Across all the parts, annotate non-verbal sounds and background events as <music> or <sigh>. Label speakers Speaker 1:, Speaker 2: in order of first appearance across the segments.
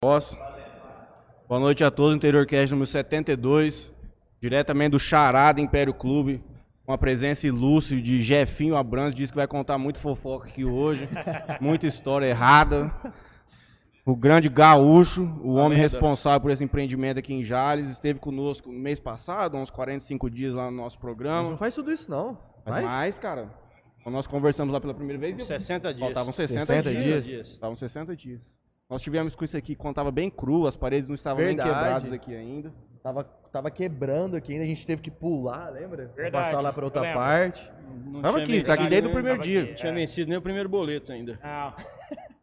Speaker 1: Posso? Boa noite a todos, Interior Cast número 72, diretamente do Charada Império Clube, com a presença ilustre de Jefinho Abrantes, diz que vai contar muito fofoca aqui hoje, muita história errada. O grande gaúcho, o homem responsável por esse empreendimento aqui em Jales, esteve conosco no mês passado, uns 45 dias lá no nosso
Speaker 2: Mas não
Speaker 1: programa.
Speaker 2: faz tudo isso, não.
Speaker 1: Mas,
Speaker 2: Mas,
Speaker 1: mais, cara, quando nós conversamos lá pela primeira vez, eu
Speaker 3: 60 dias.
Speaker 1: Faltavam 60,
Speaker 2: 60
Speaker 1: dias.
Speaker 2: dias.
Speaker 1: Faltavam 60 dias. Nós tivemos com isso aqui quando tava bem cru, as paredes não estavam nem
Speaker 2: Verdade.
Speaker 1: quebradas aqui ainda.
Speaker 2: tava, tava quebrando aqui ainda, a gente teve que pular, lembra? Pra
Speaker 4: Verdade,
Speaker 2: Passar lá pra outra
Speaker 4: eu lembro.
Speaker 2: parte.
Speaker 3: Não
Speaker 1: Tava
Speaker 3: tinha
Speaker 1: aqui, tá aqui
Speaker 3: vencido
Speaker 1: desde o
Speaker 3: nem-
Speaker 1: primeiro
Speaker 4: tava
Speaker 1: dia.
Speaker 4: aqui.
Speaker 2: É.
Speaker 3: Tinha vencido nem o primeiro boleto ainda.
Speaker 4: Não,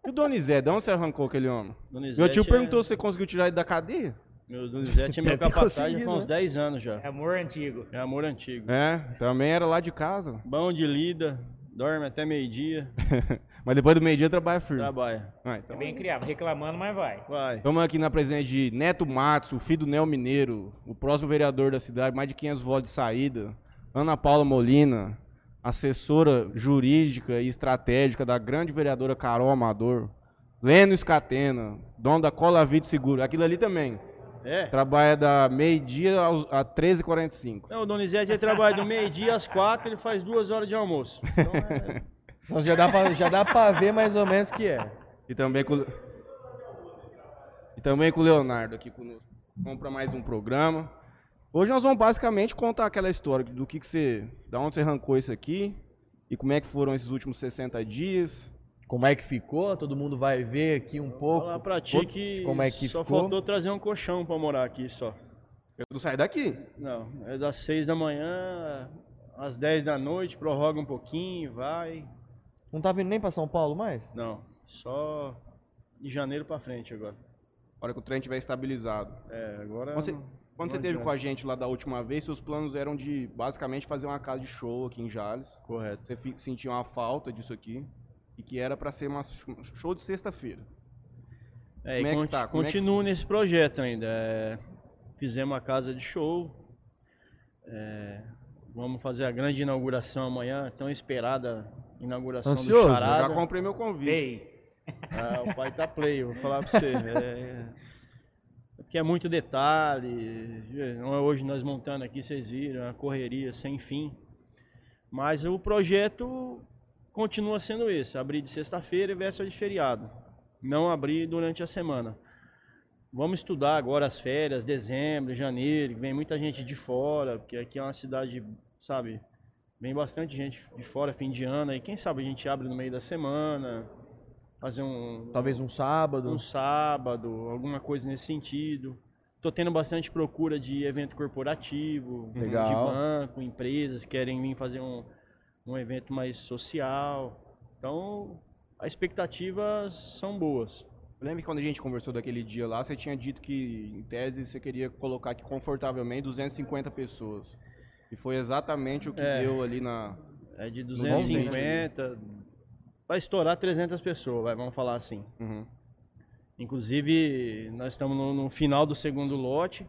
Speaker 1: E o Donizete, de onde você arrancou aquele homem?
Speaker 3: Donizete
Speaker 1: Meu tio
Speaker 3: é-
Speaker 1: perguntou se você conseguiu tirar ele da cadeia.
Speaker 3: Meu Donizete é
Speaker 2: <laughs>
Speaker 3: meu
Speaker 2: Deve ter
Speaker 3: capataz já
Speaker 2: conseguido,
Speaker 3: há uns
Speaker 2: né?
Speaker 3: 10 anos já.
Speaker 4: é amor antigo.
Speaker 3: É amor antigo.
Speaker 1: É, também era lá de casa.
Speaker 3: Bom de lida, dorme até meio-dia,
Speaker 2: Hum.
Speaker 1: Mas depois do meio-dia trabalha firme.
Speaker 3: trabalha.
Speaker 1: Ah, então.
Speaker 4: É bem criado, reclamando, mas vai.
Speaker 3: Vai.
Speaker 1: Estamos aqui na presença de Neto Matos, o filho do Neo Mineiro, o próximo vereador da cidade, mais de 500 votos de saída. Ana Paula Molina, assessora jurídica e estratégica da grande vereadora Carol Amador. Leno Escatena, dono da Cola Vida Seguro. Aquilo ali também.
Speaker 3: É.
Speaker 1: Trabalha da meio-dia aos- a 13h45.
Speaker 3: Não, o Donizete ele trabalha do meio-dia às quatro, ele faz duas horas de almoço. Então é-
Speaker 2: <laughs> Então já dá, pra, já dá pra ver mais ou menos que é.
Speaker 1: E também com. E também com o Leonardo aqui conosco. Vamos para mais um programa. Hoje nós vamos basicamente contar aquela história do que, que você. Da onde você arrancou isso aqui. E como é que foram esses últimos 60 dias.
Speaker 2: Como é que ficou? Todo mundo vai ver aqui um
Speaker 3: falar
Speaker 2: pouco.
Speaker 3: pra ti que,
Speaker 2: como é que
Speaker 3: só
Speaker 2: ficou?
Speaker 3: faltou trazer um colchão pra morar aqui só.
Speaker 1: Eu não saio daqui.
Speaker 3: Não, é das seis da manhã às dez da noite, prorroga um pouquinho, vai.
Speaker 2: Não tá vindo nem pra São Paulo mais?
Speaker 3: Não, só de janeiro pra frente agora.
Speaker 1: A hora que o trem estiver estabilizado.
Speaker 3: É, agora.
Speaker 1: Quando você,
Speaker 3: não-
Speaker 1: quando você
Speaker 3: não
Speaker 1: teve
Speaker 3: adianta.
Speaker 1: com a gente lá da última vez, seus planos eram de basicamente fazer uma casa de show aqui em Jales.
Speaker 3: Correto.
Speaker 1: Você fi- sentiu uma falta disso aqui. E que era para ser um show de sexta-feira.
Speaker 3: É,
Speaker 1: Como
Speaker 3: e
Speaker 1: é que
Speaker 3: conti-
Speaker 1: tá? Como é que
Speaker 3: continuo nesse projeto ainda. É, fizemos a casa de show. É, vamos fazer a grande inauguração amanhã, tão esperada inauguração
Speaker 2: Ansioso?
Speaker 3: do
Speaker 2: Já
Speaker 1: Eu já
Speaker 3: Charada.
Speaker 1: comprei meu convite.
Speaker 4: Ei,
Speaker 3: Ah, o pai tá play, eu vou falar pra
Speaker 1: <laughs>
Speaker 3: você. É, é porque é muito detalhe. não é Hoje nós montando aqui, vocês viram, é uma correria sem fim. Mas o projeto continua sendo esse: abrir de sexta-feira e véspera de feriado. Não abrir durante a semana. Vamos estudar agora as férias, dezembro, janeiro, que vem muita gente de fora, porque aqui é uma cidade, sabe, vem bastante gente de fora, fim de ano, e quem sabe a gente abre no meio da semana, fazer um
Speaker 2: Talvez um sábado.
Speaker 3: um sábado, alguma coisa nesse sentido. Tô tendo bastante procura de evento corporativo, de
Speaker 2: Legal.
Speaker 3: banco, empresas querem vir fazer um, um evento mais social. Então, as expectativas são boas.
Speaker 1: Eu lembro que quando a gente conversou daquele dia lá, você tinha dito que, em tese, você queria colocar aqui confortavelmente 250 pessoas. E foi exatamente o que
Speaker 3: É.
Speaker 1: deu ali na.
Speaker 3: É de
Speaker 1: bom momento,
Speaker 3: 250, vai estourar 300 pessoas, vai, vamos falar assim.
Speaker 1: Uhum.
Speaker 3: Inclusive, nós estamos no, no final do segundo lote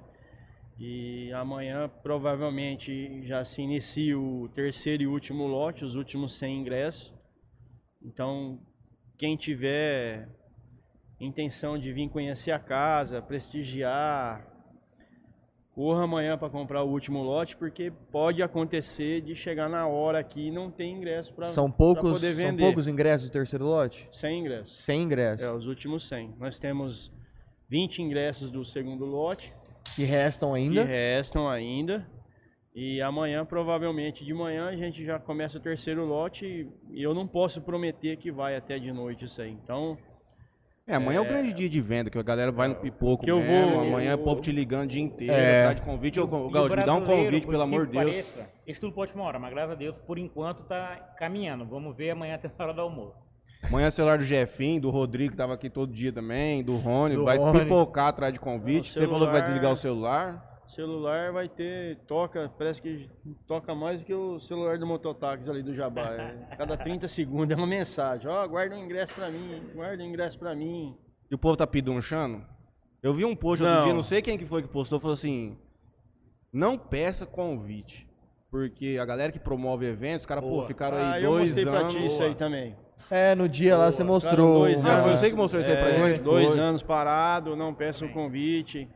Speaker 3: e amanhã provavelmente já se inicia o terceiro e último lote, os últimos 100 ingressos. Então, quem tiver intenção de vir conhecer a casa, prestigiar, corra amanhã para comprar o último lote, porque pode acontecer de chegar na hora aqui e não ter ingresso para
Speaker 2: São poucos,
Speaker 3: poder
Speaker 2: são
Speaker 3: vender.
Speaker 2: poucos ingressos do terceiro lote?
Speaker 3: 100 ingressos.
Speaker 2: Sem ingressos.
Speaker 3: É, os últimos 100. Nós temos 20 ingressos do segundo lote
Speaker 2: Que restam ainda?
Speaker 3: É. que restam ainda. E amanhã, provavelmente de manhã, a gente já começa o terceiro lote e- e eu não posso prometer que vai até de noite isso aí. Então,
Speaker 1: É, amanhã é... o grande dia de venda, que a galera vai no pipoco
Speaker 3: Que eu
Speaker 1: mesmo,
Speaker 3: vou-
Speaker 1: amanhã é
Speaker 3: eu-
Speaker 1: o povo te ligando o dia inteiro,
Speaker 2: É.
Speaker 1: atrás de convite. Ô,
Speaker 4: e o
Speaker 1: Gaúcho, me dá um
Speaker 4: brasileiro,
Speaker 1: convite,
Speaker 4: por
Speaker 1: pelo amor de
Speaker 4: incrível
Speaker 1: Deus.
Speaker 4: que pareça, Isso tudo pode uma hora, mas graças a Deus, por enquanto tá caminhando. Vamos ver amanhã até a hora do almoço.
Speaker 1: Amanhã é o celular do Jefim, do Rodrigo, que tava aqui todo dia também, do Rony,
Speaker 2: Do
Speaker 1: vai
Speaker 2: Rony.
Speaker 1: pipocar atrás de convite.
Speaker 3: O
Speaker 1: Você falou que vai
Speaker 3: celular-
Speaker 1: desligar o celular.
Speaker 3: celular vai ter, toca, parece que toca mais do que o celular do mototáxi ali do Jabá. É, Cada 30 segundos é uma mensagem. Ó, guarda um ingresso pra mim, guarda um ingresso pra mim.
Speaker 1: E o povo tá pedunchando. Eu vi um post outro
Speaker 3: Não.
Speaker 1: dia, não sei quem que foi que postou, falou assim: não peça convite. Porque a galera que promove eventos, os caras, pô,
Speaker 4: Boa.
Speaker 1: ficaram
Speaker 3: ah,
Speaker 1: aí
Speaker 3: eu
Speaker 1: dois
Speaker 3: mostrei pra
Speaker 1: anos.
Speaker 3: ti isso
Speaker 4: Boa.
Speaker 3: aí também.
Speaker 2: É, no dia lá
Speaker 3: Boa,
Speaker 2: você
Speaker 3: cara, um
Speaker 2: mostrou. um
Speaker 3: dois
Speaker 1: Ah,
Speaker 2: uma-
Speaker 1: foi você que mostrou isso aí pra
Speaker 3: É,
Speaker 1: gente?
Speaker 3: Dois
Speaker 1: Foi.
Speaker 3: anos parado, não peço o convite.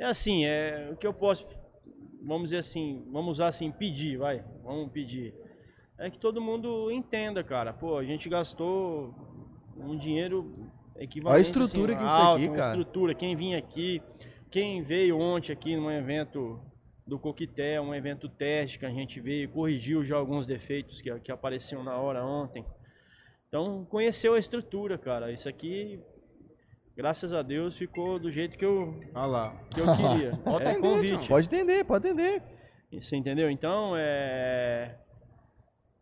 Speaker 3: É assim, é o que eu posso, vamos dizer assim, vamos usar assim, pedir, vai, vamos pedir. É que todo mundo entenda, cara. Pô, a gente gastou um dinheiro equivalente.
Speaker 2: estrutura
Speaker 3: assim,
Speaker 2: que isso
Speaker 3: alto,
Speaker 2: aqui,
Speaker 3: uma
Speaker 2: cara.
Speaker 3: estrutura, quem vinha aqui, quem veio ontem aqui num evento do Coquetel, um evento teste que a gente veio, corrigiu já alguns defeitos que, que apareciam na hora ontem. Então, conheceu a estrutura, cara. Isso aqui, graças a Deus, ficou do jeito que eu,
Speaker 1: Olha Ah lá.
Speaker 3: que
Speaker 2: <laughs>
Speaker 3: eu queria.
Speaker 1: Pode
Speaker 3: é
Speaker 1: atender,
Speaker 3: convite.
Speaker 2: Pode entender, pode entender.
Speaker 3: Você entendeu? Então, é...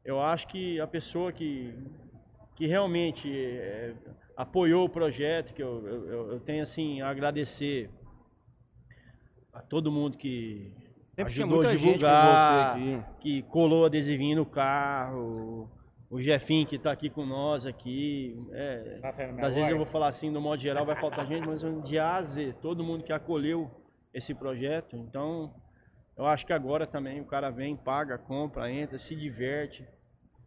Speaker 3: eu acho que a pessoa que, que realmente é, apoiou o projeto, que eu, eu- eu, eu tenho assim, a agradecer a todo mundo que
Speaker 1: Sempre tinha
Speaker 3: ajudou
Speaker 1: muita
Speaker 3: a
Speaker 1: gente com
Speaker 3: divulgar,
Speaker 1: você aqui.
Speaker 3: que colou adesivinho no carro, o Jefinho que está aqui com nós aqui. é,
Speaker 4: Rafael
Speaker 3: às vezes eu
Speaker 4: Mello.
Speaker 3: vou falar assim, no modo geral, vai faltar gente, mas um de A a Z, todo mundo que acolheu esse projeto. Então, eu acho que agora também o cara vem, paga, compra, entra, se diverte. Pra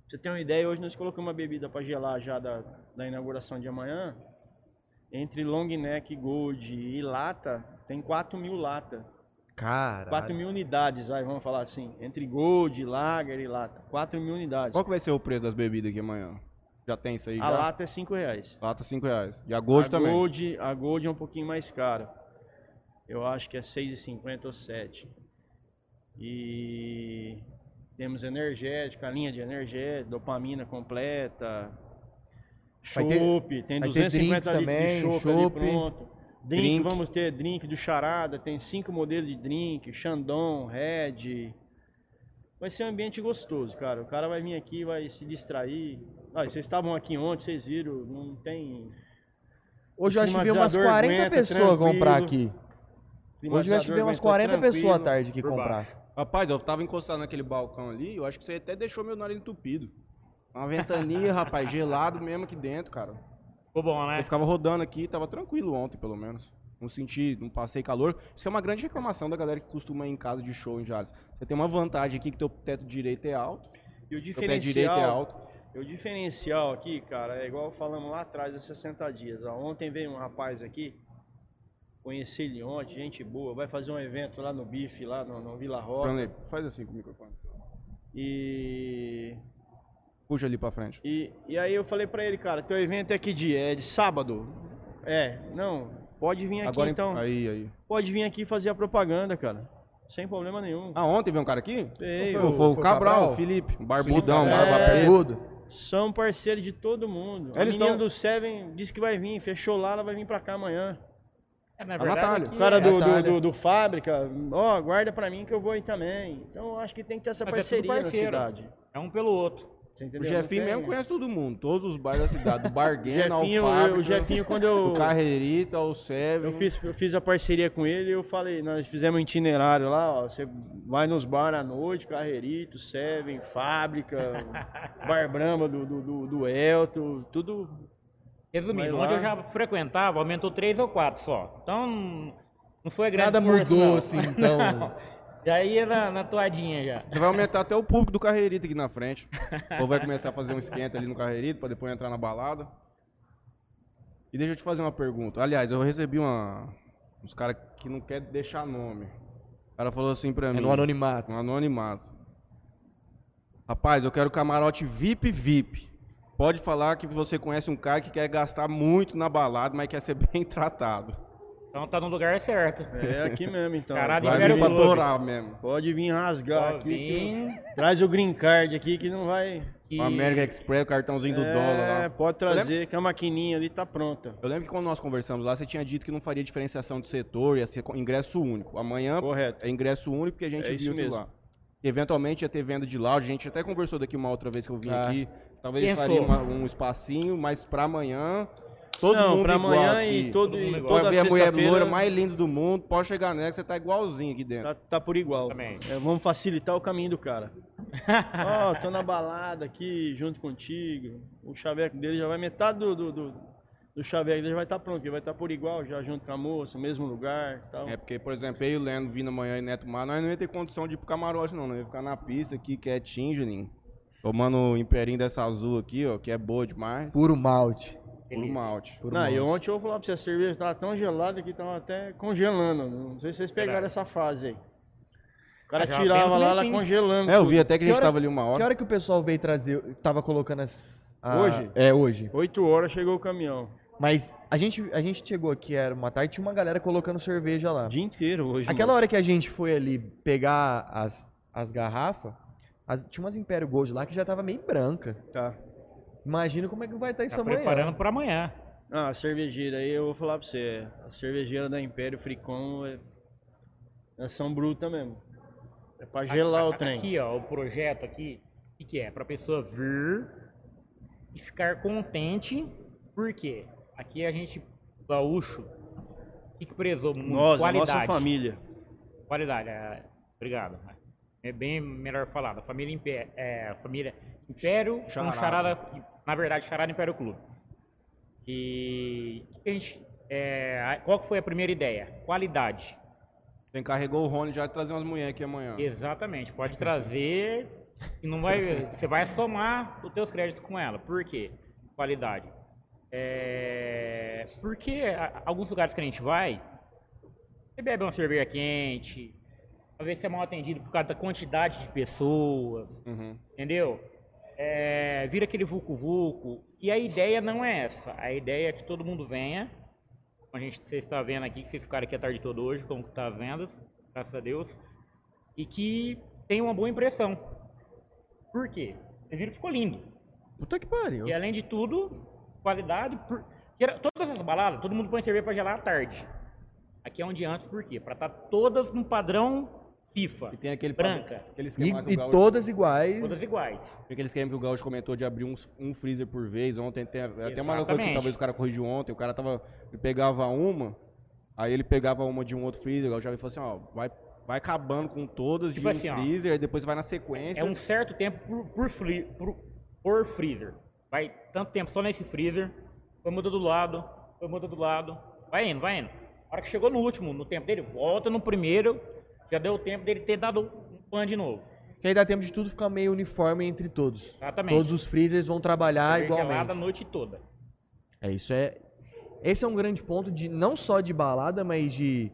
Speaker 3: você ter uma ideia, hoje nós colocamos uma bebida para gelar já da, da inauguração de amanhã. Entre long neck, gold e lata, tem 4 mil lata.
Speaker 2: Cara.
Speaker 3: 4 mil unidades, aí vamos falar assim. Entre gold, lager e lata. 4 mil unidades.
Speaker 1: Qual que vai ser o preço das bebidas aqui amanhã? Já tem isso aí?
Speaker 3: A
Speaker 1: já?
Speaker 3: lata é 5 reais.
Speaker 1: Lata 5 reais. E a Gold
Speaker 3: a
Speaker 1: também.
Speaker 3: Gold, a Gold é um pouquinho mais cara. Eu acho que é 6,50 ou 7. E temos energética, a linha de energética, dopamina completa.
Speaker 2: Vai ter-
Speaker 3: Chopp, tem
Speaker 2: vai ter
Speaker 3: 250
Speaker 2: drinks
Speaker 3: litros de
Speaker 2: também,
Speaker 3: chopp ali
Speaker 2: chopp.
Speaker 3: pronto. Drink,
Speaker 1: Drink.
Speaker 3: vamos ter drink do Charada, tem cinco modelos de drink, Xandão, Red. Vai ser um ambiente gostoso, cara. O cara vai vir aqui, vai se distrair. Ah, vocês estavam aqui ontem, vocês viram, não tem
Speaker 2: Hoje eu acho que veio umas
Speaker 3: Climatizador
Speaker 2: 40
Speaker 3: aguenta,
Speaker 2: pessoas comprar aqui.
Speaker 3: tranquilo.
Speaker 2: Hoje eu acho que veio umas 40 pessoas à tarde aqui
Speaker 4: por
Speaker 2: comprar.
Speaker 1: Rapaz, eu tava encostado naquele balcão ali, eu acho que você até deixou meu nariz entupido. Uma ventania, <laughs> rapaz, gelado mesmo aqui dentro, cara.
Speaker 4: Ficou bom,
Speaker 1: Eu
Speaker 3: É.
Speaker 4: né?
Speaker 1: ficava rodando aqui, tava tranquilo ontem, pelo menos. Não senti, não passei calor. Isso que é uma grande reclamação da galera que costuma ir em casa de show em Jales. Você tem uma vantagem aqui que teu teto direito é alto,
Speaker 3: E o
Speaker 1: teu pé direito é
Speaker 3: diferencial,
Speaker 1: alto.
Speaker 3: o diferencial aqui, cara, é igual falamos lá atrás, há 60 dias. ó. Ontem veio um rapaz aqui, conheci ele ontem, gente boa, vai fazer um evento lá no Bife, lá no, no Vila Rosa.
Speaker 1: Franley, faz assim com o microfone.
Speaker 3: E,
Speaker 1: Puxa ali pra frente.
Speaker 3: e, e aí eu falei pra ele, cara, teu evento é que dia? É de sábado? É, não, pode vir aqui
Speaker 1: Agora em-
Speaker 3: então.
Speaker 1: Aí, aí.
Speaker 3: Pode vir aqui fazer a propaganda, cara. Sem problema nenhum.
Speaker 1: Ah, ontem veio um cara aqui?
Speaker 3: Ei,
Speaker 1: foi,
Speaker 3: ô,
Speaker 1: foi o
Speaker 2: foi o
Speaker 1: Cabral,
Speaker 2: Cabral?
Speaker 1: Felipe. Um Barbudão,
Speaker 3: É.
Speaker 1: barba preta.
Speaker 2: Barbudo.
Speaker 3: São parceiros de todo mundo. a
Speaker 1: Eles
Speaker 3: menina
Speaker 1: tão-
Speaker 3: do Seven disse que vai vir, fechou lá, ela vai vir pra cá amanhã.
Speaker 4: É, na
Speaker 1: A
Speaker 4: verdade,
Speaker 1: Natália.
Speaker 4: aqui
Speaker 3: O cara
Speaker 4: é-
Speaker 3: do, do,
Speaker 2: Natália.
Speaker 3: do, do Fábrica, ó, guarda pra mim que eu vou aí também. Então eu acho que tem que ter essa
Speaker 4: Mas é tudo
Speaker 3: parceria na
Speaker 4: parceiro.
Speaker 3: cidade.
Speaker 4: É um pelo outro.
Speaker 3: Você
Speaker 1: O
Speaker 3: entendeu? Não
Speaker 1: Jefinho
Speaker 3: tem-
Speaker 1: mesmo conhece todo mundo, todos os bairros da
Speaker 3: <laughs>
Speaker 1: cidade, do
Speaker 3: o
Speaker 1: Barguena, ao
Speaker 3: Jefinho, eu-
Speaker 1: Fábrica,
Speaker 3: o Jefinho, quando
Speaker 1: <laughs> o é
Speaker 3: eu,
Speaker 1: Carreirita, ao Seven.
Speaker 3: eu, fiz, eu fiz a parceria com ele, eu falei, nós fizemos um itinerário lá, ó, você vai nos bar à noite, Carreirito, Seven,
Speaker 1: <laughs>
Speaker 3: Fábrica, Bar Brahma do, do, do, do Elton, tudo
Speaker 4: Resumindo,
Speaker 3: Vai lá.
Speaker 4: onde eu já frequentava, aumentou três ou quatro só. Então, não foi grande
Speaker 2: Nada
Speaker 4: força,
Speaker 2: mudou,
Speaker 4: não. <laughs>
Speaker 2: assim, então.
Speaker 4: já ia na, na toadinha já.
Speaker 1: Vai aumentar até o público do Carreirita aqui na frente. Ou vai começar a fazer um esquenta ali no Carreirita pra depois entrar na balada. E deixa eu te fazer uma pergunta. Aliás, eu recebi uma uns caras que não quer deixar nome. O cara falou assim pra
Speaker 2: É
Speaker 1: mim.
Speaker 2: no anonimato.
Speaker 1: Um anonimato. Rapaz, eu quero camarote VIP VIP. Pode falar que você conhece um cara que quer gastar muito na balada, mas quer ser <laughs> bem tratado.
Speaker 4: Então tá no lugar certo.
Speaker 3: é aqui mesmo, então.
Speaker 4: Caralho,
Speaker 1: Vai
Speaker 4: Império
Speaker 1: vir pra
Speaker 4: Globo.
Speaker 1: dourar mesmo.
Speaker 3: Pode vir rasgar
Speaker 4: Pode
Speaker 3: aqui.
Speaker 4: vir.
Speaker 3: que- Traz o green card aqui que não vai.
Speaker 4: E-
Speaker 1: O
Speaker 4: <laughs>
Speaker 1: América Express, o cartãozinho do
Speaker 3: é,
Speaker 1: dólar lá.
Speaker 3: pode trazer, que a maquininha ali tá pronta.
Speaker 1: Eu lembro que quando nós conversamos lá, você tinha dito que não faria diferenciação de setor, ia ser co- ingresso único. Amanhã
Speaker 3: Correto.
Speaker 1: é ingresso único porque a gente
Speaker 3: É
Speaker 1: viu
Speaker 3: isso
Speaker 1: aquilo
Speaker 3: mesmo.
Speaker 1: lá. Eventualmente ia ter venda de lounge, a gente até conversou daqui uma outra vez que eu vim
Speaker 2: Tá.
Speaker 1: aqui. Talvez
Speaker 4: Pensou.
Speaker 1: faria uma- um espacinho, mas pra amanhã, todo
Speaker 3: não,
Speaker 1: mundo
Speaker 3: pra
Speaker 1: igual
Speaker 3: amanhã
Speaker 1: aqui.
Speaker 3: e, todo,
Speaker 4: Todo
Speaker 3: e
Speaker 4: mundo igual.
Speaker 1: Pode
Speaker 3: toda
Speaker 1: ver a mulher
Speaker 3: sexta-feira
Speaker 1: loura mais linda do mundo, pode chegar nela que você tá igualzinho aqui dentro.
Speaker 3: tá, tá por igual.
Speaker 4: Também.
Speaker 3: É, vamos facilitar o caminho do
Speaker 4: <laughs>
Speaker 3: cara. Ó, tô na balada aqui junto contigo. O chaveco dele já vai metade do, do, do, do chaveco dele já vai estar pronto, porque vai estar por igual já junto com a moça, mesmo lugar, e tal.
Speaker 1: É porque, por exemplo, eu e o Leno vindo amanhã e Neto Mar, nós não ia ter condição de ir pro camarote, não. Nós ia ficar na pista aqui, quietinho, Juninho. Tomando um imperinho dessa azul aqui, ó, que é boa demais.
Speaker 2: Puro malte.
Speaker 1: Puro
Speaker 4: Delícia.
Speaker 1: malte.
Speaker 2: Puro
Speaker 3: Não,
Speaker 2: malte.
Speaker 3: e ontem eu vou falar pra você, a cerveja tava tão gelada que tava até congelando. Não sei se vocês pegaram
Speaker 4: Verdade.
Speaker 3: essa fase aí. O cara
Speaker 4: Ah, já
Speaker 3: tirava
Speaker 4: temos
Speaker 3: lá, ela
Speaker 4: lencinho.
Speaker 3: congelando.
Speaker 1: É, eu
Speaker 3: tudo.
Speaker 1: vi até que a
Speaker 2: Que
Speaker 1: gente
Speaker 2: hora-
Speaker 1: tava ali uma
Speaker 2: Que
Speaker 1: hora.
Speaker 2: hora que o pessoal veio trazer, tava colocando as... a-
Speaker 3: Hoje?
Speaker 2: É, hoje.
Speaker 3: 8 horas chegou o caminhão.
Speaker 2: Mas a gente, a gente chegou aqui, era uma tarde, tinha uma galera colocando cerveja lá.
Speaker 3: O dia inteiro hoje.
Speaker 2: Aquela
Speaker 3: moço.
Speaker 2: hora que a gente foi ali pegar as, as garrafas, as- tinha umas Império Gold lá que já tava meio branca.
Speaker 3: Tá.
Speaker 2: Imagina como é que vai estar isso
Speaker 4: Tá
Speaker 2: amanhã.
Speaker 4: preparando pra amanhã.
Speaker 3: Ah, a cervejeira aí, eu vou falar pra você. é, A cervejeira da Império Fricom é, é São Bruta mesmo. É pra gelar o trem.
Speaker 4: Aqui, ó, o projeto aqui, o que, que é? Pra pessoa vir e ficar contente, porque aqui a gente, gaúcho, o que, que prezou muito?
Speaker 3: Nós, a
Speaker 4: Qualidade.
Speaker 3: nossa família.
Speaker 4: Qualidade, é, obrigado. É bem melhor falado. Família Império, é, família Império com
Speaker 1: Charada.
Speaker 4: charada, na verdade, charada Império Clube. E o que que a gente, é, a- qual que foi a primeira ideia? Qualidade.
Speaker 1: Você encarregou o Rony já de trazer umas mulheres aqui amanhã.
Speaker 4: Exatamente, pode trazer e não vai, você vai somar os teus créditos com ela. Por quê? Qualidade. É, porque a- alguns lugares que a gente vai, você bebe uma cerveja quente, às vezes você é mal atendido por causa da quantidade de pessoas,
Speaker 1: Uhum.
Speaker 4: entendeu? É, vira aquele vucu-vucu. E a ideia não é essa. A ideia é que todo mundo venha. Como a gente vocês está vendo aqui, que vocês ficaram aqui a tarde toda hoje, como que tá as vendas, graças a Deus. E que tenha uma boa impressão. Por quê? Vocês viram que ficou lindo.
Speaker 2: Puta que pariu.
Speaker 4: E além de tudo, qualidade. Por... gera- Todas as baladas, todo mundo põe cerveja pra gelar à tarde. Aqui é um dia antes, por quê? Pra estar todas no padrão FIFA.
Speaker 1: E tem aquele
Speaker 4: Branca.
Speaker 1: Aquele esquema
Speaker 2: E,
Speaker 1: lá que o
Speaker 2: e
Speaker 1: Gaúcho-
Speaker 2: todas iguais.
Speaker 4: Todas iguais.
Speaker 1: Aquele esquema que o Gaúcho comentou de abrir uns- um freezer por vez. Ontem tem até uma coisa que
Speaker 4: Exatamente.
Speaker 1: talvez o cara corrigiu ontem. O cara tava. Ele pegava uma, aí ele pegava uma de um outro freezer. O Gaúcho já veio e falou assim: ó, vai, vai acabando com todas
Speaker 4: Tipo
Speaker 1: de um
Speaker 4: assim, ó.
Speaker 1: freezer, aí depois vai na sequência.
Speaker 4: É um certo tempo por, por, fli- por- por freezer. Vai tanto tempo só nesse freezer. Foi mudando do lado, foi mudando do lado. Vai indo, vai indo. A hora que chegou no último, no tempo dele, volta no primeiro. Já deu tempo dele ter dado um pan de novo.
Speaker 2: Que aí dá tempo de tudo ficar meio uniforme entre todos.
Speaker 4: Exatamente.
Speaker 2: Todos os freezers vão trabalhar
Speaker 4: Cerveja gelada a
Speaker 2: igualmente.
Speaker 4: noite toda.
Speaker 2: É, isso é. Esse é um grande ponto de não só de balada, mas de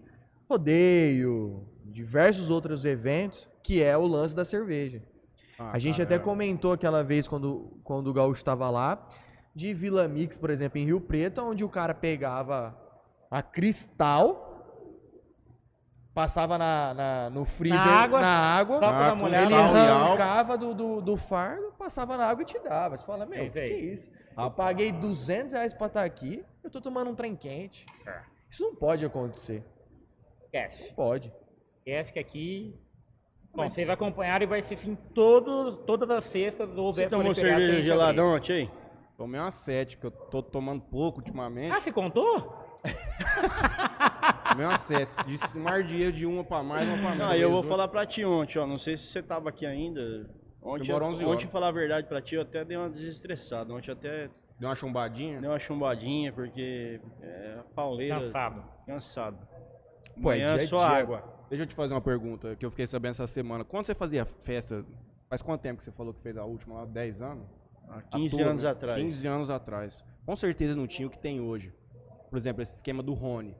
Speaker 2: rodeio, diversos outros eventos, que é o lance da cerveja.
Speaker 1: Ah,
Speaker 2: A gente
Speaker 1: cara,
Speaker 2: até
Speaker 1: é.
Speaker 2: comentou aquela vez quando, quando o Gaúcho estava lá, de Vila Mix, por exemplo, em Rio Preto, onde o cara pegava a cristal, passava na, na- no freezer, na
Speaker 4: Na
Speaker 2: água,
Speaker 4: água, tava
Speaker 1: Ah,
Speaker 4: na
Speaker 1: com
Speaker 4: mulher
Speaker 2: ele
Speaker 1: sal e álcool.
Speaker 2: arrancava do, do, do fardo, passava na água e te dava. Você fala, meu,
Speaker 4: É isso
Speaker 2: que
Speaker 4: aí.
Speaker 2: isso? Eu
Speaker 1: Rapaz.
Speaker 2: paguei 200 reais pra estar aqui, eu tô tomando um trem quente. Isso não pode acontecer.
Speaker 4: Esquece.
Speaker 2: Pode.
Speaker 4: Esquece que aqui. Bom, vocês acompanharam e vai ser assim todos, todas as sextas. ou
Speaker 3: Você
Speaker 4: véspera
Speaker 3: tomou
Speaker 4: de
Speaker 3: cerveja
Speaker 4: feriado, tem que abrir.
Speaker 3: geladão ontem? aí?
Speaker 1: Tomei uma sete, que eu tô tomando pouco ultimamente.
Speaker 4: Ah, você contou?
Speaker 1: Tomei uma sete. De mais dia de uma pra mais, uma pra menos.
Speaker 3: Ah, eu vou
Speaker 1: Resolve.
Speaker 3: falar pra ti ontem, ó. Não sei se você tava aqui ainda. Ontem,
Speaker 1: Embora 11
Speaker 3: ontem,
Speaker 1: horas.
Speaker 3: falar a verdade pra ti, eu até dei uma desestressada. Ontem até
Speaker 1: Deu uma chumbadinha.
Speaker 3: dei uma chumbadinha, né? porque é, a pauleira, cansado.
Speaker 4: <laughs> Cansado.
Speaker 2: Pô, é
Speaker 3: Amanhã
Speaker 2: dia a
Speaker 3: só
Speaker 2: dia.
Speaker 3: água.
Speaker 1: Deixa eu te fazer uma pergunta que eu fiquei sabendo essa semana. Quando você fazia festa, faz quanto tempo que você falou que fez a última lá? 10 anos?
Speaker 3: Há
Speaker 1: A
Speaker 3: 15
Speaker 1: turma,
Speaker 3: anos atrás.
Speaker 1: 15 anos atrás. Com certeza não tinha o que tem hoje. Por exemplo, esse esquema do Rony.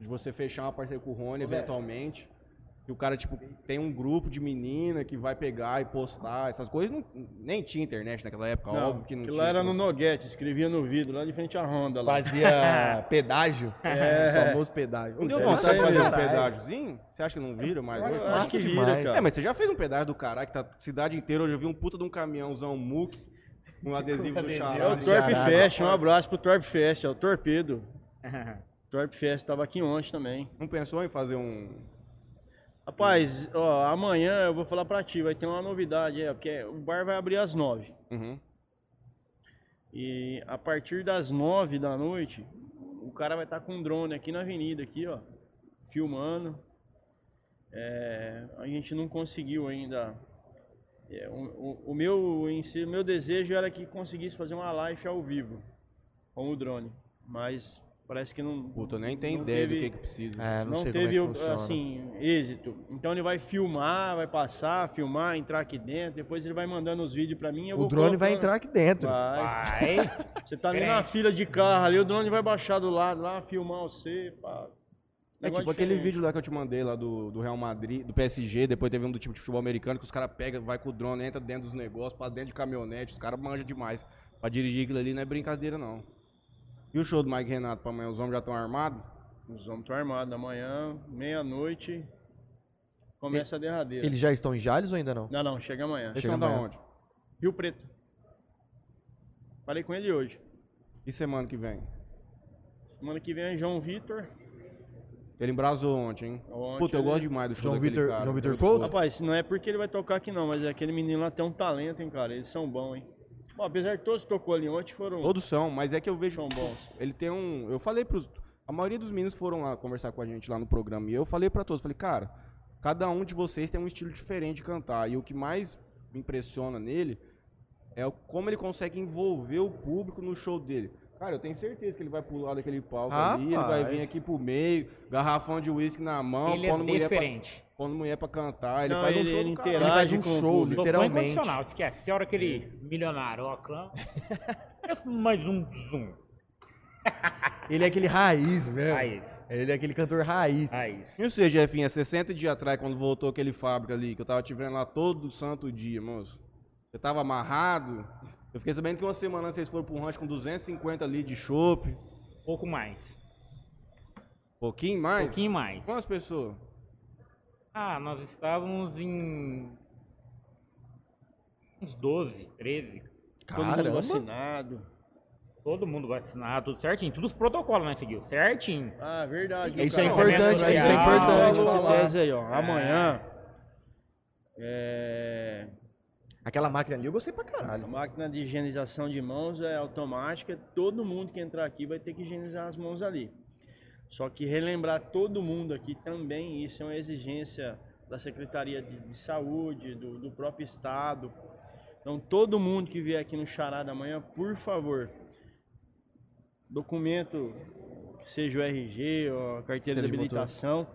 Speaker 1: De você fechar uma parceria com o
Speaker 3: É.
Speaker 1: Rony eventualmente. E o cara, tipo, tem um grupo de menina que vai pegar e postar. Essas coisas não, nem tinha internet naquela época,
Speaker 3: Não,
Speaker 1: óbvio que não
Speaker 3: aquilo
Speaker 1: tinha.
Speaker 3: lá era no Noguete, escrevia no vidro, lá de frente à Honda. Lá.
Speaker 2: Fazia pedágio.
Speaker 3: É.
Speaker 1: né?
Speaker 2: O famoso pedágio.
Speaker 1: Não deu
Speaker 2: Isso é
Speaker 1: vontade de
Speaker 2: massa
Speaker 1: fazer
Speaker 2: pra
Speaker 1: um
Speaker 2: caralho.
Speaker 1: pedágiozinho? Você acha que não vira mais hoje?
Speaker 3: Eu acho que vira,
Speaker 2: demais.
Speaker 3: cara.
Speaker 1: É, mas você já fez um pedaço do caralho que tá a cidade inteira. Hoje eu vi um puta de um caminhãozão muque com um adesivo do
Speaker 2: adesivo.
Speaker 3: É o
Speaker 1: Charada.
Speaker 2: do
Speaker 3: Torp
Speaker 2: Ceará,
Speaker 3: Fest, um abraço pro Torp Fest, é o Torpedo. Torp Fest tava aqui ontem também.
Speaker 1: Não pensou em fazer um.
Speaker 3: Rapaz, ó, amanhã eu vou falar pra ti, vai ter uma novidade, é, porque o bar vai abrir às 9.
Speaker 1: Uhum.
Speaker 3: E a partir das 9 da noite, o cara vai estar com um drone aqui na avenida, aqui, ó, filmando. É, a gente não conseguiu ainda. É, o, o- o meu em si, o meu desejo era que conseguisse fazer uma live ao vivo com o drone, mas Parece que não.
Speaker 1: Puta, eu nem tenho
Speaker 3: Não
Speaker 1: ideia do
Speaker 3: teve-
Speaker 1: que, que precisa.
Speaker 2: É, não,
Speaker 3: não
Speaker 2: sei
Speaker 3: teve,
Speaker 2: como é que funciona.
Speaker 3: assim, êxito. Então ele vai filmar, vai passar, filmar, entrar aqui dentro. Depois ele vai mandando os vídeos pra mim. eu
Speaker 2: o
Speaker 3: vou
Speaker 2: drone vai
Speaker 3: colocando.
Speaker 2: entrar aqui dentro.
Speaker 3: Vai.
Speaker 4: Vai.
Speaker 3: Você tá ali na
Speaker 4: Diferente.
Speaker 3: fila de carro ali, o drone vai baixar do lado lá, filmar você, pá.
Speaker 1: É tipo
Speaker 3: Negócio
Speaker 1: aquele
Speaker 3: diferente.
Speaker 1: vídeo lá que eu te mandei lá do, do Real Madrid, do PSG, depois teve um do tipo de futebol americano que os caras pegam, vai com o drone, entra dentro dos negócios, pra dentro de caminhonete, os caras manjam demais. Pra dirigir aquilo ali não é brincadeira, não. E o show do Mike Renato pra amanhã? Os homens já estão armados?
Speaker 3: Os homens estão armados. Amanhã, meia-noite, começa a derradeira.
Speaker 2: Eles já estão em Jales ou ainda não?
Speaker 3: Não, não, chega amanhã.
Speaker 1: Eles
Speaker 2: Chega
Speaker 1: são da
Speaker 2: amanhã.
Speaker 1: onde?
Speaker 3: Rio Preto. Falei com ele hoje.
Speaker 1: E semana que vem?
Speaker 3: Semana que vem é João Vitor.
Speaker 1: Ele embrasou ontem, hein?
Speaker 3: Ontem,
Speaker 1: Puta, eu
Speaker 3: né?
Speaker 1: gosto demais do show
Speaker 2: João
Speaker 1: daquele
Speaker 2: Vitor-
Speaker 1: cara.
Speaker 2: João Vitor
Speaker 1: Muito
Speaker 2: Couto?
Speaker 1: bom.
Speaker 3: Rapaz, não é porque ele vai tocar aqui não, mas aquele menino lá tem um talento, hein, cara. Eles são bons, hein. Bom, apesar de todos que tocou ali ontem, foram
Speaker 1: Todos são, mas é que eu vejo
Speaker 3: são bons.
Speaker 1: Ele tem um. Eu falei pros. A maioria dos meninos foram lá conversar com a gente lá no programa. E eu falei pra todos, falei, cara, cada um de vocês tem um estilo diferente de cantar. E o que mais me impressiona nele é o- como ele consegue envolver o público no show dele. Cara, eu tenho certeza que ele vai pular daquele palco ali, ele vai
Speaker 2: Rapaz.
Speaker 1: vir aqui pro meio, garrafão de uísque na mão,
Speaker 4: ele é
Speaker 1: pondo, mulher pra,
Speaker 4: diferente. é
Speaker 1: pondo mulher pra cantar. Ele
Speaker 3: Não,
Speaker 1: faz um
Speaker 3: ele-
Speaker 1: show
Speaker 3: ele
Speaker 1: do caralho.
Speaker 2: Ele faz
Speaker 3: interage
Speaker 2: um
Speaker 3: com o
Speaker 2: show,
Speaker 3: público.
Speaker 2: literalmente.
Speaker 4: Tô incondicional, esquece. A hora que ele milionário, ó, clã. Parece mais um zoom.
Speaker 2: Ele é aquele raiz, velho.
Speaker 4: Raiz.
Speaker 2: Ele é aquele cantor raiz.
Speaker 4: Aí.
Speaker 1: E o seu, Jefinha, 60 dias atrás, quando voltou aquele fábrica ali, que eu tava te vendo lá todo santo dia, moço. Você tava amarrado. Eu fiquei sabendo que uma semana antes vocês foram pra um rancho com 250 ali de chope.
Speaker 4: Pouco mais.
Speaker 1: Pouquinho mais?
Speaker 4: Pouquinho mais.
Speaker 1: Quantas pessoas?
Speaker 4: Ah, nós estávamos em. Uns 12, 13.
Speaker 3: Todo mundo assim.
Speaker 2: Caramba.
Speaker 3: vacinado.
Speaker 4: Todo mundo vacinado, tudo certinho. Todos os protocolos nós seguimos, certinho.
Speaker 3: Ah, verdade.
Speaker 2: Isso é
Speaker 3: cara.
Speaker 2: importante,
Speaker 3: Vai
Speaker 4: isso é
Speaker 3: ser
Speaker 4: importante
Speaker 3: algo,
Speaker 2: falar.
Speaker 3: essa Aí, ó. Amanhã. É,
Speaker 2: Aquela máquina ali eu gostei pra
Speaker 3: a
Speaker 2: caralho.
Speaker 3: máquina de higienização de mãos é automática. Todo mundo que entrar aqui vai ter que higienizar as mãos ali. Só que relembrar todo mundo aqui também, isso é uma exigência da Secretaria de, de Saúde, do, do próprio Estado. Então, todo mundo que vier aqui no Charada amanhã, por favor, documento, que seja o RG, ou a carteira
Speaker 2: Carteira de
Speaker 3: de habilitação,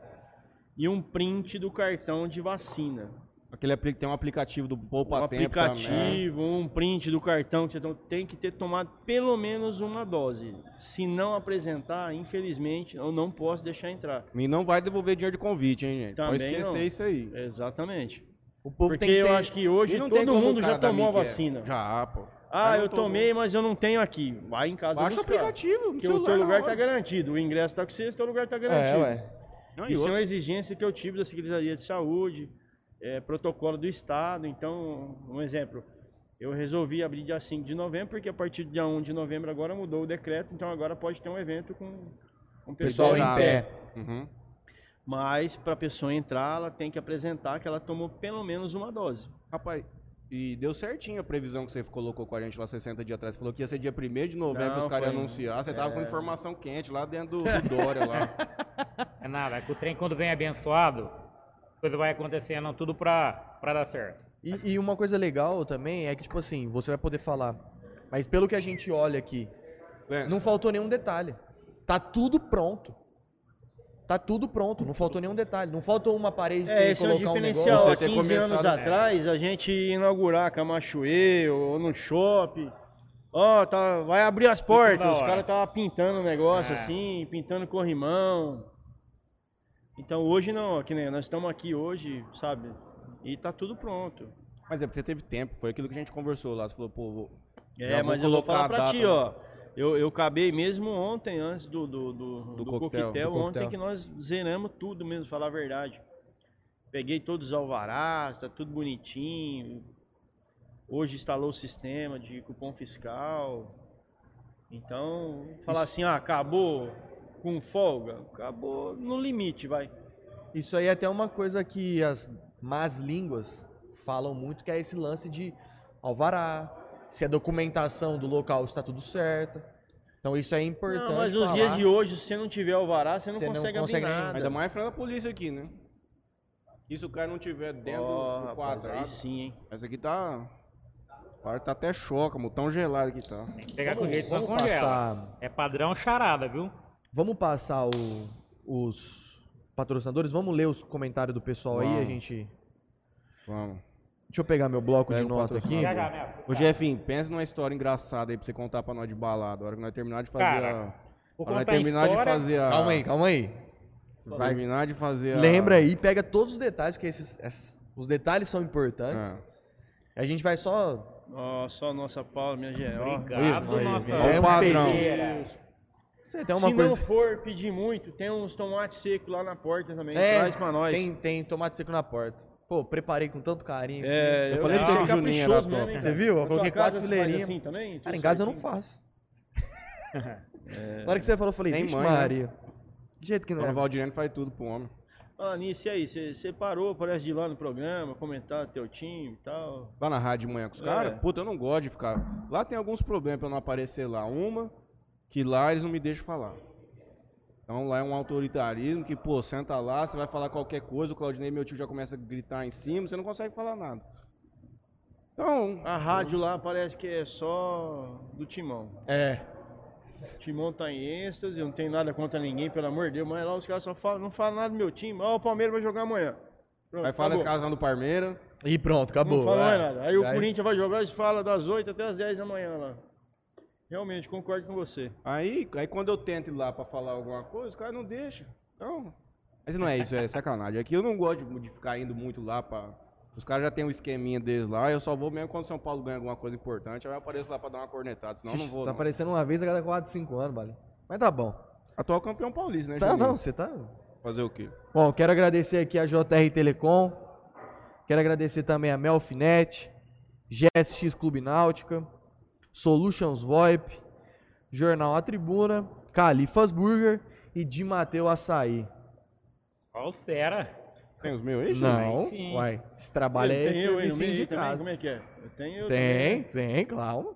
Speaker 3: e um print do cartão de vacina
Speaker 1: Aquele apli- tem um aplicativo do Poupa
Speaker 3: um
Speaker 1: Tempo também.
Speaker 3: aplicativo, um print do cartão que você to- tem que ter tomado pelo menos uma dose. Se não apresentar, infelizmente, eu não posso deixar entrar.
Speaker 1: E não vai devolver dinheiro de convite, hein, gente? Pode
Speaker 3: Também
Speaker 1: esquecer
Speaker 3: não.
Speaker 1: isso aí.
Speaker 3: Exatamente.
Speaker 2: O povo
Speaker 3: Porque
Speaker 2: tem que
Speaker 3: eu
Speaker 2: ter-
Speaker 3: acho que hoje
Speaker 1: E não tem
Speaker 3: todo
Speaker 1: como o
Speaker 3: mundo
Speaker 1: cara
Speaker 3: já
Speaker 1: da
Speaker 3: tomou a
Speaker 1: Mickey-
Speaker 3: vacina.
Speaker 1: Já, pô.
Speaker 3: Ah,
Speaker 1: Aí não
Speaker 3: eu tomei, mas eu não tenho aqui. Vai em casa
Speaker 1: Baixa o
Speaker 3: buscar.
Speaker 1: aplicativo. no
Speaker 3: Porque o teu
Speaker 1: celular na
Speaker 3: lugar
Speaker 1: hora.
Speaker 3: tá garantido. O ingresso tá com você, o teu lugar tá
Speaker 2: É,
Speaker 3: garantido.
Speaker 2: ué.
Speaker 1: Não, e
Speaker 3: Isso é
Speaker 1: outra-
Speaker 3: uma exigência que eu tive da Secretaria de Saúde, é, protocolo do Estado. Então, um exemplo, eu resolvi abrir dia 5 de novembro, porque a partir do dia 1 de novembro agora mudou o decreto, então agora pode ter um evento com, com o
Speaker 2: Pessoal em
Speaker 1: Liberado.
Speaker 2: pé.
Speaker 1: Uhum.
Speaker 3: Mas, para a pessoa entrar, ela tem que apresentar que ela tomou pelo menos uma dose.
Speaker 1: Rapaz, e deu certinho a previsão que você colocou com a gente lá 60 dias atrás. Você falou que ia ser dia 1 de novembro
Speaker 3: Não,
Speaker 1: os caras
Speaker 3: foi-
Speaker 1: iam anunciar. Você tava com informação quente lá dentro do, do Dória lá.
Speaker 4: É nada, que o trem quando vem abençoado, as coisas vai acontecendo tudo pra, pra dar certo.
Speaker 2: E, e uma coisa legal também é que, tipo assim, você vai poder falar. Mas pelo que a gente olha aqui,
Speaker 1: É,
Speaker 2: não faltou nenhum detalhe. Tá tudo pronto. Tá tudo pronto, não faltou nenhum detalhe. Não faltou uma parede
Speaker 3: É,
Speaker 2: sem
Speaker 3: esse é o
Speaker 2: colocar um
Speaker 3: diferencial.
Speaker 2: negócio.
Speaker 1: Você
Speaker 3: Há
Speaker 1: ter
Speaker 3: 15 anos
Speaker 1: começado-
Speaker 3: atrás, a gente ia inaugurar Camachuê ou no shopping. Ó, tá, vai abrir as
Speaker 4: Tudo na
Speaker 3: portas. Os
Speaker 4: hora.
Speaker 3: caras estavam pintando o negócio
Speaker 4: É.
Speaker 3: assim, pintando corrimão. Então hoje não, ó, que nem nós estamos aqui hoje, sabe? E tá tudo pronto.
Speaker 1: Mas é porque você teve tempo. Foi aquilo que a gente conversou lá. Você falou, pô, vou...
Speaker 3: É,
Speaker 1: Já vou
Speaker 3: mas eu vou
Speaker 1: colocar a
Speaker 3: falar pra
Speaker 1: data
Speaker 3: ti,
Speaker 1: lá.
Speaker 3: ó. Eu, eu acabei mesmo ontem, antes do, do, do,
Speaker 1: Do
Speaker 3: do
Speaker 1: coquetel,
Speaker 3: coquetel,
Speaker 2: do
Speaker 3: ontem
Speaker 2: coquetel.
Speaker 3: que nós zeramos tudo mesmo, falar a verdade. Peguei todos os alvarás, tá tudo bonitinho. Hoje instalou o sistema de cupom fiscal. Então, falar assim, ah, acabou com folga? Acabou no limite, vai.
Speaker 2: Isso aí é até uma coisa que as más línguas falam muito, que é esse lance de alvará, se a documentação do local está tudo certa. Então isso é importante.
Speaker 3: não, mas nos
Speaker 2: falar.
Speaker 3: dias de hoje, se você não tiver alvará, você não
Speaker 2: Você não
Speaker 3: consegue abrir
Speaker 2: consegue nem-
Speaker 3: nada.
Speaker 1: Ainda mais frente da polícia aqui, né? E se o cara não tiver dentro
Speaker 3: Ó,
Speaker 1: do
Speaker 3: rapaz, é
Speaker 1: quadrado.
Speaker 3: aí sim, hein?
Speaker 1: Essa aqui tá... O cara tá até choca, mano. Tão gelado que tá.
Speaker 4: Tem que pegar com
Speaker 2: Vamos-
Speaker 4: jeito, senão
Speaker 2: vamos
Speaker 4: congela.
Speaker 2: passar-
Speaker 4: É padrão charada, viu?
Speaker 2: Vamos passar o- os patrocinadores? Vamos ler os comentários do pessoal aí, a
Speaker 1: Vamos.
Speaker 2: gente...
Speaker 1: Vamos.
Speaker 2: Deixa eu pegar meu bloco
Speaker 1: Pega
Speaker 2: de
Speaker 1: o
Speaker 2: nota aqui.
Speaker 1: patrocinador.
Speaker 4: Cara, né?
Speaker 1: Ô, Jefinho, pensa numa história engraçada aí pra você contar pra nós de balada. A hora que nós terminar de fazer
Speaker 4: Cara,
Speaker 1: a... a
Speaker 4: Vou
Speaker 1: hora que
Speaker 4: contar
Speaker 1: nós
Speaker 4: a
Speaker 1: terminar de
Speaker 4: história.
Speaker 1: fazer a...
Speaker 2: Calma aí, calma aí.
Speaker 1: Vai.
Speaker 2: Vai.
Speaker 1: Terminar de fazer a...
Speaker 2: Lembra aí, pega todos os detalhes, porque esses, esses- os detalhes são importantes.
Speaker 1: É.
Speaker 2: A gente vai só...
Speaker 3: Ó, só a nossa Paula, minha geral.
Speaker 4: Obrigado,
Speaker 1: Aí,
Speaker 4: nossa.
Speaker 1: aí, é um padrão.
Speaker 4: Pereira.
Speaker 2: Você tem uma
Speaker 3: Se
Speaker 2: coisa...
Speaker 3: não for pedir muito, tem uns tomates secos lá na porta também.
Speaker 2: É,
Speaker 3: traz pra nós.
Speaker 2: Tem, tem tomate seco na porta. Pô, preparei com tanto carinho.
Speaker 3: É,
Speaker 1: Eu falei pra
Speaker 3: achei
Speaker 1: você que o Juninho era
Speaker 3: caprichoso
Speaker 1: top.
Speaker 3: hein,
Speaker 2: Você
Speaker 3: cara.
Speaker 2: viu? Eu
Speaker 3: Na tua
Speaker 2: coloquei
Speaker 3: casa
Speaker 2: quatro
Speaker 3: você faz
Speaker 2: fileirinhos.
Speaker 3: assim também?
Speaker 2: Cara, em
Speaker 3: Tudo
Speaker 2: casa eu não
Speaker 3: certinho?
Speaker 2: faço. Na hora que você falou, eu falei,
Speaker 1: Nem
Speaker 2: vixe
Speaker 1: mãe, né?
Speaker 2: Maria. De jeito que não
Speaker 1: Dona
Speaker 2: é.
Speaker 1: Valdirene faz tudo pro homem.
Speaker 3: Ah, nisso, e aí? Você você parou, parece, de ir lá no programa, comentar teu time e tal.
Speaker 1: Lá na rádio de manhã com os
Speaker 3: É.
Speaker 1: caras, puta, eu não gosto de ficar. Lá tem alguns problemas pra eu não aparecer lá. Uma, que lá eles não me deixam falar. Então lá é um autoritarismo que, pô, senta lá, você vai falar qualquer coisa, o Claudinei, meu tio, já começa a gritar em cima, você não consegue falar nada. Então,
Speaker 3: A rádio lá parece que é só do Timão.
Speaker 2: É.
Speaker 3: O Timão tá em êxtase, eu não tenho nada contra ninguém, pelo amor de Deus, mas lá os caras só falam, não falam nada do meu time. Ó, o Palmeiras vai jogar amanhã. Pronto,
Speaker 1: vai falar esse
Speaker 3: acabou.
Speaker 1: casal do Parmeira.
Speaker 2: E pronto,
Speaker 1: Tá
Speaker 2: acabou.
Speaker 3: Não fala
Speaker 2: é.
Speaker 3: mais nada. Aí o
Speaker 2: Aí-
Speaker 3: Corinthians vai jogar, eles falam das 8 até as 10 da manhã lá. Realmente, concordo com você.
Speaker 1: Aí, aí quando eu tento ir lá pra falar alguma coisa, os caras não deixam. Então, mas não é isso, é sacanagem. É que eu não gosto de, de ficar indo muito lá pra. Os caras já têm um esqueminha deles lá, eu só vou mesmo quando São Paulo ganha alguma coisa importante, aí eu apareço lá pra dar uma cornetada, senão eu não
Speaker 2: Ixi,
Speaker 1: vou.
Speaker 2: Tá
Speaker 1: não.
Speaker 2: aparecendo uma vez a cada 4, 5 anos, vale. Mas tá bom.
Speaker 1: Atual campeão paulista, né,
Speaker 2: Tá,
Speaker 1: Juninho?
Speaker 2: não, você tá.
Speaker 1: Fazer o quê?
Speaker 2: Bom, quero agradecer aqui a JR Telecom. Quero agradecer também a Melfinet, GSX Clube Náutica, Solutions VoIP, Jornal A Tribuna, Califas Burger e Di Mateu Açaí.
Speaker 4: Olha o Fera.
Speaker 1: Tem os meus aí, Juninho?
Speaker 2: Não,
Speaker 4: sim.
Speaker 2: uai. Esse trabalho é
Speaker 3: tem eu aí no
Speaker 2: serviço
Speaker 3: meio aí
Speaker 2: de
Speaker 3: também?
Speaker 2: casa.
Speaker 3: Como é que é? Eu tenho eu né?
Speaker 2: Tem, tem, claro.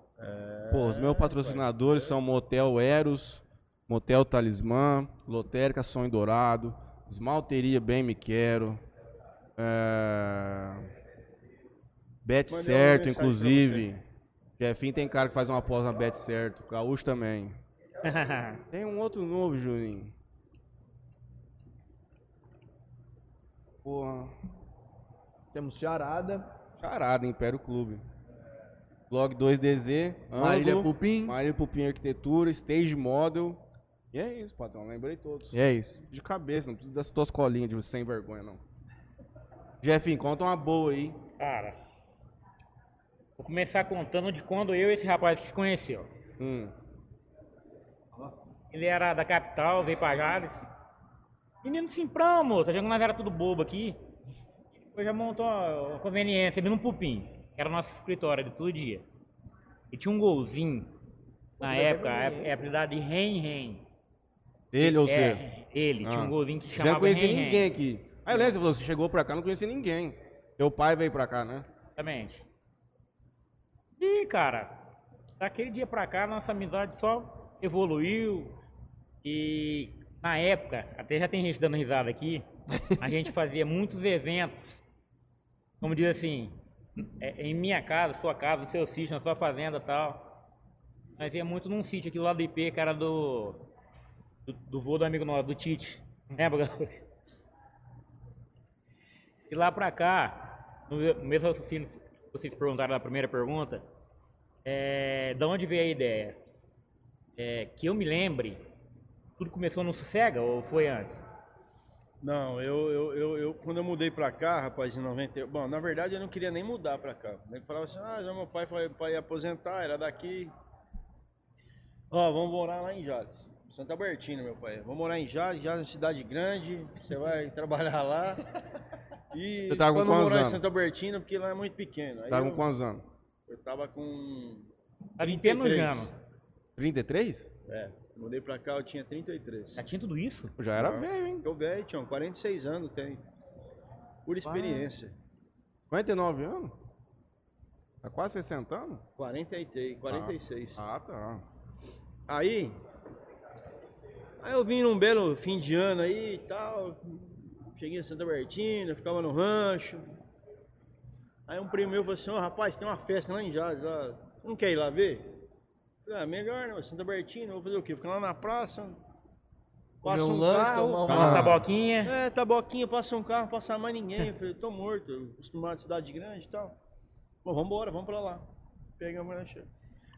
Speaker 1: Pô, os
Speaker 3: É,
Speaker 1: meus patrocinadores são Motel Eros, Motel Talismã, Lotérica Sonho Dourado, Esmalteria Bem Me Quero, é... Bet
Speaker 3: Mandei uma
Speaker 1: Certo,
Speaker 3: mensagem pra
Speaker 1: inclusive. Jefinho tem cara que faz uma aposta na Bet Certo, Gaúcho também. Tem um outro novo, Juninho. Porra.
Speaker 2: Temos Charada,
Speaker 1: Charada, Império Clube. Blog 2DZ,
Speaker 2: Marília
Speaker 1: Ângulo.
Speaker 2: Pupim.
Speaker 1: Maria Pupim Arquitetura, Stage Model. E é isso, patrão. Lembrei todos.
Speaker 2: E é isso.
Speaker 1: De cabeça, não precisa das tuas colinhas de sem vergonha, não. Jefinho, conta uma boa aí.
Speaker 4: <laughs> Cara, vou começar contando de quando eu e esse rapaz que se conheceu.
Speaker 1: Hum.
Speaker 4: Ele era da capital, veio pra Jales. Menino simprão, moço. Tá Já que nós era tudo bobo aqui. Depois já montou a conveniência ali no Pupim, que era o nosso escritório de todo dia. E tinha um golzinho. Na época, é apelidado de Ren Ren.
Speaker 1: Ele ou
Speaker 4: É,
Speaker 1: você?
Speaker 4: ele. Tinha
Speaker 1: Ah.
Speaker 4: um golzinho que
Speaker 1: Você não
Speaker 4: chamava
Speaker 1: conhecia
Speaker 4: Ren
Speaker 1: ninguém
Speaker 4: Ren.
Speaker 1: aqui. Aí eu lembro, você falou, você chegou pra cá, não conhecia ninguém. Teu pai veio pra cá, né?
Speaker 4: Exatamente. E, cara, daquele dia pra cá, nossa amizade só evoluiu. E na época, até já tem gente dando risada aqui, a gente fazia muitos eventos. Como diz assim, é, em minha casa, sua casa, no seu sítio, na sua fazenda e tal. Nós ia muito num sítio aqui do lado do IP, que era do. do, do vô do amigo nosso, do Tite. Lembra, Gaúcho? E lá pra cá, no me- no mesmo raciocínio que vocês perguntaram na primeira pergunta, é, da onde veio a ideia? É, que eu me lembre, tudo começou no Sossega ou foi antes?
Speaker 3: Não, eu, eu, eu, eu- quando eu mudei pra cá, rapaz, em 90. Bom, na verdade eu não queria nem mudar pra cá. Ele falava assim, ah, já meu pai foi para aposentar, era daqui. Ó, vamos morar lá em Jales. Santa Bertina, meu pai. Vamos morar em Jales, Jales é uma cidade grande, você vai <laughs> trabalhar lá. E
Speaker 1: Você tava com
Speaker 3: pra não
Speaker 1: quantos
Speaker 3: morar
Speaker 1: anos?
Speaker 3: em Santa Bertina, porque lá é muito pequeno. Aí
Speaker 1: Tá com
Speaker 3: eu,
Speaker 1: quantos anos?
Speaker 3: eu tava com.
Speaker 4: Tá me entenujando.
Speaker 3: 33.
Speaker 1: 33?
Speaker 3: É, mudei pra cá, eu tinha 33.
Speaker 4: Já tinha tudo isso?
Speaker 1: Já era
Speaker 3: Não.
Speaker 1: velho, hein?
Speaker 3: Eu velho, Tião, 46 anos tem. Por experiência.
Speaker 1: 49 anos? Tá quase 60 anos?
Speaker 3: 43, 46.
Speaker 1: Ah, tá.
Speaker 3: Aí. Aí eu vim num belo fim de ano aí e tal. Cheguei em Santa Bertina, ficava no rancho. Aí um primo meu falou assim, ó rapaz, tem uma festa lá em Jales, lá. Você Não quer ir lá ver? Falei, ah, melhor, né? Santa Bertina, vou fazer o quê? Ficar lá na praça.
Speaker 2: Comer
Speaker 3: Passa
Speaker 2: um
Speaker 3: um
Speaker 2: lanche,
Speaker 3: carro,
Speaker 2: tomar
Speaker 1: Ah.
Speaker 4: Toma uma
Speaker 2: uma...
Speaker 4: taboquinha.
Speaker 3: É, taboquinha, passa um carro, passa mais ninguém. Eu falei, tô morto, eu acostumado de cidade grande e tal. Pô, vambora, vamos pra lá. Pegamos a chave.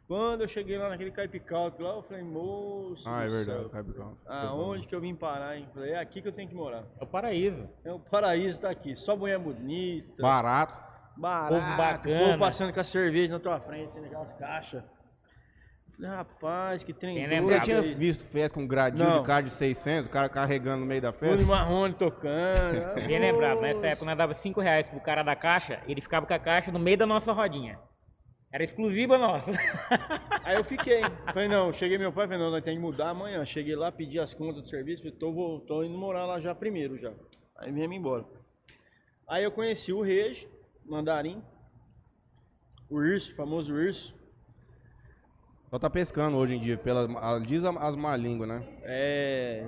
Speaker 3: Quando eu cheguei lá naquele caipicalco lá, eu falei, moço.
Speaker 1: Ah, é
Speaker 3: do
Speaker 1: verdade, tá
Speaker 3: céu,
Speaker 1: Caipicalco.
Speaker 3: Aonde que eu vim parar, hein? Eu Falei, é aqui que eu tenho que morar.
Speaker 4: É o paraíso.
Speaker 3: É, o paraíso tá aqui. Só mulher bonita,
Speaker 1: Barato.
Speaker 3: barato,
Speaker 4: povo bacana.
Speaker 3: povo passando com a cerveja na tua frente, assim, naquelas caixas. Eu Falei, rapaz, que trem
Speaker 4: Bem
Speaker 3: doido
Speaker 1: Você
Speaker 4: lembrado.
Speaker 1: tinha
Speaker 3: aí.
Speaker 1: visto festa com um gradinho
Speaker 3: Não.
Speaker 1: de carro de 600, o cara carregando no meio da
Speaker 3: Bruno
Speaker 1: festa?
Speaker 3: Marrone tocando.
Speaker 4: Bem lembrado, nessa época nós dava 5 reais pro cara da caixa, ele ficava com a caixa no meio da nossa rodinha. Era exclusiva nossa. <laughs>
Speaker 3: Aí eu fiquei. Falei, não, cheguei meu pai, falei, não, nós temos que mudar amanhã. Cheguei lá, pedi as contas do serviço, falei, tô, vou, tô indo morar lá já primeiro já. Aí viemos embora. Aí eu conheci o Rege, mandarim, o urso, famoso urso.
Speaker 1: Só tá pescando hoje em dia, pelas, a- diz a- as má língua, né?
Speaker 3: É.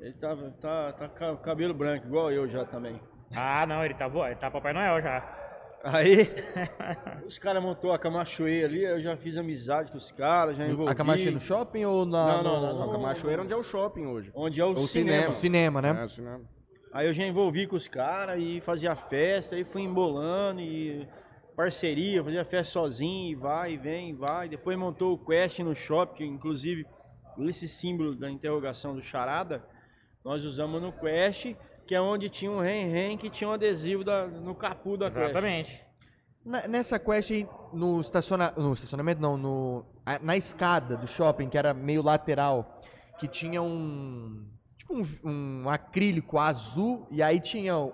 Speaker 3: Ele tá, tá, tá com cabelo branco, igual eu já também.
Speaker 4: Ah, não, ele tá, vo- ele tá Papai Noel já.
Speaker 3: Aí, os caras montou a Camachoeira ali, eu já fiz amizade com os caras, já envolvi.
Speaker 2: A Camacha no shopping ou na...
Speaker 3: Não, não,
Speaker 2: no-
Speaker 3: não,
Speaker 1: A Camachoeira é onde é o shopping hoje.
Speaker 3: Onde é o,
Speaker 1: O
Speaker 3: cinema.
Speaker 1: cinema.
Speaker 2: no Cinema, né?
Speaker 1: É, o cinema.
Speaker 3: Aí eu já envolvi com os caras e fazia festa, aí fui embolando e parceria, fazia festa sozinho, e vai, e vem, e vai. Depois montou o Quest no shopping, inclusive esse símbolo da interrogação do Charada, nós usamos no Quest, que é onde tinha um Ren-Ren que tinha um adesivo da- no capu da Quest.
Speaker 4: Exatamente.
Speaker 2: Na- nessa quest aí, no, estaciona... no estacionamento, não, no... a- na escada do shopping, que era meio lateral, que tinha um... Tipo um, um acrílico azul, e aí tinha o...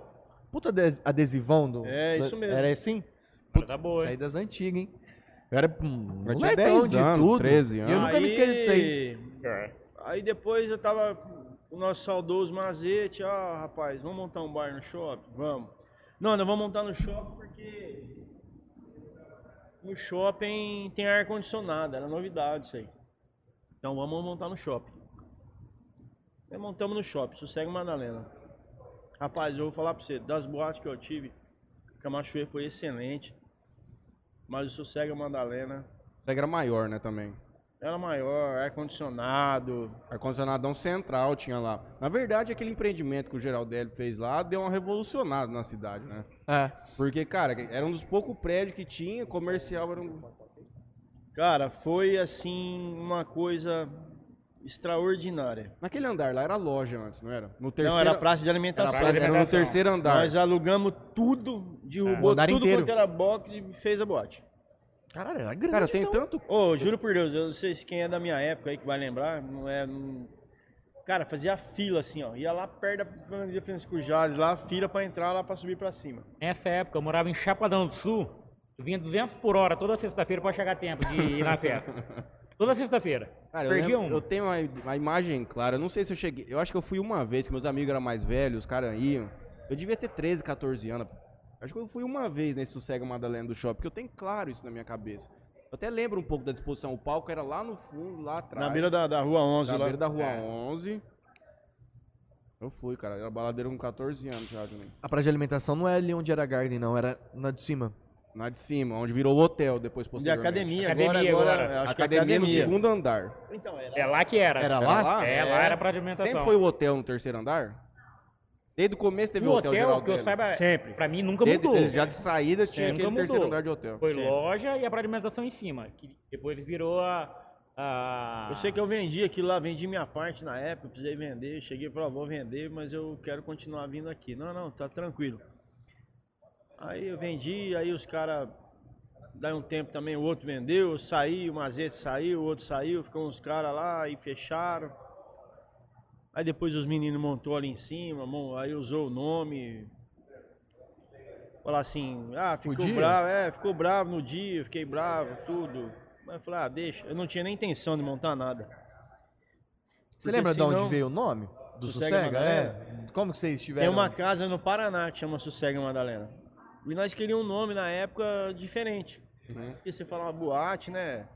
Speaker 2: Puta ades- adesivão do...
Speaker 3: É,
Speaker 2: do-
Speaker 3: isso mesmo.
Speaker 2: Era assim?
Speaker 4: Cara, tá boa. hein?
Speaker 2: Saí das antigas, hein? Eu era um
Speaker 1: Eu tinha
Speaker 2: molecão
Speaker 1: 10
Speaker 2: de
Speaker 1: anos,
Speaker 2: tudo.
Speaker 1: 13
Speaker 2: E
Speaker 1: anos.
Speaker 2: Eu nunca me esqueço disso aí.
Speaker 4: É.
Speaker 3: Aí depois eu tava com o nosso saudoso Mazete, ó rapaz, vamos montar um bar no shopping? Vamos. Não, não vamos montar no shopping porque no shopping tem ar condicionado, era novidade isso aí. Então vamos montar no shopping. Aí montamos no shopping, sossego Madalena. Rapaz, eu vou falar pra você, das boates que eu tive, Camachuê foi excelente. Mas o Sossego Madalena
Speaker 1: Regra maior, né, também.
Speaker 3: era maior, ar-condicionado,
Speaker 1: Ar-condicionadão central tinha lá. Na verdade, aquele empreendimento que o Geraldelli fez lá deu uma revolucionada na cidade, né?
Speaker 2: É.
Speaker 1: Porque, cara, era um dos poucos prédios que tinha, comercial era um...
Speaker 3: Cara, foi assim uma coisa extraordinária.
Speaker 1: Naquele andar lá era loja antes, não era? No
Speaker 3: Não, era praça de
Speaker 1: Era,
Speaker 3: alimentação.
Speaker 1: praça-
Speaker 4: de
Speaker 1: era no
Speaker 4: alimentação.
Speaker 1: terceiro andar.
Speaker 3: Nós alugamos tudo,
Speaker 2: É. O
Speaker 3: derrubou
Speaker 2: andar
Speaker 3: tudo
Speaker 2: inteiro.
Speaker 3: quanto era box e fez a boate.
Speaker 2: Caralho, era grande.
Speaker 1: Cara, tem
Speaker 2: então.
Speaker 1: tanto...
Speaker 3: Ô, juro por Deus, eu não sei se quem é da minha época aí que vai lembrar, não é. não- Cara, fazia fila assim, ó. Ia lá perto da Avenida Francisco Jales, lá, fila pra entrar lá pra subir pra cima.
Speaker 4: Nessa época eu morava em Chapadão do Sul, eu vinha 200 por hora toda sexta-feira pra chegar a tempo de ir na
Speaker 3: <laughs>
Speaker 4: festa. toda sexta-feira.
Speaker 1: Cara, eu,
Speaker 4: Perdi
Speaker 1: lembro-
Speaker 4: um.
Speaker 1: eu tenho a, a imagem clara. Eu não sei se eu cheguei... Eu acho que eu fui uma vez, que meus amigos eram mais velhos, os caras iam. Eu devia ter 13, 14 anos. Acho que eu fui uma vez nesse Sossego Madalena do shopping, porque eu tenho claro isso na minha cabeça. Eu até lembro um pouco da disposição. O palco era lá no fundo, lá atrás.
Speaker 3: Na beira da, da rua 11
Speaker 1: Na
Speaker 3: lá. É.
Speaker 1: beira da rua 11. Eu fui, cara. Eu era baladeiro com 14 anos já, Juninho.
Speaker 2: A praça de alimentação não é ali onde era a Garden, não. Era na de cima.
Speaker 1: Na de cima, onde virou o hotel depois
Speaker 3: De
Speaker 1: posteriormente.
Speaker 3: academia, agora,
Speaker 4: Academia agora.
Speaker 3: agora. Acho que é
Speaker 1: academia, no
Speaker 3: academia.
Speaker 1: segundo andar.
Speaker 3: Então, era.
Speaker 4: É lá que era.
Speaker 2: Era
Speaker 1: Era
Speaker 2: lá?
Speaker 1: lá?
Speaker 4: É, lá era pra alimentação.
Speaker 1: Sempre foi o hotel no terceiro andar? Desde o começo teve
Speaker 4: o
Speaker 1: o hotel,
Speaker 4: hotel,
Speaker 1: Geraldo.
Speaker 4: que eu saiba,
Speaker 3: Sempre.
Speaker 4: pra mim nunca
Speaker 1: Desde,
Speaker 4: mudou.
Speaker 1: desde já de saída tinha
Speaker 4: Nunca
Speaker 1: aquele terceiro
Speaker 4: mudou.
Speaker 1: andar de hotel.
Speaker 4: Foi
Speaker 3: Sempre.
Speaker 4: loja e a pra alimentação em cima, que depois virou a... a-
Speaker 3: Eu sei que eu vendi aquilo lá, vendi minha parte na época, precisei vender, cheguei e falei, ó, vou vender, mas eu quero continuar vindo aqui. Não, não, tá tranquilo. Aí eu vendi, aí os caras, daí um tempo também, o outro vendeu, eu saí, o Mazete saiu, o outro saiu, ficou uns caras lá e fecharam. Aí depois os meninos montou ali em cima, mon- aí usou o nome. Falar assim, ah, ficou
Speaker 2: dia?
Speaker 3: bravo, é, ficou bravo no dia, eu fiquei bravo, tudo. Mas eu falei, ah, deixa. Eu não tinha nem intenção de montar nada.
Speaker 2: Você
Speaker 3: Porque
Speaker 2: lembra de onde
Speaker 3: senão-
Speaker 2: veio o nome? Do
Speaker 3: Sossega
Speaker 2: Sossega?
Speaker 3: Madalena?
Speaker 2: É. Como que vocês tiveram?
Speaker 3: Tem uma casa no Paraná que chama Sossega Madalena. E nós queríamos um nome na época diferente.
Speaker 1: Uhum.
Speaker 3: Porque você fala uma boate, né?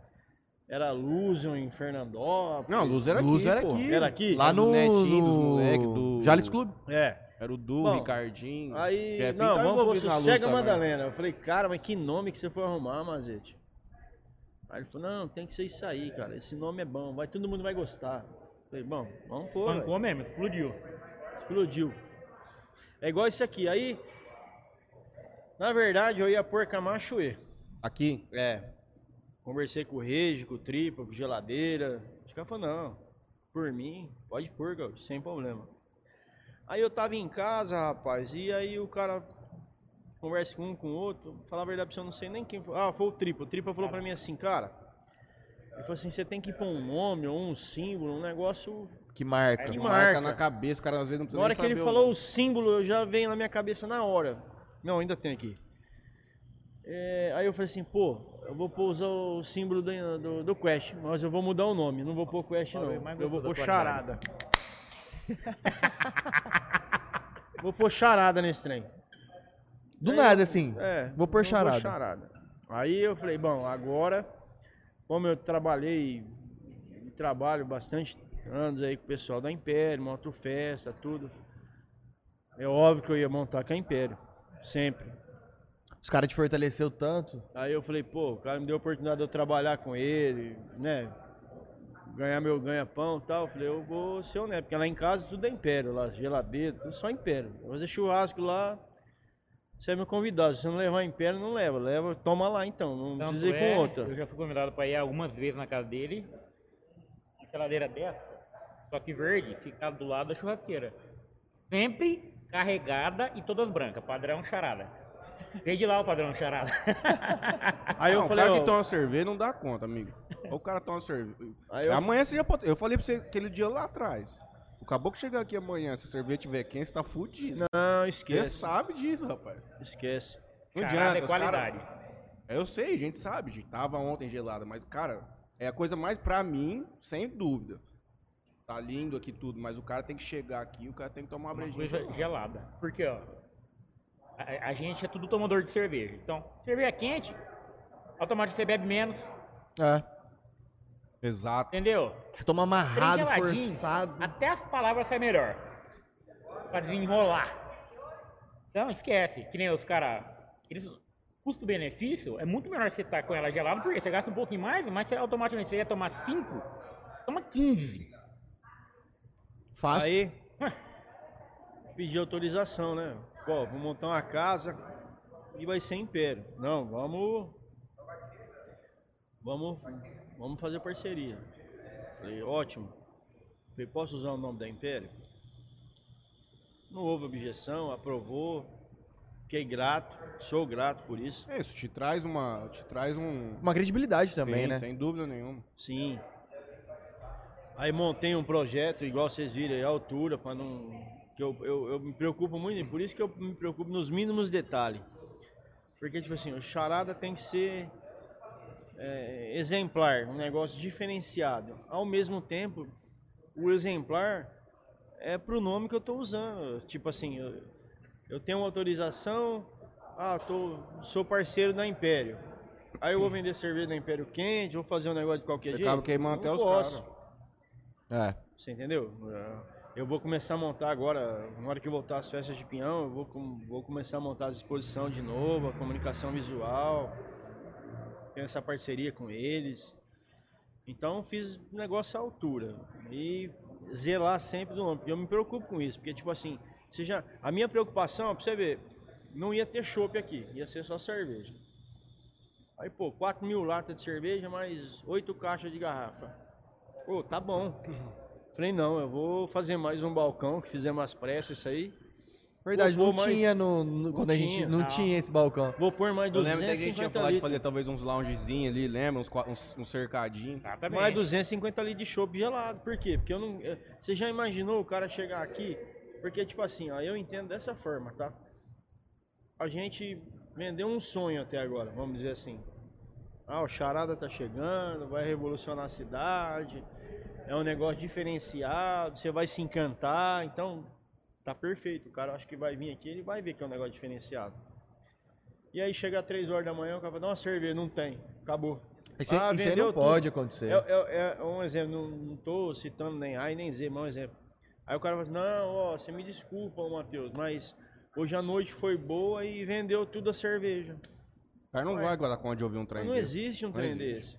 Speaker 3: Era Lusion em Fernandópolis.
Speaker 1: Não, a luz era
Speaker 2: Luz
Speaker 1: aqui,
Speaker 2: era
Speaker 1: pô.
Speaker 2: aqui.
Speaker 3: Era aqui?
Speaker 2: Lá
Speaker 1: Do
Speaker 2: no...
Speaker 1: Netinho, dos
Speaker 2: no...
Speaker 1: moleque, do-
Speaker 2: Jales Clube.
Speaker 3: É.
Speaker 1: Era o Du,
Speaker 3: Bom,
Speaker 1: Ricardinho.
Speaker 3: Aí,
Speaker 1: Jefinho
Speaker 3: não,
Speaker 1: tava
Speaker 3: vamos
Speaker 1: Tá envolvido
Speaker 3: pôr
Speaker 1: na luz
Speaker 3: Sossega
Speaker 1: também.
Speaker 3: Madalena. Eu falei, cara, mas que nome que você foi arrumar, Mazete? Aí ele falou, não, tem que ser isso aí, cara. Esse nome é bom, vai, todo mundo vai gostar. Falei, bom, vamos pôr. velho.
Speaker 4: Bancou mesmo, explodiu.
Speaker 3: Explodiu. É igual isso aqui. Aí, na verdade, eu ia pôr Camacho E.
Speaker 1: Aqui?
Speaker 3: É. Conversei com o Regi, com o Tripa, com o Geladeira. Os caras falaram, não, por mim, pode pôr, Gaúcho, sem problema. Aí eu tava em casa, rapaz, e aí o cara conversa com um, com o outro. Falar a verdade pra você, eu não sei nem quem foi. Ah, foi o Tripa. O Tripa falou pra mim assim, cara... Ele falou assim, você tem que pôr um nome ou um símbolo, um negócio
Speaker 2: Que marca.
Speaker 3: Que
Speaker 1: Marca,
Speaker 3: marca.
Speaker 1: na cabeça, o cara às vezes não precisa
Speaker 3: Na hora
Speaker 1: nem
Speaker 3: que ele
Speaker 1: saber o
Speaker 3: falou o
Speaker 1: nome.
Speaker 3: símbolo, eu já veio na minha cabeça na hora. Não, ainda tem aqui. É, aí eu falei assim, pô, eu vou pôr usar o símbolo do, do, do Quest, mas eu vou mudar o nome, não vou pôr Quest
Speaker 4: Qual é o
Speaker 3: não.
Speaker 4: mais
Speaker 3: Eu vou
Speaker 4: gostoso
Speaker 3: pôr
Speaker 4: da tua
Speaker 3: Charada. <laughs> vou pôr Charada nesse trem.
Speaker 2: Do nada, assim.
Speaker 3: É,
Speaker 2: Vou pôr
Speaker 3: eu
Speaker 2: charada.
Speaker 3: charada. Aí eu falei, bom, agora, como eu trabalhei e trabalho bastante anos aí com o pessoal da Império, monto festa, tudo. É óbvio que eu ia montar com a Império, sempre.
Speaker 2: Os caras te fortaleceu tanto.
Speaker 3: Aí eu falei, pô, o cara me deu a oportunidade de eu trabalhar com ele, né? Ganhar meu ganha-pão e tal. Eu falei, eu vou ser honesto, porque lá em casa tudo é império, lá, geladeira, tudo só império. Eu vou fazer churrasco lá, você é meu convidado. Se você não levar império, não leva. Leva, toma lá então, não
Speaker 4: Tanto
Speaker 3: precisa ir
Speaker 4: é,
Speaker 3: com outra.
Speaker 4: Eu já fui convidado pra ir algumas vezes na casa dele. Uma geladeira dessa, só que verde, ficava do lado da churrasqueira. Sempre carregada e todas brancas, padrão charada. Desde lá o padrão charada.
Speaker 3: Aí eu
Speaker 1: Não,
Speaker 3: falei,
Speaker 1: o cara
Speaker 3: ó,
Speaker 1: que toma cerveja não dá conta, amigo. Ou o cara toma cerveja.
Speaker 3: Aí eu-
Speaker 1: Amanhã você já pode. Eu falei pra você aquele dia lá atrás. O caboclo chegar aqui amanhã, se a cerveja tiver quente, você tá fudido.
Speaker 3: não,
Speaker 1: Você
Speaker 3: esquece,
Speaker 1: sabe disso, rapaz.
Speaker 3: esquece.
Speaker 1: Não
Speaker 4: charada
Speaker 1: adianta,
Speaker 4: é
Speaker 1: os cara-
Speaker 4: qualidade.
Speaker 1: Eu sei, a gente sabe, gente. Tava ontem gelada, mas, cara, é a coisa mais pra mim, sem dúvida. Tá lindo aqui tudo, mas o cara tem que chegar aqui, o cara tem que tomar uma
Speaker 4: Uma
Speaker 1: brejinha.
Speaker 4: coisa gelada. Porque, ó, a, a gente é tudo tomador de cerveja. Então, cerveja quente, automaticamente você bebe menos,
Speaker 2: É.
Speaker 1: Exato.
Speaker 4: entendeu?
Speaker 2: Você toma
Speaker 4: Trem
Speaker 2: amarrado,
Speaker 4: geladinho,
Speaker 2: forçado.
Speaker 4: Até as palavras saem melhor. Pra desenrolar. Então esquece, que nem os caras. Custo-benefício é muito melhor você estar com ela gelada, porque você gasta um pouquinho mais, mas você automaticamente você ia tomar 5, toma 15.
Speaker 2: Fácil.
Speaker 3: Aí, <laughs> pedi autorização, né? Pô, vou montar uma casa e vai ser império. Não, vamos. Vamos, vamos fazer parceria. Falei, ótimo. Falei, posso usar o nome da Império? Não houve objeção, aprovou. Fiquei grato, sou grato por isso.
Speaker 1: É isso, te traz uma. Te traz um.
Speaker 2: Uma credibilidade também,
Speaker 1: Tem,
Speaker 2: né?
Speaker 1: Sem dúvida nenhuma.
Speaker 3: Sim. Aí montei um projeto, igual vocês viram aí, a altura, para não. Que eu, eu, eu me preocupo muito, e por isso que eu me preocupo nos mínimos detalhes. Porque, tipo assim, o charada tem que ser é, exemplar, um negócio diferenciado. Ao mesmo tempo, o exemplar é pro nome que eu tô usando. Tipo assim, eu, eu tenho uma autorização, ah, tô, sou parceiro da Império. Aí eu vou vender cerveja da Império Quente, vou fazer um negócio de qualquer
Speaker 1: Você
Speaker 3: jeito.
Speaker 1: acaba queimando até
Speaker 3: Não
Speaker 1: os
Speaker 3: posso.
Speaker 1: caras.
Speaker 2: É.
Speaker 3: Você entendeu? É. Eu vou começar a montar agora, na hora que voltar as festas de peão, eu vou, com- vou começar a montar a exposição de novo, a comunicação visual, tenho essa parceria com eles. Então fiz um negócio à altura e zelar sempre do nome, porque eu me preocupo com isso, porque tipo assim, você já, a minha preocupação, pra você ver, não ia ter chopp aqui, ia ser só cerveja. Aí, pô, 4 mil latas de cerveja, mais 8 caixas de garrafa. Pô, tá bom. Falei, não, eu vou fazer mais um balcão, que fizemos às pressas isso aí.
Speaker 2: Verdade,
Speaker 3: Pô,
Speaker 2: não
Speaker 3: mas-
Speaker 2: tinha no, no- quando a
Speaker 3: tinha,
Speaker 2: gente. Não
Speaker 4: não.
Speaker 2: tinha esse balcão.
Speaker 3: Vou pôr mais
Speaker 1: Eu lembro até que a gente
Speaker 3: 250
Speaker 1: tinha falado de
Speaker 3: litros.
Speaker 1: fazer talvez uns loungezinhos ali, lembra? Uns, qua- uns, uns cercadinhos.
Speaker 4: Exatamente.
Speaker 3: Mais 250 litros de chopp gelado. Por quê? Porque eu não. eu- Você já imaginou o cara chegar aqui? Porque, tipo assim, ó, eu entendo dessa forma, tá? A gente vendeu um sonho até agora, vamos dizer assim. Ah, o Charada tá chegando, vai revolucionar a cidade, é um negócio diferenciado, você vai se encantar, então tá perfeito. O cara acho que vai vir aqui, ele vai ver que é um negócio diferenciado. E aí chega às 3 horas da manhã, o cara fala, dá uma cerveja, não tem, acabou.
Speaker 2: Isso, aí-
Speaker 3: Ah,
Speaker 2: isso aí
Speaker 3: vendeu
Speaker 2: não
Speaker 3: tudo.
Speaker 2: pode acontecer.
Speaker 3: É, é- é um exemplo, não, não tô citando nem A e nem Z, mas é um exemplo. Aí o cara fala assim, não, ó, você me desculpa, ô Matheus, mas hoje a noite foi boa e vendeu tudo a cerveja.
Speaker 1: O cara não
Speaker 3: Ué.
Speaker 1: vai guardar conta de ouvir um
Speaker 3: Mas
Speaker 1: trem.
Speaker 3: não
Speaker 1: desse.
Speaker 3: existe um
Speaker 1: Não
Speaker 3: trem
Speaker 1: existe.
Speaker 3: desse.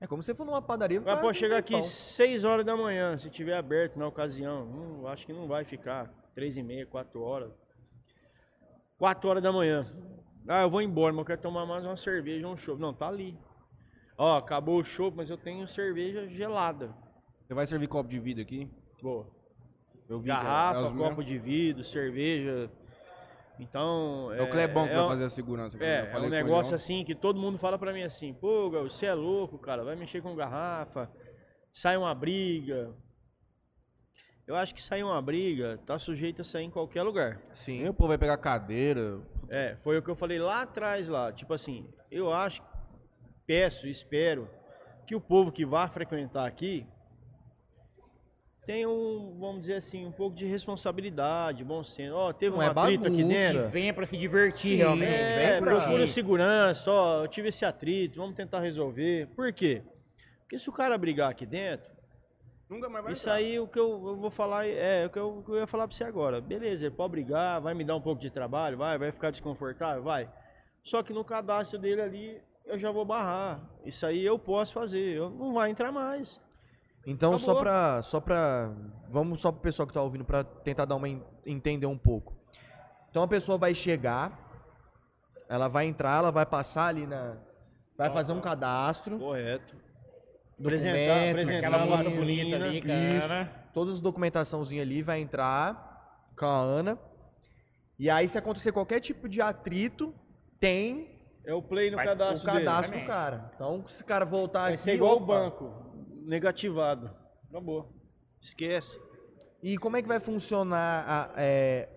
Speaker 2: É como se você for numa padaria.
Speaker 3: Mas,
Speaker 2: vai
Speaker 3: pô, chegar aqui 6 horas da manhã, se tiver aberto na ocasião, hum, acho que não vai ficar. 3 e meia, 4 horas. 4 horas da manhã. Ah, eu vou embora, mas eu quero tomar mais uma cerveja, um chopp. Não, tá ali. Ó, acabou o chopp, mas eu tenho cerveja gelada.
Speaker 1: Você vai servir copo de vidro aqui?
Speaker 3: Boa.
Speaker 1: Eu vi.
Speaker 3: Garrafa,
Speaker 1: é, os
Speaker 3: copo
Speaker 1: mesmos.
Speaker 3: de vidro, cerveja. Então.
Speaker 1: É o Clebão que
Speaker 3: é
Speaker 1: vai
Speaker 3: um-
Speaker 1: fazer a segurança. pra mim, eu
Speaker 3: É, é
Speaker 1: falei
Speaker 3: um
Speaker 1: com ele
Speaker 3: negócio
Speaker 1: ontem.
Speaker 3: assim que todo mundo fala pra mim assim, pô, Gal, você é louco, cara, vai mexer com garrafa, sai uma briga. Eu acho que sair uma briga tá sujeito a sair em qualquer lugar.
Speaker 1: Nem
Speaker 2: Sim.
Speaker 1: o povo vai pegar cadeira.
Speaker 3: É, foi o que eu falei lá atrás lá, tipo assim, eu acho, peço, espero que o povo que vá frequentar aqui tenha um, vamos dizer assim, um pouco de responsabilidade, bom senso. Ó, teve
Speaker 2: Não
Speaker 3: um
Speaker 2: é
Speaker 3: atrito aqui
Speaker 2: bagunça.
Speaker 3: dentro.
Speaker 4: Venha pra se divertir,
Speaker 2: Sim,
Speaker 4: realmente.
Speaker 3: É,
Speaker 4: Venha pra
Speaker 3: procura
Speaker 4: se...
Speaker 3: segurança, ó, eu tive esse atrito, vamos tentar resolver. Por quê? Porque se o cara brigar aqui dentro,
Speaker 1: Nunca mais
Speaker 3: isso aí o que eu, eu vou falar, é, o que eu, o que eu ia falar pra você agora. Beleza, ele pode brigar, vai me dar um pouco de trabalho, vai, vai ficar desconfortável, vai. Só que no cadastro dele ali, eu já vou barrar. Isso aí eu posso fazer, eu, não vai entrar mais.
Speaker 2: Então, só
Speaker 3: Acabou.
Speaker 2: pra, só pra. Vamos só pro pessoal que tá ouvindo pra tentar dar uma en- entender um pouco. Então a pessoa vai chegar, ela vai entrar, ela vai passar ali na. Vai fazer um cadastro,
Speaker 3: Correto. Apresentar-
Speaker 2: documentos,
Speaker 3: apresentar
Speaker 4: Aquela
Speaker 2: isso,
Speaker 3: Segurança,
Speaker 4: moça bonita ali,
Speaker 3: isso.
Speaker 4: cara.
Speaker 2: todas as documentaçãozinhas ali, vai entrar com a Ana. E aí, se acontecer qualquer tipo de atrito, tem
Speaker 3: É o play no
Speaker 4: Vai- o tá
Speaker 2: o
Speaker 3: cadastro,
Speaker 2: cadastro
Speaker 4: Exatamente.
Speaker 2: do cara. Então, se o cara
Speaker 3: dele. É
Speaker 2: voltar
Speaker 3: Vai
Speaker 2: aqui.
Speaker 3: ser igual o
Speaker 2: opa.
Speaker 3: banco, negativado. Acabou. Esquece.
Speaker 2: E como é que vai funcionar a- é,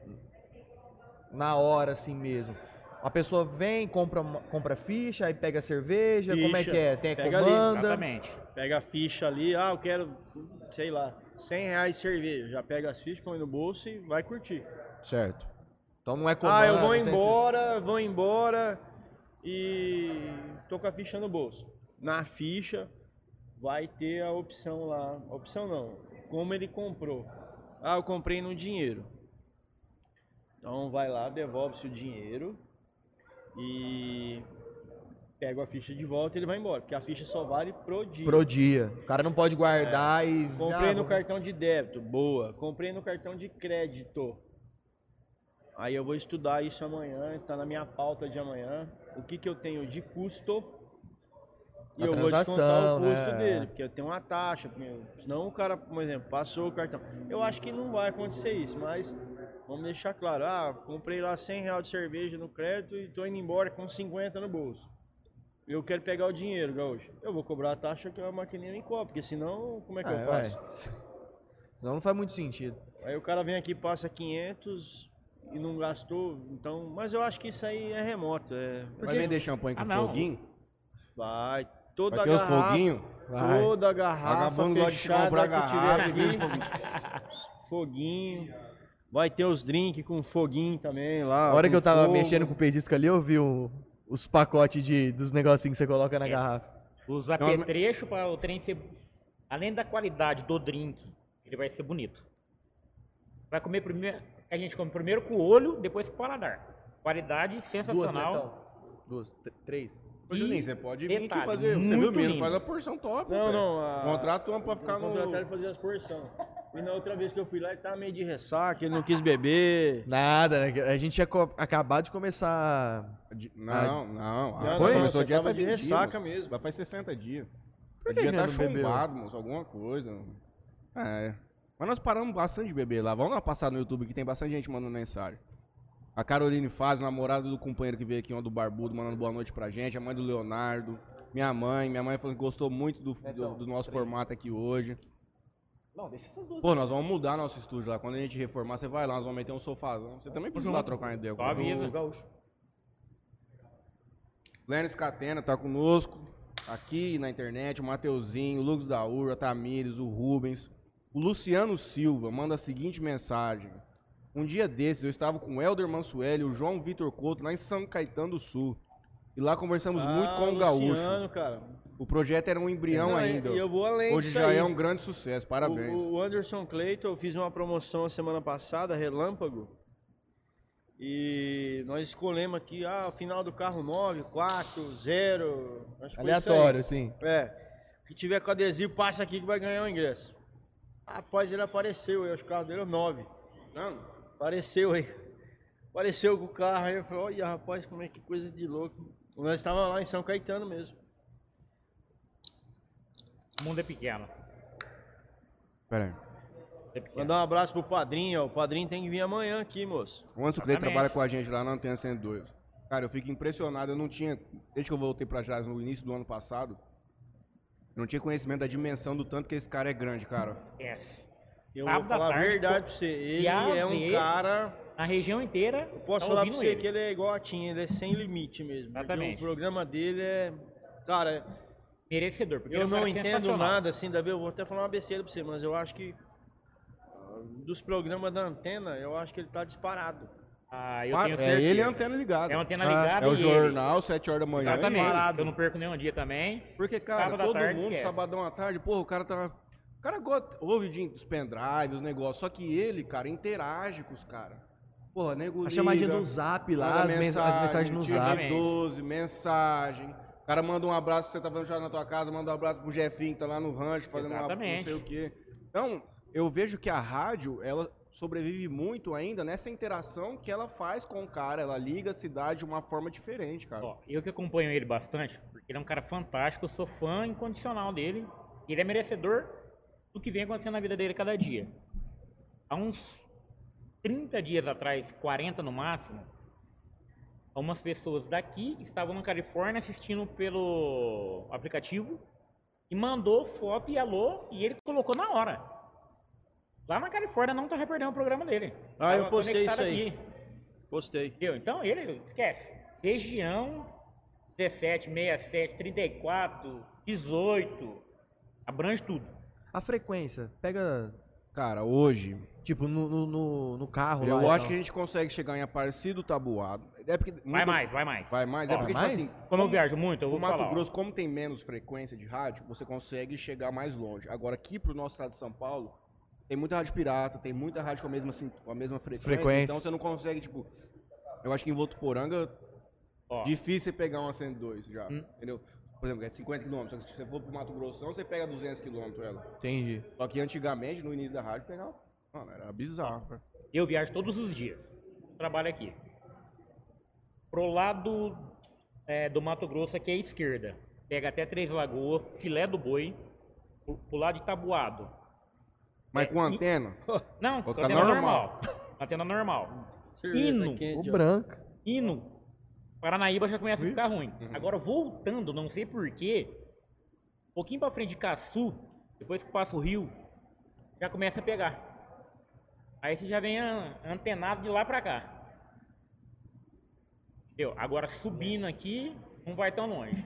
Speaker 2: na hora assim mesmo? A pessoa vem, compra, uma- compra ficha, aí pega a cerveja, como é
Speaker 3: Ficha,
Speaker 2: que é? Tem a
Speaker 3: pega ali,
Speaker 2: comanda.
Speaker 4: Exatamente.
Speaker 3: Pega a ficha ali, ah, eu quero, sei lá, 100 reais de cerveja. Já pega as fichas, põe no bolso e vai curtir.
Speaker 2: certo. Então não é comanda.
Speaker 3: ah, eu vou
Speaker 2: não tem
Speaker 3: embora, vou embora e tô com a ficha no bolso. Na ficha vai ter a opção lá, opção não, como ele comprou. Ah, eu comprei no dinheiro. Então vai lá, devolve-se o dinheiro e pega a ficha de volta e ele vai embora, porque a ficha só vale pro
Speaker 2: esses-
Speaker 3: dia.
Speaker 2: Pro dia. O cara não pode guardar e.
Speaker 3: É. Comprei
Speaker 2: Ah,
Speaker 3: no
Speaker 2: vou-
Speaker 3: cartão de débito, boa. Comprei no cartão de crédito. Aí eu vou estudar isso amanhã, tá na minha pauta de amanhã. O que que eu tenho de custo? E
Speaker 2: A
Speaker 3: eu vou descontar
Speaker 2: transação,
Speaker 3: o custo
Speaker 2: né?
Speaker 3: dele, porque eu tenho uma taxa. meu. Senão o cara, por exemplo, passou o cartão. Eu acho que não vai acontecer isso, mas vamos deixar claro. Ah, comprei lá 100 reais de cerveja no crédito e tô indo embora com 50 no bolso. Eu quero pegar o dinheiro, Gaúcho. Eu vou cobrar a taxa que a maquininha me cobra, porque senão, como é que
Speaker 2: Ah,
Speaker 3: eu
Speaker 2: ué.
Speaker 3: faço?
Speaker 2: Senão não faz muito sentido.
Speaker 3: Aí o cara vem aqui, passa 500 e não gastou, então... Mas eu acho que isso aí é remoto, é...
Speaker 1: Vai vender champanhe com
Speaker 4: Ah, não.
Speaker 1: foguinho?
Speaker 3: Vai, toda
Speaker 1: Vai ter os
Speaker 3: garrafa...
Speaker 1: foguinhos?
Speaker 3: Toda garrafa
Speaker 1: Vagabundo gosta de
Speaker 3: fechada
Speaker 1: comprar
Speaker 3: que
Speaker 1: garrafa e
Speaker 3: tiver
Speaker 1: vende
Speaker 3: aqui,
Speaker 1: foguinho.
Speaker 3: <laughs> foguinho... Vai ter os drinks com foguinho também lá.
Speaker 2: A hora
Speaker 3: com
Speaker 2: que eu tava
Speaker 3: fogo.
Speaker 2: mexendo com o pedisco ali, eu vi o- os pacotes de, dos negocinhos que você coloca na
Speaker 4: É.
Speaker 2: garrafa.
Speaker 4: Os
Speaker 1: Então, as-
Speaker 4: apetrechos para o trem ser. Além da qualidade do drink, ele vai ser bonito. Vai comer primeiro. A gente come primeiro com o olho, depois com o paladar. Qualidade
Speaker 2: Duas, né,
Speaker 4: sensacional.
Speaker 2: então? Duas, tr- três.
Speaker 1: Ô, Juninho, você pode vir aqui
Speaker 4: Detalhe,
Speaker 1: fazer. Você
Speaker 4: muito
Speaker 1: viu mesmo?
Speaker 4: lindo.
Speaker 1: Faz a porção top.
Speaker 3: Não,
Speaker 1: velho.
Speaker 3: não, a-
Speaker 1: Contrata uma pra ficar
Speaker 3: Vou
Speaker 1: no.
Speaker 3: contratar ele pra fazer as porção. E na outra vez que eu fui lá, ele tava meio de ressaca, ele não quis beber.
Speaker 2: Nada, né? A gente tinha co- acabado de começar.
Speaker 1: De- Não, não.
Speaker 3: Não,
Speaker 1: Ah,
Speaker 2: não,
Speaker 1: Começou
Speaker 3: você
Speaker 1: dia
Speaker 3: tava
Speaker 1: faz
Speaker 3: de
Speaker 1: 20
Speaker 3: ressaca
Speaker 1: dias,
Speaker 3: mesmo.
Speaker 1: Vai faz 60 dias.
Speaker 2: Por
Speaker 1: Por
Speaker 2: que
Speaker 1: dia
Speaker 2: que
Speaker 1: tá
Speaker 2: não bebeu?
Speaker 1: chumbado, moço. Alguma coisa. É. Mas nós paramos bastante de beber lá. Vamos lá passar no YouTube que tem bastante gente mandando mensagem. A Caroline Faz, namorada do companheiro que veio aqui, uma do Barbudo, mandando boa noite pra gente. A mãe do Leonardo. Minha mãe. Minha mãe falou que gostou muito do, do-
Speaker 2: Betão,
Speaker 1: do nosso
Speaker 2: três.
Speaker 1: formato aqui hoje.
Speaker 2: Não, deixa essas duas.
Speaker 1: Pô, nós vamos mudar nosso estúdio lá. Quando a gente reformar, você vai lá, nós vamos meter um sofazão. Você também precisa lá trocar uma ideia com
Speaker 4: Só avisa.
Speaker 1: Lênin Catena tá conosco aqui na internet, o Mateuzinho, o Lucas da Ura, Tamires, o Rubens. O Luciano Silva manda a seguinte mensagem. Um dia desses eu estava com o Helder Mansueli e o João Vitor Couto lá em São Caetano do Sul. E lá conversamos muito com o
Speaker 3: né? Ah, Luciano,
Speaker 1: Gaúcho.
Speaker 3: cara.
Speaker 1: O projeto era um embrião
Speaker 3: Não,
Speaker 1: ainda.
Speaker 3: E eu vou além
Speaker 1: Hoje
Speaker 3: disso
Speaker 1: já
Speaker 3: aí.
Speaker 1: é um grande sucesso, parabéns.
Speaker 3: O, o Anderson Clayton, eu fiz uma promoção a semana passada, Relâmpago. E nós escolhemos aqui, ah, o final do carro 9, 4, 0. Acho que foi isso aí.
Speaker 2: Aleatório, sim.
Speaker 3: É. que tiver com adesivo, passa aqui que vai ganhar o ingresso. Rapaz, ele apareceu aí, os carros dele eram nove.
Speaker 1: Não?
Speaker 3: Apareceu aí. Apareceu com o carro aí. Eu falei, olha rapaz, como é que coisa de louco. Nós estávamos lá em São Caetano mesmo.
Speaker 4: O mundo é pequeno.
Speaker 1: Pera aí.
Speaker 4: É pequeno.
Speaker 3: Mandar um abraço pro padrinho, ó. O padrinho tem que vir amanhã aqui, moço.
Speaker 1: O Anderson Clay
Speaker 4: Exatamente.
Speaker 1: trabalha com a gente lá na Antena 102. Cara, eu fico impressionado. Eu não tinha, desde que eu voltei pra Jazz no início do ano passado, eu não tinha conhecimento da dimensão do tanto que esse cara é grande, cara.
Speaker 4: Esquece.
Speaker 3: Eu
Speaker 4: Sábado
Speaker 3: vou falar
Speaker 4: à
Speaker 3: a
Speaker 4: tarde,
Speaker 3: verdade
Speaker 4: pô.
Speaker 3: pra você.
Speaker 4: E
Speaker 3: Ele
Speaker 4: a
Speaker 3: é um
Speaker 4: ver-
Speaker 3: cara.
Speaker 4: A região inteira.
Speaker 3: Eu posso
Speaker 4: tá
Speaker 3: falar pra
Speaker 4: ouvindo
Speaker 3: você
Speaker 4: ele.
Speaker 3: que ele é igual a Tim, ele é sem limite mesmo. Porque
Speaker 4: Exatamente.
Speaker 3: O programa dele é. Cara,
Speaker 4: Merecedor. Porque
Speaker 3: eu
Speaker 4: ele é um
Speaker 3: não
Speaker 4: cara
Speaker 3: entendo
Speaker 4: sensacional.
Speaker 3: nada assim, Davi. Eu vou até falar uma besteira pra você, mas eu acho que. ah, Dos programas da antena, eu acho que ele tá disparado.
Speaker 4: Ah, eu
Speaker 1: Claro,
Speaker 4: tenho
Speaker 1: é
Speaker 4: certeza.
Speaker 1: ele e a antena ligada.
Speaker 4: É a antena
Speaker 1: Ah,
Speaker 4: ligada
Speaker 1: É o
Speaker 4: e ele.
Speaker 1: jornal, 7 horas da manhã.
Speaker 4: Exatamente.
Speaker 3: Disparado.
Speaker 4: Eu não perco nenhum dia também.
Speaker 1: Porque, cara,
Speaker 4: Sábado à
Speaker 1: todo
Speaker 4: tarde,
Speaker 1: mundo,
Speaker 4: esquece.
Speaker 1: sabadão à tarde, porra, o cara tá. O cara gosta, ouve de- os pendrives, os negócios. Só que ele, cara, interage com os caras. Porra, nego
Speaker 2: A chamadinha
Speaker 1: liga,
Speaker 2: do zap lá,
Speaker 1: manda
Speaker 2: as, mens- as mensagens no
Speaker 1: tiro de
Speaker 2: zap.
Speaker 4: Exatamente.
Speaker 1: 12, mensagem. O cara manda um abraço, você tá vendo já na tua casa, manda um abraço pro Jefinho que tá lá no rancho fazendo uma- não
Speaker 4: Exatamente.
Speaker 1: sei o quê. Então, eu vejo que a rádio, ela sobrevive muito ainda nessa interação que ela faz com o cara. Ela liga a cidade de uma forma diferente, cara.
Speaker 4: Ó, eu que acompanho ele bastante, porque ele é um cara fantástico, eu sou fã incondicional dele. e Ele é merecedor do que vem acontecendo na vida dele cada dia. Há uns 30 dias atrás, 40 no máximo, algumas pessoas daqui estavam na Califórnia assistindo pelo aplicativo e mandou foto e alô e ele colocou na hora. Lá na Califórnia não tá reperdendo o programa dele.
Speaker 3: Ah, eu
Speaker 4: Tava
Speaker 3: postei
Speaker 4: conectado
Speaker 3: isso aí.
Speaker 4: aqui.
Speaker 3: Postei.
Speaker 4: Entendeu? Então ele, esquece. Região 17, 67, 34, 18. Abrange tudo.
Speaker 2: A frequência, pega,
Speaker 1: Cara, hoje,
Speaker 2: tipo, no, no, no- no carro
Speaker 1: Eu
Speaker 2: lá. e
Speaker 1: acho
Speaker 2: tal.
Speaker 1: que a gente consegue chegar em Aparecido Tabuado. É porque
Speaker 4: então. Vai
Speaker 1: muito-
Speaker 4: mais, vai mais.
Speaker 1: Vai mais. é
Speaker 4: Ó,
Speaker 1: porque,
Speaker 2: vai
Speaker 1: tipo
Speaker 2: mais?
Speaker 1: assim,
Speaker 4: Como eu viajo muito, eu
Speaker 1: o
Speaker 4: vou
Speaker 1: Mato
Speaker 4: falar. ó.
Speaker 1: Grosso, como tem menos frequência de rádio, você consegue chegar mais longe. Agora, aqui pro nosso estado de São Paulo, tem muita rádio pirata, tem muita rádio com a mesma, sin- com a mesma frequência,
Speaker 2: Frequência.
Speaker 1: Então você não consegue, tipo. Eu acho que em Votuporanga,
Speaker 4: Ó,
Speaker 1: difícil você pegar uma 102 já.
Speaker 4: Hum.
Speaker 1: Entendeu? Por exemplo, é de 50 km. Só que se você for pro Mato Grosso, você pega 200 km ela.
Speaker 2: Entendi.
Speaker 1: Só que antigamente, no início da rádio, pegava. Mano, era bizarro, cara.
Speaker 4: Eu viajo todos os dias. Trabalho aqui. Pro lado é, do Mato Grosso, aqui é à esquerda. Pega até Três Lagoas, filé do boi. Pro, pro lado
Speaker 1: <laughs>
Speaker 4: de Tabuado.
Speaker 1: Mas
Speaker 4: É,
Speaker 1: com
Speaker 4: e-
Speaker 1: antena.
Speaker 4: Não,
Speaker 1: Ô, tá
Speaker 4: antena normal. Antena normal. Hino.
Speaker 2: O
Speaker 3: tá Quente, ó.
Speaker 2: branco.
Speaker 4: Hino, Paranaíba já começa a ficar ruim.
Speaker 1: Uhum.
Speaker 4: Agora, voltando, não sei porquê, um pouquinho pra frente de Caçu, depois que passa o rio, já começa a pegar. Aí você já vem an- antenado de lá pra cá. Entendeu? Agora,
Speaker 1: Uhum.
Speaker 4: subindo aqui, não vai tão longe.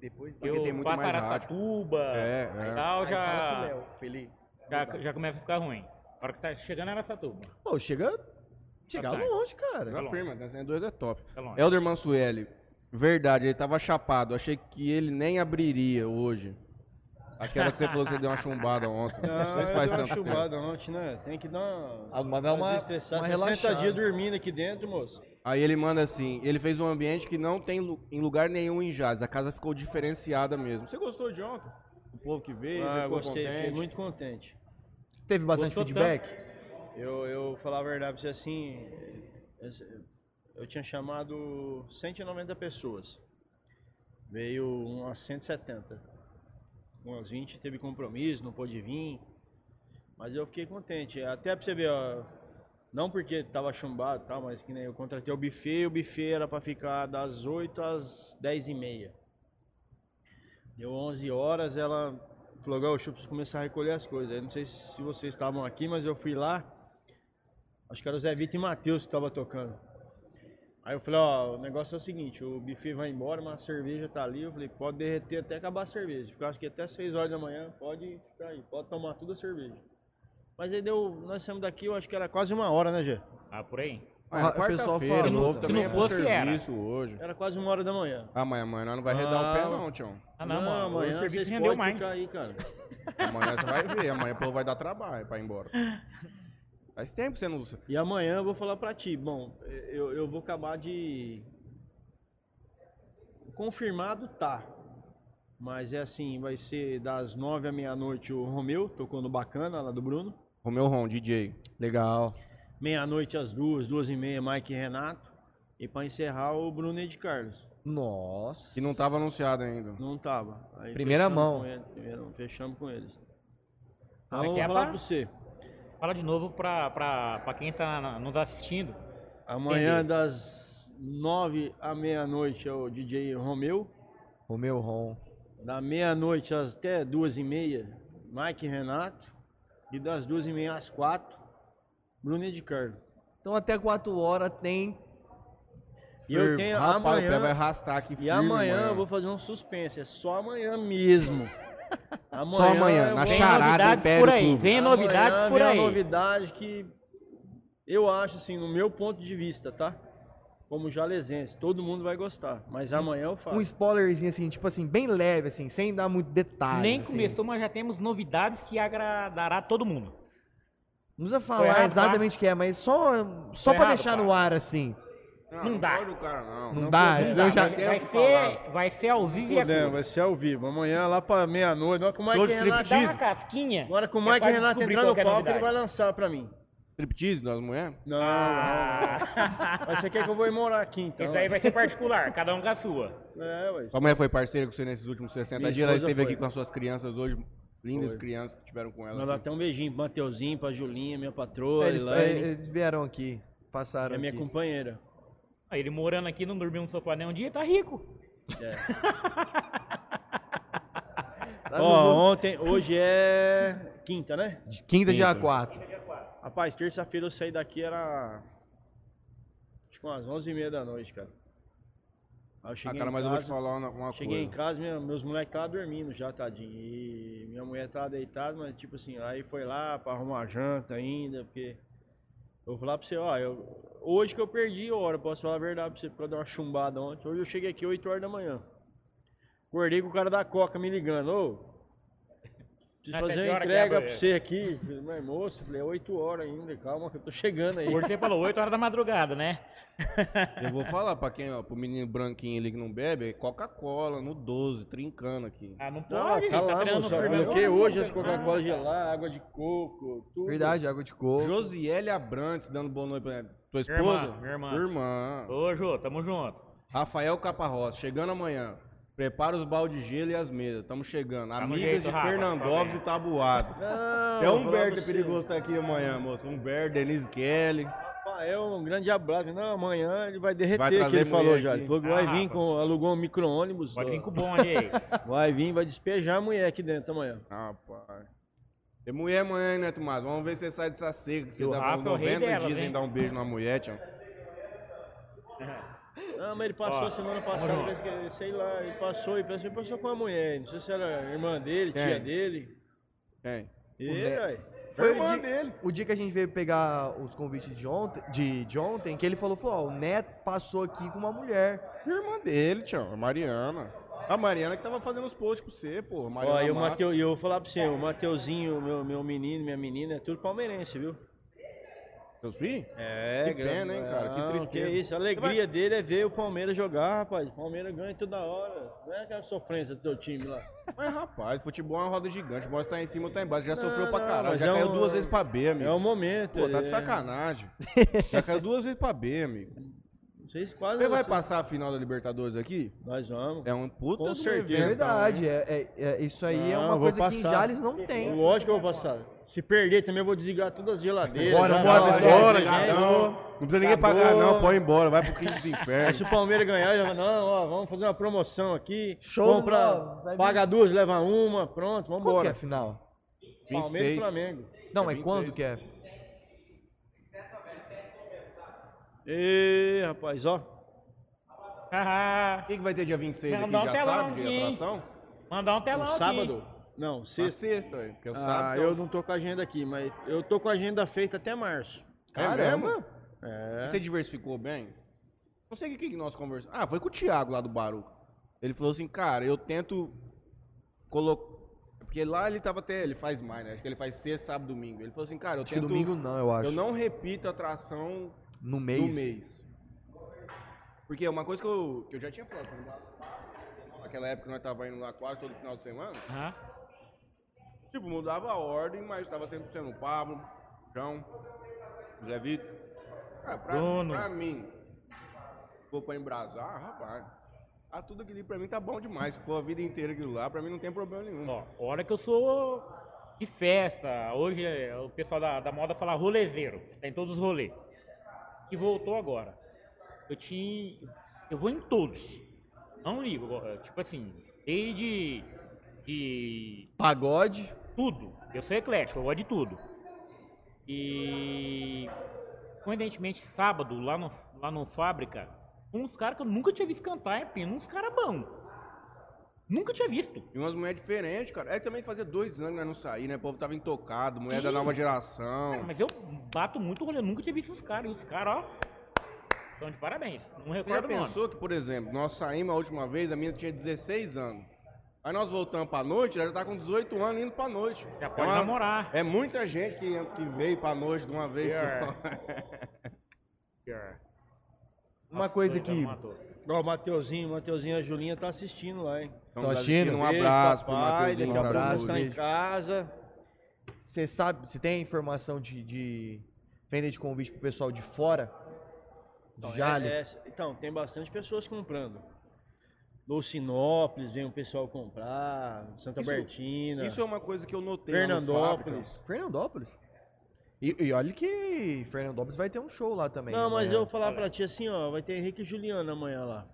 Speaker 3: Depois
Speaker 1: Porque tem muito mais rádio.
Speaker 4: Araçatuba
Speaker 1: É, é.
Speaker 4: e tal,
Speaker 3: Aí fala
Speaker 4: já,
Speaker 3: com o Léo, Felipe.
Speaker 4: já, já começa a ficar ruim. A hora que tá chegando era Araçatuba.
Speaker 2: Pô, chega. Chega
Speaker 4: Tá tarde.
Speaker 2: longe, cara.
Speaker 4: Tá
Speaker 1: Não
Speaker 4: longe.
Speaker 1: afirma, tá sendo dois é top.
Speaker 4: Tá longe.
Speaker 1: Elder Mansueli, verdade, ele tava chapado. Achei que ele nem abriria hoje. Acho que era o que você falou que você deu uma chumbada ontem.
Speaker 3: Não,
Speaker 1: Mas
Speaker 3: eu
Speaker 1: faz
Speaker 3: dei uma
Speaker 1: tanto tempo.
Speaker 3: chumbada Ah, tá ontem, né? Tem que dar uma.
Speaker 2: Ah, mas dá uma-
Speaker 3: desestressar.
Speaker 2: uma
Speaker 3: 60
Speaker 2: relaxada.
Speaker 3: dias dormindo aqui dentro, moço.
Speaker 1: Aí ele manda assim: ele fez um ambiente que não tem lu- em lugar nenhum em Jazz. A casa ficou diferenciada mesmo. Você gostou de ontem? O povo que veio, você
Speaker 3: Ah,
Speaker 1: ficou
Speaker 3: gostei, fiquei
Speaker 1: contente.
Speaker 3: muito contente.
Speaker 2: Teve bastante
Speaker 4: Gostou
Speaker 2: feedback?
Speaker 3: Eu, eu falar a verdade pra você assim, eu- eu tinha chamado 190 pessoas. Veio umas 170. Umas 20 teve compromisso, não pôde vir. Mas eu fiquei contente. Até pra você ver, ó, não porque tava chumbado e tal, mas que nem eu contratei o buffet, o buffet era pra ficar das 8 às 10 e meia. Deu 11 horas, ela falou, Gal, deixa eu preciso começar a recolher as coisas. Eu não sei se vocês estavam aqui, mas eu fui lá, acho que era o Zé Vito e Matheus que tava tocando. Aí eu falei, ó, o negócio é o seguinte, o buffet vai embora, mas a cerveja tá ali. Eu falei, pode derreter até acabar a cerveja. Ficar acho que até 6 horas da manhã, pode ficar aí, pode tomar toda a cerveja. Mas aí deu, nós saímos daqui, eu acho que era quase uma hora, né, Gê?
Speaker 4: Ah, por aí.
Speaker 1: Mas
Speaker 2: O pessoal
Speaker 1: é, quarta-feira,
Speaker 2: falou,
Speaker 1: o povo
Speaker 2: se
Speaker 1: também
Speaker 4: não
Speaker 1: é pro
Speaker 4: fosse, era.
Speaker 1: serviço hoje.
Speaker 3: Era quase uma hora da manhã.
Speaker 1: Amanhã, amanhã, nós não vai redar o pé
Speaker 3: Não.
Speaker 1: não, Tião.
Speaker 4: Ah, não, mano.
Speaker 3: amanhã
Speaker 4: o serviço
Speaker 3: vocês
Speaker 4: rendeu
Speaker 3: podem
Speaker 4: mais.
Speaker 3: ficar aí, cara.
Speaker 1: Amanhã você vai ver, amanhã o povo vai dar trabalho pra ir
Speaker 3: <laughs>
Speaker 1: embora. Faz tempo que você não...
Speaker 3: E amanhã eu vou falar pra ti. Bom, eh, eu, eu vou acabar de. Confirmado tá. Mas é assim, vai ser das nove à meia-noite o Romeu, tocando bacana lá do Bruno.
Speaker 1: Romeu Ron, DJ.
Speaker 2: Legal.
Speaker 3: Meia-noite às duas, duas e meia, Mike e Renato. E pra encerrar, o Bruno e de Carlos.
Speaker 2: Nossa.
Speaker 1: Que não tá- tava anunciado ainda.
Speaker 3: Não tava. Aí
Speaker 2: Primeira
Speaker 3: fechamos
Speaker 2: mão.
Speaker 3: com ele- primeira- fechamos com eles.
Speaker 4: Ah,
Speaker 3: Então, eu
Speaker 4: que é
Speaker 3: vou falar
Speaker 4: pra-
Speaker 3: pra você.
Speaker 4: Fala de novo pra, pra, pra quem tá na- nos assistindo.
Speaker 3: Amanhã
Speaker 4: Entendi.
Speaker 3: das nove à meia-noite é o DJ Romeu.
Speaker 2: Romeu Ron.
Speaker 3: Da meia-noite às- até duas e meia, Mike e Renato. E das duas e meia às quatro, Bruno e de Carlos.
Speaker 2: Então até 4 horas tem.
Speaker 3: E eu tenho
Speaker 1: Rapaz, o pé vai
Speaker 3: amanhã.
Speaker 1: arrastar aqui
Speaker 3: E
Speaker 1: firme,
Speaker 3: amanhã eu vou fazer um suspense. É só amanhã <laughs> mesmo. Amanhã
Speaker 1: amanhã,
Speaker 3: eu
Speaker 1: na
Speaker 3: vou-
Speaker 4: Vem
Speaker 1: Charada,
Speaker 4: novidades
Speaker 1: Império
Speaker 4: por aí.
Speaker 1: Clube.
Speaker 4: Vem
Speaker 3: Amanhã
Speaker 4: novidades por
Speaker 3: vem
Speaker 4: aí.
Speaker 3: uma novidade que eu acho, assim, no meu ponto de vista, tá? Como jalezense, todo mundo vai gostar. Mas amanhã eu
Speaker 2: Um
Speaker 3: faço.
Speaker 2: spoilerzinho assim, tipo assim, bem leve, assim, sem dar muito detalhe.
Speaker 4: Nem
Speaker 2: assim.
Speaker 4: começou, mas já temos novidades que agradará todo mundo.
Speaker 2: Não precisa
Speaker 4: Foi
Speaker 2: falar
Speaker 4: errado,
Speaker 2: exatamente o que é, mas só, só
Speaker 4: Foi
Speaker 2: pra
Speaker 4: errado,
Speaker 2: deixar
Speaker 4: cara.
Speaker 2: no ar assim.
Speaker 1: Não,
Speaker 4: Não dá.
Speaker 1: pode o cara, não.
Speaker 2: Não dá,
Speaker 4: Não
Speaker 2: senão
Speaker 4: dá,
Speaker 2: já.
Speaker 4: vai,
Speaker 1: tem
Speaker 4: vai
Speaker 1: o que
Speaker 4: ser, vai ser ao vivo e a
Speaker 3: Podemos,
Speaker 4: cores.
Speaker 3: vai ser ao vivo. Amanhã lá pra meia-noite. Olha com o Mike
Speaker 1: Show de
Speaker 3: e é, Renato.
Speaker 4: Dá
Speaker 1: triptismo.
Speaker 4: uma
Speaker 3: <laughs>
Speaker 4: casquinha.
Speaker 3: Agora com o
Speaker 4: é
Speaker 3: Mike e
Speaker 4: fácil
Speaker 3: Renato
Speaker 4: descobrir
Speaker 3: entrar no
Speaker 4: qual que é a
Speaker 3: palco, ele
Speaker 4: novidade.
Speaker 3: vai lançar pra mim.
Speaker 1: Striptease das mulheres?
Speaker 3: Não,
Speaker 4: Ah.
Speaker 3: não. Mas você quer que eu vou ir morar aqui, então?
Speaker 4: Esse aí vai ser particular, cada um com a sua.
Speaker 3: É, ué.
Speaker 1: Sua mulher foi parceira com você nesses últimos 60
Speaker 3: Minha
Speaker 1: dias. Ela
Speaker 3: esposa
Speaker 1: esteve
Speaker 3: foi.
Speaker 1: aqui com as suas crianças hoje. Lindas
Speaker 3: Foi.
Speaker 1: crianças que tiveram com ela.
Speaker 3: Mandar
Speaker 1: aqui.
Speaker 3: até um beijinho pro Mateuzinho, pra Julinha, minha patroa,
Speaker 2: Eles,
Speaker 3: Elaine,
Speaker 2: eles vieram aqui, passaram
Speaker 3: é minha
Speaker 2: aqui.
Speaker 3: companheira.
Speaker 4: Aí Ele morando aqui, não dormiu no sofá nem um dia, tá rico.
Speaker 3: É.
Speaker 2: Tá no
Speaker 3: Ó,
Speaker 2: mundo-
Speaker 3: ontem, hoje é quinta, né?
Speaker 2: de Quinta, dia
Speaker 1: Quinta.
Speaker 2: 4.
Speaker 3: Rapaz, terça-feira eu saí daqui, era. Acho que umas 11h30 da noite, cara. Aí eu
Speaker 1: Ah,
Speaker 3: cheguei
Speaker 1: cara,
Speaker 3: em
Speaker 1: mas eu
Speaker 3: casa,
Speaker 1: vou te falar uma, uma
Speaker 3: Cheguei em
Speaker 1: coisa.
Speaker 3: casa, minha- meus moleques estavam dormindo já, tadinho. E minha mulher tava deitada, mas tipo assim, aí foi lá pra arrumar janta ainda, porque. Eu vou falar pra você, ó, eu- hoje que eu perdi a hora, posso falar a verdade pra você, porque eu dei uma chumbada ontem. Hoje eu cheguei aqui 8 horas da manhã. Acordei com o cara da Coca me ligando, ô. Preciso
Speaker 4: Até
Speaker 3: fazer
Speaker 4: que
Speaker 3: uma
Speaker 4: hora que
Speaker 3: entrega
Speaker 4: abre?
Speaker 3: pra você aqui. Falei, mas moço, falei, 8 horas ainda, calma que eu tô chegando aí.
Speaker 4: Hoje você falou 8 horas da madrugada, né?
Speaker 1: Eu vou falar pra quem, ó, pro menino branquinho ali que não bebe, é Coca-Cola no 12, trincando aqui.
Speaker 4: Ah, não pode,
Speaker 3: Tá lá,
Speaker 4: ele
Speaker 3: tá
Speaker 4: tá
Speaker 3: lá,
Speaker 4: treinando
Speaker 3: moço. eu
Speaker 4: firme agora.
Speaker 3: Coloquei hoje as
Speaker 4: Ah,
Speaker 3: Coca-Cola gelada, água de coco, tudo.
Speaker 2: Verdade, água de coco.
Speaker 1: Josiele Abrantes dando boa noite pra tua
Speaker 4: Minha
Speaker 1: esposa?
Speaker 4: irmã, minha irmã.
Speaker 1: Tua irmã.
Speaker 4: Ô, Jô, tamo junto.
Speaker 1: Rafael Caparros, chegando amanhã. Prepara os baldes de gelo e as mesas. Tamo chegando. Amigas
Speaker 4: jeito,
Speaker 1: de
Speaker 4: Rafa,
Speaker 1: Fernandópolis
Speaker 4: tá
Speaker 1: e
Speaker 4: bem.
Speaker 1: Tabuado.
Speaker 3: Não,
Speaker 1: Até
Speaker 3: vou
Speaker 1: o
Speaker 3: falar
Speaker 1: É um Humberto é
Speaker 3: pra você.
Speaker 1: perigoso tá aqui amanhã, moço. Humberto, Denise Kelly.
Speaker 3: Rafael, um grande abraço. Não, amanhã ele vai derreter,
Speaker 1: Vai
Speaker 3: que
Speaker 1: trazer
Speaker 3: ele
Speaker 1: mulher
Speaker 3: falou
Speaker 1: aqui.
Speaker 3: já. Ele falou que
Speaker 4: Ah,
Speaker 3: vai vir,
Speaker 4: Rafa.
Speaker 3: com, alugou um micro-ônibus.
Speaker 4: Pode
Speaker 3: ó.
Speaker 4: vir com o bonde
Speaker 3: <laughs>
Speaker 4: aí.
Speaker 3: Vai vir, vai despejar a mulher aqui dentro amanhã.
Speaker 1: Rapaz. Tem mulher amanhã, hein, né, Tomás? Vamos ver se você sai dessa seca, que você
Speaker 4: E o
Speaker 1: dá
Speaker 4: Rafa
Speaker 1: uns
Speaker 4: é o rei
Speaker 1: 90
Speaker 4: delas,
Speaker 1: dias
Speaker 4: hein?
Speaker 1: em dar um beijo na mulher, tchau.
Speaker 3: Ah, mas ele passou
Speaker 4: Ó,
Speaker 3: semana
Speaker 4: vamos
Speaker 3: passada,
Speaker 4: lá.
Speaker 3: parece que- sei lá, ele passou e parece que ele passou com a mulher. Não sei se era irmã dele,
Speaker 1: Quem?
Speaker 3: tia dele.
Speaker 1: Tem.
Speaker 3: E,
Speaker 2: Ne-
Speaker 3: velho.
Speaker 2: Foi o
Speaker 3: irmã
Speaker 2: dia-
Speaker 3: dele.
Speaker 2: O dia que a gente veio pegar os convites de ontem, de, de ontem que ele falou, falou, ó, o Neto passou aqui com uma mulher.
Speaker 1: Irmã dele, tchau. A Mariana. A Mariana que tava fazendo os posts pra você, pô. Mariana
Speaker 3: Ó, e o
Speaker 1: Matos.
Speaker 3: Mateu, e eu vou falar pra você, o Mateuzinho, meu, meu menino, minha menina, é tudo palmeirense, viu?
Speaker 1: Seus filhos?
Speaker 3: É,
Speaker 1: Que pena,
Speaker 3: grande-
Speaker 1: hein, cara? Que
Speaker 3: Não,
Speaker 1: tristeza.
Speaker 3: Que isso, a alegria dele é ver o Palmeiras jogar, rapaz. O Palmeiras ganha toda hora. Não é aquela sofrência do teu time lá.
Speaker 1: Mas, rapaz, futebol é uma roda gigante. Bola tá em cima ou tá embaixo. Já
Speaker 3: Não,
Speaker 1: sofreu pra
Speaker 3: não,
Speaker 1: caralho.
Speaker 3: mas
Speaker 1: Já
Speaker 3: é
Speaker 1: caiu
Speaker 3: um-
Speaker 1: duas vezes pra B,
Speaker 3: É o
Speaker 1: amigo.
Speaker 3: momento.
Speaker 1: Pô, tá de
Speaker 3: é. <laughs>
Speaker 1: sacanagem. Já caiu duas vezes pra B, amigo.
Speaker 3: Vocês quase.
Speaker 1: Você vai
Speaker 3: vocês-
Speaker 1: passar a final da Libertadores aqui?
Speaker 3: Nós vamos.
Speaker 1: É um puta
Speaker 3: Com
Speaker 1: do
Speaker 3: certeza.
Speaker 1: evento,
Speaker 2: Verdade,
Speaker 1: né?
Speaker 2: é, é- é- isso aí é
Speaker 3: Não,
Speaker 2: uma
Speaker 3: vou
Speaker 2: coisa que em
Speaker 3: passar.
Speaker 2: Jales não tem.
Speaker 3: Lógico que eu vou passar. Se perder também, eu vou desligar todas as geladeiras.
Speaker 2: Bora,
Speaker 3: Vai,
Speaker 2: bora,
Speaker 3: vai,
Speaker 2: pessoal.
Speaker 3: bora,
Speaker 1: Obrigadão.
Speaker 3: gente.
Speaker 1: Não precisa ninguém pagar,
Speaker 3: Acabou.
Speaker 1: não. Pode ir embora. Vai pro quinto dos
Speaker 3: Aí É, se
Speaker 1: infernos.
Speaker 3: o Palmeiras ganhar, já vai, não, ó, vamos fazer uma promoção aqui.
Speaker 2: Show,
Speaker 3: Compra,
Speaker 2: não, vai vir.
Speaker 3: paga duas, leva uma, pronto,
Speaker 2: Quando que é
Speaker 3: vambora.
Speaker 2: a final?
Speaker 3: Palmeiras e
Speaker 1: 26.
Speaker 3: Flamengo.
Speaker 2: Não,
Speaker 1: É
Speaker 2: mas
Speaker 1: 26.
Speaker 2: quando que é?
Speaker 3: Ê, rapaz, ó.
Speaker 1: O que, que vai ter dia 26
Speaker 4: Não,
Speaker 1: aqui?
Speaker 4: dá um
Speaker 1: Já
Speaker 4: telão
Speaker 1: sabe de
Speaker 4: aqui, hein?
Speaker 1: atração?
Speaker 4: Mandar um
Speaker 3: no
Speaker 4: telão aqui.
Speaker 3: sábado. Não,
Speaker 1: Na
Speaker 3: sexta.
Speaker 1: sexta, ué, porque eu então.
Speaker 3: Ah,
Speaker 1: sábado.
Speaker 3: eu não tô com a agenda aqui, mas eu tô com a agenda feita até março.
Speaker 1: Ah, Caramba!
Speaker 3: É.
Speaker 1: Você diversificou bem? Não sei o que, que nós conversamos. Ah, foi com o Thiago lá do Baruco. Ele falou assim, cara, eu tento colocar. Porque lá ele tava até. Ele faz mais, né? Acho que ele faz sexta, sábado, domingo. Ele falou assim, cara, eu
Speaker 2: Acho que
Speaker 1: tento.
Speaker 2: domingo não, eu acho.
Speaker 1: eu não repito atração
Speaker 2: No
Speaker 1: do
Speaker 2: mês.
Speaker 1: mês. Porque é uma coisa que eu, que eu já tinha falado. quando- naquela época nós tava indo lá quase todo final de semana.
Speaker 4: Aham.
Speaker 1: Tipo, mudava a ordem, mas tava sempre sendo o Pablo, João, José Vitor. Cara, pra,
Speaker 4: Bruno.
Speaker 1: pra mim, se for pra embrasar, rapaz. Ah, tudo aquilo ali pra mim tá bom demais. Se for a vida inteira aquilo lá, pra mim não tem problema nenhum.
Speaker 4: Ó, hora que eu sou de festa. Hoje é, o pessoal da, da moda fala rolezeiro, que tá em todos os rolês. E voltou agora. Eu tinha. Eu vou em todos. Não ligo. ó, Tipo assim, desde de
Speaker 2: Pagode.
Speaker 4: tudo. Eu sou eclético, eu gosto de tudo. E coincidentemente sábado, lá no, lá no fábrica, uns caras que eu nunca tinha visto cantar em pino, uns caras bons. Nunca tinha visto.
Speaker 1: E umas mulheres diferentes, cara. É que também fazia dois anos que nós não saí, né? O povo tava intocado, mulher da nova
Speaker 4: Cara,
Speaker 1: geração.
Speaker 4: mas eu bato muito rolê, eu nunca tinha visto os caras. E os caras, ó. Estão de parabéns. Não
Speaker 1: Você já
Speaker 4: recordo o nome.
Speaker 1: pensou que, por exemplo, nós saímos a última vez, a minha tinha 16 anos. Aí nós voltamos pra noite, ela já tá com 18 anos indo pra noite.
Speaker 4: Já
Speaker 1: É
Speaker 4: pode
Speaker 1: uma-
Speaker 4: namorar.
Speaker 1: É muita gente que, que veio pra noite de uma vez
Speaker 4: Yeah.
Speaker 1: só. <laughs>
Speaker 4: Pior.
Speaker 2: Uma
Speaker 4: Nossa,
Speaker 2: coisa
Speaker 4: dois já
Speaker 2: que-
Speaker 4: matou.
Speaker 3: Ó, o Mateuzinho, Mateuzinho e a Julinha tá assistindo lá, hein?
Speaker 1: Então,
Speaker 2: assistindo?
Speaker 1: Brasil, Um
Speaker 3: Beijo,
Speaker 1: abraço pro
Speaker 3: papai,
Speaker 1: Matheusinho.
Speaker 3: Daqui a
Speaker 2: um
Speaker 3: pouco
Speaker 2: abraço,
Speaker 3: nós tá em
Speaker 2: beijo.
Speaker 3: casa.
Speaker 2: Você sabe, você tem a informação de, de venda de convite pro pessoal de fora? De
Speaker 3: Então,
Speaker 2: Jales?
Speaker 3: é- é- então, tem bastante pessoas comprando. Lucinópolis, vem o pessoal comprar, Santa
Speaker 1: Isso-
Speaker 3: Bertina,
Speaker 1: Isso é uma coisa que eu notei. lá na fábrica.
Speaker 3: Fernandópolis.
Speaker 2: Fernandópolis. E, e olha que Fernandópolis vai ter um show lá também.
Speaker 3: Não, mas eu vou
Speaker 2: amanhã.
Speaker 3: falar
Speaker 4: Olha.
Speaker 3: pra ti assim, ó, vai ter Henrique e Juliana amanhã lá.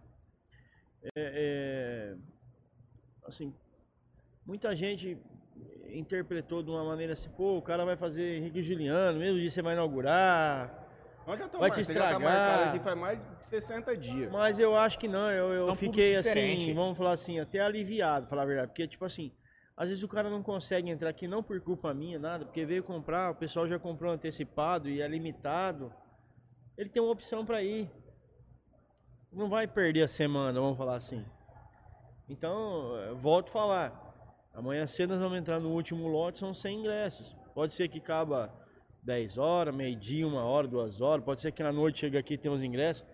Speaker 3: É, é, assim, muita gente interpretou de uma maneira assim, pô, o cara vai fazer Henrique e Juliano, mesmo dia você vai inaugurar.
Speaker 1: Nós já tá
Speaker 3: Vai
Speaker 1: mar-
Speaker 3: te
Speaker 1: você já tá
Speaker 3: estragar.
Speaker 1: marcado aqui faz mais de 60 dias.
Speaker 3: Mas eu acho que não, eu, eu
Speaker 4: É um
Speaker 3: fiquei
Speaker 4: público
Speaker 3: assim,
Speaker 4: diferente.
Speaker 3: vamos falar assim, até aliviado, falar a verdade, porque tipo assim, às vezes o cara não consegue entrar aqui, não por culpa minha, nada, porque veio comprar, o pessoal já comprou antecipado e é limitado, ele tem uma opção pra ir. Não vai perder a semana, vamos falar assim. Então, eh, volto a falar. Amanhã cedo nós vamos entrar no último lote, são 100 ingressos. Pode ser que caba 10 horas, meio-dia, uma hora, duas horas. Pode ser que na noite chega aqui e tem uns ingressos.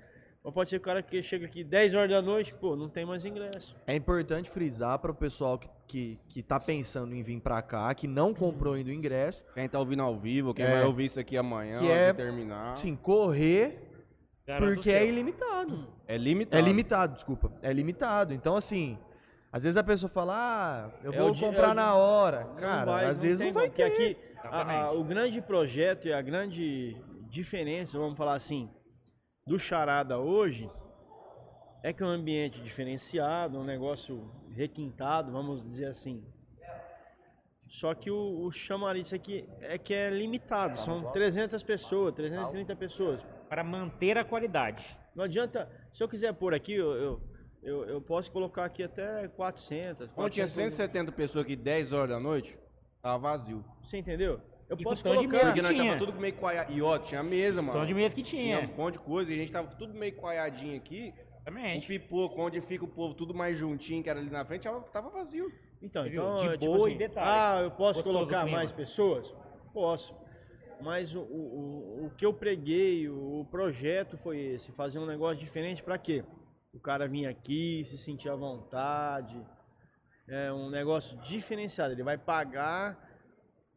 Speaker 3: Ou pode ser que o cara que chega aqui 10 horas da noite, pô, não tem mais ingresso.
Speaker 2: É importante frisar para o pessoal que, que, que tá pensando em vir para cá, que não comprou ainda o ingresso,
Speaker 1: Quem tá ouvindo ao vivo, quem
Speaker 2: É.
Speaker 1: vai ouvir isso aqui amanhã,
Speaker 2: Que
Speaker 1: quando
Speaker 2: é-
Speaker 1: terminar.
Speaker 2: sim, correr,
Speaker 4: Garoto
Speaker 2: porque é
Speaker 4: seu.
Speaker 2: ilimitado.
Speaker 3: Hum.
Speaker 1: É limitado.
Speaker 2: É limitado, desculpa. É limitado. Então, assim, às vezes a pessoa fala, ah, eu
Speaker 3: É
Speaker 2: vou
Speaker 3: o di-
Speaker 2: comprar
Speaker 3: é o
Speaker 2: na
Speaker 3: di-
Speaker 2: hora.
Speaker 3: Não
Speaker 2: Cara,
Speaker 3: vai,
Speaker 2: às vezes
Speaker 3: tem
Speaker 2: não vai
Speaker 3: como, porque
Speaker 2: ter.
Speaker 3: aqui
Speaker 4: Exatamente.
Speaker 3: a- a- o grande projeto e a grande diferença, vamos falar assim, do charada hoje é que é um ambiente diferenciado, um negócio requintado, vamos dizer assim. Só que o, o chamariz aqui é que é limitado, são 300 pessoas, 330 pessoas.
Speaker 4: Para manter a qualidade.
Speaker 3: Não adianta, se eu quiser pôr aqui, eu, eu, eu, eu posso colocar aqui até 400.
Speaker 1: Ontem tinha
Speaker 3: 400.
Speaker 1: 170 pessoas aqui, 10 horas da noite, tava vazio.
Speaker 3: Você entendeu? Eu
Speaker 4: E
Speaker 3: posso
Speaker 4: com tanto de
Speaker 3: colocar.
Speaker 1: Porque nós
Speaker 4: tinha.
Speaker 1: tava tudo meio coiado. E ó, tinha mesa, mano.
Speaker 4: Então de mês que
Speaker 1: Tinha
Speaker 4: tinha.
Speaker 1: um monte de coisa e a gente tava tudo meio coiadinho aqui. O
Speaker 4: Exatamente.
Speaker 1: pipoco, onde fica o povo tudo mais juntinho, que era ali na frente, tava- tava vazio.
Speaker 3: Então,
Speaker 4: Viu?
Speaker 3: então
Speaker 4: De
Speaker 3: é tipo
Speaker 4: boa e
Speaker 3: assim,
Speaker 4: detalhe.
Speaker 3: ah, eu posso
Speaker 4: Gostoso o
Speaker 3: colocar
Speaker 4: clima.
Speaker 3: mais pessoas? Posso. Mas o, o, o- o que eu preguei, o, o projeto foi esse, fazer um negócio diferente para quê? O cara vir aqui, se sentir à vontade, é um negócio diferenciado, ele vai pagar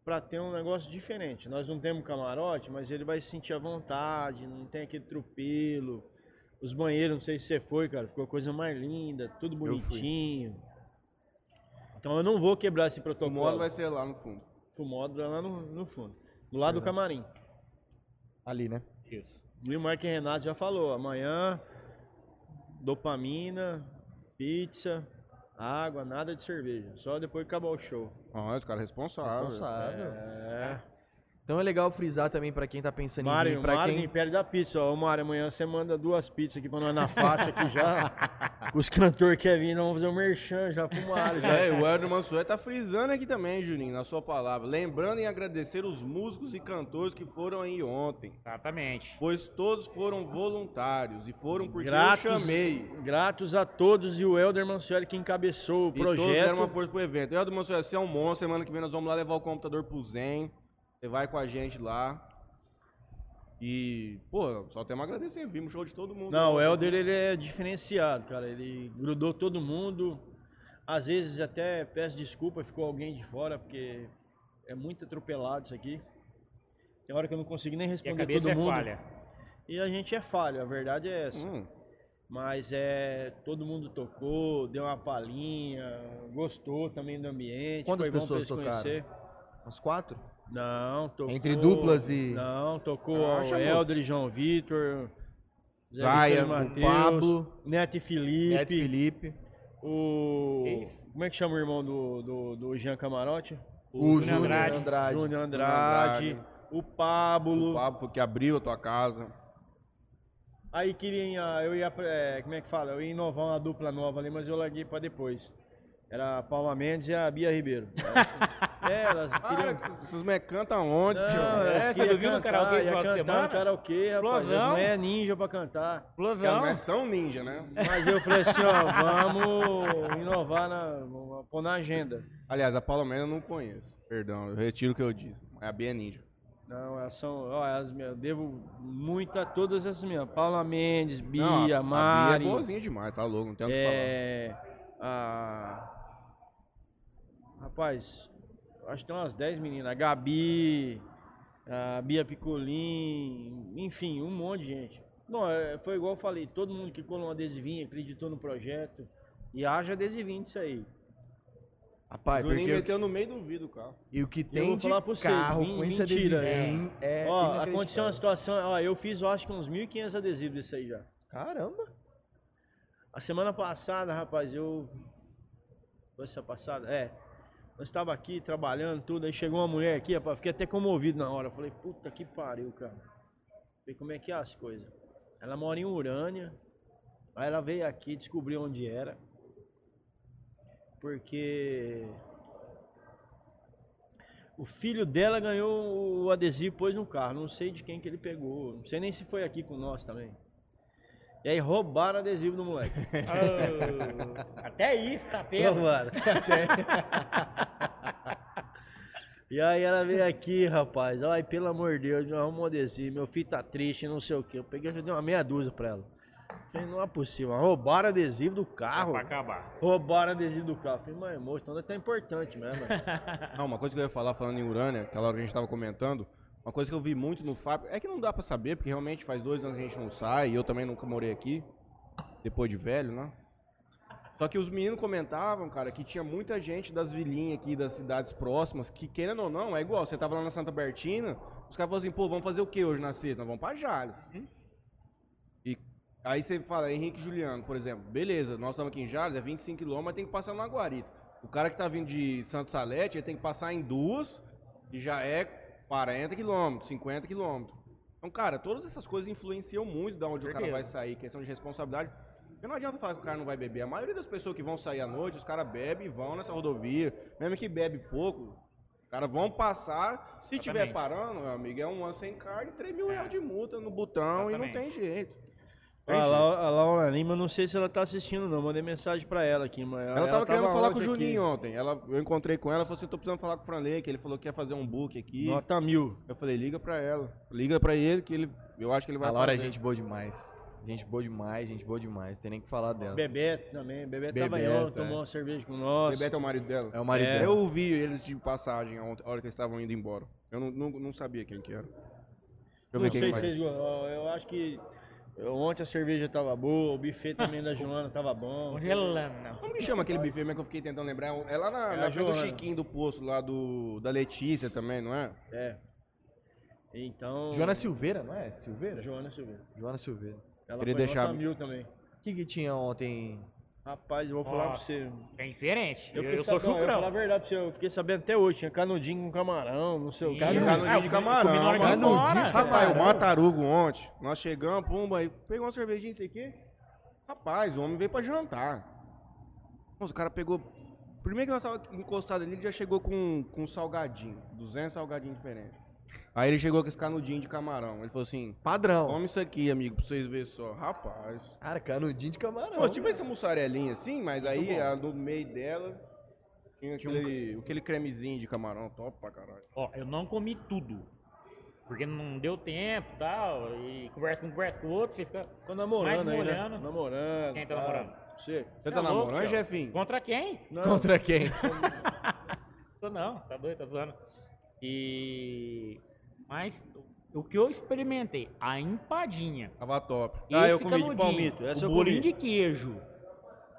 Speaker 3: para ter um negócio diferente. Nós não temos camarote, mas ele vai se sentir à vontade, não tem aquele trupelo. Os banheiros, não sei se você foi, cara, ficou coisa mais linda, tudo
Speaker 1: fui.
Speaker 3: bonitinho. Então eu não vou quebrar esse
Speaker 1: O modo
Speaker 3: protocolo.
Speaker 1: vai ser lá no fundo.
Speaker 3: O módulo é lá no, no fundo, do lado do camarim.
Speaker 2: Ali, né?
Speaker 4: Isso.
Speaker 3: E o Mark Renato já falou, amanhã dopamina, pizza, água, nada de cerveja. Só depois que acabar o show.
Speaker 1: Ó, os caras responsáveis.
Speaker 2: Responsável.
Speaker 3: É.
Speaker 2: Então é legal frisar também para quem tá pensando em
Speaker 3: Mário,
Speaker 2: vir, para
Speaker 3: Mário do
Speaker 2: quem
Speaker 3: Império da Pizza. Ó, Ô, Mário, amanhã você manda duas pizzas aqui pra nós na faixa aqui já. <laughs> Os cantores que é vir, nós vamos fazer o merchan já pro Mário. já.
Speaker 1: É, o Edno Mansué tá frisando aqui também, Juninho, na sua palavra. Lembrando em agradecer os músicos e cantores que foram aí ontem,
Speaker 4: Exatamente.
Speaker 1: pois todos foram voluntários e foram porque eu chamei.
Speaker 3: gratos a todos e o Helder Mancioli que encabeçou o
Speaker 1: E todos deram uma
Speaker 3: projeto.
Speaker 1: força pro evento. Edno Mansué, você é um monstro. Semana que vem nós vamos lá levar o computador pro Zen. Você vai com a gente lá. E, pô, só temos a agradecer. Vimos show de todo mundo.
Speaker 3: Não, o Helder ele é diferenciado, cara. Ele grudou todo mundo. Às vezes até peço desculpa, ficou alguém de fora, porque é muito atropelado isso aqui. Tem hora que eu não consigo nem
Speaker 4: E a
Speaker 3: responder
Speaker 4: cabeça
Speaker 3: todo
Speaker 4: é
Speaker 3: mundo.
Speaker 4: falha.
Speaker 3: E a gente é falha, a verdade é essa.
Speaker 1: Hum,
Speaker 3: Mas é. Todo mundo tocou, deu uma palhinha, gostou também do ambiente.
Speaker 2: Quantas
Speaker 3: foi bom pra
Speaker 2: pessoas
Speaker 3: eles
Speaker 2: tocaram?
Speaker 3: conhecer.
Speaker 2: Os quatro?
Speaker 3: Não, tocou.
Speaker 2: Entre duplas e-
Speaker 3: Não, tocou
Speaker 2: Ah,
Speaker 3: o
Speaker 2: chamou.
Speaker 3: Helder, João Vitor, Zé
Speaker 1: Zaia,
Speaker 3: Luciano
Speaker 2: O
Speaker 3: Mateus,
Speaker 2: Pablo,
Speaker 3: Neto e Felipe,
Speaker 2: Neto Felipe,
Speaker 3: o.
Speaker 4: Isso.
Speaker 3: Como é que chama o irmão do, do, do Jean Camarote?
Speaker 2: o
Speaker 4: Júnior
Speaker 2: Júnior
Speaker 4: Andrade.
Speaker 2: Andrade.
Speaker 3: Júnior Andrade,
Speaker 1: Andrade.
Speaker 3: o Pablo.
Speaker 1: o Pablo foi que abriu a tua casa.
Speaker 3: Aí queria, eu ia, é, como é que fala? Eu ia inovar uma dupla nova ali, mas eu larguei pra depois. Era a Palma Mendes e a Bia Ribeiro. Elas- é, elas
Speaker 1: Para,
Speaker 3: queriam...
Speaker 1: que vocês- vocês me um- cantam onde, tio?
Speaker 3: Não, elas
Speaker 4: É, você
Speaker 3: queriam
Speaker 4: não viu no
Speaker 3: cantar,
Speaker 4: karaokê esse
Speaker 3: ia
Speaker 4: final de
Speaker 3: cantar
Speaker 4: semana?
Speaker 3: no karaokê, rapaz. As
Speaker 4: Explosão.
Speaker 3: mulheres é ninja pra cantar.
Speaker 1: Porque elas
Speaker 4: Explosão.
Speaker 1: não é são ninja, né?
Speaker 3: Mas eu falei assim, ó, vamos inovar, na, vamos pôr na agenda.
Speaker 1: Aliás, a Paula Mena eu não conheço. Perdão, eu retiro o que eu disse. Mas a Bia é ninja.
Speaker 3: Não, elas são, ó, elas, me- eu devo muito a todas essas minhas. Paula Mendes, Bia,
Speaker 1: não, a- A
Speaker 3: Mari.
Speaker 1: Bia é boazinha demais, tá louco, não tem o que falar.
Speaker 3: É. A... Rapaz, acho que tem umas 10 meninas. A Gabi, a Bia Picolim, enfim, um monte de gente. Não, é, foi igual eu falei, todo mundo que colou um adesivinho, acreditou no projeto. E haja adesivinho disso aí.
Speaker 2: Rapaz,
Speaker 1: Juninho
Speaker 2: Ah, porque o que-
Speaker 1: meteu no meio do vidro, cara.
Speaker 2: e o que
Speaker 3: vou
Speaker 2: tem de
Speaker 3: falar pra você,
Speaker 2: carro
Speaker 3: men-
Speaker 2: com esse
Speaker 3: mentira, né?
Speaker 2: adesivinho é,
Speaker 3: ó,
Speaker 2: inacreditável.
Speaker 3: aconteceu uma situação, ó, eu fiz eu acho que uns 1.500 adesivos desse aí já.
Speaker 2: Caramba.
Speaker 3: A semana passada, rapaz, eu. Foi essa passada? É. Nós estava aqui trabalhando, tudo, aí chegou uma mulher aqui, rapaz, fiquei até comovido na hora. Falei, puta que pariu, cara. Falei, como é que é as coisas? Ela mora em Urânia. Aí ela veio aqui, descobriu onde era. Porque. O filho dela ganhou o adesivo, pôs no carro. Não sei de quem que ele pegou. Não sei nem se foi aqui com nós também. E aí roubaram o adesivo do moleque.
Speaker 4: Oh, até isso, tá pego.
Speaker 1: <laughs>
Speaker 3: Provaram. e aí ela veio aqui, rapaz. Ai, pelo amor de Deus, não arrumou adesivo. Meu filho tá triste, não sei o quê. Eu peguei e já dei uma meia dúzia pra ela. Falei, não é possível. Roubaram adesivo do carro.
Speaker 4: Pra acabar.
Speaker 3: Roubaram adesivo do carro. Falei, mãe, moço, então tá importante mesmo.
Speaker 1: <laughs> Não, uma coisa que eu ia falar falando em Urânia, aquela hora que a gente tava comentando, uma coisa que eu vi muito no Fábio, é que não dá pra saber, porque realmente faz dois anos que a gente não sai, e eu também nunca morei aqui, depois de velho, né? Só que os meninos comentavam, cara, que tinha muita gente das vilinhas aqui, das cidades próximas, que querendo ou não, é igual, você tava lá na Santa Bertina, os caras falavam assim, pô, vamos fazer o que hoje na sexta? Nós vamos pra Jales.
Speaker 4: Uhum.
Speaker 1: E aí você fala, Henrique e Juliano, por exemplo, beleza, nós estamos aqui em Jales, é 25 km, mas tem que passar no Aguarita. O cara que tá vindo de Santo Salete, ele tem que passar em duas e já é 40 km, 50 km. Então, cara, todas essas coisas influenciam muito de onde o cara
Speaker 4: Certeza.
Speaker 1: vai sair, questão de responsabilidade. Porque não adianta falar que o cara não vai beber. A maioria das pessoas que vão sair à noite, os caras bebem e vão nessa rodovia. Mesmo que bebe pouco, os caras vão passar. Se tiver
Speaker 4: Exatamente.
Speaker 1: parando, meu amigo, é um ano sem carne, 3 mil reais de multa no botão e não tem
Speaker 4: Exatamente.
Speaker 1: jeito.
Speaker 3: a,
Speaker 1: né?
Speaker 3: Laura, a Laura Lima, não sei se ela tá assistindo, não. Mandei mensagem pra ela aqui, mãe.
Speaker 1: Ela, tava querendo falar com o
Speaker 3: ontem aqui.
Speaker 1: Juninho ontem. Ela, eu encontrei com ela, falou assim: tô precisando falar com o Franley, que ele falou que ia fazer um book aqui.
Speaker 3: Nota mil.
Speaker 1: Eu falei, liga pra ela. Liga pra ele, que ele. Eu acho que ele vai
Speaker 2: A Laura é
Speaker 1: fazer.
Speaker 2: gente boa demais. Gente boa demais, gente boa demais. Não tem nem o que falar dela.
Speaker 3: Bebeto também. Bebeto, tava aí,
Speaker 2: Bebeto,
Speaker 3: ontem,
Speaker 2: é.
Speaker 3: tomou uma cerveja com nós.
Speaker 1: Bebeto é o marido dela.
Speaker 2: É o marido
Speaker 1: É,
Speaker 2: dela.
Speaker 1: Eu vi eles de passagem ontem, a hora que eles estavam indo embora. Eu não, não, não sabia quem que era. Deixa eu
Speaker 3: não
Speaker 1: ver quem
Speaker 3: sei
Speaker 1: que
Speaker 3: se
Speaker 1: vai.
Speaker 3: vocês gostam. Eu acho que eu- ontem a cerveja tava boa, o
Speaker 2: <laughs>
Speaker 3: buffet também da Joana tava bom.
Speaker 4: Congelando.
Speaker 1: Como que chama aquele buffet mesmo que eu fiquei tentando lembrar? É lá na,
Speaker 3: É
Speaker 1: na
Speaker 3: a
Speaker 1: frente do
Speaker 3: Joana.
Speaker 1: Chiquinho do Poço, lá do, da Letícia também, não é?
Speaker 3: É. Então.
Speaker 2: Joana Silveira, não é? Silveira?
Speaker 3: Joana Silveira.
Speaker 2: Joana Silveira.
Speaker 3: Ela
Speaker 1: Queria
Speaker 3: foi
Speaker 1: deixar-
Speaker 3: nota mil também.
Speaker 2: O que, que tinha ontem?
Speaker 3: Rapaz, eu vou falar
Speaker 4: Ó,
Speaker 3: pra você.
Speaker 4: É diferente. Eu,
Speaker 3: fiquei
Speaker 4: eu sou
Speaker 3: sabendo- eu vou falar a
Speaker 4: chucrão.
Speaker 3: verdade pra você. Eu fiquei sabendo até hoje. Tinha canudinho com camarão, não sei o quê.
Speaker 2: Canudinho.
Speaker 1: Canudinho
Speaker 4: Ah,
Speaker 1: de
Speaker 4: eu comi-
Speaker 1: camarão.
Speaker 4: comi na hora de ir
Speaker 2: Canudinho
Speaker 4: embora.
Speaker 2: de
Speaker 1: Rapaz,
Speaker 2: camarão.
Speaker 1: o Matarugo ontem, nós chegamos, pumba, aí pegou uma cervejinha, isso aqui. Rapaz, o homem veio pra jantar. Nossa, o cara pegou. Primeiro que nós tava encostado ali, ele já chegou com, com um salgadinho, 200 salgadinhos diferentes. Aí ele chegou com esse canudinho de camarão. Ele falou assim:
Speaker 2: Padrão.
Speaker 1: come isso aqui, amigo, pra vocês verem só. Rapaz.
Speaker 2: Cara, canudinho de camarão.
Speaker 1: Pô, tipo essa mussarelinha assim, mas aí
Speaker 2: bom.
Speaker 1: a- no meio dela tinha
Speaker 2: Tinha um
Speaker 1: aquele, aquele cremezinho de camarão top pra caralho.
Speaker 4: Ó, eu não comi tudo. Porque não deu tempo e tal. E conversa com um, conversa com o outro, você fica.
Speaker 2: Ah,
Speaker 3: Tô namorando
Speaker 4: Mais
Speaker 3: aí, né?
Speaker 4: molhando.
Speaker 3: Namorando.
Speaker 4: Quem tá
Speaker 3: tal.
Speaker 4: namorando?
Speaker 3: Você?
Speaker 1: Você tá
Speaker 4: louco,
Speaker 1: namorando,
Speaker 4: Thiago?
Speaker 1: Jefinho?
Speaker 4: Contra quem?
Speaker 3: Não,
Speaker 2: Contra quem?
Speaker 4: Tô não, tá doido, tá zoando. E. Mas o que eu experimentei? A empadinha.
Speaker 1: Tava top.
Speaker 3: Ah, eu
Speaker 4: esse
Speaker 3: comi de
Speaker 4: canudinho,
Speaker 3: palmito, essa
Speaker 4: o
Speaker 3: eu
Speaker 4: bolinho
Speaker 3: comi.
Speaker 4: de queijo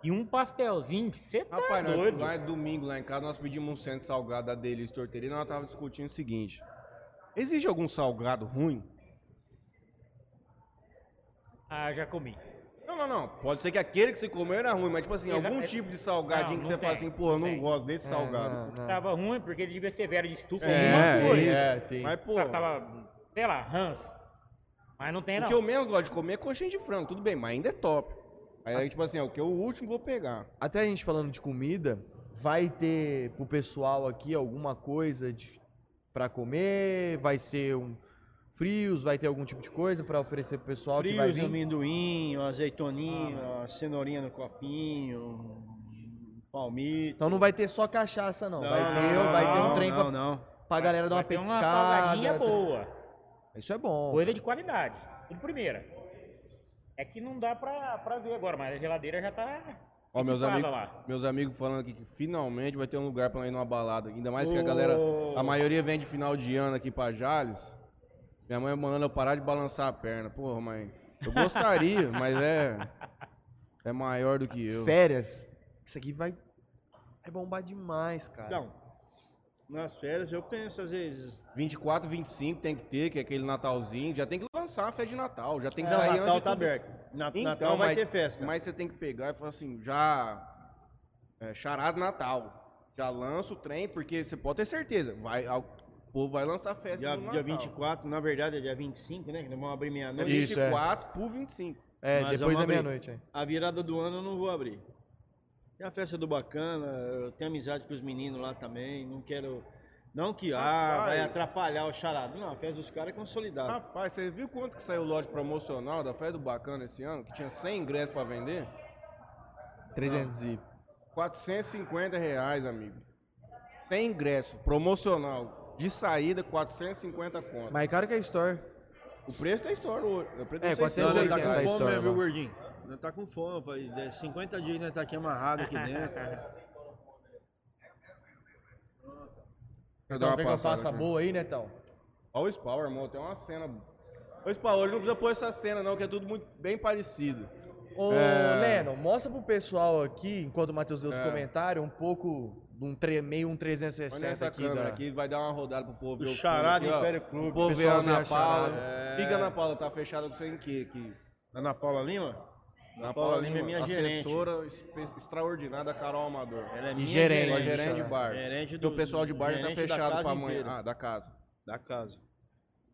Speaker 4: e um pastelzinho. Você tá
Speaker 1: Rapaz, nós,
Speaker 4: doido?
Speaker 1: lá é domingo lá em casa, nós pedimos um centro salgado da Delícia Torteira e nós tava discutindo o seguinte. Existe algum salgado ruim?
Speaker 4: Ah, já comi.
Speaker 1: Não, não, não. Pode ser que aquele que você comeu era ruim, mas tipo assim,
Speaker 4: Exa-
Speaker 1: algum
Speaker 4: é-
Speaker 1: tipo de salgadinho que
Speaker 4: Não, não
Speaker 1: você fala
Speaker 4: tem,
Speaker 1: assim, porra, eu
Speaker 4: não
Speaker 1: não
Speaker 4: tem.
Speaker 1: gosto desse
Speaker 2: É,
Speaker 1: salgado.
Speaker 2: não, não.
Speaker 3: Tá
Speaker 4: Tava ruim porque ele devia ser velho de estupro.
Speaker 1: É,
Speaker 4: alguma coisa.
Speaker 1: isso.
Speaker 2: é, sim.
Speaker 1: Mas, pô,
Speaker 4: Tá, Tava- Tava, sei lá, ranço. Mas não tem,
Speaker 1: o
Speaker 4: não.
Speaker 1: que eu menos gosto de comer é coxinha de frango, tudo bem, mas ainda é top. Aí, tipo assim, é o que eu o último vou pegar.
Speaker 2: Até a gente falando de comida, vai ter pro pessoal aqui alguma coisa de, pra comer? Vai ser um frios? Vai ter algum tipo de coisa pra oferecer pro pessoal é que vai
Speaker 3: Frios,
Speaker 2: vir? Ah,
Speaker 3: amendoim, uma azeitoninha, uma cenourinha no copinho, um palmito.
Speaker 2: Então não vai ter só cachaça, não. vai ter,
Speaker 4: não,
Speaker 2: vai ter um
Speaker 4: não,
Speaker 2: trem
Speaker 3: não,
Speaker 2: pra,
Speaker 3: não.
Speaker 2: pra galera dar uma
Speaker 4: Vai ter
Speaker 2: petiscada.
Speaker 4: Uma salgadinha boa.
Speaker 2: Isso é bom.
Speaker 4: Coisa de qualidade. Tudo primeira. É que não dá pra, pra ver agora, mas a geladeira já tá.
Speaker 1: Ó, meus
Speaker 4: equipada
Speaker 1: amigos,
Speaker 4: lá.
Speaker 1: meus amigos falando aqui que finalmente vai ter um lugar pra nós ir numa balada. Ainda mais que a
Speaker 4: Ô.
Speaker 1: galera, a maioria vem de final de ano aqui pra Jales. Minha mãe mandando eu parar de balançar a perna. Porra, mãe, eu
Speaker 3: <laughs>
Speaker 1: gostaria, mas é é maior do que eu.
Speaker 2: Férias. Isso aqui vai, vai bombar demais, cara.
Speaker 3: Não. Nas férias eu penso às vezes.
Speaker 1: 24, 25 tem que ter, que é aquele Natalzinho. Já tem que lançar a festa de Natal, já tem que
Speaker 3: Não,
Speaker 1: sair antes
Speaker 3: Natal
Speaker 1: de
Speaker 3: tá
Speaker 1: tudo.
Speaker 3: aberto. Na-
Speaker 1: Então,
Speaker 3: Natal vai
Speaker 1: mas-
Speaker 3: ter festa.
Speaker 1: Mas você tem que pegar e falar assim, já é, charado Natal. Já lança o trem, porque você pode ter certeza, vai, ao- o povo vai lançar festa
Speaker 3: dia,
Speaker 1: no Natal.
Speaker 3: dia 24, na verdade é dia 25, né? Que nós vamos abrir
Speaker 1: É
Speaker 3: meia-noite.
Speaker 2: Isso, é.
Speaker 1: 24 por 25.
Speaker 2: É,
Speaker 3: Mas vamos
Speaker 2: depois da
Speaker 3: abrir.
Speaker 2: meia-noite. hein?
Speaker 3: A virada do ano eu não vou abrir. Tem a festa do Bacana, eu tenho amizade com os meninos lá também, não quero... Não que, ah,
Speaker 1: Rapaz.
Speaker 3: vai atrapalhar o charado. Não, a festa dos caras é consolidada.
Speaker 1: Rapaz, você viu quanto que saiu o lote promocional da Fé do Bacana esse ano? Que tinha 100 ingressos pra vender?
Speaker 2: 300 e...
Speaker 1: 450 reais, amigo. 100 ingressos, promocional. De saída, 450 conto.
Speaker 2: Mas caro que é store.
Speaker 1: O preço da história hoje. O preço
Speaker 2: É,
Speaker 1: não sei se
Speaker 2: 480
Speaker 1: hoje tá
Speaker 2: da
Speaker 1: com-
Speaker 2: história,
Speaker 3: né,
Speaker 2: mano.
Speaker 3: gordinho? Nós tá com fome, faz é, 50 dias que nós tá aqui amarrado aqui dentro.
Speaker 1: Deixa eu dar
Speaker 2: Então,
Speaker 1: uma
Speaker 2: quer que eu
Speaker 1: passada
Speaker 2: faça
Speaker 1: aqui.
Speaker 2: boa aí, Netão?
Speaker 1: Olha o Spawn, irmão, tem uma cena. Ô, Spawn, hoje não precisa pôr essa cena, não, que é tudo muito bem parecido.
Speaker 2: Ô,
Speaker 1: É.
Speaker 2: Leno, mostra pro pessoal aqui, enquanto o Matheus deu os comentários, um pouco de um tre... meio um
Speaker 1: Põe
Speaker 2: 360
Speaker 1: nessa
Speaker 2: aqui.
Speaker 1: câmera
Speaker 2: da-
Speaker 1: aqui, vai dar uma rodada pro povo
Speaker 3: <laughs> O
Speaker 1: ver o fundo
Speaker 3: Charada
Speaker 1: aqui, ó.
Speaker 3: Império Clube.
Speaker 1: O povo ver a
Speaker 2: Pessoal vê a
Speaker 1: Ana Paula.
Speaker 2: Charada.
Speaker 1: É... Fica Ana Paula, tá fechada com você em quê aqui?
Speaker 3: Ana Paula Lima?
Speaker 1: Ana
Speaker 3: Paula Lima é minha
Speaker 1: assessora espe- extraordinária da Carol Amador.
Speaker 3: Ela é
Speaker 2: E
Speaker 3: minha
Speaker 2: gerente.
Speaker 1: Ela é
Speaker 2: do
Speaker 1: gerente de
Speaker 2: Charada.
Speaker 1: bar.
Speaker 3: Gerente
Speaker 1: Porque
Speaker 3: do-
Speaker 1: o pessoal de bar já tá
Speaker 3: gerente da
Speaker 1: fechado
Speaker 3: casa
Speaker 1: pra amanhã.
Speaker 3: inteira.
Speaker 1: Ah, da casa.
Speaker 3: Da casa.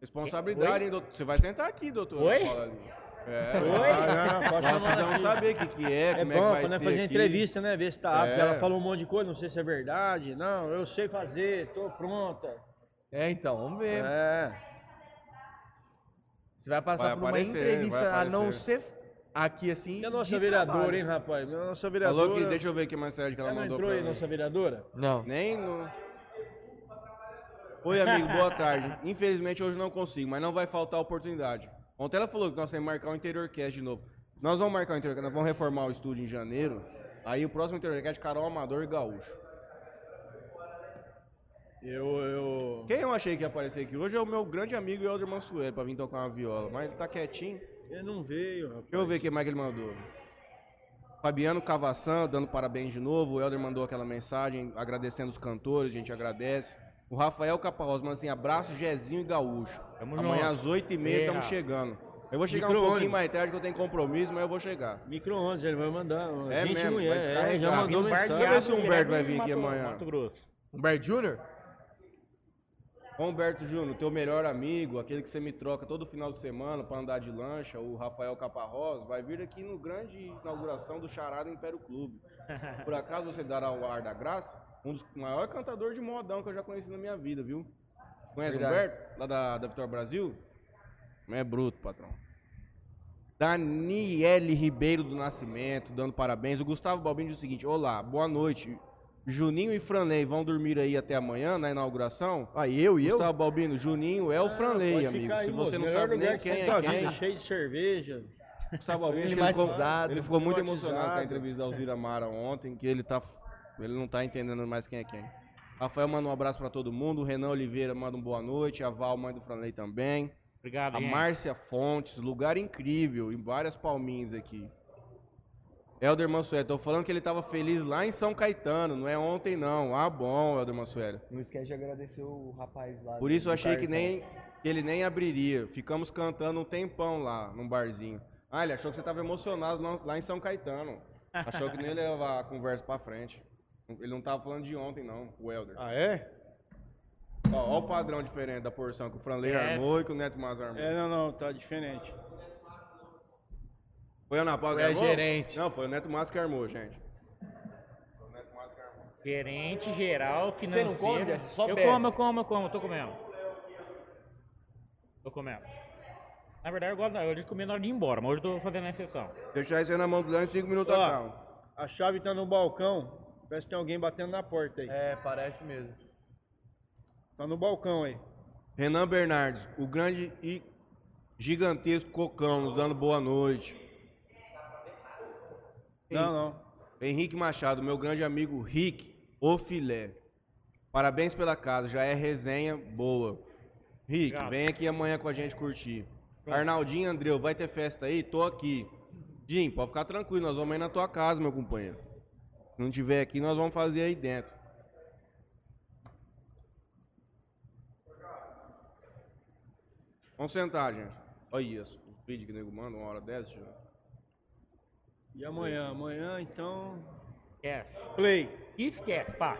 Speaker 1: Responsabilidade, hein, doutor? Você vai sentar aqui, doutor. Ana
Speaker 4: Oi?
Speaker 1: Paula Lima. É,
Speaker 4: Oi?
Speaker 3: Ah, não, pode
Speaker 1: nós
Speaker 3: chamar
Speaker 1: precisamos
Speaker 3: aqui.
Speaker 1: saber o que, que é,
Speaker 3: É
Speaker 1: como
Speaker 3: bom
Speaker 1: é que vai
Speaker 3: pra nós
Speaker 1: ser
Speaker 3: fazer
Speaker 1: aqui.
Speaker 3: entrevista, né? Ver se tá apto.
Speaker 1: É.
Speaker 3: Ela falou um monte de coisa, não sei se é verdade. Não, eu sei fazer, tô pronta.
Speaker 2: É, então, vamos ver.
Speaker 3: É.
Speaker 2: Você vai passar
Speaker 1: Vai
Speaker 2: por uma
Speaker 1: aparecer, vai
Speaker 2: entrevista, a
Speaker 1: aparecer.
Speaker 2: não ser aqui assim.
Speaker 3: E a nossa
Speaker 2: de
Speaker 3: vereadora,
Speaker 2: trabalho.
Speaker 3: hein, rapaz? A nossa vereadora.
Speaker 1: Falou que, deixa eu ver aqui mais mensagem que ela
Speaker 3: Ela não
Speaker 1: mandou
Speaker 3: entrou
Speaker 1: pra
Speaker 3: aí,
Speaker 1: mim.
Speaker 3: nossa vereadora?
Speaker 2: Não.
Speaker 1: Nem no. Oi, amigo, boa tarde. Infelizmente hoje não consigo, mas não vai faltar oportunidade. Ontem ela falou que nós temos que marcar o Interior Cast de novo. Nós vamos marcar o Interior Cast, nós vamos reformar o estúdio em janeiro. Aí o próximo Interior Cast, é Carol Amador e Gaúcho.
Speaker 3: Eu, eu.
Speaker 1: Quem eu achei que ia aparecer aqui hoje é o meu grande amigo Helder Mansuel pra vir tocar uma viola, mas ele tá quietinho.
Speaker 3: Ele não veio, rapaz.
Speaker 1: Deixa eu ver o que mais que ele mandou. Fabiano Cavassan dando parabéns de novo. O Helder mandou aquela mensagem agradecendo os cantores, a gente agradece. O Rafael Caparros manda assim: abraço, Jezinho e Gaúcho.
Speaker 4: <laughs> Tamo
Speaker 1: Amanhã é
Speaker 4: junto.
Speaker 1: às 8h30
Speaker 4: Eita.
Speaker 1: estamos chegando. Eu vou chegar um
Speaker 3: Micro-ônibus.
Speaker 1: pouquinho mais tarde que eu tenho compromisso, mas eu vou chegar.
Speaker 3: Micro-ondas, ele vai mandar.
Speaker 1: É
Speaker 3: gente
Speaker 1: mesmo, Tá
Speaker 3: mulher,
Speaker 1: vai
Speaker 3: é,
Speaker 1: descarregar.
Speaker 3: já mandou
Speaker 4: Vim barbeado
Speaker 3: mensagem.
Speaker 1: Deixa eu ver se o Humberto
Speaker 4: direto
Speaker 1: vai
Speaker 4: de
Speaker 1: vir aqui
Speaker 4: Mato-
Speaker 1: amanhã.
Speaker 4: Mato Grosso.
Speaker 2: Humberto Júnior?
Speaker 1: Humberto Júnior, teu melhor amigo, aquele que você me troca todo final de semana pra andar de lancha, o Rafael Caparros, vai vir aqui no grande inauguração do Charada Império Clube. Por acaso você dará o ar da graça? Um dos maiores cantadores de modão que eu já conheci na minha vida, viu? Conhece o
Speaker 2: Verdade.
Speaker 1: Humberto? Lá da, da Vitória Brasil? Não é bruto, patrão. Daniele Ribeiro do Nascimento, dando parabéns. O Gustavo Balbino diz o seguinte: Olá, boa noite. Juninho e Franley vão dormir aí até amanhã na inauguração?
Speaker 2: Aí Ah, eu e eu?
Speaker 1: Gustavo Balbino, Juninho é o
Speaker 3: Ah,
Speaker 1: Franley,
Speaker 3: pode
Speaker 1: amigo.
Speaker 3: ficar aí,
Speaker 1: Se
Speaker 3: moço.
Speaker 1: você não
Speaker 3: Melhor
Speaker 1: sabe
Speaker 3: lugar
Speaker 1: nem
Speaker 3: que
Speaker 1: quem
Speaker 3: tá. tem pra
Speaker 1: é
Speaker 3: vida,
Speaker 1: quem.
Speaker 3: Cheio de cerveja.
Speaker 1: Gustavo Albino, ele ficou,
Speaker 2: Climatizado.
Speaker 1: ele ficou muito
Speaker 3: Climatizado.
Speaker 1: emocionado com a entrevista da Alzira Mara ontem, que ele tá. Ele não tá entendendo mais quem é quem. Rafael manda um abraço pra todo mundo, o Renan Oliveira manda um boa noite, a Val, mãe do Franley também.
Speaker 4: Obrigado,
Speaker 3: Tá
Speaker 1: A
Speaker 4: gente.
Speaker 1: Márcia Fontes, lugar incrível, em várias palminhas aqui. Helder Mansueli, tô falando que ele tava feliz lá em São Caetano, não é ontem não. Ah, bom, Helder Mansueli.
Speaker 2: Não esquece de agradecer o rapaz lá.
Speaker 1: Por isso
Speaker 2: do
Speaker 1: eu achei que
Speaker 2: cartão.
Speaker 1: nem que ele nem abriria. Ficamos cantando um tempão lá, num barzinho. Ah, ele achou que você estava emocionado lá- lá em São Caetano. Achou que não ia levar a conversa pra frente. Ele não tava falando de ontem, não, o Helder.
Speaker 3: Ah, é?
Speaker 1: Ó, ó o padrão diferente da porção que o Franley
Speaker 4: É.
Speaker 1: armou e que o Neto Mas armou.
Speaker 3: É, não, não, tá diferente.
Speaker 1: Foi o Ana Paula que
Speaker 2: Foi a
Speaker 1: armou?
Speaker 2: gerente.
Speaker 1: Não, foi o Neto Mas que armou, gente.
Speaker 4: Gerente geral, financeiro.
Speaker 2: não come, Jess? Só
Speaker 4: Eu
Speaker 2: bebe.
Speaker 4: como, eu como, eu como, eu tô comendo. Tô comendo. Na verdade, eu gosto eu de comer na hora de ir embora, mas hoje eu tô fazendo a exceção.
Speaker 1: Deixar isso aí na mão do Léo em 5 minutos
Speaker 3: Ó.
Speaker 1: acalma.
Speaker 3: A chave tá no balcão. Parece que tem alguém batendo na porta aí.
Speaker 2: É, parece mesmo.
Speaker 3: Tá no balcão aí.
Speaker 1: Renan Bernardes, o grande e gigantesco Cocão, nos dando boa noite.
Speaker 3: Não, não.
Speaker 1: Henrique Machado, meu grande amigo Rick, o filé. Parabéns pela casa, já é resenha boa. Rick,
Speaker 4: Obrigado.
Speaker 1: vem aqui amanhã com a gente curtir. Arnaldinho Andreu, vai ter festa aí? Tô aqui. Jim, pode ficar tranquilo, nós vamos aí na tua casa, meu companheiro. Se não tiver aqui, nós vamos fazer aí dentro. Vamos sentar, gente. Olha isso, o vídeo que o nego manda, uma hora dessa, já.
Speaker 3: E amanhã? Amanhã, então.
Speaker 4: Esquece.
Speaker 3: Play.
Speaker 4: Esquece, pá.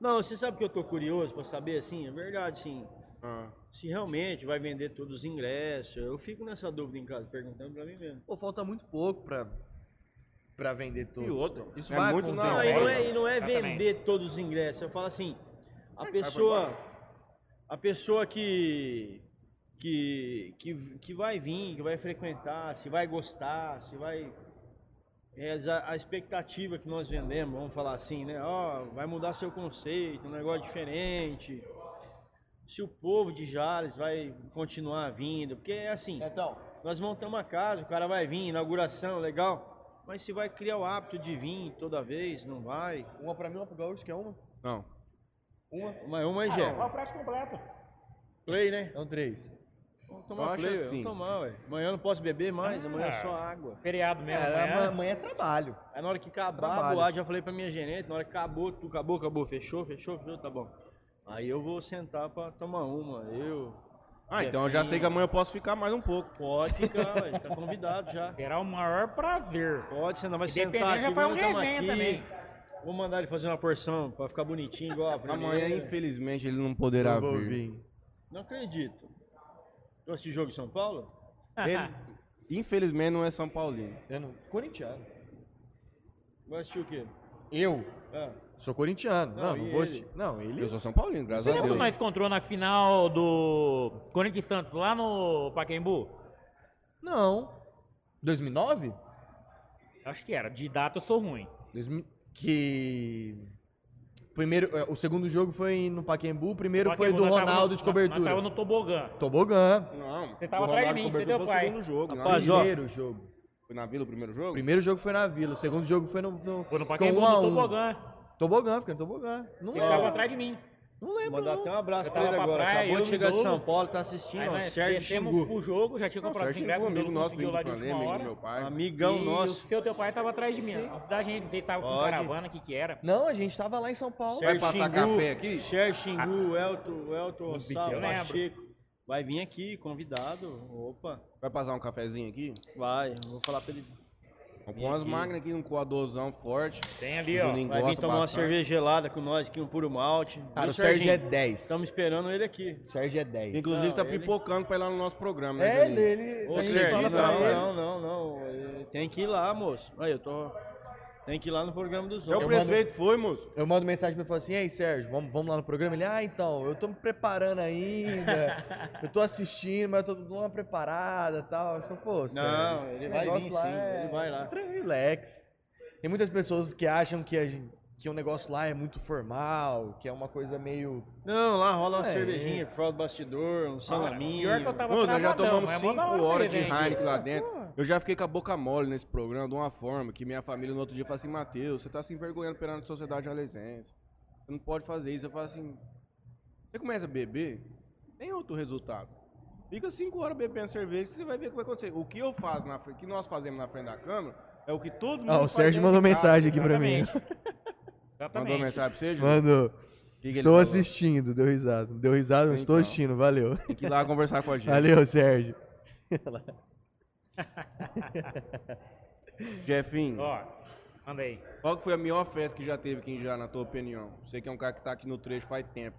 Speaker 3: Não, você sabe que eu tô curioso pra saber, assim, é verdade, sim.
Speaker 1: Ah.
Speaker 3: Se realmente vai vender todos os ingressos. Eu fico nessa dúvida em casa, perguntando pra mim mesmo.
Speaker 2: Pô, falta muito pouco pra, pra vender tudo.
Speaker 1: E outra,
Speaker 2: Isso
Speaker 1: é
Speaker 2: vai
Speaker 1: muito na
Speaker 2: acontecer.
Speaker 3: Não,
Speaker 1: hora.
Speaker 3: e não é, e não é
Speaker 4: Exatamente.
Speaker 3: vender todos os ingressos. Eu falo assim, a pessoa, a pessoa que, que, que, que vai vir, que vai frequentar, se vai gostar, se vai realizar a expectativa que nós vendemos, vamos falar assim, né? Ó, vai mudar seu conceito, um negócio diferente. Se o povo de Jales vai continuar vindo, porque é assim.
Speaker 2: Netão,
Speaker 3: Nós montamos a casa, o cara vai vir, inauguração, legal. Mas se vai criar o hábito de vir toda vez, não vai.
Speaker 2: uma pra mim, uma pro Gaúcho, que é uma?
Speaker 1: Não.
Speaker 2: Uma?
Speaker 3: Mas uma é
Speaker 4: Ah, não,
Speaker 3: gel.
Speaker 4: qual é o prato completo?
Speaker 3: Play, né?
Speaker 2: Então três.
Speaker 3: Vamos
Speaker 1: Eu
Speaker 3: tomar
Speaker 1: acho
Speaker 3: play, ué,
Speaker 1: assim.
Speaker 3: vamos tomar, ué. Amanhã eu não posso beber mais,
Speaker 4: Ah.
Speaker 3: amanhã é só água.
Speaker 4: Feriado mesmo, né?
Speaker 2: Cara,
Speaker 4: amanhã.
Speaker 2: amanhã é trabalho.
Speaker 3: Aí na hora que acabar a
Speaker 2: Trabalho.
Speaker 3: boate, já falei pra minha gerente, na hora que acabou, tu acabou, acabou, fechou, fechou, fechou, tá bom. Aí eu vou sentar pra tomar uma, eu...
Speaker 1: Ah, então eu já sei que amanhã eu posso ficar mais um pouco.
Speaker 3: Pode ficar, ué, tá convidado já.
Speaker 4: Será o maior
Speaker 2: <laughs>
Speaker 4: prazer.
Speaker 3: Pode, você não vai
Speaker 4: E
Speaker 3: sentar
Speaker 4: dependendo, já
Speaker 3: aqui,
Speaker 4: faz
Speaker 3: vamos
Speaker 4: um
Speaker 3: tomar
Speaker 4: resenha
Speaker 3: aqui.
Speaker 4: também.
Speaker 3: Vou mandar ele fazer uma porção pra ficar bonitinho igual né? a primeira.
Speaker 1: Amanhã, infelizmente, ele não poderá
Speaker 2: Eu vou
Speaker 1: vir.
Speaker 3: Não acredito. Trouxe jogo de São Paulo?
Speaker 1: Ele, infelizmente, não é São Paulino.
Speaker 2: Eu não... Corintiano.
Speaker 3: Vai assistir o quê?
Speaker 2: Eu?
Speaker 3: Ah,
Speaker 2: Sou corintiano.
Speaker 3: Não,
Speaker 2: Não,
Speaker 3: e
Speaker 2: não vou...
Speaker 3: ele?
Speaker 2: assistir. Não, ele... é
Speaker 1: Eu sou São Paulino, graças
Speaker 4: <laughs> Você
Speaker 1: a
Speaker 4: lembra
Speaker 1: Deus.
Speaker 4: que nós encontrou na final do Corinthians e Santos lá no Pacaembu?
Speaker 2: Não. 2009?
Speaker 4: Acho que era. De data eu sou ruim.
Speaker 2: 2000 Que... Primeiro, eh, o segundo jogo foi no Paquembu, o primeiro foi do
Speaker 4: Pacaembu, nós tava
Speaker 2: Ronaldo
Speaker 4: no-
Speaker 2: de
Speaker 4: Nós
Speaker 2: cobertura.
Speaker 4: tava no tobogã.
Speaker 2: Tobogã.
Speaker 1: Não,
Speaker 4: Você tava
Speaker 1: o
Speaker 4: atrás de
Speaker 1: Ronaldo
Speaker 4: mim,
Speaker 1: cobertou
Speaker 4: você deu
Speaker 1: foi o
Speaker 4: pai.
Speaker 1: segundo jogo. na
Speaker 3: Rapaz,
Speaker 1: Vila.
Speaker 3: ó.
Speaker 2: Primeiro jogo.
Speaker 1: Foi na Vila o primeiro jogo?
Speaker 2: Primeiro jogo foi na Vila, o segundo jogo foi no... no...
Speaker 4: Foi no
Speaker 2: ficou
Speaker 4: Pacaembu
Speaker 2: um a
Speaker 4: no
Speaker 2: um.
Speaker 4: tobogã.
Speaker 2: Tobogã, fica no tobogã. Não é.
Speaker 4: Ele tava
Speaker 2: lembro.
Speaker 4: atrás de mim.
Speaker 2: Não
Speaker 3: vou
Speaker 2: lembro,
Speaker 3: mandar
Speaker 2: não.
Speaker 3: até um abraço
Speaker 4: Eu
Speaker 3: pra ele
Speaker 4: tava pra
Speaker 3: agora.
Speaker 4: praia,
Speaker 3: Acabou
Speaker 4: eu
Speaker 3: de chegar de
Speaker 4: no
Speaker 3: São
Speaker 4: Douglas.
Speaker 3: Paulo, tá assistindo,
Speaker 4: Aí
Speaker 3: ó.
Speaker 4: nós
Speaker 3: Sérgio
Speaker 4: descemos
Speaker 3: Xingu.
Speaker 4: pro jogo, já tinha
Speaker 1: Não,
Speaker 4: comprado os
Speaker 1: Sérgio, um
Speaker 4: ingressos,
Speaker 1: amigo
Speaker 4: meu
Speaker 1: nosso,
Speaker 4: conseguiu
Speaker 1: amigo
Speaker 4: lá
Speaker 1: do
Speaker 4: de
Speaker 1: Flamengo,
Speaker 4: última
Speaker 1: amigo do
Speaker 4: hora.
Speaker 1: meu pai.
Speaker 3: Amigão
Speaker 4: e
Speaker 3: nosso.
Speaker 4: o seu teu pai tava atrás de mim. Da gente, ele tava com
Speaker 3: Pode.
Speaker 4: caravana, o que que era.
Speaker 2: Não, a gente tava lá em São Paulo.
Speaker 1: Vai passar café aqui?
Speaker 3: Sérgio Xingu, Elton, Elton Ossal,
Speaker 4: eu lembro.
Speaker 3: Pacheco. Vai vir aqui, convidado. Opa,
Speaker 1: Vai passar um cafezinho aqui?
Speaker 3: vai. Vou falar pra ele.
Speaker 1: Vamos pôr umas máquinas aqui, um coadorzão forte.
Speaker 4: Tem ali, ó.
Speaker 1: Juninho.
Speaker 3: Vai vir
Speaker 1: Gosta
Speaker 3: tomar uma
Speaker 1: bastante.
Speaker 3: cerveja gelada com nós aqui, um puro malte.
Speaker 2: Cara,
Speaker 3: Viu,
Speaker 2: o Sérgio é
Speaker 3: Serginho?
Speaker 2: 10.
Speaker 3: Estamos esperando ele aqui.
Speaker 2: Sérgio é 10.
Speaker 1: Inclusive,
Speaker 3: Não,
Speaker 1: tá
Speaker 3: ele-
Speaker 1: pipocando pra ir lá no nosso programa, né,
Speaker 2: É, ele,
Speaker 1: Juninho?
Speaker 2: ele.
Speaker 3: Ô,
Speaker 2: a gente
Speaker 3: Sérgio,
Speaker 2: fala pra
Speaker 3: não,
Speaker 2: ele.
Speaker 3: não, não, não. Eh, Tem que ir lá, moço. Aí, eu tô. Tem que ir lá no programa dos
Speaker 1: É o
Speaker 3: outros.
Speaker 2: mando-
Speaker 1: prefeito, foi, moço?
Speaker 2: Eu mando mensagem pra ele e falo assim: Ei, Sérgio, vamos, vamos lá no programa? Ele, ah, então, eu tô me preparando ainda. eu tô assistindo, mas eu tô dando uma preparada e tal. Eu falo, pô, Sérgio.
Speaker 3: Não,
Speaker 2: esse
Speaker 3: ele vai
Speaker 2: negócio
Speaker 3: vir
Speaker 2: lá
Speaker 3: sim,
Speaker 2: é-
Speaker 3: ele vai lá.
Speaker 2: Relax. Tem muitas pessoas que acham que a gente. que o negócio lá é muito formal, que é uma coisa meio.
Speaker 3: Não, lá rola uma
Speaker 2: É.
Speaker 3: cervejinha por fora do bastidor, um salaminho.
Speaker 4: Ah, pior que eu tava
Speaker 1: Ô, nós já
Speaker 4: travadão,
Speaker 1: tomamos
Speaker 4: mas é mó
Speaker 1: 5
Speaker 4: da hora
Speaker 1: horas de
Speaker 4: você ver aqui.
Speaker 1: Heineken lá dentro. Eu já fiquei com a boca mole nesse programa de uma forma que minha família no outro dia fala assim: Matheus, você tá se envergonhando perante a sociedade jalesense. Você não pode fazer isso. Eu falo assim: você começa a beber, tem outro resultado. Fica 5 horas bebendo cerveja, você vai ver o que vai acontecer. O que eu faço, na, frente- o que nós fazemos na frente da câmera, é o que todo mundo.
Speaker 2: Ah, o
Speaker 1: faz
Speaker 2: Sérgio
Speaker 1: dentro
Speaker 2: mandou
Speaker 1: de casa.
Speaker 2: mensagem aqui pra mim.
Speaker 4: Exatamente.
Speaker 1: <laughs>
Speaker 4: Exatamente.
Speaker 1: Mandou mensagem pra você, Júlio?
Speaker 2: Mano,
Speaker 1: O que que ele
Speaker 2: estou
Speaker 1: falou?
Speaker 2: assistindo, deu risada. Deu risada, mas estou
Speaker 1: Então.
Speaker 2: assistindo, valeu.
Speaker 1: Tem que ir lá conversar com a gente.
Speaker 2: Valeu, Sérgio.
Speaker 1: Jefinho,
Speaker 4: Ó, manda aí.
Speaker 1: qual que foi a melhor festa que já teve aqui em Já, na tua opinião? Você que é um cara que tá aqui no trecho faz tempo.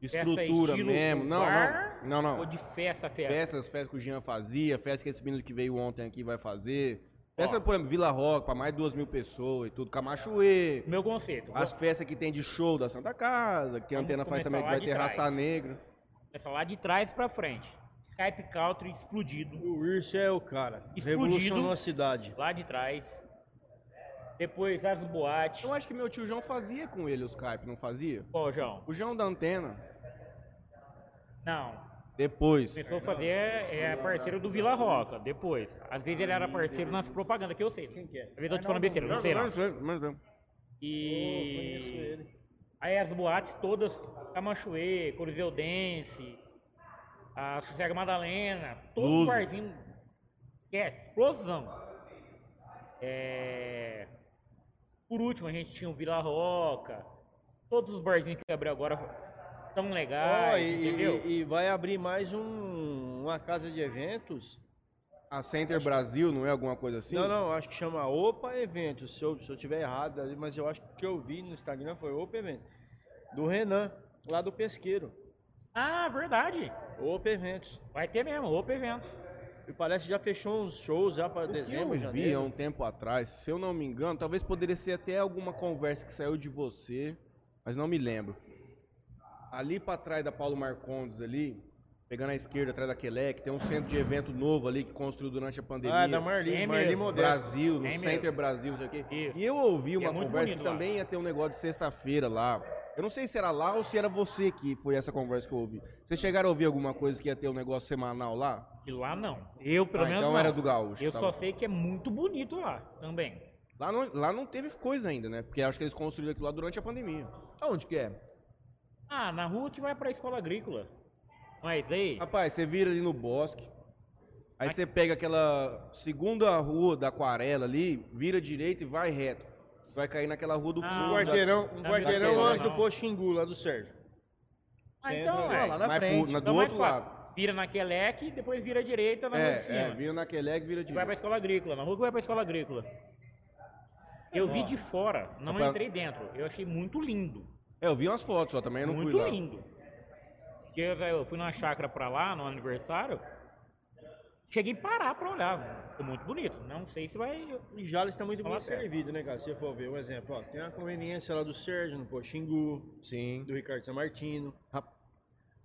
Speaker 1: Estrutura
Speaker 4: estilo
Speaker 1: mesmo. Não,
Speaker 4: bar
Speaker 1: não. Não,
Speaker 4: Ou
Speaker 1: não.
Speaker 4: de festa, festa.
Speaker 1: Festas, festas que o Jean fazia, festa que esse menino que veio ontem aqui vai fazer. Festa,
Speaker 4: Ó.
Speaker 1: por exemplo, Vila Roca, pra mais de duas mil pessoas e tudo. Camachuê.
Speaker 4: Meu conceito.
Speaker 1: As
Speaker 4: Vou
Speaker 1: festas que tem de show da Santa Casa, que a
Speaker 4: Vamos
Speaker 1: Antena faz
Speaker 4: começar
Speaker 1: também, que
Speaker 4: lá
Speaker 1: vai
Speaker 4: de
Speaker 1: ter
Speaker 4: trás.
Speaker 1: Raça Negra.
Speaker 4: começar lá de trás pra frente. Skype Country explodido.
Speaker 3: O Urso é o cara.
Speaker 4: Explodido.
Speaker 3: Revolucionou a cidade.
Speaker 4: Lá de trás. Depois as boates.
Speaker 1: Eu acho que meu tio João fazia com ele o Skype, não fazia?
Speaker 4: Ó, João.
Speaker 1: O João da Antena,
Speaker 4: Não.
Speaker 1: depois.
Speaker 4: Começou a fazer, é parceiro do Vila Roca, depois. Às vezes ele era parceiro nas propagandas, que eu sei. Quem
Speaker 3: que é?
Speaker 4: Às vezes eu tô falando besteira, não sei lá.
Speaker 1: sei, mas não.
Speaker 3: Conheço
Speaker 4: E
Speaker 3: ele.
Speaker 4: aí as boates todas, Camachuê, Coliseu Dense, a Sossega Madalena, todo o
Speaker 1: Luso.
Speaker 4: barzinho. Esquece, explosão. É, Por último, a gente tinha o Vila Roca, todos os barzinhos que abriu agora tão legais,
Speaker 3: Ó, e,
Speaker 4: Ah, entendeu?
Speaker 3: e- e vai abrir mais um, uma casa de eventos.
Speaker 1: A Center Brasil, não é alguma coisa assim?
Speaker 3: Não, não, acho que chama Opa Eventos. Se eu, se eu tiver errado ali, mas eu acho que o que eu vi no Instagram foi Opa Eventos. Do Renan, lá do Pesqueiro.
Speaker 4: Ah, verdade.
Speaker 3: Opa Eventos.
Speaker 4: Vai ter mesmo, Open Eventos.
Speaker 3: E parece que já fechou uns shows já para
Speaker 1: O que
Speaker 3: dezembro,
Speaker 1: eu vi há
Speaker 3: janeiro.
Speaker 1: um tempo atrás, se eu não me engano, talvez poderia ser até alguma conversa que saiu de você, mas não me lembro. Ali pra trás da Paulo Marcondes ali, pegando à esquerda atrás da Quelec, tem um centro de evento novo ali que construiu durante a pandemia.
Speaker 3: Ah, da Marli,
Speaker 4: É
Speaker 3: Marli
Speaker 4: mesmo.
Speaker 3: Modesto.
Speaker 1: Brasil, no
Speaker 4: É mesmo.
Speaker 1: Center Brasil, não sei o quê.
Speaker 4: Isso.
Speaker 1: E eu ouvi
Speaker 4: E é
Speaker 1: uma
Speaker 4: muito
Speaker 1: conversa que
Speaker 4: bonito lá.
Speaker 1: também ia ter um negócio de sexta-feira lá. Eu não sei se era lá ou se era você que foi essa conversa que eu ouvi. Vocês chegaram a ouvir alguma coisa que ia ter um negócio semanal lá?
Speaker 4: De lá não. Eu, pelo
Speaker 1: Ah,
Speaker 4: menos.
Speaker 1: então
Speaker 4: não.
Speaker 1: era do Gaúcho,
Speaker 4: Eu
Speaker 1: tá
Speaker 4: só
Speaker 1: bom.
Speaker 4: sei que é muito bonito lá também.
Speaker 1: Lá não, lá não teve coisa ainda, né? Porque acho que eles construíram aquilo lá durante a pandemia.
Speaker 2: Aonde que é?
Speaker 4: Ah, na rua que vai pra escola agrícola. Mas aí.
Speaker 1: Rapaz, você vira ali no bosque, aí você pega aquela segunda rua da Aquarela ali, vira direito e vai reto. Vai cair naquela rua do
Speaker 4: Ah,
Speaker 3: Um
Speaker 1: fundo.
Speaker 3: quarteirão, um
Speaker 4: Da-
Speaker 3: quarteirão
Speaker 1: da-
Speaker 3: antes do
Speaker 4: não.
Speaker 3: Posto Xingu, lá do Sérgio.
Speaker 4: Ah, então,
Speaker 3: Centro,
Speaker 4: é.
Speaker 2: lá na
Speaker 1: Mas pro-
Speaker 2: frente.
Speaker 1: na-
Speaker 4: Então,
Speaker 1: do
Speaker 4: mais
Speaker 1: outro
Speaker 4: fácil.
Speaker 1: lado.
Speaker 4: Vira na Quelec, depois vira à direita na rua de
Speaker 1: É,
Speaker 4: cima.
Speaker 1: é, vira naquele leg, vira
Speaker 4: Vai
Speaker 1: direito.
Speaker 4: pra escola agrícola. Na rua que vai pra escola agrícola. Eu vi de fora, não
Speaker 1: Rapaz-
Speaker 4: entrei dentro. Eu achei muito lindo.
Speaker 1: É, eu vi umas fotos só também, eu não
Speaker 4: muito
Speaker 1: fui lá.
Speaker 4: lindo. Porque Eu, eu fui numa chácara pra lá, no aniversário. Cheguei a parar pra olhar. Ficou muito bonito. Não sei se vai.
Speaker 3: E Jales está muito
Speaker 4: Fala
Speaker 3: bem
Speaker 4: certo.
Speaker 3: servido, né, cara? Se você for ver, um exemplo, ó, tem a conveniência lá do Sérgio, no Posto Xingu,
Speaker 2: Sim.
Speaker 3: do Ricardo Samartino.
Speaker 1: Rap-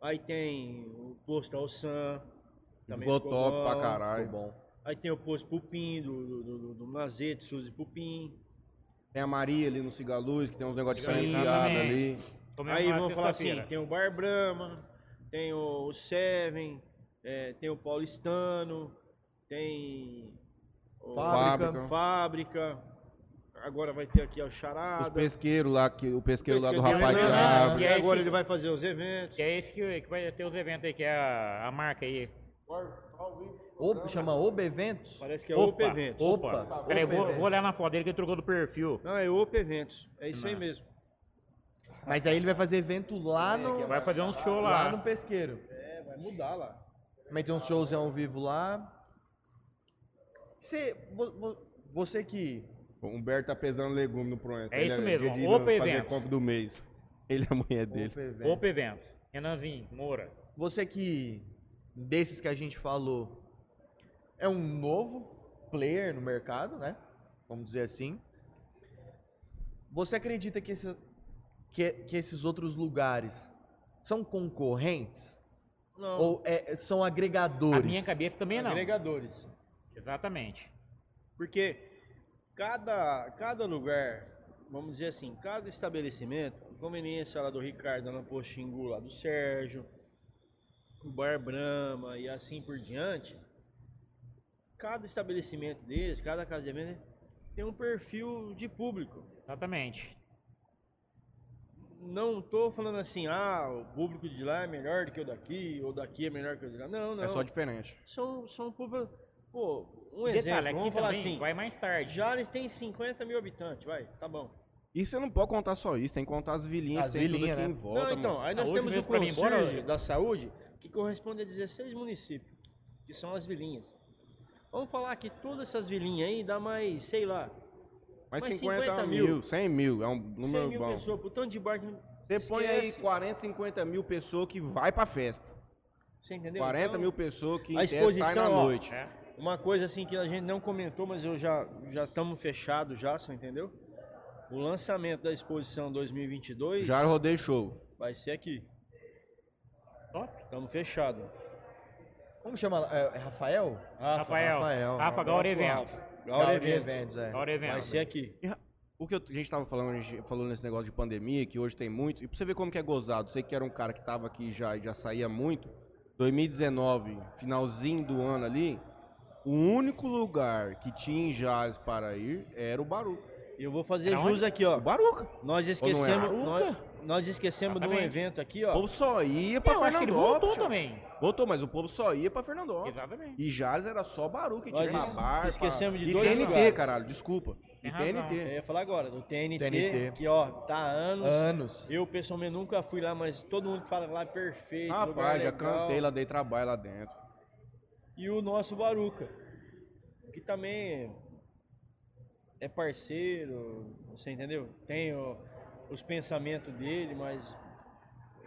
Speaker 3: Aí tem o posto Alçan. também
Speaker 1: Ficou top
Speaker 3: bom.
Speaker 1: pra caralho.
Speaker 3: Aí tem o posto Pupim, do, do, do, do, do Mazete, Suzy Pupim.
Speaker 1: Tem a Maria ali no Cigaluz, que tem uns negócios
Speaker 3: Sim,
Speaker 1: diferenciados ali.
Speaker 4: Comemos
Speaker 3: Aí
Speaker 4: lá
Speaker 3: vamos falar assim,
Speaker 4: sexta-feira.
Speaker 3: tem o Bar Brahma, tem o, o Seven, é, tem o Paulistano, tem o
Speaker 2: Fábrica.
Speaker 1: Fábrica.
Speaker 3: Fábrica. Agora vai ter aqui ó, o
Speaker 1: Os
Speaker 3: Charada.
Speaker 1: pesqueiros lá, que, o pesqueiro lá do
Speaker 3: Pesqueiro
Speaker 1: rapaz que é
Speaker 3: tem o
Speaker 2: lá,
Speaker 1: lá.
Speaker 3: Renan,
Speaker 2: abre.
Speaker 3: que né, agora
Speaker 4: Esse-
Speaker 3: ele vai fazer os eventos.
Speaker 4: Que é esse que, que vai ter os eventos aí, que é a, a marca aí.
Speaker 2: Opa, chama Oba Eventos?
Speaker 3: Parece que é o Opa Eventos.
Speaker 2: Opa,
Speaker 4: Peraí,
Speaker 2: Opa
Speaker 4: vou,
Speaker 2: Eventos.
Speaker 4: vou olhar na foto dele que ele trocou do perfil.
Speaker 3: Não, é Opa Eventos. É isso aí mesmo.
Speaker 2: Mas aí ele vai fazer evento lá no,
Speaker 4: Vai fazer um show lá.
Speaker 2: lá no Pesqueiro.
Speaker 3: É, vai mudar lá.
Speaker 2: Também tem uns shows ao vivo lá. Você, vo- vo- você que...
Speaker 1: O Humberto tá pesando legume no Proença.
Speaker 4: É
Speaker 1: Ele
Speaker 4: isso mesmo,
Speaker 1: dia de
Speaker 4: Opa
Speaker 1: fazer
Speaker 4: Eventos.
Speaker 1: compra do mês. <laughs> Ele é a mulher dele.
Speaker 2: Opa Eventos.
Speaker 4: Opa Eventos. Renanzinho, Moura.
Speaker 2: Você que, desses que a gente falou, é um novo player no mercado, né? Vamos dizer assim. Você acredita que, esse- que- que esses outros lugares são concorrentes?
Speaker 3: Não.
Speaker 2: Ou é- são agregadores?
Speaker 4: A minha cabeça também não.
Speaker 3: agregadores.
Speaker 4: Exatamente.
Speaker 3: Porque cada, cada lugar vamos dizer assim, cada estabelecimento, a conveniência lá do Ricardo, lá no Posto Xingu, lá do Sérgio, o Bar Brahma e assim por diante, cada estabelecimento desse, cada casa de evento tem um perfil de público.
Speaker 4: Exatamente.
Speaker 3: Não tô falando assim, ah, o público de lá é melhor do que o daqui, ou daqui é melhor que o de lá. Não, não.
Speaker 1: É só diferente.
Speaker 3: São, são públicos... Pô, um
Speaker 4: Detalhe,
Speaker 3: exemplo,
Speaker 4: aqui
Speaker 3: vamos falar
Speaker 4: também
Speaker 3: assim,
Speaker 4: vai mais tarde.
Speaker 3: Jales tem 50 mil habitantes, vai, tá bom.
Speaker 1: E você não pode contar só isso, tem que contar as vilinhas,
Speaker 2: As
Speaker 1: tem tudo
Speaker 2: vilinhas,
Speaker 1: aqui
Speaker 2: né?
Speaker 1: em volta,
Speaker 3: não, então,
Speaker 1: mano.
Speaker 3: aí
Speaker 4: Na
Speaker 3: nós temos
Speaker 4: última
Speaker 3: o
Speaker 4: vez pra mim embora,
Speaker 3: Conselho
Speaker 4: eu-
Speaker 3: da Saúde, que corresponde a 16 municípios, que são as vilinhas. Vamos falar que todas essas vilinhas aí dá mais, sei lá,
Speaker 1: Mas
Speaker 3: mas
Speaker 1: 50,
Speaker 3: 50
Speaker 1: mil,
Speaker 3: mil.
Speaker 1: 100 mil, é um
Speaker 3: 100
Speaker 1: número
Speaker 3: mil
Speaker 1: bom.
Speaker 3: pessoas, por tanto de bar que...
Speaker 1: Você põe aí
Speaker 3: esquece.
Speaker 1: 40, 50 mil pessoas que vai pra festa.
Speaker 3: Você entendeu?
Speaker 1: 40
Speaker 3: Então,
Speaker 1: mil pessoas que
Speaker 3: a
Speaker 1: em tese, saem na
Speaker 3: exposição, ó,
Speaker 1: noite.
Speaker 4: É.
Speaker 3: Uma coisa assim que a gente não comentou, mas eu já já estamos fechados já, você entendeu? O lançamento da exposição 2022
Speaker 1: Já rodei show.
Speaker 3: vai ser aqui.
Speaker 4: Top.
Speaker 3: Estamos fechados.
Speaker 2: Como chama? ela? É, é Rafael?
Speaker 4: Rafael.
Speaker 2: Rafael.
Speaker 4: Rafa, é Gaura
Speaker 3: é
Speaker 4: Eventos.
Speaker 3: Gaura
Speaker 2: Gauri
Speaker 3: Eventos.
Speaker 2: Eventos, é.
Speaker 4: Gaura
Speaker 3: Vai
Speaker 4: Eventos.
Speaker 3: ser aqui.
Speaker 1: O que eu- a gente tava falando, a gente falou nesse negócio de pandemia, que hoje tem muito, e pra você ver como que é gozado, você que era um cara que tava aqui já e já saía muito, 2019, finalzinho do ano ali, o único lugar que tinha em Jales para ir era o Baruca.
Speaker 3: Eu vou fazer
Speaker 4: Era
Speaker 3: jus aqui, ó.
Speaker 1: O Baruca.
Speaker 3: Nós
Speaker 1: Ou
Speaker 3: esquecemos,
Speaker 4: não é?
Speaker 3: nós, nós esquecemos de um
Speaker 4: Exatamente.
Speaker 3: evento aqui,
Speaker 1: O
Speaker 3: ó.
Speaker 1: povo só ia pra
Speaker 4: Eu acho que ele voltou
Speaker 1: Fernandópolis. cara.
Speaker 4: também.
Speaker 1: Voltou, mas o povo só ia pra Fernandópolis.
Speaker 4: Exatamente.
Speaker 1: E Jales era só Baruca, tinha
Speaker 3: Nós
Speaker 1: pra
Speaker 3: es-
Speaker 1: bar, pra-
Speaker 3: esquecemos de
Speaker 1: e
Speaker 3: dois
Speaker 1: TNT,
Speaker 3: lugares.
Speaker 1: caralho, desculpa. E
Speaker 4: Tem razão.
Speaker 1: TNT.
Speaker 3: É, Eu ia falar agora, do TNT,
Speaker 2: TNT.
Speaker 3: que ó, tá há anos.
Speaker 2: Anos.
Speaker 3: Eu pessoalmente nunca fui lá, mas todo mundo que fala lá é perfeito. lugar
Speaker 1: Rapaz,
Speaker 4: é
Speaker 1: já
Speaker 3: legal.
Speaker 1: cantei lá, dei trabalho lá dentro.
Speaker 3: E o nosso Baruca, que também é parceiro, você entendeu? Tem o- os pensamentos dele, mas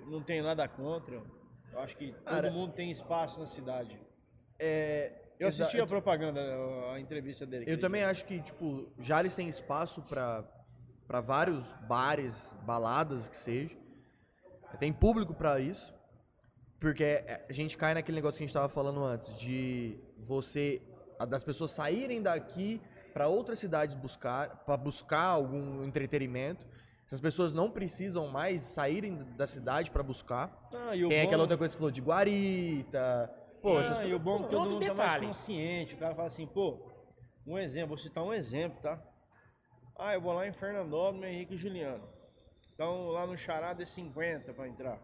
Speaker 3: não tem nada contra. Eu acho que
Speaker 2: Cara.
Speaker 3: todo mundo tem espaço na cidade.
Speaker 2: É,
Speaker 3: Eu
Speaker 2: exa-
Speaker 3: assisti a propaganda, a entrevista dele.
Speaker 2: Eu também acho que, tipo, Jales tem espaço pra pra vários bares, baladas, que seja. Tem público pra isso. Porque é, a gente cai naquele negócio que a gente tava falando antes, de você, a- das pessoas saírem daqui pra outras cidades buscar, pra buscar algum entretenimento. Essas pessoas não precisam mais saírem da cidade pra buscar.
Speaker 3: Ah, e o
Speaker 2: Tem
Speaker 3: bom-
Speaker 2: aquela outra coisa que você falou de guarita. Pô,
Speaker 3: Ah,
Speaker 2: essas
Speaker 3: e o
Speaker 2: coisas.
Speaker 3: bom é que
Speaker 4: Todo
Speaker 3: todo mundo tá mais
Speaker 4: detalhe.
Speaker 3: consciente. O cara fala assim, pô, um exemplo, vou citar um exemplo, tá? Ah, eu vou lá em Fernandópolis, meu Henrique e Juliano. Então lá no Charada é 50 pra entrar.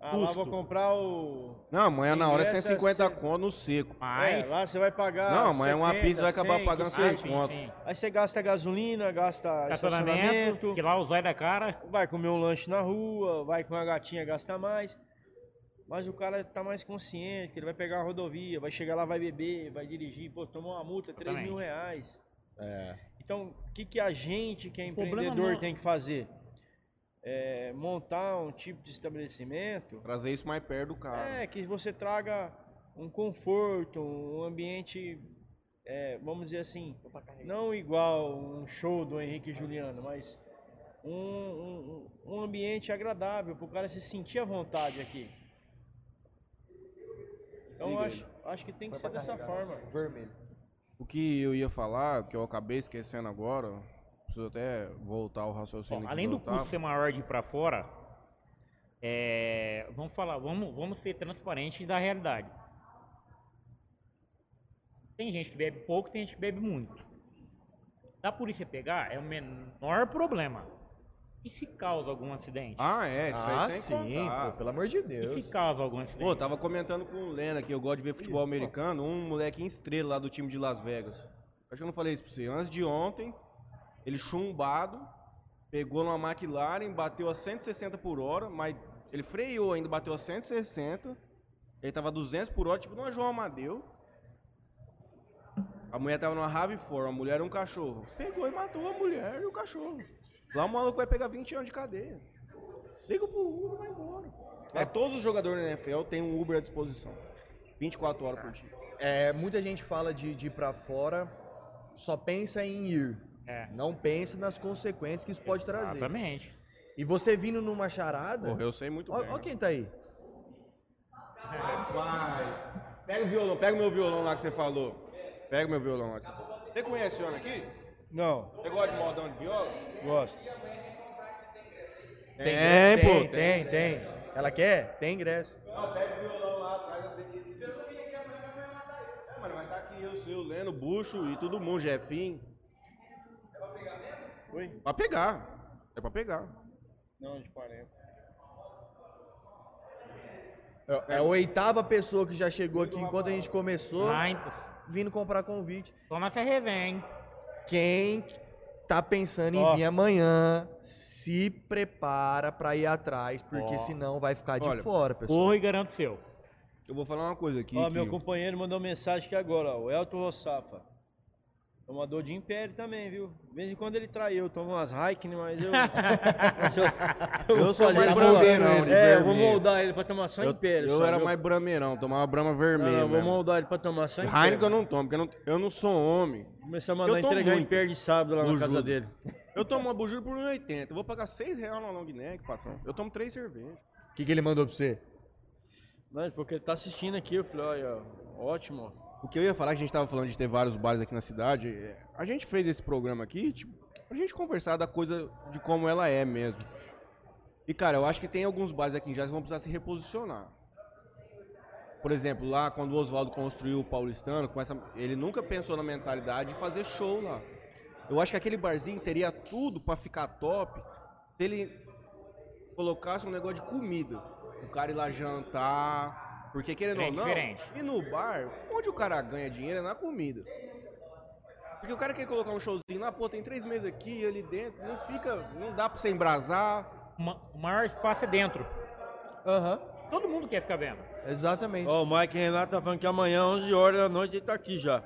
Speaker 3: Ah, lá
Speaker 1: Custo.
Speaker 3: vou comprar o.
Speaker 1: Não, amanhã na hora é
Speaker 3: Ingresso é
Speaker 1: 150
Speaker 3: cem.
Speaker 1: conto no seco.
Speaker 4: Mas.
Speaker 3: É, lá você vai pagar.
Speaker 1: Não, mas é uma
Speaker 3: 70,
Speaker 1: pizza, vai acabar
Speaker 3: 100,
Speaker 1: pagando
Speaker 4: Ah,
Speaker 1: seis.
Speaker 3: 200.
Speaker 4: sim,
Speaker 1: conto.
Speaker 4: sim.
Speaker 3: Aí você gasta gasolina, gasta
Speaker 4: Estacionamento,
Speaker 3: estacionamento,
Speaker 4: que lá o zóio da cara.
Speaker 3: vai comer um lanche na rua, vai com a gatinha, gasta mais. Mas o cara tá mais consciente, que ele vai pegar a rodovia, vai chegar lá, vai beber, vai dirigir, pô, tomou uma multa, 3 mil
Speaker 4: Exatamente.
Speaker 3: reais.
Speaker 2: É.
Speaker 3: Então, o que, que a gente, que é
Speaker 4: O problema
Speaker 3: empreendedor,
Speaker 4: não-
Speaker 3: tem que fazer? É, montar um tipo de estabelecimento
Speaker 1: Trazer isso mais perto do cara.
Speaker 3: é, que você traga um conforto, um ambiente, é, vamos dizer assim, não igual um show do Henrique e Juliano, mas um, um, um ambiente agradável para o cara se sentir à vontade aqui. Então eu
Speaker 1: Liga
Speaker 3: acho, acho que tem que ser dessa forma.
Speaker 2: Vermelho.
Speaker 1: O que eu ia falar, que eu acabei esquecendo agora, preciso até voltar o raciocínio.
Speaker 4: Bom,
Speaker 1: que
Speaker 4: além do
Speaker 1: eu
Speaker 3: tá.
Speaker 1: tava.
Speaker 4: custo ser maior de ir pra fora, é, vamos falar, vamos, vamos ser transparentes da realidade. Tem gente que bebe pouco, tem gente que bebe muito. Da polícia pegar é o menor problema. E se causa algum acidente?
Speaker 1: Ah, é, isso
Speaker 2: Ah,
Speaker 1: aí sem
Speaker 2: sim,
Speaker 1: contar.
Speaker 2: pô, pelo amor de
Speaker 4: e
Speaker 2: Deus.
Speaker 4: se causa algum
Speaker 1: Pô,
Speaker 4: acidente?
Speaker 1: tava comentando com o Lena que eu gosto de ver futebol americano, um moleque em estrela lá do time de Las Vegas. Acho que eu não falei isso pra você. Antes de ontem, ele chumbado, pegou numa McLaren, bateu a 160 por hora, mas ele freou ainda, bateu a 160. Ele tava 200 por hora, tipo numa João Amadeu. A mulher tava numa RAV4, a mulher era um cachorro. Pegou e matou a mulher e o cachorro. Lá o maluco vai pegar 20 anos de cadeia. Liga pro Uber e vai embora. É, todos os jogadores da NFL têm um Uber à disposição. 24 horas por dia.
Speaker 2: É, muita gente fala de, de ir pra fora, só pensa em ir.
Speaker 4: É. Ah,
Speaker 2: Não pensa nas consequências que isso pode trazer.
Speaker 4: Exatamente.
Speaker 2: E você vindo numa charada.
Speaker 1: Porra, eu sei muito bem. né?
Speaker 2: Olha quem tá aí.
Speaker 1: Vai. Pega o violão, pega o meu violão lá que você falou. Pega o meu violão lá. que você falou. Você conhece o homem aqui?
Speaker 3: Não,
Speaker 1: Você gosta de modão de viola?
Speaker 3: gosto.
Speaker 1: Tem, é,
Speaker 2: tem,
Speaker 1: pô.
Speaker 2: Tem, tem. Ela quer? Tem ingresso.
Speaker 1: Não, pega o violão lá atrás, eu tenho que. Se eu não vim aqui amanhã, vai matar ele. É, mano, mas tá aqui eu, seu, Leno, Bucho e todo mundo, Jefinho. É
Speaker 3: Oi?
Speaker 1: Pra pegar. É pra pegar.
Speaker 3: Não, de 40.
Speaker 2: É a oitava pessoa que já chegou aqui enquanto a gente começou,
Speaker 4: Ai, pô,
Speaker 2: vindo comprar convite.
Speaker 4: só nessa resenha, hein?
Speaker 2: Quem tá pensando em
Speaker 3: Ó.
Speaker 2: vir amanhã, se prepara pra ir atrás, porque
Speaker 4: Ó.
Speaker 2: senão vai ficar de
Speaker 1: Olha,
Speaker 2: fora, pessoal.
Speaker 4: Corre e garanto o seu.
Speaker 1: Eu vou falar uma coisa aqui.
Speaker 3: Ó,
Speaker 1: que
Speaker 3: meu companheiro mandou mensagem aqui agora, ó, o Elton Rossafa. Tomador de império também, viu? De vez em quando ele traiu, tomou umas Heineken,
Speaker 1: <laughs>
Speaker 3: mas eu. mas eu,
Speaker 1: Eu sou
Speaker 3: falei
Speaker 1: mais
Speaker 3: pra-
Speaker 1: brasileiro, de
Speaker 3: É, eu vou
Speaker 1: vermelho.
Speaker 3: moldar ele pra tomar só
Speaker 1: eu,
Speaker 3: império.
Speaker 1: eu
Speaker 3: só,
Speaker 1: era
Speaker 3: viu?
Speaker 1: mais brameirão, tomava brama
Speaker 3: Não, tá
Speaker 1: vermelha.
Speaker 3: eu vou
Speaker 1: mesmo.
Speaker 3: moldar ele pra tomar só império.
Speaker 1: Heineken eu não tomo, porque eu não, eu não sou homem.
Speaker 3: Começar a
Speaker 1: Eu
Speaker 3: mandar
Speaker 1: tomo
Speaker 3: entregar
Speaker 1: muito.
Speaker 3: império de sábado lá
Speaker 1: Eu
Speaker 3: na casa
Speaker 1: juro.
Speaker 3: dele.
Speaker 1: Eu tomo uma bujura por 1,80. Eu vou pagar 6 reais na long neck, patrão. Eu tomo 3 cervejas.
Speaker 2: O que, que ele mandou pra você?
Speaker 3: Mas porque ele tá assistindo aqui, eu falei, olha, ó, ótimo. ó.
Speaker 1: O que eu ia falar, que a gente tava falando de ter vários bares aqui na cidade, é, a gente fez esse programa aqui, tipo, a gente conversar da coisa de como ela é mesmo. E, cara, eu acho que tem alguns bares aqui em Jazz que vão precisar se reposicionar. Por exemplo, lá quando o Oswaldo construiu o Paulistano, com essa, ele nunca pensou na mentalidade de fazer show lá. Eu acho que aquele barzinho teria tudo pra ficar top se ele colocasse um negócio de comida. O cara ir lá jantar. Porque querendo ou
Speaker 4: Bem
Speaker 1: não,
Speaker 4: É diferente.
Speaker 1: e no bar, onde o cara ganha dinheiro é na comida. Porque o cara quer colocar um showzinho lá, pô, tem três meses aqui, ali dentro, não fica, não dá pra você embrasar.
Speaker 4: Ma- O maior espaço é dentro.
Speaker 2: Aham,
Speaker 4: Todo mundo quer ficar vendo.
Speaker 2: exatamente.
Speaker 3: Ó, o Mike Renato tá falando que amanhã, 11 horas da noite, ele tá aqui já.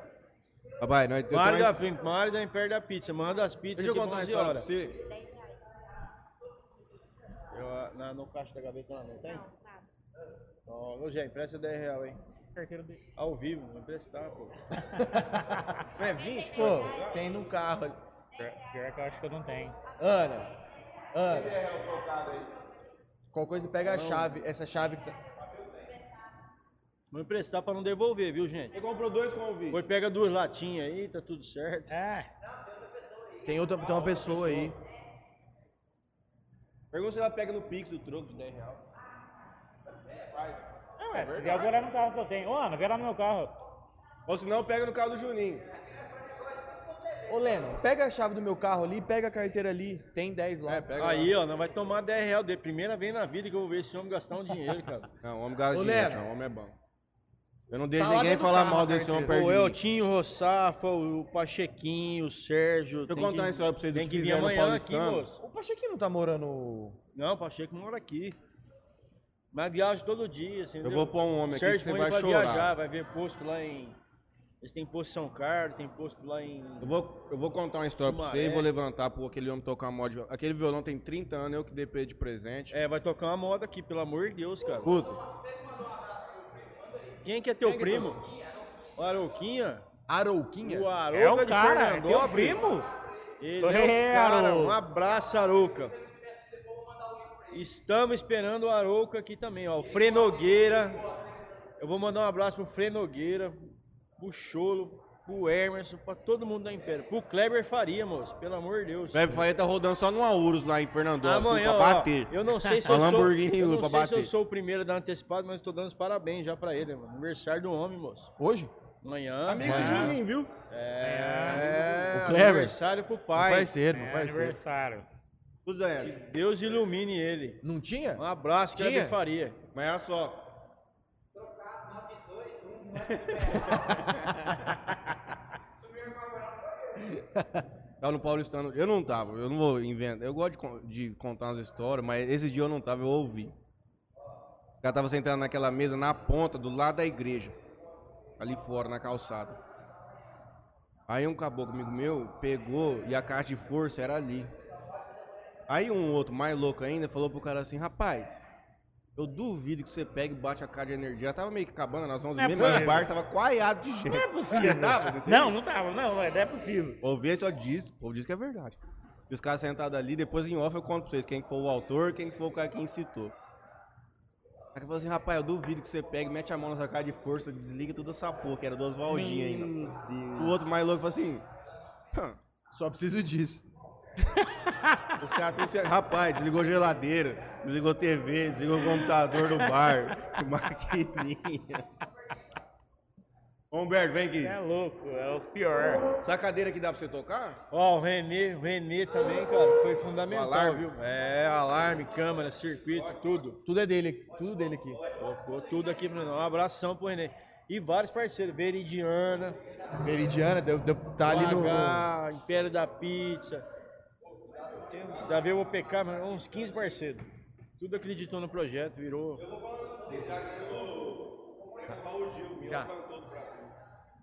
Speaker 1: Rapaz, nós, eu tô
Speaker 3: Mário
Speaker 1: aí-
Speaker 3: da, Mário da Império da Pizza, manda as pizzas
Speaker 1: Deixa eu
Speaker 3: aqui
Speaker 1: contar
Speaker 3: pra
Speaker 1: uma
Speaker 3: 11
Speaker 1: história pra
Speaker 3: horas.
Speaker 1: você.
Speaker 3: Eu, ah, na, no caixa da gaveta lá não tem? Não, Ó, Ô, Gê, empresta 10 real, hein?
Speaker 4: Carteira dele.
Speaker 3: Ao vivo, vou emprestar, pô.
Speaker 1: Não é 20?
Speaker 2: Pô, tem no carro. ali.
Speaker 4: Pior pior que eu acho que eu não tenho.
Speaker 2: Ana, Ana. Qualquer coisa pega a chave, essa chave que tá...
Speaker 3: Vou emprestar pra não devolver, viu, gente?
Speaker 1: Você comprou dois convites.
Speaker 3: Depois pega duas latinhas aí, tá tudo certo.
Speaker 4: É.
Speaker 2: Tem, outra, tem uma pessoa aí.
Speaker 1: Pergunta se ela pega no Pix o troco de 10 reais. Não,
Speaker 4: É, se vier, eu vou lá no carro que eu tenho. Ô, Ana, vem lá no meu carro.
Speaker 1: Ou se não, pega no carro do Juninho.
Speaker 2: Ô, Leno, pega a chave do meu carro ali, pega a carteira ali. Tem 10 lá.
Speaker 1: É, pega
Speaker 3: Aí,
Speaker 1: lá.
Speaker 3: ó, não vai tomar 10 real dele. Primeira vez na vida que eu vou ver esse homem gastar um
Speaker 1: <laughs>
Speaker 3: dinheiro, cara.
Speaker 1: Não, o homem gasta
Speaker 2: Ô,
Speaker 1: dinheiro,
Speaker 2: Leno.
Speaker 1: tchau, o homem é bom. Eu não deixo
Speaker 2: Tá lá
Speaker 1: ninguém
Speaker 2: dentro do
Speaker 1: falar
Speaker 2: carro,
Speaker 1: mal
Speaker 2: cara,
Speaker 1: desse homem
Speaker 2: inteiro.
Speaker 1: perto
Speaker 3: O
Speaker 1: de mim.
Speaker 3: Eltinho, o Rossafa, o Pachequinho, o Sérgio.
Speaker 1: Deixa eu
Speaker 3: tem
Speaker 1: contar
Speaker 3: que-
Speaker 1: uma história pra vocês do
Speaker 3: Tem
Speaker 1: que
Speaker 3: que vir
Speaker 1: fizeram no
Speaker 3: amanhã aqui,
Speaker 1: Paulistano.
Speaker 3: moço.
Speaker 2: O Pachequinho não tá morando...
Speaker 3: Não, Pacheco mora aqui. Mas viaja todo dia, assim,
Speaker 1: Eu vou pôr um homem aqui que
Speaker 3: Sérgio
Speaker 1: você
Speaker 3: põe
Speaker 1: vai
Speaker 3: pra
Speaker 1: chorar.
Speaker 3: viajar, vai ver posto lá em... Eles têm posto em São Carlos, tem posto lá em...
Speaker 1: Eu vou, eu vou contar uma história pra você
Speaker 3: Sumaré.
Speaker 1: e vou levantar pro aquele homem tocar mod. de violão. Aquele violão tem 30 anos, eu que dei pra ele de presente.
Speaker 3: É, vai tocar uma moda aqui, pelo amor de Deus, cara.
Speaker 1: Puta,
Speaker 3: Quem que é teu
Speaker 1: Quem que é
Speaker 3: primo? O Arouquinha?
Speaker 2: Arouquinha?
Speaker 3: O Arouca
Speaker 4: É o
Speaker 3: tá de
Speaker 4: cara, é
Speaker 3: Fernandópolis.
Speaker 4: teu primo.
Speaker 3: Ele é
Speaker 4: É,
Speaker 3: o cara,
Speaker 4: Arouca.
Speaker 3: um abraço, Arouca. Estamos esperando o Arouca aqui também, ó. O Fre Nogueira. Eu vou mandar um abraço pro Fre Nogueira, pro Cholo, pro Emerson, pra todo mundo da Império. Pro Kleber Faria, moço, pelo amor de Deus.
Speaker 1: o Kleber Faria tá rodando só numa Urus lá em Fernandópolis pra
Speaker 3: Amanhã, ó,
Speaker 1: bater.
Speaker 3: eu
Speaker 1: <laughs>
Speaker 3: não sei se
Speaker 1: Uma
Speaker 3: eu sou,
Speaker 1: Lamborghini
Speaker 3: eu não
Speaker 1: pra
Speaker 3: sei se eu
Speaker 1: bater.
Speaker 3: sou o primeiro da antecipada, mas eu tô dando os parabéns já pra ele, mano. Aniversário do homem, moço.
Speaker 2: Hoje?
Speaker 3: Amanhã.
Speaker 1: Amigo
Speaker 3: amanhã.
Speaker 1: do Juninho, viu?
Speaker 3: É,
Speaker 2: O Kleber.
Speaker 3: aniversário pro
Speaker 2: Meu
Speaker 3: pai.
Speaker 2: parceiro, meu
Speaker 4: É,
Speaker 2: parceiro.
Speaker 4: aniversário.
Speaker 1: Tudo é.
Speaker 3: Deus ilumine ele.
Speaker 2: Não tinha?
Speaker 3: Um abraço,
Speaker 2: Tinha?
Speaker 3: Kleber Faria.
Speaker 1: Mas olha só. Tava no Paulistano. Eu não tava, eu não vou inventar. Eu gosto de, con- de contar umas histórias, mas esse dia eu não tava, eu ouvi. O cara tava sentado naquela mesa na ponta, do lado da igreja. Ali fora, na calçada. Aí um caboclo amigo meu pegou e a caixa de força era ali. Aí um outro, mais louco ainda, falou pro cara assim: rapaz, eu duvido que você pegue e bate a cara de energia. Ela tava meio que acabando nas 11
Speaker 4: Não é
Speaker 1: h mas né? o
Speaker 4: possível.
Speaker 1: bar tava coaiado de gente.
Speaker 4: Não é possível.
Speaker 1: Você tava? nesse
Speaker 4: Não,
Speaker 1: dia?
Speaker 4: não tava, não, não é possível.
Speaker 1: Ouvi a só diz, o povo diz que é verdade. E os caras sentados ali, depois em off eu conto pra vocês quem que foi o autor, quem que foi o cara que incitou. Aí que falou assim, rapaz, eu duvido que você pegue, mete a mão nessa cara de força, desliga toda essa porra, que era do Oswaldinho ainda. O outro mais louco falou assim, "Hã,
Speaker 2: Só preciso disso.
Speaker 1: Os caras têm esse- Rapaz, desligou geladeira, desligou TV, desligou o computador do bar. <laughs> Que maquininha. Ô, Humberto, vem aqui.
Speaker 4: É louco, é o pior.
Speaker 1: Essa cadeira aqui dá pra você tocar?
Speaker 3: Ó, o Renê, o Renê também, cara, foi fundamental,
Speaker 1: alarme.
Speaker 3: viu? É, alarme, câmera, circuito, tudo.
Speaker 2: Tudo é dele, tudo dele aqui.
Speaker 3: Colocou tudo aqui pra nós. Um abração pro Renê. E vários parceiros, Veridiana,
Speaker 2: Meridiana, deu, deu, tá ali no, no.
Speaker 3: H, Império da Pizza. Tem- Já veio o OPK, mas uns 15 parceiros. Tudo acreditou no projeto, virou. Já.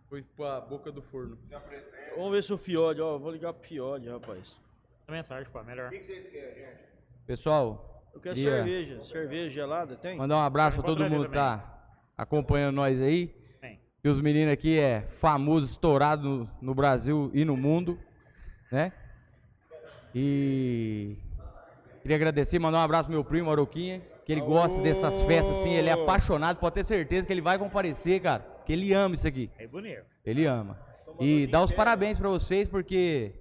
Speaker 2: Foi pra boca do forno.
Speaker 3: Vamos ver se o Fiode, ó, vou ligar pro Fiode, rapaz.
Speaker 4: Mensagem, é pô, melhor.
Speaker 5: Pessoal,
Speaker 3: Eu quero
Speaker 5: Queria.
Speaker 3: cerveja. Cerveja gelada, tem?
Speaker 5: mandar um abraço pra
Speaker 4: Pode
Speaker 5: todo
Speaker 4: trazer
Speaker 5: mundo que
Speaker 4: também.
Speaker 5: tá acompanhando nós aí.
Speaker 4: Tem.
Speaker 5: E os meninos aqui é famoso, estourado no, no Brasil e no mundo, né? E queria agradecer, mandar um abraço pro meu primo Aroquinha, que ele gosta
Speaker 3: Aô!
Speaker 5: dessas festas assim, ele é apaixonado, pode ter certeza que ele vai comparecer, cara, que ele ama isso aqui.
Speaker 4: É bonito.
Speaker 5: Ele ama. E dá os parabéns pra vocês, porque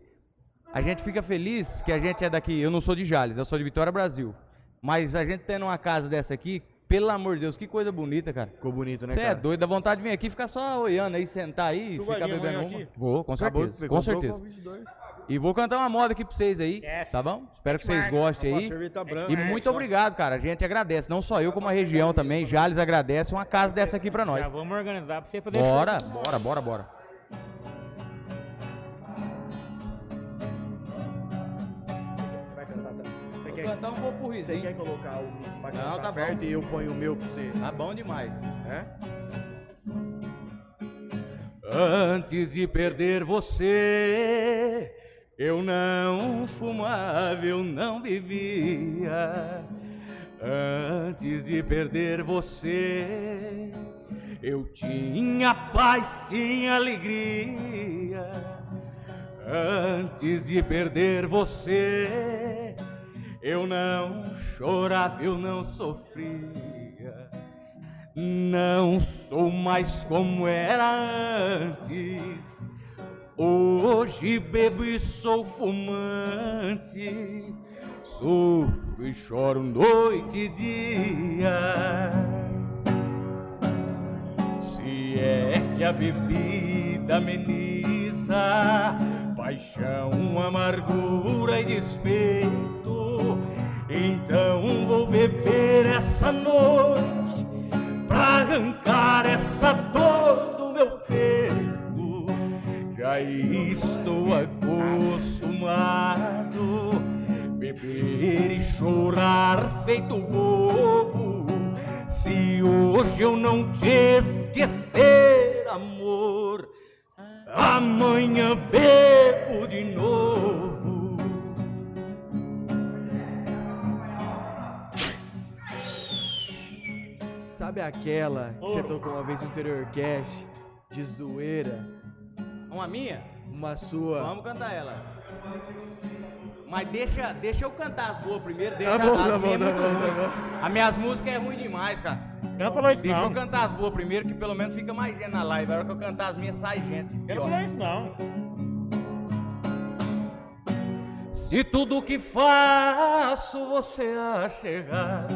Speaker 5: a gente fica feliz que a gente é daqui. Eu não sou de Jales, eu sou de Vitória Brasil. Mas a gente tendo uma casa dessa aqui, pelo amor de Deus, que coisa bonita, cara.
Speaker 2: Ficou bonito, né?
Speaker 5: Você é
Speaker 2: cara?
Speaker 5: doido, dá vontade de vir aqui e ficar só olhando aí, sentar aí,
Speaker 3: Tu vai
Speaker 5: ficar
Speaker 3: vir amanhã
Speaker 5: bebendo uma.
Speaker 3: aqui?
Speaker 5: Vou, com
Speaker 2: Acabou,
Speaker 5: certeza,
Speaker 2: pegou
Speaker 5: com
Speaker 2: o É, jogo,
Speaker 5: certeza.
Speaker 2: 22.
Speaker 5: E vou cantar uma moda aqui pra vocês aí,
Speaker 4: Yes.
Speaker 5: tá bom? Espero que vocês
Speaker 4: Marcha.
Speaker 5: gostem
Speaker 3: Ó, a
Speaker 5: aí.
Speaker 3: cerveja tá branca.
Speaker 5: E muito
Speaker 3: só-
Speaker 5: obrigado, cara. A gente agradece, não só eu, como a região também. Jales agradece uma casa dessa aqui pra
Speaker 4: Já
Speaker 5: nós.
Speaker 4: vamos organizar pra você fazer
Speaker 5: Bora,
Speaker 4: show.
Speaker 5: bora, bora, bora.
Speaker 2: Você vai cantar também. Você
Speaker 5: Vou
Speaker 2: quer,
Speaker 5: cantar um
Speaker 2: você
Speaker 5: popurrizinho.
Speaker 2: quer colocar o mic pra
Speaker 5: Não,
Speaker 2: cantar
Speaker 5: tá bom.
Speaker 2: perto e eu ponho o meu pra você?
Speaker 5: Tá bom demais.
Speaker 2: É?
Speaker 5: Antes de perder você, eu não fumava, eu não bebia. Antes de perder você, eu tinha paz, tinha alegria. Antes de perder você, eu não chorava, eu não sofria. Não sou mais como era antes. Hoje bebo e sou fumante. Sofro e choro noite e dia. Se é que a bebida ameniza paixão, amargura e despeito, então vou beber essa noite pra arrancar essa dor do meu peito. Já estou acostumado beber e chorar feito um bobo. Se hoje eu não te esquecer, amor, amanhã bebo de novo.
Speaker 2: Sabe aquela que você
Speaker 4: Ouro.
Speaker 2: tocou uma vez no interior cast? De zoeira.
Speaker 5: Uma minha?
Speaker 2: Uma sua.
Speaker 5: Vamos cantar ela. Mas deixa, deixa eu cantar as boas primeiro. Deixa
Speaker 2: bom,
Speaker 5: as
Speaker 2: tá bom,
Speaker 5: minhas
Speaker 2: tá
Speaker 5: muito
Speaker 2: bom,
Speaker 5: ruim.
Speaker 2: tá
Speaker 5: As minhas músicas é ruim demais, cara.
Speaker 4: Não falou isso
Speaker 5: Deixa eu
Speaker 4: não.
Speaker 5: cantar as boas primeiro, que pelo menos fica mais gente na live. A hora que eu cantar as minhas, sai gente.
Speaker 4: Não
Speaker 5: Pior.
Speaker 4: falou isso não.
Speaker 5: Se tudo que faço você acha errado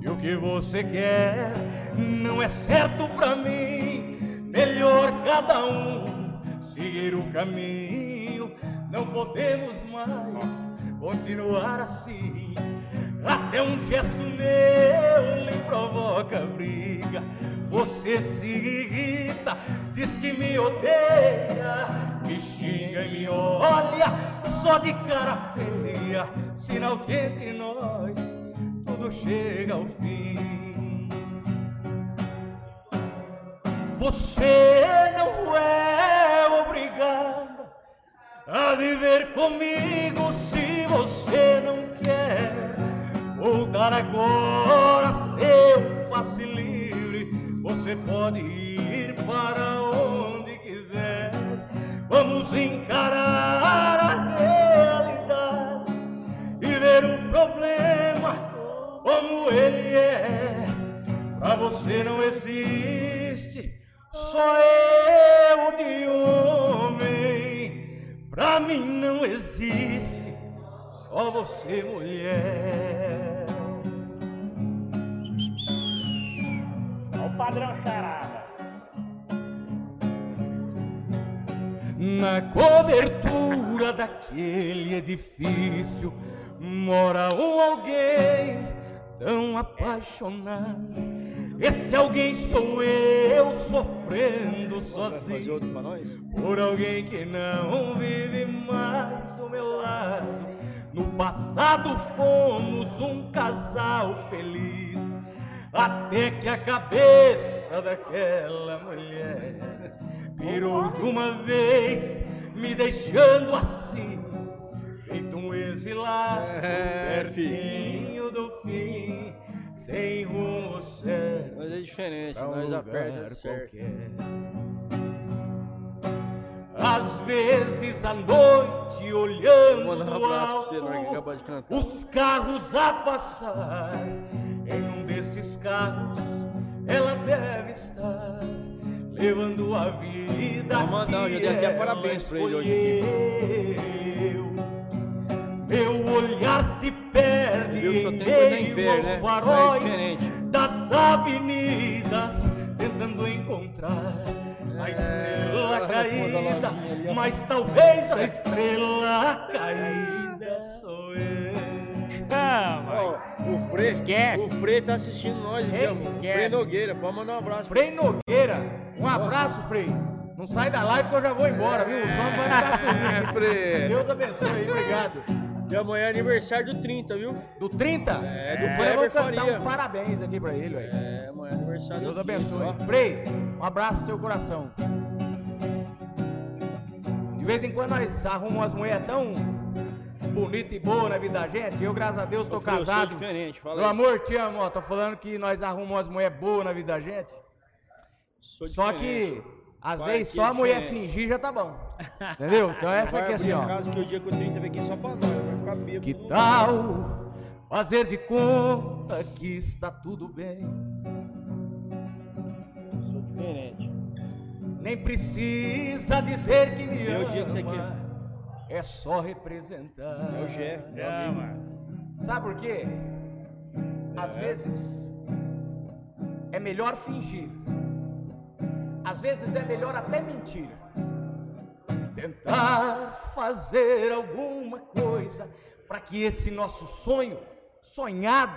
Speaker 5: e o que você quer não é certo pra mim, melhor cada um seguir o caminho. Não podemos mais continuar assim. Até um gesto meu lhe provoca briga. Você se irrita, diz que me odeia, me xinga e me olha só de cara feia. Sinal que entre nós tudo chega ao fim. Você não é obrigada a viver comigo se você não quer voltar agora seu passe livre você pode ir para onde quiser vamos encarar a realidade e ver o problema como ele é pra você não existe um. só eu de homem Pra mim não não existe, só você, mulher.
Speaker 4: Olha o padrão charada.
Speaker 5: Na cobertura daquele edifício mora um alguém tão apaixonado. Esse alguém sou eu sofrendo
Speaker 3: Vai fazer
Speaker 5: sozinho
Speaker 3: outro pra nós?
Speaker 5: por alguém que não vive mais do meu lado. No passado fomos um casal feliz, até que a cabeça daquela mulher virou de uma vez, me deixando assim, feito um exilado,
Speaker 3: É, filho.
Speaker 5: pertinho do fim, sem rumo certo
Speaker 3: Mas é diferente,
Speaker 5: pra um
Speaker 3: nós
Speaker 5: lugar
Speaker 3: aperta certo.
Speaker 5: qualquer. Às vezes à noite,
Speaker 3: Vou
Speaker 5: olhando
Speaker 3: mandar um
Speaker 5: do
Speaker 3: abraço pra você,
Speaker 5: alto,
Speaker 3: Nora, que acabou de cantar.
Speaker 5: os carros a passar. Em um desses carros, ela deve estar levando a vida
Speaker 3: Vou mandar,
Speaker 5: que
Speaker 3: eu dei até
Speaker 5: ela
Speaker 3: parabéns pra ele hoje
Speaker 5: escolheu. Meu olhar se perde
Speaker 3: Viu? Só
Speaker 5: em
Speaker 3: tem coisa em
Speaker 5: meio
Speaker 3: pé,
Speaker 5: aos
Speaker 3: né? É
Speaker 5: faróis
Speaker 3: diferente.
Speaker 5: das avenidas, tentando encontrar
Speaker 3: É.
Speaker 5: a estrela
Speaker 3: ela responde a
Speaker 5: caída,
Speaker 3: Lavinha ali, ó.
Speaker 5: mas talvez a estrela caída sou eu.
Speaker 4: Chama.
Speaker 3: Ó, o Frei,
Speaker 4: Esquece.
Speaker 3: o Frei tá assistindo nós aqui,
Speaker 5: Ei,
Speaker 3: ó. O Frei
Speaker 4: esquece.
Speaker 3: Nogueira, pode mandar um abraço.
Speaker 5: Frei Nogueira, um abraço, Frei. Não sai da live que eu já vou embora, viu? Os homens vão ficar
Speaker 3: É,
Speaker 5: sumindo.
Speaker 3: Frei.
Speaker 5: Deus abençoe aí, obrigado.
Speaker 3: E amanhã é aniversário do 30, viu?
Speaker 5: Do 30?
Speaker 3: É, do
Speaker 5: Depois eu
Speaker 3: Kleber
Speaker 5: vou cantar
Speaker 3: Faria.
Speaker 5: um parabéns aqui pra ele, ué.
Speaker 3: É, amanhã é aniversário
Speaker 5: Deus
Speaker 3: do 30,
Speaker 5: abençoe.
Speaker 3: ó.
Speaker 5: Frei, um abraço no seu coração. De vez em quando nós arrumamos umas mulheres tão bonitas e boas na vida da gente. Eu, graças a Deus, tô
Speaker 3: Ô, Frei, eu sou
Speaker 5: casado.
Speaker 3: diferente, fala
Speaker 5: Meu
Speaker 3: aí.
Speaker 5: amor, te amo. Ó, tô falando que nós arrumamos umas mulheres boas na vida da gente.
Speaker 3: Sou
Speaker 5: Só
Speaker 3: diferente.
Speaker 5: que, às
Speaker 3: Vai
Speaker 5: vezes,
Speaker 3: aqui,
Speaker 5: só a mulher
Speaker 3: diferente.
Speaker 5: fingir já tá bom. Entendeu? Então essa
Speaker 3: Vai
Speaker 5: aqui é
Speaker 3: abrir
Speaker 5: assim,
Speaker 3: a
Speaker 5: ó.
Speaker 3: casa que o dia que o 30 vem aqui só pra nós, vai ficar bêbado.
Speaker 5: Que tá.
Speaker 3: todo mundo.
Speaker 5: tal fazer de conta que está tudo bem?
Speaker 3: Sou diferente.
Speaker 5: Nem precisa dizer que me
Speaker 3: É
Speaker 5: ama.
Speaker 3: o dia que você
Speaker 5: É só representar.
Speaker 3: É o Gé.
Speaker 4: Chama.
Speaker 5: Sabe por quê? Às vezes é melhor fingir. Às vezes é melhor até mentir. Tentar fazer alguma coisa para que esse nosso sonho, sonhado,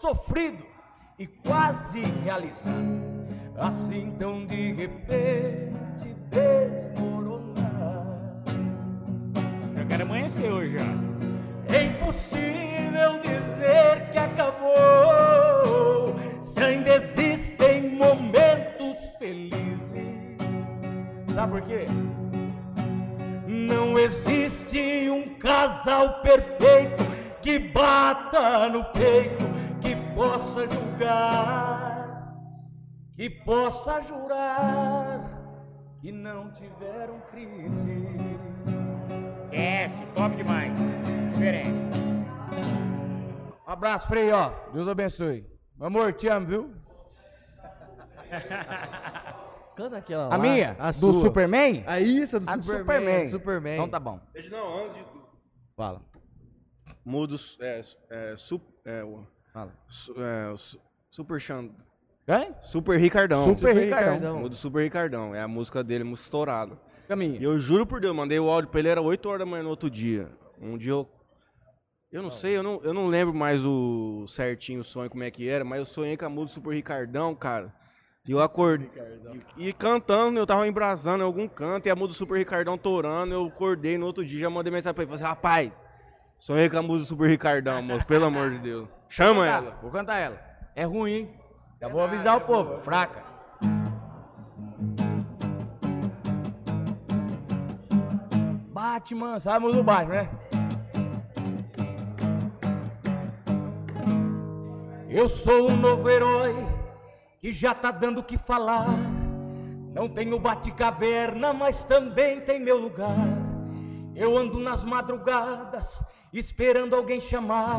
Speaker 5: sofrido e quase realizado, assim tão de repente desmoronar.
Speaker 4: Eu quero amanhecer hoje, ó.
Speaker 5: É impossível dizer que acabou se ainda existem momentos felizes. Sabe por quê? Não existe um casal perfeito que bata no peito, que possa julgar, que possa jurar que não tiveram crise.
Speaker 4: Esquece, top demais. Diferente.
Speaker 5: Um abraço, Frei, ó. Deus abençoe. Meu amor, te amo, viu?
Speaker 2: Canta aquela lá.
Speaker 5: A minha?
Speaker 2: A
Speaker 5: do
Speaker 2: sua.
Speaker 5: Superman?
Speaker 2: A isso, do
Speaker 5: A do
Speaker 2: Superman.
Speaker 5: Superman.
Speaker 2: do Superman.
Speaker 5: Então tá bom.
Speaker 1: Desde não, antes de tudo.
Speaker 2: Fala.
Speaker 1: Muda os- é, su- é, su- é, o-
Speaker 2: Fala.
Speaker 1: su- é, o su- Super Xan-
Speaker 5: Quem?
Speaker 1: Super Ricardão.
Speaker 5: Super Ricardão.
Speaker 1: Muda o Super Ricardão. É a música dele, música estourada. E
Speaker 5: Caminho.
Speaker 1: eu juro por Deus, mandei o áudio pra ele, era 8 horas da manhã no outro dia. Um dia eu. Eu não sei, eu não, eu não lembro mais o certinho o sonho, como é que era, mas eu sonhei com a música do Super Ricardão, cara. E eu acordei. E, e cantando, eu tava embrasando em algum canto, e a música do Super Ricardão torando, eu acordei no outro dia, já mandei mensagem pra ele. Falei assim, rapaz, sonhei com a música do Super Ricardão, moço, pelo amor de Deus. Chama ela.
Speaker 5: Vou cantar ela. É ruim. Já vou avisar o povo. Fraca. Batman, sabe a música do Batman, né? Eu sou um novo herói que já tá dando o que falar. Não tenho bate-caverna, mas também tem meu lugar. Eu ando nas madrugadas esperando alguém chamar.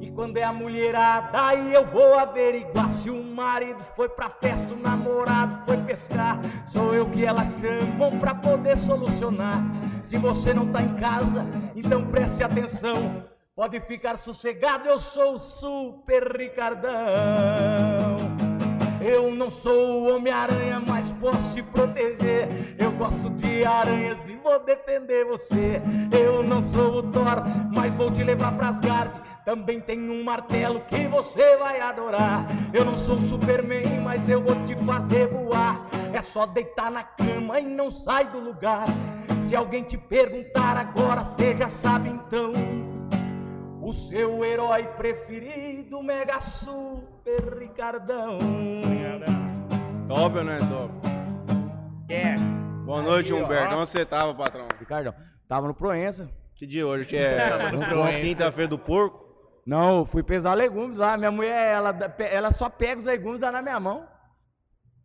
Speaker 5: E quando é a mulherada, aí eu vou averiguar se o marido foi pra festa, o namorado foi pescar. Sou eu que elas chamam pra poder solucionar. Se você não tá em casa, então preste atenção. Pode ficar sossegado, eu sou o Super Ricardão. Eu não sou o Homem-Aranha, mas posso te proteger. Eu gosto de aranhas e vou defender você. Eu não sou o Thor, mas vou te levar pras gardes. Também tenho um martelo que você vai adorar. Eu não sou o Superman, mas eu vou te fazer voar. É só deitar na cama e não sai do lugar. Se alguém te perguntar agora, você já sabe então. O seu herói preferido, Mega Super Ricardão.
Speaker 1: Dobra, né, dobra?
Speaker 4: Yeah.
Speaker 1: Boa noite,
Speaker 2: Aí, ó.
Speaker 1: Humberto. Onde você tava, patrão?
Speaker 2: Ricardão, tava no Proença.
Speaker 1: Que dia hoje? Que <laughs> é uma quinta-feira do porco?
Speaker 2: Não, eu fui pesar legumes lá. Minha mulher, ela, dá- pe- ela só pega os legumes e dá na minha mão.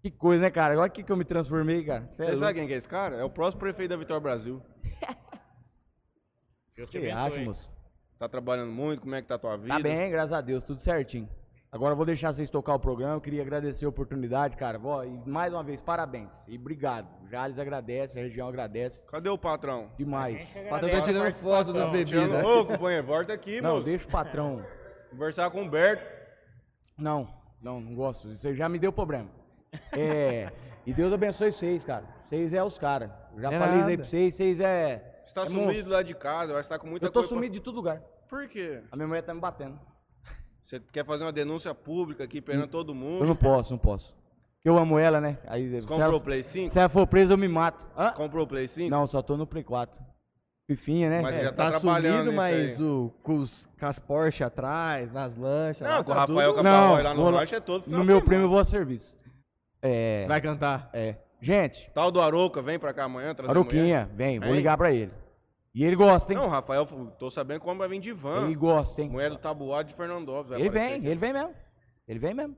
Speaker 2: Que coisa, né, cara? Olha aqui que eu me transformei, cara. Cê é
Speaker 1: Você sabe
Speaker 2: louco.
Speaker 1: quem que é esse cara? É o próximo prefeito da Vitória Brasil.
Speaker 4: Deus te
Speaker 2: Que
Speaker 4: abençoe.
Speaker 2: acha, moço?
Speaker 1: Tá trabalhando muito? Como é que tá a tua vida?
Speaker 2: Tá bem, graças a Deus, tudo certinho. Agora eu vou deixar vocês tocar o programa. Eu queria agradecer a oportunidade, cara. Vó, e mais uma vez, parabéns. E obrigado. Jales agradece, a região agradece.
Speaker 1: Cadê o patrão?
Speaker 2: Demais.
Speaker 4: Gente,
Speaker 6: O patrão tá
Speaker 4: agradece.
Speaker 1: um
Speaker 6: tirando foto das bebidas.
Speaker 1: Tirando- Ô, companheiro, volta aqui,
Speaker 2: Não,
Speaker 1: moço.
Speaker 2: deixa o patrão.
Speaker 1: Conversar com o Humberto.
Speaker 2: Não, não, não gosto. Isso já me deu problema. É. E Deus abençoe vocês, cara. Vocês é os caras. Já
Speaker 6: É
Speaker 2: falei isso aí
Speaker 6: nada.
Speaker 2: pra vocês, vocês é.
Speaker 1: Você tá
Speaker 2: é
Speaker 1: sumido
Speaker 2: monstro.
Speaker 1: lá de casa, eu acho que tá com muita
Speaker 2: Eu tô
Speaker 1: coisa. pra-
Speaker 2: sumido de todo lugar.
Speaker 1: Por quê?
Speaker 2: A minha mulher tá me batendo.
Speaker 1: Você quer fazer uma denúncia pública aqui perante todo
Speaker 2: Hum. Eu
Speaker 1: mundo?
Speaker 2: não posso, não posso. Eu amo ela, né? Aí,
Speaker 1: é? Você
Speaker 2: se,
Speaker 1: comprou
Speaker 2: ela,
Speaker 1: o Play 5?
Speaker 2: se ela for presa, eu me mato. Hã?
Speaker 1: Comprou o Play 5?
Speaker 2: Não, só tô no Play 4. Fifinha, né?
Speaker 1: Mas
Speaker 6: É,
Speaker 1: já tá
Speaker 6: tá
Speaker 1: trabalhando
Speaker 6: sumido,
Speaker 1: nisso
Speaker 6: mas
Speaker 1: aí.
Speaker 6: o, com, os, com as Porsche atrás, nas lanchas.
Speaker 1: Não,
Speaker 6: lá,
Speaker 1: com o
Speaker 6: tá
Speaker 1: Rafael
Speaker 6: tudo.
Speaker 2: Não,
Speaker 1: Caparói lá no
Speaker 2: vou lá-
Speaker 1: Rocha é todo. final
Speaker 2: No
Speaker 1: de
Speaker 2: meu
Speaker 1: semana.
Speaker 2: prêmio eu vou a serviço.
Speaker 6: Você
Speaker 2: É,
Speaker 6: vai cantar.
Speaker 2: é. Gente,
Speaker 1: Tal do Aroca, vem pra cá amanhã trazer mulher.
Speaker 2: Aruquinha, vem, vou
Speaker 1: Vem.
Speaker 2: ligar pra ele. E ele gosta, hein?
Speaker 1: Não, Rafael, tô sabendo como vai vir de van.
Speaker 2: ele gosta, hein?
Speaker 1: Mulher do Tabuado de Fernandópolis. vai
Speaker 2: Ele
Speaker 1: aparecer
Speaker 2: vem,
Speaker 1: aqui.
Speaker 2: ele vem mesmo. Ele vem mesmo.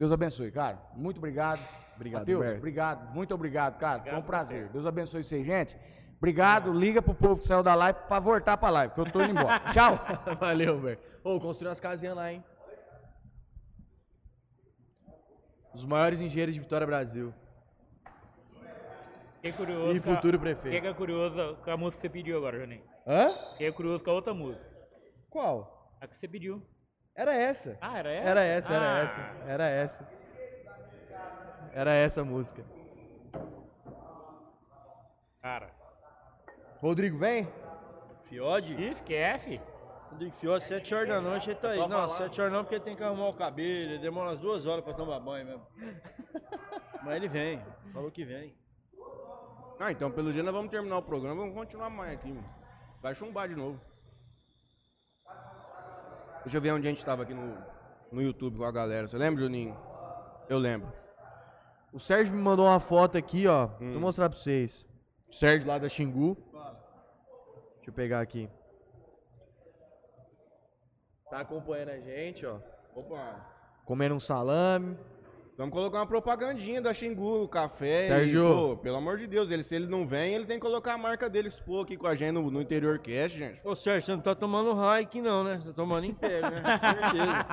Speaker 2: Deus abençoe, cara. Muito obrigado.
Speaker 6: Obrigado,
Speaker 2: Mateus,
Speaker 6: Humberto.
Speaker 2: obrigado. Muito obrigado, cara. Foi um prazer. Deus abençoe vocês, gente. Obrigado. Liga pro povo que saiu da live pra voltar pra live, porque eu tô indo embora. Tchau.
Speaker 6: <laughs> Valeu, velho. Ô, construiu umas casinhas lá, hein? Os maiores engenheiros de Vitória Brasil.
Speaker 4: Fiquei curioso.
Speaker 6: E
Speaker 4: com a-
Speaker 6: futuro prefeito.
Speaker 4: Fiquei curioso com a música que você pediu agora, Juninho.
Speaker 6: Hã?
Speaker 4: Fiquei curioso com a outra música.
Speaker 6: Qual?
Speaker 4: A que você pediu.
Speaker 6: Era essa.
Speaker 4: Ah, era essa?
Speaker 6: Era essa, era
Speaker 4: Ah.
Speaker 6: essa. Era essa. Era essa a música.
Speaker 4: Cara,
Speaker 6: Rodrigo, vem?
Speaker 3: Fiode?
Speaker 4: esquece.
Speaker 3: Rodrigo Fiode, 7 horas da noite
Speaker 1: É
Speaker 3: ele tá aí. Não, 7 horas não, porque ele tem que arrumar o cabelo. Ele demora umas duas horas pra tomar
Speaker 1: <laughs>
Speaker 3: banho mesmo. Mas ele vem, falou que vem.
Speaker 1: Ah, então pelo dia nós vamos terminar o programa, vamos continuar amanhã aqui, mano. Vai chumbar de novo. Deixa eu ver onde a gente tava aqui no, no YouTube com a galera. Você lembra, Juninho? Eu lembro.
Speaker 6: O Sérgio me mandou uma foto aqui, ó.
Speaker 1: Hum.
Speaker 6: Vou mostrar pra vocês. Sérgio lá da Xingu. Deixa eu pegar aqui. Tá acompanhando a gente, ó.
Speaker 1: Opa.
Speaker 6: Comendo um salame.
Speaker 1: Vamos colocar uma propagandinha da Xingu, o café. e,
Speaker 6: Sérgio.
Speaker 1: pô, pelo amor de Deus, ele, se ele não vem, ele tem que colocar a marca dele expor aqui com a gente no, no interior cast, gente.
Speaker 3: Ô Sérgio, você não tá tomando Heineken não, né? Você tá tomando inteiro,
Speaker 1: <laughs>
Speaker 3: né? Certeza.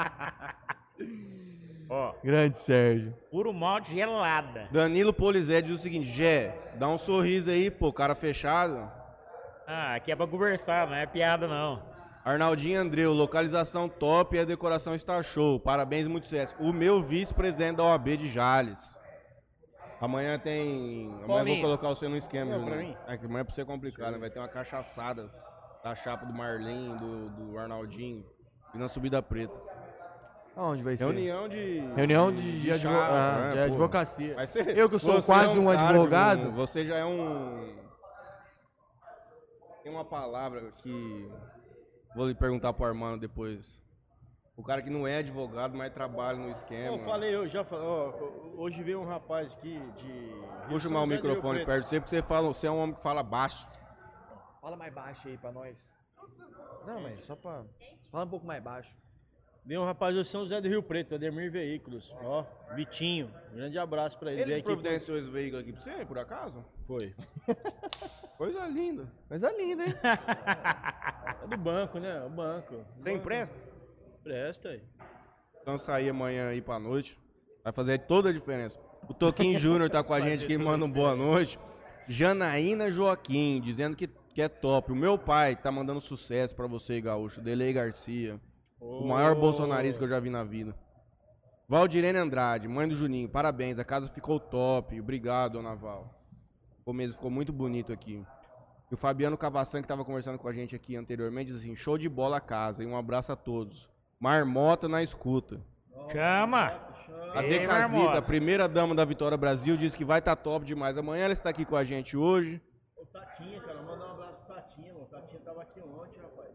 Speaker 4: Ó,
Speaker 6: Grande Sérgio.
Speaker 4: puro malte gelada.
Speaker 1: Danilo Polizé diz o seguinte, Gé, dá um sorriso aí, pô, cara fechado.
Speaker 4: Ah, aqui é pra conversar, não é piada não.
Speaker 1: Arnaldinho Andreu, localização top e a decoração está show. Parabéns, muito sucesso. O meu vice-presidente da OAB de Jales. Amanhã tem. Amanhã eu vou
Speaker 4: Paulinho.
Speaker 1: colocar você no esquema,
Speaker 3: Não,
Speaker 1: Bruno.
Speaker 3: pra mim.
Speaker 1: É que amanhã é pra você complicar, né? Vai ter uma cachaçada da chapa do Marlin, do, do Arnaldinho e na subida preta.
Speaker 6: Aonde vai ser?
Speaker 1: Reunião de.
Speaker 6: Reunião de, de, advo-
Speaker 1: chapa,
Speaker 6: ah,
Speaker 1: né,
Speaker 6: de
Speaker 1: pô?
Speaker 6: advocacia.
Speaker 1: Vai ser-
Speaker 6: Eu que sou
Speaker 1: você
Speaker 6: quase
Speaker 1: é
Speaker 6: um
Speaker 1: cara que
Speaker 6: advogado.
Speaker 1: não- você já é um. Tem uma palavra que. Vou lhe perguntar pro Armando depois. O cara que não é advogado, mas trabalha no esquema.
Speaker 3: Eu falei, eu já falei, ó, hoje veio um rapaz aqui de...
Speaker 1: Vou chamar o microfone perto de você, é porque você, fala, você é um homem que fala baixo.
Speaker 6: Fala mais baixo aí pra nós. Não, mas só pra. Fala um pouco mais baixo.
Speaker 3: Veio um rapaz do São José do Rio Preto, Ademir Veículos, ó, Vitinho, grande abraço pra ele.
Speaker 1: Ele é
Speaker 3: Veio
Speaker 1: que
Speaker 3: aqui
Speaker 1: providenciou esse veículo aqui pra você, por acaso?
Speaker 3: Foi.
Speaker 1: <laughs> Coisa linda.
Speaker 6: Mas é lindo, hein?
Speaker 3: É do banco, né? O banco.
Speaker 1: Tem empréstimo?
Speaker 3: Presta aí.
Speaker 1: Então sair amanhã aí pra noite. Vai fazer toda a diferença. O Toquinho Júnior tá com a gente aqui, manda um boa noite. Janaína Joaquim, dizendo que, que é top. O meu pai tá mandando sucesso pra você, Gaúcho. Delei Garcia. O maior
Speaker 3: Ô,
Speaker 1: bolsonarista que eu já vi na vida. Valdirene Andrade, mãe do Juninho, parabéns. A casa ficou top. Obrigado, dona Val. Ficou mesmo, ficou muito bonito aqui. E o Fabiano Cavassan, que estava conversando com a gente aqui anteriormente, diz assim: show de bola a casa. E um abraço a todos. Marmota na escuta.
Speaker 4: Chama!
Speaker 1: A
Speaker 4: Ei,
Speaker 1: Decazita,
Speaker 4: Marmota.
Speaker 1: a primeira dama da Vitória Brasil, diz que vai estar top demais. Amanhã ela está aqui com a gente hoje.
Speaker 3: Ô, Tatinha, cara, manda um abraço pro Tatinha, mano. Tatinha tava aqui ontem, rapaz.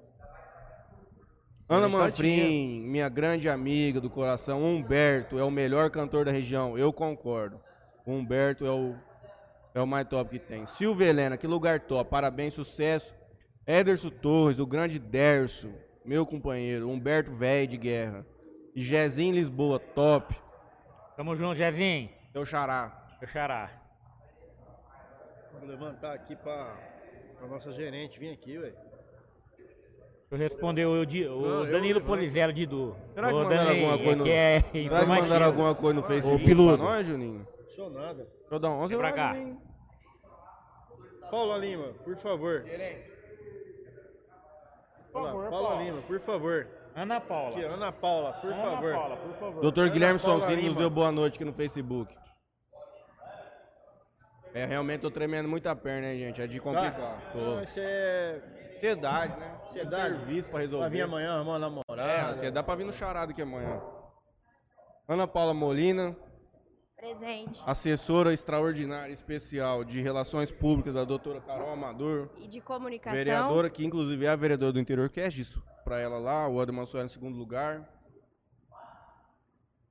Speaker 1: Ana
Speaker 6: Mas tadinha.
Speaker 1: Manfrim, minha grande amiga do coração, Humberto é o melhor cantor da região. Eu concordo. O Humberto é o, é o mais top que tem. Silvia Helena, que lugar top. Parabéns, sucesso. Ederson Torres, o grande Derso, meu companheiro. Humberto Velho de Guerra. E Jezinho Lisboa, top.
Speaker 4: Tamo junto, Jevinho.
Speaker 1: Seu xará.
Speaker 4: Meu xará.
Speaker 3: Vou levantar aqui pra, pra nossa gerente vir aqui, velho.
Speaker 4: Eu respondi o, Di- o
Speaker 3: Não, eu-
Speaker 4: Danilo
Speaker 3: eu-
Speaker 4: Polizello de Du.
Speaker 1: Será que
Speaker 4: Ô,
Speaker 1: mandaram
Speaker 4: Danilo,
Speaker 1: alguma coisa no-
Speaker 4: que é
Speaker 1: Vai mandar
Speaker 4: informativo.
Speaker 1: alguma coisa no Facebook
Speaker 4: piloto.
Speaker 1: pra nós, Juninho?
Speaker 3: Sou nada.
Speaker 1: Deixa eu dar um 11
Speaker 4: Vem pra cá.
Speaker 3: Paula Lima, por favor.
Speaker 4: Por
Speaker 3: Olha lá, Paula
Speaker 4: favor, Paula.
Speaker 3: Lima, por favor.
Speaker 4: Ana Paula.
Speaker 3: Aqui, Ana Paula, por
Speaker 4: Ana
Speaker 3: favor.
Speaker 4: Paula, por favor.
Speaker 1: Doutor Guilherme
Speaker 3: Paula
Speaker 1: Sonzinho nos
Speaker 3: Lima.
Speaker 1: deu boa noite aqui no Facebook. É, realmente tô tremendo muito a perna, hein, gente? É de complicar.
Speaker 3: Tá? Não,
Speaker 1: Tô.
Speaker 3: Você é.
Speaker 1: Ansiedade, né?
Speaker 3: Ansiedade.
Speaker 1: Serviço pra
Speaker 3: Vai vir
Speaker 1: resolver.
Speaker 3: amanhã, arrumar uma namorada.
Speaker 1: É, ansiedade pra vir no charado aqui amanhã. Ana Paula Molina,
Speaker 7: Presente.
Speaker 1: assessora extraordinária especial de Relações Públicas da doutora Carol Amador.
Speaker 7: E de comunicação.
Speaker 1: Vereadora, que inclusive é a vereadora do interior, que é disso pra ela lá, o Adam Mansuela em segundo lugar.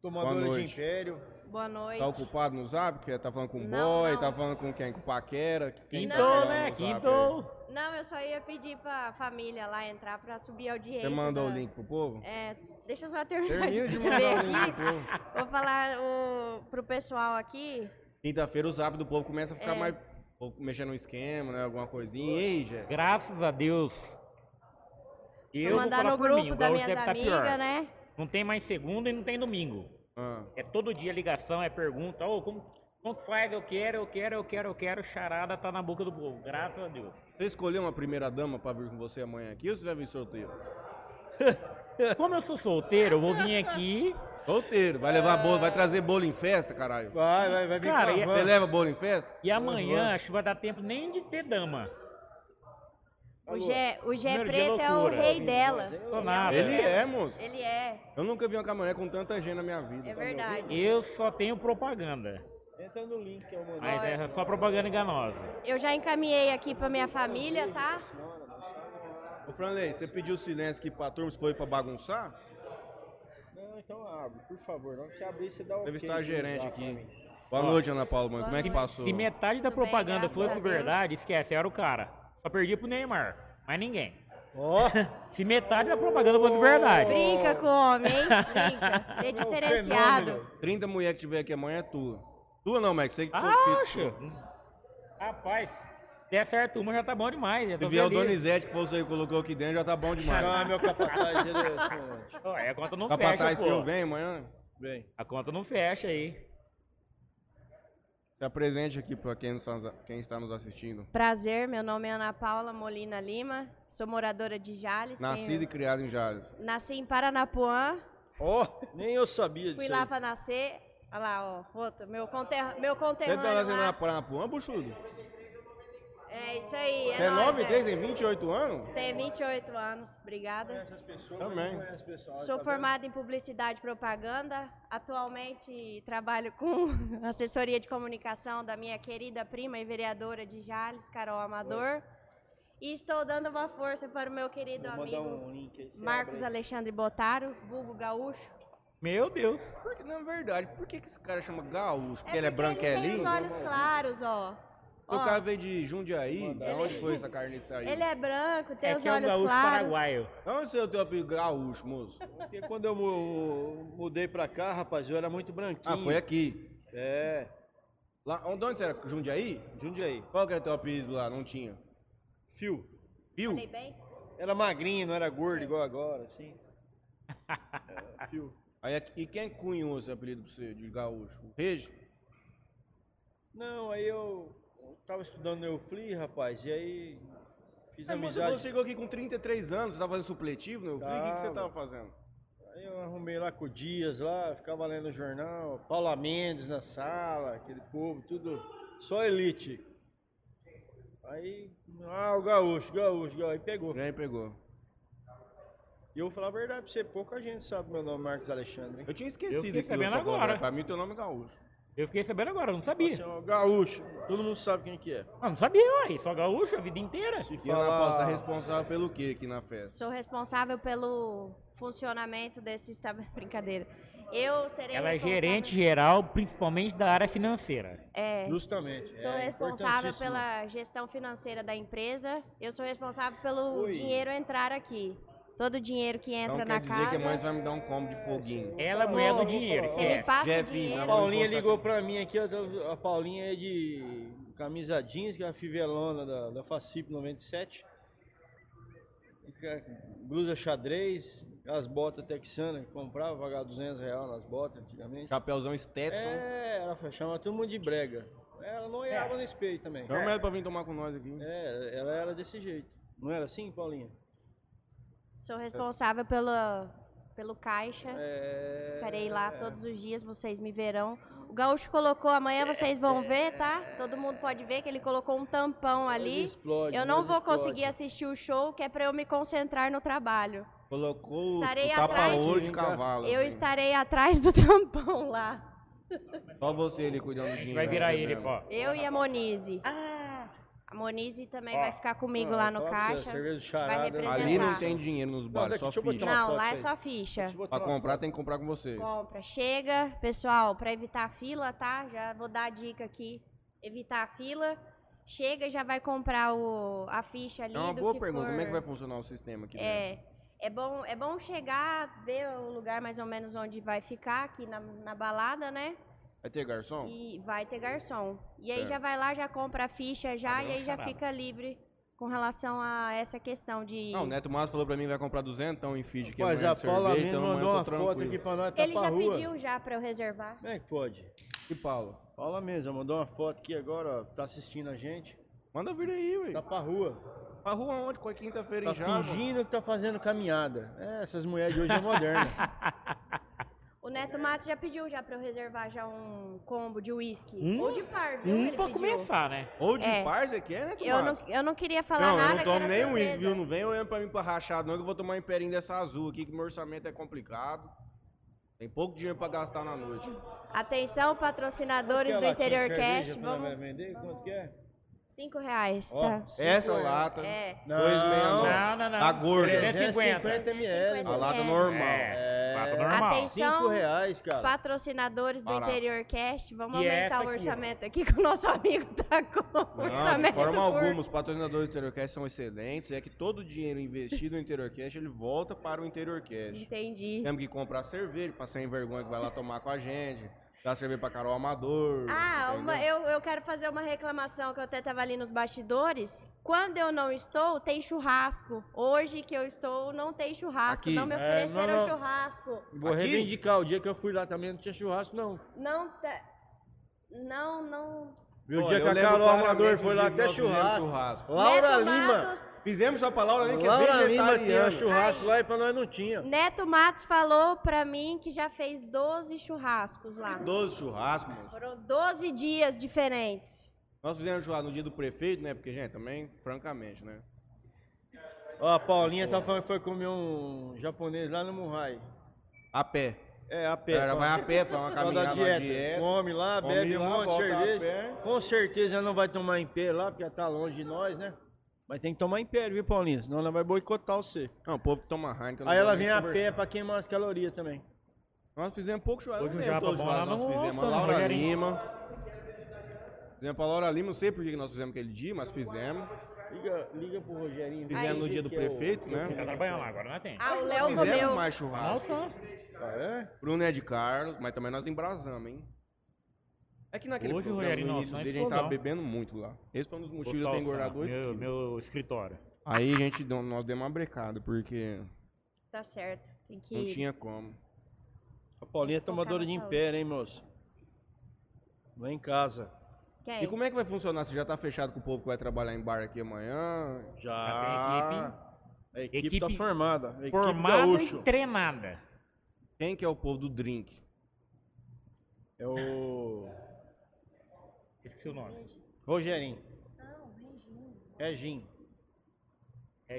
Speaker 1: Boa
Speaker 3: Tomadora de
Speaker 1: noite.
Speaker 3: império.
Speaker 7: Boa noite.
Speaker 1: Tá ocupado no zap, porque tá falando com o
Speaker 7: Não,
Speaker 1: boy,
Speaker 7: não.
Speaker 1: tá falando com quem? Com o Paquera? Quem tá
Speaker 7: Não.
Speaker 1: falando
Speaker 4: Quintou, né?
Speaker 1: no zap aí?
Speaker 4: Quintou.
Speaker 7: Não, eu só ia pedir pra família lá entrar pra subir a audiência.
Speaker 1: Você mandou
Speaker 7: da-
Speaker 1: o link pro
Speaker 7: <laughs>
Speaker 1: povo?
Speaker 7: É, deixa eu só terminar
Speaker 1: Termina
Speaker 7: de
Speaker 1: de mandar o
Speaker 7: escrever
Speaker 1: link
Speaker 7: aqui.
Speaker 1: pro povo.
Speaker 7: Vou falar o, pro pessoal aqui.
Speaker 1: Quinta-feira o zap do povo começa a ficar
Speaker 7: É.
Speaker 1: mais. o povo mexendo no esquema, né? Alguma coisinha. Ei, Jé.
Speaker 4: Graças a Deus. Eu
Speaker 7: Vou mandar
Speaker 4: falar
Speaker 7: no
Speaker 4: por
Speaker 7: grupo
Speaker 4: mim, o
Speaker 7: da
Speaker 4: Gaúcho
Speaker 7: minha
Speaker 4: deve tá
Speaker 7: amiga,
Speaker 4: pior.
Speaker 7: né?
Speaker 4: Não tem mais segunda e não tem domingo.
Speaker 1: Ah,
Speaker 4: É todo dia ligação, é pergunta. Ô, como, como que faz? Eu quero, eu quero, eu quero, eu quero. Charada tá na boca do povo. Graças a Deus.
Speaker 1: Você escolheu uma primeira dama pra vir com você amanhã aqui ou você vai vir solteiro?
Speaker 4: Como eu sou solteiro, eu vou vir aqui.
Speaker 1: Solteiro, vai levar bolo, vai trazer bolo em festa, caralho.
Speaker 3: Vai, vai, vai vir
Speaker 4: Cara,
Speaker 3: com
Speaker 4: e- é
Speaker 3: a
Speaker 1: Você
Speaker 3: van.
Speaker 1: leva bolo em festa?
Speaker 7: Uhum.
Speaker 4: E amanhã acho que vai dar tempo nem de ter dama.
Speaker 7: O Gé, o Gé
Speaker 4: Tá Primeiro dia
Speaker 7: Preto é o
Speaker 4: loucura.
Speaker 7: rei delas.
Speaker 4: Tô
Speaker 3: Ah,
Speaker 4: nada.
Speaker 1: Ele é, moço.
Speaker 7: Ele é,
Speaker 1: Eu nunca vi uma camaré com tanta gente na minha vida.
Speaker 7: é
Speaker 1: tá me ouvindo?
Speaker 7: verdade.
Speaker 4: Eu só tenho propaganda.
Speaker 3: Entra no link que eu mandei.
Speaker 4: Mas é só propaganda enganosa.
Speaker 7: Eu já encaminhei aqui pra minha família, tá?
Speaker 1: Ô, Franley, você pediu silêncio aqui pra turma, você foi pra bagunçar?
Speaker 3: Não, então abre, por favor. Não que você abrir, você dá então, o.
Speaker 1: Entrevistar a gerente aqui. Boa
Speaker 4: Ó,
Speaker 1: noite, Ana Paula, mano. Como é que passou?
Speaker 4: Se metade da
Speaker 7: Tudo bem,
Speaker 4: propaganda
Speaker 7: graças
Speaker 4: fosse
Speaker 7: a Deus.
Speaker 4: verdade, esquece, era o cara. Só perdi pro Neymar, mas ninguém.
Speaker 3: Ó,
Speaker 4: <laughs> Se metade da propaganda fosse verdade.
Speaker 7: Brinca com o homem, hein?
Speaker 4: <laughs>
Speaker 7: Brinca. É diferenciado.
Speaker 1: 30 mulher que tiver aqui amanhã é tua. Ah, Tua não, Max. Você que
Speaker 4: Ah, Acho.
Speaker 1: que-
Speaker 4: Rapaz, se der certo uma já tá bom demais. Já
Speaker 1: Se
Speaker 4: tô
Speaker 1: vier o
Speaker 4: feliz.
Speaker 1: Donizete que você que colocou aqui dentro, já tá bom
Speaker 3: Ah,
Speaker 1: demais.
Speaker 3: meu <laughs> capataz, ele é excelente.
Speaker 4: Ó, aí a conta não fecha,
Speaker 1: Capataz
Speaker 4: pô.
Speaker 1: que eu venho amanhã,
Speaker 3: Bem,
Speaker 4: A conta não fecha aí.
Speaker 1: se apresente aqui pra quem, nos tá- quem está nos assistindo.
Speaker 7: Prazer, meu nome é Ana Paula Molina Lima, sou moradora de Jales.
Speaker 1: Nascido e criado em Jales.
Speaker 7: tenho- Nasci em Paranapuã,
Speaker 3: ó, nem eu sabia disso.
Speaker 7: fui lá
Speaker 3: aí.
Speaker 7: pra nascer. Olha lá, ó, outro, meu, conter, meu
Speaker 1: Você tá
Speaker 7: conterrâneo
Speaker 1: nascendo na
Speaker 7: lá.
Speaker 1: Parapuã, buchudo?
Speaker 7: É isso aí,
Speaker 1: Você
Speaker 7: é
Speaker 1: é
Speaker 7: nóis,
Speaker 1: 9
Speaker 7: é.
Speaker 1: três em 28 anos?
Speaker 7: Tenho 28 anos, obrigada.
Speaker 3: Essas pessoas,
Speaker 1: Também.
Speaker 3: mas não conhece pessoal,
Speaker 7: Sou
Speaker 3: tá
Speaker 7: formada em publicidade e propaganda. Atualmente trabalho com <laughs> assessoria de comunicação da minha querida prima e vereadora de Jales, Carol Amador. E estou dando uma força para o meu querido
Speaker 3: vendo? Vou mandar
Speaker 7: amigo
Speaker 3: um link aí. você
Speaker 7: Marcos
Speaker 3: abre aí.
Speaker 7: Alexandre Botaro, vulgo gaúcho.
Speaker 4: Meu Deus.
Speaker 1: Por que, na verdade, por que, que esse cara chama gaúcho? Porque ele é
Speaker 7: porque Ele tem
Speaker 1: branquelinho?
Speaker 7: os olhos
Speaker 3: né?
Speaker 7: claros, ó.
Speaker 1: O
Speaker 7: Ó,
Speaker 1: cara veio de Jundiaí?
Speaker 3: Mandar.
Speaker 1: Da onde foi essa carniça aí?
Speaker 7: Ele é branco, tem
Speaker 4: é
Speaker 7: os
Speaker 4: que é um
Speaker 7: olhos
Speaker 4: gaúcho
Speaker 7: claros.
Speaker 4: paraguaio.
Speaker 1: Onde você é o teu apelido gaúcho, moço?
Speaker 3: Porque quando eu mu- mudei pra cá, rapaz, eu era muito branquinho.
Speaker 1: Ah, foi aqui.
Speaker 3: É,
Speaker 1: Lá, onde onde você era? Jundiaí?
Speaker 3: de onde aí?
Speaker 1: Qual que era o teu apelido lá? Não tinha.
Speaker 3: Fio.
Speaker 1: Viu?
Speaker 7: Falei bem?
Speaker 3: Era magrinho, não era gordo igual agora, assim.
Speaker 1: Aí, aqui- e quem cunhou esse apelido pra você, de gaúcho? O Regi?
Speaker 3: Não, aí eu tava estudando Neufli, rapaz, e aí fiz
Speaker 1: É, mas você falou que
Speaker 3: amizade.
Speaker 1: chegou aqui com 33 anos, você tava fazendo supletivo, né? Eu falei, o que, que você
Speaker 3: Tava.
Speaker 1: tava fazendo?
Speaker 3: Aí eu arrumei lá com o Dias lá, ficava lendo o jornal, Paula Mendes na sala, aquele povo, tudo, só elite. Aí, ah, o gaúcho, gaúcho, gaúcho, aí pegou.
Speaker 1: Aí pegou.
Speaker 3: E eu vou falar a verdade pra você, pouca gente sabe meu nome, Marcos Alexandre. hein?
Speaker 1: Eu tinha
Speaker 4: Eu
Speaker 1: esquecido
Speaker 4: fiquei
Speaker 1: aquilo,
Speaker 4: sabendo
Speaker 1: pra falar a
Speaker 4: agora.
Speaker 1: verdade. Pra mim, teu nome é gaúcho.
Speaker 4: Eu fiquei sabendo agora, eu não sabia.
Speaker 3: Assim, ó, gaúcho, todo mundo sabe quem que é.
Speaker 4: Ah, não sabia, uai. Só gaúcho a vida inteira.
Speaker 3: Se
Speaker 1: E ela posta é
Speaker 3: falar,
Speaker 1: responsável pelo quê aqui na festa?
Speaker 7: Sou responsável pelo funcionamento desse estabelecimento. <laughs> Brincadeira. Eu serei
Speaker 4: Ela é
Speaker 7: responsável-
Speaker 4: gerente geral, principalmente da área financeira.
Speaker 7: É,
Speaker 3: justamente,
Speaker 7: Sou
Speaker 3: é
Speaker 7: responsável
Speaker 3: importantíssimo.
Speaker 7: pela gestão financeira da empresa. Eu sou responsável pelo
Speaker 3: Ui.
Speaker 7: dinheiro entrar aqui. Todo o dinheiro que entra
Speaker 1: Então
Speaker 7: na
Speaker 1: quer dizer
Speaker 7: casa.
Speaker 1: que a mãe vai me dar um combo de foguinho.
Speaker 4: Ela é a
Speaker 7: Pô,
Speaker 4: mulher do dinheiro, é?
Speaker 3: você
Speaker 7: Você me
Speaker 4: esquece.
Speaker 7: passa o
Speaker 1: Jefinho,
Speaker 3: Tá a
Speaker 1: na
Speaker 7: dinheiro.
Speaker 1: mão.
Speaker 3: Paulinha ligou pra mim aqui, ó, a Paulinha é de camisa jeans, que é a fivelona da, da Facip 97. E com a Blusa xadrez, as botas texanas que comprava, pagava 200 reais nas botas antigamente.
Speaker 1: Chapeuzão Stetson.
Speaker 3: É, ela fa- chama todo mundo de brega. Ela não olhava no espelho também.
Speaker 1: Chama ela pra vir tomar com nós aqui.
Speaker 3: É, ela era desse jeito. Não era assim, Paulinha?
Speaker 7: Sou responsável pela, pelo caixa.
Speaker 3: É...
Speaker 7: Ficarei lá todos os dias, vocês me verão. O Gaúcho colocou, amanhã vocês vão ver, tá? Todo mundo pode ver que ele colocou um tampão
Speaker 3: Ele
Speaker 7: ali.
Speaker 3: explode,
Speaker 7: Eu não
Speaker 3: mas
Speaker 7: vou
Speaker 3: explode.
Speaker 7: conseguir assistir o show, que é pra eu me concentrar no trabalho.
Speaker 1: Colocou
Speaker 7: Estarei
Speaker 1: o tapa-olho
Speaker 7: atrás.
Speaker 1: de cavalo.
Speaker 7: Eu
Speaker 1: assim.
Speaker 7: estarei atrás do <laughs> tampão lá.
Speaker 1: Só você ali cuidando do dinheiro.
Speaker 4: Vai virar
Speaker 1: recebendo.
Speaker 4: ele, ó.
Speaker 7: Eu e a Monize.
Speaker 4: <laughs>
Speaker 7: A Monize também vai ficar comigo lá no
Speaker 3: Ah, Fala pra você,
Speaker 7: caixa.
Speaker 3: cerveja
Speaker 7: vai
Speaker 3: charada, né?
Speaker 7: representar.
Speaker 1: Ali não
Speaker 7: Apresentar.
Speaker 1: tem dinheiro nos bares,
Speaker 3: daqui,
Speaker 1: só
Speaker 3: deixa eu botar
Speaker 1: ficha.
Speaker 3: uma
Speaker 7: Não,
Speaker 3: foto
Speaker 7: lá é
Speaker 3: aí.
Speaker 7: só ficha.
Speaker 3: Deixa eu botar
Speaker 1: Pra
Speaker 3: uma
Speaker 1: comprar
Speaker 3: foto.
Speaker 1: tem que comprar com vocês.
Speaker 7: Compra, chega. Pessoal, para evitar a fila, tá? Já vou dar a dica aqui. Evitar a fila. Chega, já vai comprar o, a ficha ali.
Speaker 1: É uma
Speaker 7: do
Speaker 1: boa
Speaker 7: que
Speaker 1: pergunta.
Speaker 7: for.
Speaker 1: Como é que vai né? funcionar o sistema aqui dentro?
Speaker 7: É, é bom, é bom chegar, ver o lugar mais ou menos onde vai ficar aqui na, na balada, né?
Speaker 1: Vai ter garçom?
Speaker 7: E vai ter garçom. E aí
Speaker 1: Certo. Tá
Speaker 7: já vai lá, já compra a ficha já, e aí já
Speaker 4: charada.
Speaker 7: fica livre com relação a essa questão de.
Speaker 1: Não, o Neto Márcio falou pra mim que vai comprar 200 então em feed que
Speaker 2: Mas
Speaker 1: amanhã
Speaker 2: a
Speaker 1: de
Speaker 2: Paula
Speaker 1: cerveja,
Speaker 2: mesmo
Speaker 1: então amanhã
Speaker 2: mandou
Speaker 1: eu
Speaker 2: uma
Speaker 1: tô tranquilo.
Speaker 2: foto aqui pra
Speaker 1: Tá
Speaker 2: nós
Speaker 7: Ele
Speaker 2: tapar a
Speaker 7: já
Speaker 2: rua.
Speaker 7: pediu já para eu reservar.
Speaker 3: tá Como é que pode?
Speaker 1: E Paulo?
Speaker 3: Paula mesmo, mandou uma foto aqui agora, ó, tá assistindo a gente.
Speaker 1: Manda vir aí, ué.
Speaker 3: Tá pra rua.
Speaker 1: Pra rua onde? Com a quinta-feira
Speaker 3: Tá
Speaker 1: em Java?
Speaker 3: fingindo que tá fazendo caminhada. É, essas mulheres de hoje é
Speaker 7: <laughs>
Speaker 3: moderna.
Speaker 7: O Neto Matos já pediu já pra eu reservar já um combo de uísque.
Speaker 1: Hum?
Speaker 7: Ou de par, viu?
Speaker 4: Um
Speaker 7: Ele
Speaker 4: pra
Speaker 7: pediu.
Speaker 4: começar, né?
Speaker 1: Ou de
Speaker 7: É.
Speaker 1: par, você quer, Neto
Speaker 7: Eu
Speaker 1: Márcio?
Speaker 7: não, eu não queria falar
Speaker 1: Não,
Speaker 7: nada,
Speaker 1: eu não
Speaker 7: que era
Speaker 1: tomo nem uísque,
Speaker 7: surpresa.
Speaker 1: viu? Não vem olhando pra mim pra rachado, não, que eu vou tomar um imperinho dessa azul aqui, que meu orçamento é complicado. Tem pouco dinheiro pra gastar na noite.
Speaker 7: Atenção, patrocinadores do Interior Cast,
Speaker 1: né,
Speaker 7: vamos...
Speaker 3: vender? Quanto que é?
Speaker 7: Cinco reais,
Speaker 3: Ó,
Speaker 7: tá?
Speaker 3: cinco
Speaker 1: Essa
Speaker 3: reais.
Speaker 1: lata,
Speaker 7: É.
Speaker 1: 2,69.
Speaker 4: Não, não,
Speaker 3: tá
Speaker 4: é não.
Speaker 1: A
Speaker 3: né?
Speaker 1: gorda.
Speaker 3: 350 é ml.
Speaker 1: A
Speaker 7: É.
Speaker 1: lata normal.
Speaker 4: É, fato
Speaker 3: É.
Speaker 4: normal.
Speaker 7: Atenção.
Speaker 3: 5 reais, cara.
Speaker 7: Patrocinadores do
Speaker 1: Barato.
Speaker 7: Interior Cast, vamos
Speaker 4: E é essa
Speaker 7: aumentar o
Speaker 4: aqui, ó.
Speaker 7: orçamento aqui, <laughs> que o nosso amigo tá com o
Speaker 1: Não, de
Speaker 7: orçamento
Speaker 1: forma
Speaker 7: por-
Speaker 1: alguma, os patrocinadores do InteriorCast são excelentes. É que todo o dinheiro investido no InteriorCast, ele volta para o InteriorCast.
Speaker 7: Entendi.
Speaker 1: Temos que comprar cerveja pra sem vergonha que vai lá tomar com a gente. Dar cerveja pra Carol Amador.
Speaker 7: Ah,
Speaker 1: entendeu?
Speaker 7: uma- eu, eu quero fazer uma reclamação que eu até tava ali nos bastidores. Quando eu não estou, tem churrasco. Hoje que eu estou, não tem churrasco.
Speaker 1: Aqui.
Speaker 7: Não me
Speaker 3: É,
Speaker 7: ofereceram
Speaker 3: não, não.
Speaker 7: churrasco.
Speaker 3: Vou
Speaker 1: Aqui?
Speaker 3: reivindicar, o dia que eu fui lá também não tinha churrasco, não.
Speaker 7: Não tá. Não, não.
Speaker 3: Viu? O
Speaker 1: Olha,
Speaker 3: dia
Speaker 1: eu
Speaker 3: que a
Speaker 1: lembro
Speaker 3: Carol
Speaker 1: claramente
Speaker 3: Amador
Speaker 1: o
Speaker 3: foi
Speaker 1: dia
Speaker 3: lá
Speaker 1: que
Speaker 3: até
Speaker 1: nós fizemos
Speaker 3: churrasco.
Speaker 1: churrasco.
Speaker 3: Laura
Speaker 7: Neto
Speaker 3: Lima.
Speaker 7: Matos,
Speaker 1: Fizemos pra Paula ali que é
Speaker 3: Laura Lima tinha
Speaker 1: vegetariana.
Speaker 3: churrasco
Speaker 7: Ai.
Speaker 3: lá e pra nós não tinha.
Speaker 7: Neto Matos falou pra mim que já fez 12 churrascos lá.
Speaker 1: 12 churrascos, moço.
Speaker 7: Foram 12 dias diferentes.
Speaker 1: Nós fizemos churrasco no dia do prefeito, né? Porque, gente, também, francamente, né?
Speaker 3: Ó, a Paulinha tá falando que foi comer um japonês lá no Mumbai.
Speaker 1: A pé.
Speaker 3: É, a pé.
Speaker 1: Ela
Speaker 3: fala-
Speaker 1: vai a pé, faz <laughs> uma
Speaker 3: fala da
Speaker 1: caminhada, uma
Speaker 3: dieta.
Speaker 1: dieta.
Speaker 3: Come lá,
Speaker 1: Come
Speaker 3: bebe
Speaker 1: lá,
Speaker 3: um monte de
Speaker 1: volta a
Speaker 3: cerveja.
Speaker 1: pé.
Speaker 3: Com certeza ela não vai tomar em pé lá, porque ela tá longe de nós, né? Mas tem que tomar em pé, viu, Paulinha? Senão ela vai boicotar você.
Speaker 1: Não, o povo que toma Heineken. eu não
Speaker 3: Aí
Speaker 1: vou
Speaker 3: ela
Speaker 1: nem
Speaker 3: vem a pé
Speaker 1: conversar.
Speaker 3: pra queimar as calorias também.
Speaker 1: Nós fizemos pouco churrasco.
Speaker 4: Hoje
Speaker 1: não
Speaker 4: o
Speaker 1: lembro
Speaker 4: Japa
Speaker 1: todos os
Speaker 4: Bom lá
Speaker 1: churrascos
Speaker 4: não
Speaker 1: nós fizemos. A
Speaker 4: almoça,
Speaker 1: Laura
Speaker 4: Rogerinho.
Speaker 1: Lima. Fizemos pra Laura Lima, não sei por que que nós fizemos aquele dia, mas fizemos.
Speaker 3: Liga, liga pro Rogerinho.
Speaker 1: Fizemos
Speaker 3: Aí,
Speaker 1: no dia do
Speaker 3: que é o-
Speaker 1: prefeito,
Speaker 4: Ele tá
Speaker 1: né?
Speaker 4: trabalhando lá, agora não tem.
Speaker 7: Ah, o Léo
Speaker 1: Fizemos
Speaker 7: comeu.
Speaker 1: mais churrasco.
Speaker 4: Nossa,
Speaker 3: Ah, é?
Speaker 1: Bruno é de Carlos, mas também nós embrasamos, hein? É que naquele
Speaker 4: Hoje o
Speaker 1: programa,
Speaker 4: Rogerinho
Speaker 1: no
Speaker 4: não, é
Speaker 1: início
Speaker 4: nós
Speaker 1: dele, a gente
Speaker 4: ficou
Speaker 1: tava
Speaker 4: não.
Speaker 1: bebendo muito lá. Esse foi um dos motivos de eu ter
Speaker 4: Gostou,
Speaker 1: engordado
Speaker 4: Sam?
Speaker 1: 8
Speaker 4: meu,
Speaker 1: quilos.
Speaker 4: meu escritório.
Speaker 1: Aí, gente, deu- nós demos uma brecada, porque
Speaker 7: Tá certo. Tem que
Speaker 1: Não tinha como.
Speaker 3: A Paulinha é tomadora de
Speaker 7: na saúde.
Speaker 3: império, hein, moço? Vai em casa.
Speaker 7: Quer
Speaker 1: E como é que vai funcionar? Você já tá fechado com o povo que vai trabalhar em bar aqui amanhã?
Speaker 3: Já. A equipe, tá
Speaker 4: Equipe
Speaker 3: formada. A Equipe
Speaker 4: Formada
Speaker 3: gaúcho.
Speaker 4: e treinada.
Speaker 1: Quem que é o povo do drink?
Speaker 3: É o
Speaker 4: Esqueci o nome.
Speaker 3: Rogerinho. Não,
Speaker 4: é
Speaker 3: Reginho.
Speaker 4: Reginho.
Speaker 3: É o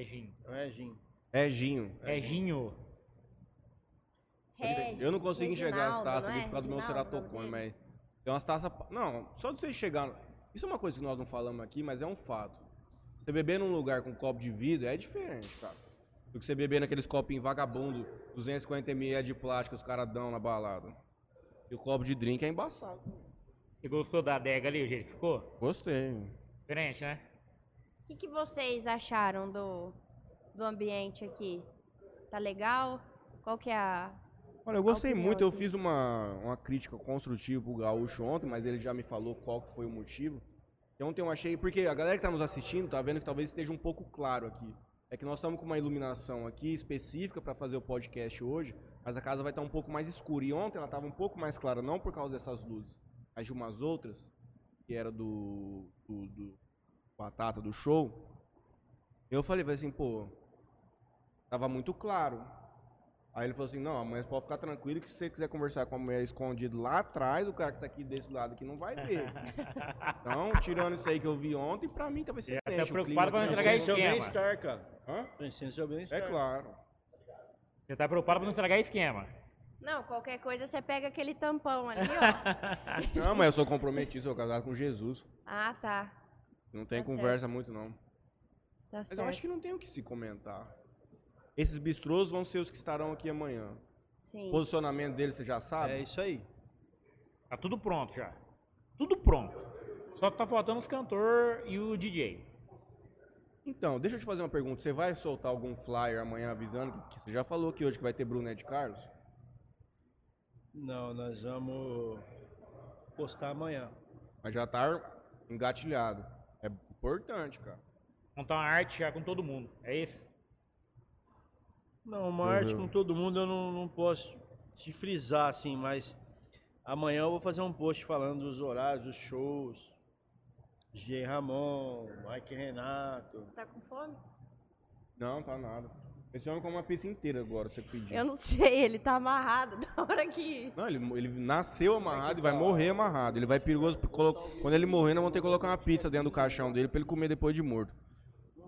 Speaker 3: Reginho.
Speaker 1: Reginho.
Speaker 4: É Reginho.
Speaker 7: Regis,
Speaker 1: Eu não consigo enxergar as
Speaker 7: Reginaldo,
Speaker 1: taças
Speaker 7: não
Speaker 1: aqui
Speaker 7: é?
Speaker 1: por causa do meu
Speaker 7: Reginaldo, o
Speaker 1: ceratocone,
Speaker 7: nome dele?
Speaker 1: mas tem umas taças. pa- Não, só de vocês chegar. Isso é uma coisa que nós não falamos aqui, mas é um fato. Você beber num lugar com copo de vidro é diferente, cara. Do que você beber naqueles copinhos vagabundo, 250ml de plástico, os caras dão na balada. E o copo de drink é embaçado.
Speaker 4: Você gostou da adega ali, o jeito que ficou?
Speaker 1: Gostei.
Speaker 4: Diferente, né?
Speaker 7: O que, que vocês acharam do, do ambiente aqui? Tá legal? Qual que é a...
Speaker 1: Olha, eu gostei
Speaker 7: opinião
Speaker 1: muito. Eu
Speaker 7: aqui.
Speaker 1: fiz uma, uma crítica construtiva pro Gaúcho ontem, mas ele já me falou qual que foi o motivo. E ontem eu achei, porque a galera que tá nos assistindo tá vendo que talvez esteja um pouco claro aqui. É que nós estamos com uma iluminação aqui específica para fazer o podcast hoje, mas a casa vai estar um pouco mais escura. E ontem ela estava um pouco mais clara, não por causa dessas luzes, mas de umas outras, que era do, do, do Batata, do show. Eu falei, falei assim, pô, tava Tá muito claro. Aí ele falou assim, não, amanhã você pode ficar tranquilo que se você quiser conversar com a mulher escondido lá atrás, o cara que tá aqui desse lado aqui não vai ver. Então, tirando isso aí que eu vi ontem, pra mim tava excelente.
Speaker 4: tá
Speaker 1: o clima
Speaker 4: preocupado com
Speaker 1: aqui
Speaker 4: a
Speaker 1: na
Speaker 4: entregar
Speaker 3: Pensando seu
Speaker 4: esquema.
Speaker 3: bem-estar, cara.
Speaker 1: Hã?
Speaker 3: Pensando no seu bem-estar.
Speaker 1: É claro.
Speaker 4: Você tá preocupado pra não estragar esquema.
Speaker 7: Não, qualquer coisa você pega aquele tampão ali,
Speaker 1: <laughs>
Speaker 4: <laughs>
Speaker 7: ó.
Speaker 1: Não, mas eu sou comprometido, sou casado com Jesus.
Speaker 7: ah, tá.
Speaker 1: Não tem
Speaker 7: Tá
Speaker 1: conversa muito, não.
Speaker 7: Tá
Speaker 1: Mas eu
Speaker 7: certo.
Speaker 1: acho que não tem o que se comentar. Esses bistrôs vão ser os que estarão aqui amanhã. O
Speaker 7: Sim.
Speaker 1: posicionamento deles você já sabe?
Speaker 3: É isso aí.
Speaker 4: Tá tudo pronto já. Tudo pronto. Só tá faltando os cantor e o DJ.
Speaker 1: Então, deixa eu te fazer uma pergunta. Você vai soltar algum flyer amanhã avisando que, que você já falou que hoje que vai ter Brunete Carlos?
Speaker 3: Não, nós vamos postar amanhã.
Speaker 1: Mas já tá engatilhado. É importante, cara.
Speaker 4: Montar uma arte já com todo mundo. É isso?
Speaker 3: Não, uma
Speaker 1: Uhum.
Speaker 3: arte com todo mundo eu não, não posso te frisar assim, mas amanhã eu vou fazer um post falando dos horários, dos shows. G. Ramon, Mike Renato.
Speaker 7: Você tá com fome?
Speaker 1: Não, tá nada. Esse homem come uma pizza inteira agora, se você pedir.
Speaker 7: Eu não <laughs> sei, ele tá amarrado <laughs> da hora que...
Speaker 1: Não, ele, ele nasceu amarrado e vai morrer amarrado. Ele vai perigoso. colo- Quando ele morrer, nós vamos ter que colocar uma pizza dentro do caixão dele pra ele comer depois de morto.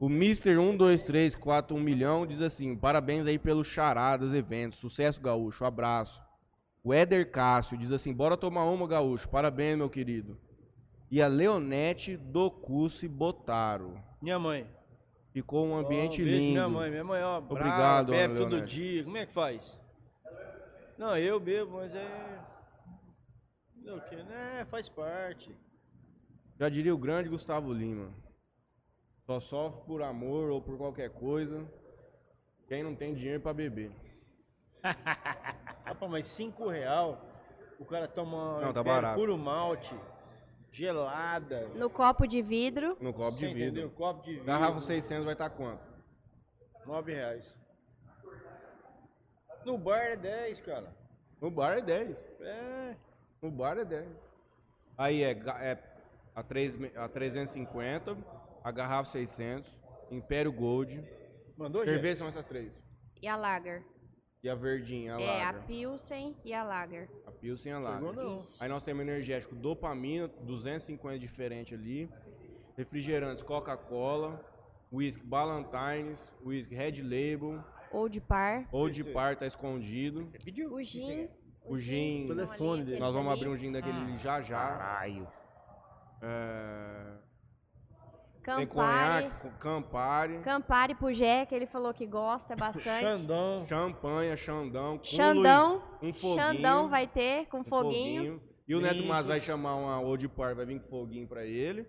Speaker 1: O um, Mr. 1, 2, 3, 4, 1 milhão diz assim: parabéns aí pelos charadas, eventos, sucesso gaúcho, abraço. O Éder Cássio diz assim: bora tomar uma, gaúcho, parabéns, meu querido. E a Leonete Docucci Botaro.
Speaker 3: Minha mãe.
Speaker 1: Ficou um ambiente
Speaker 3: Ó, um beijo pra
Speaker 1: lindo.
Speaker 3: Minha mãe, minha mãe, ó. brava,
Speaker 1: Obrigado, dona
Speaker 3: bebe todo
Speaker 1: Leonete.
Speaker 3: dia. Como é que faz? Não, eu bebo, mas é. Não, que, né? Faz parte.
Speaker 1: Já diria o grande Gustavo Lima. Só sofre por amor ou por qualquer coisa. Quem não tem dinheiro pra beber.
Speaker 3: Rapaz, mas 5 real, o cara toma
Speaker 1: Não, tá
Speaker 3: Império
Speaker 1: barato.
Speaker 3: puro malte, gelada.
Speaker 7: No copo de vidro.
Speaker 1: No copo
Speaker 3: Você
Speaker 1: de
Speaker 3: entendeu?
Speaker 1: vidro.
Speaker 3: Copo de vidro.
Speaker 1: Garrafa 600 vai estar quanto?
Speaker 3: 9 reais. No bar é 10, cara.
Speaker 1: No bar é 10.
Speaker 3: É.
Speaker 1: No bar é 10. Aí é, ga- é a, 3, a 350, a garrafa 600, Império Gold.
Speaker 3: Mandou, gente?
Speaker 1: Cerveja são essas três.
Speaker 7: E a Lager.
Speaker 1: E a verdinha, a
Speaker 7: é, a
Speaker 1: larga.
Speaker 7: Pilsen e a Lager.
Speaker 1: A Pilsen e a
Speaker 3: Chegou
Speaker 1: larga.
Speaker 3: não.
Speaker 1: Aí nós temos energético dopamina, 250 diferente ali. Refrigerantes Coca-Cola, whisky Ballantines, whisky Red Label,
Speaker 7: Old Par.
Speaker 1: ou de par tá escondido.
Speaker 4: Você pediu.
Speaker 7: O gin.
Speaker 1: O é? gin,
Speaker 7: tem uma
Speaker 3: telefone
Speaker 7: linha
Speaker 3: dele.
Speaker 7: aqueles
Speaker 1: nós vamos
Speaker 7: ali.
Speaker 1: abrir um gin daquele
Speaker 4: Ah.
Speaker 1: ali já já.
Speaker 4: Caralho.
Speaker 1: É, tem
Speaker 7: Campari.
Speaker 1: conhaque, Campari,
Speaker 7: Campari pro Jé, que ele falou que gosta bastante.
Speaker 3: Xandão.
Speaker 1: champanha, Xandão, cúmulos,
Speaker 7: Xandão.
Speaker 1: um foguinho.
Speaker 7: Xandão vai ter com
Speaker 1: um
Speaker 7: foguinho.
Speaker 1: E o Neto
Speaker 3: Drinks.
Speaker 1: Mas vai chamar uma Old Par, vai vir com foguinho pra ele.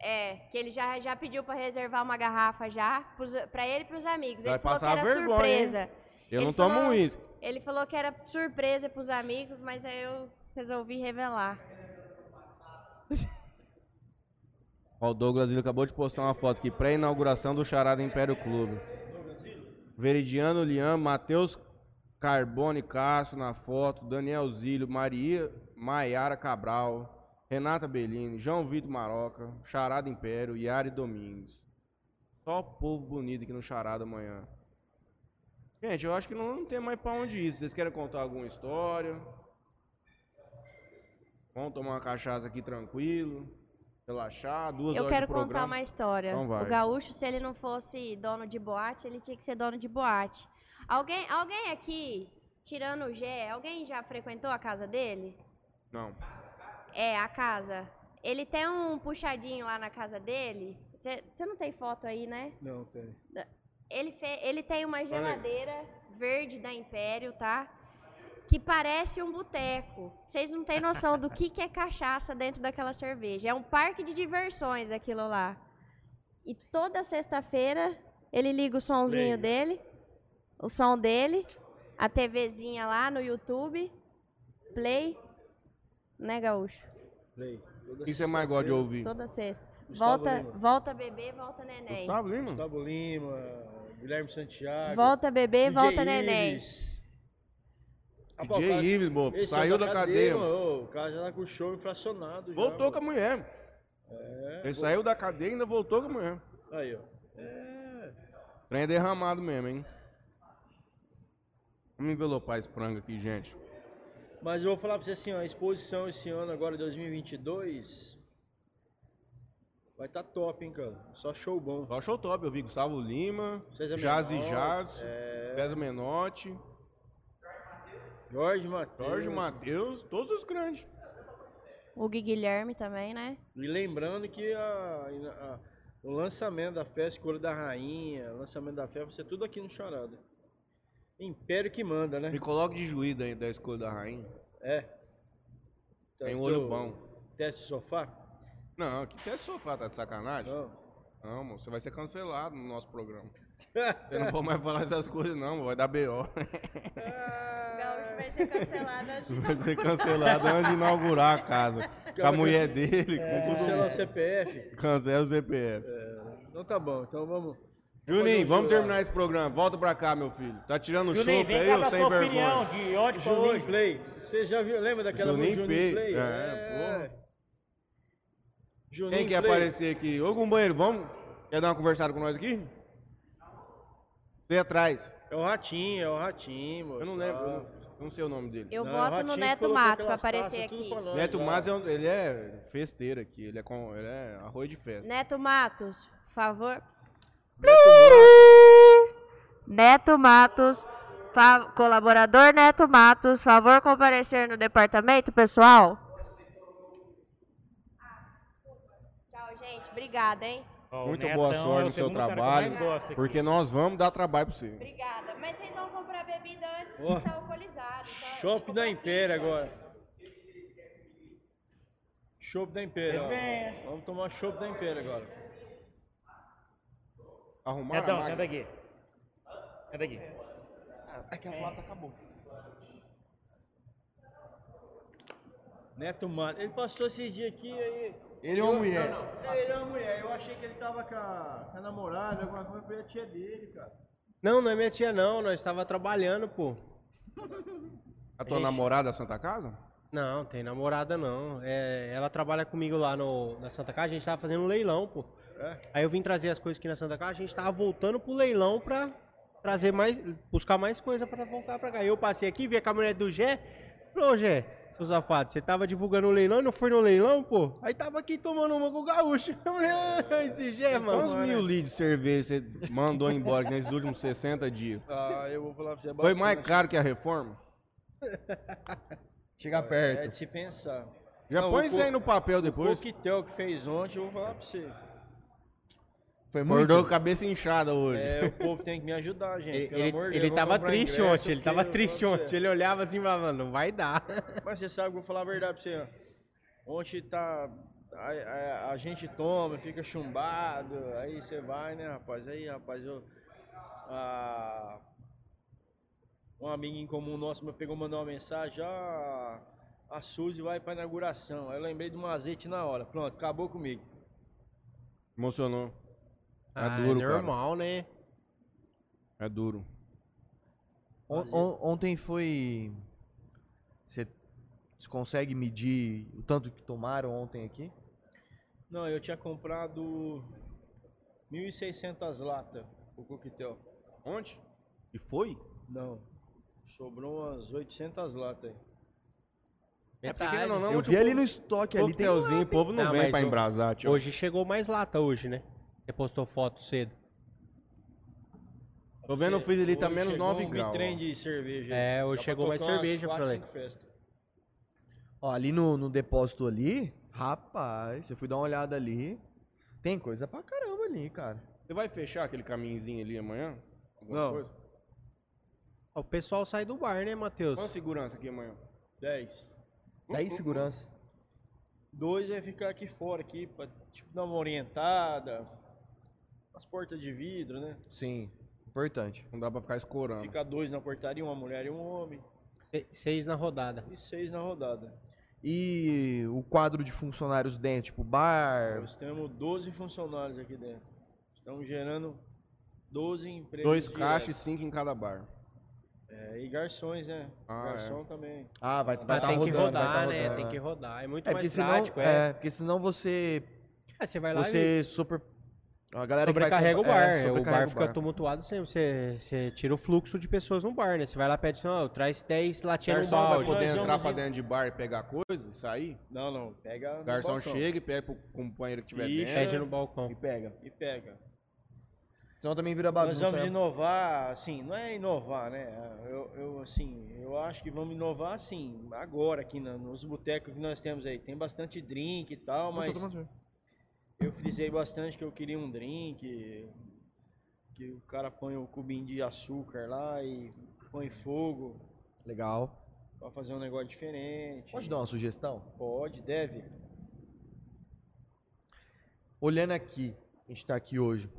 Speaker 7: É, que ele já, já pediu pra reservar uma garrafa já, pros, pra ele e pros amigos.
Speaker 1: Vai
Speaker 7: ele falou que
Speaker 1: passar
Speaker 7: era
Speaker 1: vergonha,
Speaker 7: surpresa.
Speaker 1: Eu
Speaker 7: Ele
Speaker 1: não tomo
Speaker 7: falou-
Speaker 1: uísque.
Speaker 7: Ele falou que era surpresa pros amigos, mas aí eu resolvi revelar.
Speaker 1: Ó, o Douglas Lima acabou de postar uma foto aqui, pré-inauguração do Charada Império Clube. Veridiano Lian, Matheus Carbone Castro na foto, Daniel Zílio, Maria Maiara Cabral, Renata Bellini, João Vitor Maroca, Charada Império, Yari Domingues. Só povo bonito aqui no Charada amanhã. Gente, eu acho que não, não tem mais pra onde ir. Vocês querem contar alguma história? Vamos tomar uma cachaça aqui tranquilo, relaxar, duas
Speaker 7: Eu
Speaker 1: horas de
Speaker 7: quero contar
Speaker 1: programa.
Speaker 7: uma história.
Speaker 1: Então vai.
Speaker 7: O gaúcho, se ele não fosse dono de boate, ele tinha que ser dono de boate. Alguém, alguém aqui, tirando o Gé, alguém já frequentou a casa dele?
Speaker 1: Não.
Speaker 7: É, a casa. Ele tem um puxadinho lá na casa dele. Você não tem foto aí, né?
Speaker 3: Não, tem.
Speaker 7: Ele, fe- ele tem uma
Speaker 1: aí.
Speaker 7: geladeira verde da Império, tá? Que parece um boteco. Vocês não têm noção do que, que é cachaça dentro daquela cerveja. É um parque de diversões aquilo lá. E toda sexta-feira ele liga o
Speaker 3: Play.
Speaker 7: somzinho dele, o som dele, a TVzinha lá no YouTube, play, né, Gaúcho?
Speaker 3: Play.
Speaker 1: O que você é mais gosta de ouvir?
Speaker 7: Toda sexta.
Speaker 3: Gustavo
Speaker 7: volta,
Speaker 3: Lima.
Speaker 7: volta bebê, volta neném.
Speaker 1: Gustavo Lima?
Speaker 3: Gustavo Lima, Guilherme Santiago.
Speaker 7: Volta bebê,
Speaker 3: DJ
Speaker 7: volta neném.
Speaker 3: Ives.
Speaker 1: DJ Ives, bom,
Speaker 3: Esse é
Speaker 1: saiu da cadeia. mano.
Speaker 3: mano. O cara já tá com o show inflacionado. já,
Speaker 1: Voltou com a
Speaker 3: mano.
Speaker 1: mulher. Ele saiu da cadeia e ainda voltou com a mulher.
Speaker 3: Aí, ó.
Speaker 1: Trem é derramado mesmo, hein? Vamos envelopar esse frango aqui, gente.
Speaker 3: Mas eu vou falar pra você assim, ó, a exposição esse ano agora, 2022, vai estar tá top, hein, cara. Só show bom.
Speaker 1: Só show top, eu vi Gustavo Lima,
Speaker 3: César
Speaker 1: Jazz e
Speaker 3: Menotti,
Speaker 1: Jazz, César Menotti,
Speaker 3: Jorge Matheus.
Speaker 1: Jorge Matheus, todos os grandes.
Speaker 7: O Gui Guilherme também, né?
Speaker 3: E lembrando que a- a- o lançamento da festa Escolha da Rainha, o lançamento da festa, vai ser tudo aqui no Charada. Império que manda, né?
Speaker 1: Me coloca de juiz da, da escolha da rainha.
Speaker 3: É.
Speaker 1: Tem um
Speaker 3: Testou
Speaker 1: olho bom.
Speaker 3: Teste de sofá?
Speaker 1: Não, que que é sofá, tá de sacanagem? Não,
Speaker 3: Não. <laughs>
Speaker 1: mano, você vai ser cancelado no nosso programa. Você não pode mais falar essas coisas, não, mano, vai dar B.O.
Speaker 7: Gaúcho vai ser cancelado
Speaker 1: Vai ser cancelado antes de inaugurar a casa. Com a
Speaker 3: Cara,
Speaker 1: mulher dele,
Speaker 4: É.
Speaker 1: com tudo.
Speaker 3: Cancela o CPF?
Speaker 1: Cancela o CPF.
Speaker 3: Então tá bom, então vamos.
Speaker 1: Juninho,
Speaker 3: Vamos
Speaker 1: vamos terminar esse programa. Volta pra cá, meu filho. Tá tirando o chope
Speaker 4: Juninho, vem
Speaker 1: aí,
Speaker 4: cá
Speaker 1: ô,
Speaker 4: pra
Speaker 1: sem
Speaker 4: sua opinião
Speaker 1: vergonha.
Speaker 4: de ódio pra
Speaker 3: Juninho
Speaker 4: hoje.
Speaker 3: Play. Você já viu, lembra daquela
Speaker 1: Juninho
Speaker 3: música
Speaker 1: Play.
Speaker 3: Juninho Play?
Speaker 1: É,
Speaker 3: Juninho
Speaker 1: Quem quer
Speaker 3: Play.
Speaker 1: aparecer aqui? Ô, companheiro, vamos? Quer dar uma conversada com nós aqui? Você atrás.
Speaker 3: É o Ratinho, é o Ratinho, moço. Ah.
Speaker 1: Eu não lembro, né? eu não- não sei o nome dele.
Speaker 7: <laughs> Eu
Speaker 3: Não, é o
Speaker 7: voto
Speaker 3: Ratinho
Speaker 7: no
Speaker 3: que
Speaker 7: Neto
Speaker 3: colocou
Speaker 7: Mato pra
Speaker 3: aquelas
Speaker 7: aparecer
Speaker 3: taças tudo
Speaker 7: aqui.
Speaker 3: pra nós,
Speaker 1: Neto
Speaker 3: ó.
Speaker 1: Mas é, um- ele é festeiro aqui, ele é, com, ele é arroz de festa.
Speaker 7: Neto Matos, por favor.
Speaker 1: Neto
Speaker 7: Neto Matos, fa- colaborador Neto Matos, favor comparecer no departamento, pessoal. Tchau, gente. Obrigada, hein?
Speaker 4: Ó,
Speaker 1: Mato,
Speaker 4: o
Speaker 1: Muito
Speaker 4: Netão
Speaker 1: boa
Speaker 4: é o
Speaker 1: sorte no seu
Speaker 4: segundo cara que eu
Speaker 1: trabalho,
Speaker 4: mais gosto aqui.
Speaker 1: porque nós vamos dar trabalho pra você.
Speaker 7: Obrigada. Mas vocês vão comprar bebida antes de
Speaker 3: Ó.
Speaker 7: estar alcoolizado. então,
Speaker 3: Shopping
Speaker 7: desculpa
Speaker 3: da
Speaker 7: aqui,
Speaker 3: Império
Speaker 7: gente.
Speaker 3: agora. Chopp da Império.
Speaker 4: Vem.
Speaker 3: ó. Vamos tomar chopp da Império agora.
Speaker 1: Arrumar a
Speaker 4: Netão,
Speaker 1: máquina.
Speaker 4: senta aqui. Senta aqui.
Speaker 3: Neto Mato. Ele passou esse dia aqui aí.
Speaker 2: Ele é uma mulher.
Speaker 3: Ele é uma mulher. Eu achei que ele tava com a, com a namorada, alguma coisa, foi a tia dele, cara.
Speaker 8: Não, não é minha tia, não. Nós estava trabalhando, pô.
Speaker 1: A tua namorada da Santa Casa?
Speaker 8: Não, tem namorada, não. É, ela trabalha comigo lá no, na Santa Casa. A gente tava fazendo um leilão, pô.
Speaker 1: É?
Speaker 8: Aí eu vim trazer as coisas aqui na Santa Casa. A gente tava voltando pro leilão pra trazer mais, buscar mais coisa pra voltar pra cá. Eu passei aqui, vi a caminhonete do Gé. Falei, ô Gé, seu safado, você tava divulgando o leilão e não foi no leilão, pô? Aí tava aqui tomando uma com o gaúcho. <laughs> Eu falei, ah, esse Gé, mano.
Speaker 1: Quantos mil litros de cerveja você mandou embora nesses últimos 60 dias?
Speaker 3: Ah, eu vou falar pra você.
Speaker 1: Foi
Speaker 3: é bastante.
Speaker 1: mais caro que a reforma?
Speaker 2: <laughs> Chega perto.
Speaker 3: É de se pensar.
Speaker 1: Já
Speaker 3: Não,
Speaker 1: põe
Speaker 3: o
Speaker 1: isso
Speaker 3: co-
Speaker 1: aí no papel depois.
Speaker 3: O coquetel que fez ontem, eu vou falar pra você.
Speaker 2: Foi
Speaker 1: Mordou a cabeça inchada hoje.
Speaker 3: <laughs> É, o povo tem que me ajudar, gente.
Speaker 8: Ele,
Speaker 3: pelo
Speaker 8: ele,
Speaker 3: amor de
Speaker 8: ele
Speaker 3: Deus, vamos
Speaker 8: tava
Speaker 3: comprar
Speaker 8: triste
Speaker 3: ingresso,
Speaker 8: ontem, ele tava
Speaker 3: porque eu vou
Speaker 8: triste
Speaker 3: falar pra
Speaker 8: ontem. Ele olhava assim e falava, mano, não vai dar.
Speaker 3: você. Mas você sabe, eu vou falar a verdade pra você. ó. Ontem tá. A, a- a gente toma, fica chumbado. Aí você vai, né, rapaz? Aí, rapaz, eu. a- um amigo em comum nosso me pegou, mandou uma mensagem. Ah, a Suzy vai pra inauguração. Aí eu lembrei de um azeite na hora. Pronto, acabou comigo.
Speaker 1: Emocionou. É
Speaker 8: Ah,
Speaker 1: duro,
Speaker 8: é
Speaker 1: cara.
Speaker 8: normal, né?
Speaker 1: É duro.
Speaker 2: On- on- ontem foi. Você consegue medir o tanto que tomaram ontem aqui?
Speaker 3: Não, eu tinha comprado 1.600 latas o coquetel.
Speaker 1: Onde? E foi?
Speaker 3: Não. Sobrou umas 800 latas aí.
Speaker 1: É porque, querendo ou não,
Speaker 2: eu
Speaker 1: ontem
Speaker 2: vi
Speaker 1: o
Speaker 2: ali
Speaker 1: povo-
Speaker 2: no estoque ali. Tem... um
Speaker 1: coquetelzinho, o povo não,
Speaker 8: Não,
Speaker 1: vem
Speaker 8: mas
Speaker 1: pra
Speaker 8: o-
Speaker 1: embrasar, tio.
Speaker 8: Hoje chegou mais lata hoje, né? Você postou foto cedo.
Speaker 1: Tô vendo o freezer ali, tá
Speaker 3: Hoje
Speaker 1: menos
Speaker 3: chegou
Speaker 1: 9
Speaker 3: um
Speaker 1: graus.
Speaker 3: bitrem de cerveja. aí.
Speaker 8: É,
Speaker 3: Dá
Speaker 8: hoje
Speaker 3: pra
Speaker 8: chegou mais
Speaker 3: tocar umas
Speaker 8: cerveja,
Speaker 3: quatro,
Speaker 8: falei.
Speaker 3: cinco festas.
Speaker 2: Ó, ali no, no depósito ali, rapaz, eu fui dar uma olhada ali. Tem coisa pra caramba ali, cara.
Speaker 1: Você vai fechar aquele caminhozinho ali amanhã? Alguma
Speaker 8: Não.
Speaker 1: coisa?
Speaker 8: O pessoal sai do bar, né, Matheus?
Speaker 1: Quanto segurança aqui amanhã?
Speaker 3: 10.
Speaker 1: Uhum.
Speaker 2: Daí Tá segurança.
Speaker 3: Dois é ficar aqui fora, aqui, pra tipo, dar uma orientada. As portas de vidro, né?
Speaker 2: Sim, importante.
Speaker 1: Não dá pra ficar escorando.
Speaker 3: Ficar dois na portaria, uma mulher e um homem.
Speaker 8: Se- Seis na rodada.
Speaker 3: E seis na rodada.
Speaker 2: E o quadro de funcionários dentro, tipo
Speaker 1: É.
Speaker 2: bar.
Speaker 3: Nós temos 12 funcionários aqui dentro. Estamos gerando 12 empregos.
Speaker 1: Dois
Speaker 3: diretos.
Speaker 1: caixas e cinco em cada bar.
Speaker 3: É, e garçons, né?
Speaker 1: Ah,
Speaker 3: Garçom também.
Speaker 2: Ah, vai,
Speaker 8: Mas tem que
Speaker 2: rodando, vai
Speaker 8: rodar,
Speaker 2: tá
Speaker 8: né?
Speaker 2: rodando,
Speaker 8: Tem que rodar. É muito
Speaker 2: É porque,
Speaker 8: mais
Speaker 2: senão,
Speaker 8: prático, é.
Speaker 2: é, porque senão você
Speaker 8: Aí você vai lá e
Speaker 2: você super. A galera que vai
Speaker 8: sobrecarrega o
Speaker 2: comprar-
Speaker 8: bar.
Speaker 2: é,
Speaker 8: o
Speaker 2: sobrecarrega
Speaker 8: bar fica tumultuado sempre. Você, você tira o fluxo de pessoas no bar, né? Você vai lá e pede assim, ó, traz 10
Speaker 1: O
Speaker 8: latinhas no
Speaker 1: garçom vai
Speaker 8: um balde.
Speaker 1: poder
Speaker 3: Nós
Speaker 1: entrar
Speaker 3: vamos
Speaker 1: pra
Speaker 3: em-
Speaker 1: dentro de bar e pegar coisa e sair?
Speaker 3: Não, não. Pega.
Speaker 1: O
Speaker 3: no
Speaker 1: garçom
Speaker 3: balcão.
Speaker 1: chega e pega pro companheiro que tiver
Speaker 3: Ixi.
Speaker 1: dentro.
Speaker 8: Pede no balcão.
Speaker 2: E pega.
Speaker 3: E pega.
Speaker 2: Senão também vira
Speaker 3: Nós
Speaker 2: bagunça.
Speaker 3: vamos
Speaker 2: né?
Speaker 3: inovar, assim, não é inovar, né? Eu, eu, assim, eu acho que vamos inovar, assim, agora aqui na- nos botecos que nós temos aí. Tem bastante drink e tal, mas eu frisei bastante que eu queria um drink, que o cara põe o cubinho de açúcar lá e põe fogo
Speaker 2: Legal.
Speaker 3: pra fazer um negócio diferente.
Speaker 2: Pode dar uma sugestão?
Speaker 3: Pode, deve.
Speaker 2: Olhando aqui, a gente tá aqui hoje.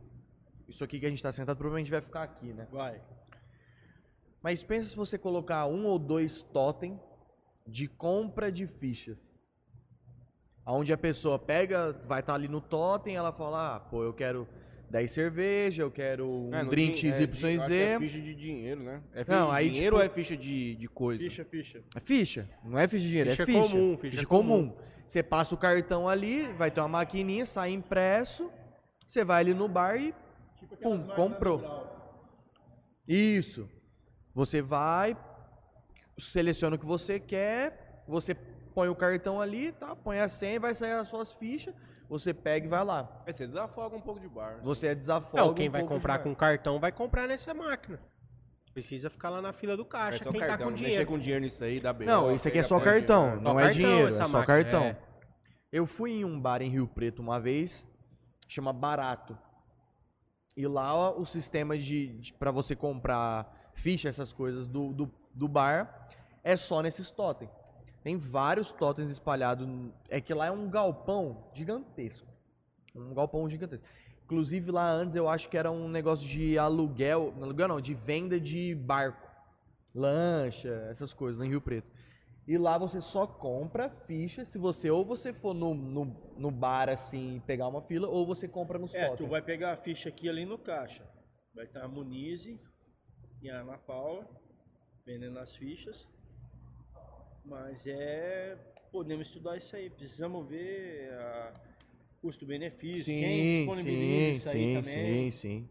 Speaker 2: Isso aqui que a gente tá sentado provavelmente vai ficar aqui, né?
Speaker 3: Vai.
Speaker 2: Mas pensa se você colocar um ou dois totem de compra de fichas. Onde a pessoa pega, vai estar ali no totem, ela fala, ah, pô, eu quero 10 cerveja, eu quero um
Speaker 1: É, no
Speaker 2: drink
Speaker 1: din- é, de- eu acho
Speaker 2: XYZ.
Speaker 1: que É, ficha de dinheiro, né? É ficha
Speaker 2: Não,
Speaker 1: de
Speaker 2: aí,
Speaker 1: dinheiro
Speaker 2: tipo-
Speaker 1: ou é ficha de, de coisa?
Speaker 3: Ficha, ficha.
Speaker 2: É ficha. Não é ficha de dinheiro,
Speaker 8: Ficha
Speaker 2: é ficha.
Speaker 8: comum, ficha
Speaker 2: comum. Você passa o cartão ali, vai ter uma maquininha, sai impresso, você vai ali no bar e pum, comprou. Isso. Você vai, seleciona o que você quer, você põe o cartão ali, tá? Põe a senha, vai sair as suas fichas, você pega e vai lá.
Speaker 1: É, você desafoga um pouco de bar.
Speaker 2: Você desafoga.
Speaker 8: Não, quem
Speaker 2: um
Speaker 8: É, vai
Speaker 2: pouco de
Speaker 8: comprar
Speaker 2: bar.
Speaker 8: com cartão vai comprar nessa máquina. Precisa ficar lá na fila do
Speaker 1: É
Speaker 8: caixa.
Speaker 1: só
Speaker 8: quem
Speaker 1: cartão,
Speaker 8: tá com
Speaker 1: não
Speaker 8: dinheiro.
Speaker 1: mexer com dinheiro nisso aí, dá BO.
Speaker 2: Não, isso aqui é
Speaker 1: pega
Speaker 2: só
Speaker 1: ponto de
Speaker 2: cartão,
Speaker 1: dinheiro.
Speaker 2: não
Speaker 8: Só
Speaker 2: é
Speaker 8: cartão
Speaker 2: dinheiro, é
Speaker 8: essa
Speaker 2: só
Speaker 8: máquina,
Speaker 2: cartão.
Speaker 8: é.
Speaker 2: Eu fui em um bar em Rio Preto uma vez, chama Barato. E lá ó, o sistema de, de para você comprar ficha, essas coisas do, do, do bar, é só nesses totens. Tem vários totens espalhados. n- É que lá é um galpão gigantesco. Um galpão gigantesco. Inclusive lá antes eu acho que era um negócio de aluguel, não aluguel não, de venda de barco, lancha, essas coisas lá em Rio Preto. E lá você só compra ficha se você ou você for no, no, no bar assim pegar uma fila ou você compra nos
Speaker 3: É, tu
Speaker 8: né?
Speaker 2: totens.
Speaker 3: vai pegar a ficha aqui ali no caixa. Vai estar a Munize e a Ana Paula vendendo as fichas. Mas é. Podemos estudar isso aí. Precisamos ver a custo-benefício. Quem disponibiliza isso aí também.
Speaker 2: sim, sim.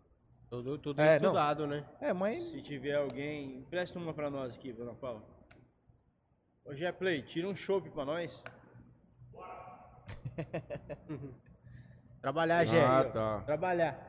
Speaker 8: Tudo, tudo
Speaker 2: É, não.
Speaker 8: estudado, né?
Speaker 2: É, mas
Speaker 3: Se tiver alguém. Empresta uma pra nós aqui, Ana Paula. Ô Gé Play, tira um chopp pra nós.
Speaker 8: Trabalhar, gente.
Speaker 1: Ah, tá.
Speaker 8: Trabalhar.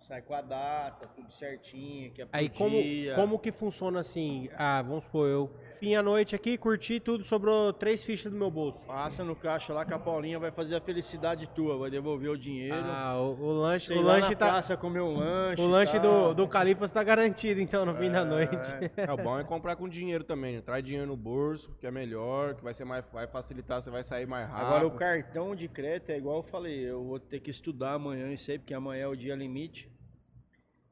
Speaker 3: Sai com a data, tudo certinho, que é pro
Speaker 8: Aí como,
Speaker 3: dia.
Speaker 8: como que funciona assim? Ah, vamos supor, eu vim à noite aqui, curti tudo, sobrou três fichas do meu bolso.
Speaker 3: Passa no caixa lá que a Paulinha vai fazer a felicidade tua, vai devolver o dinheiro.
Speaker 8: Ah, o, o lanche,
Speaker 3: Sei
Speaker 8: o
Speaker 3: lá
Speaker 8: lanche
Speaker 3: na
Speaker 8: tá.
Speaker 3: praça comer um lanche.
Speaker 8: O lanche
Speaker 3: tá.
Speaker 8: do, do Califas tá garantido, então, no fim da noite.
Speaker 1: É, o bom é comprar com dinheiro também, né? Traz dinheiro no bolso, que é melhor, que vai ser mais. Vai facilitar, você vai sair mais rápido.
Speaker 3: Agora o cartão de crédito é igual eu falei, eu vou ter que estudar amanhã isso aí, porque amanhã é o dia limite.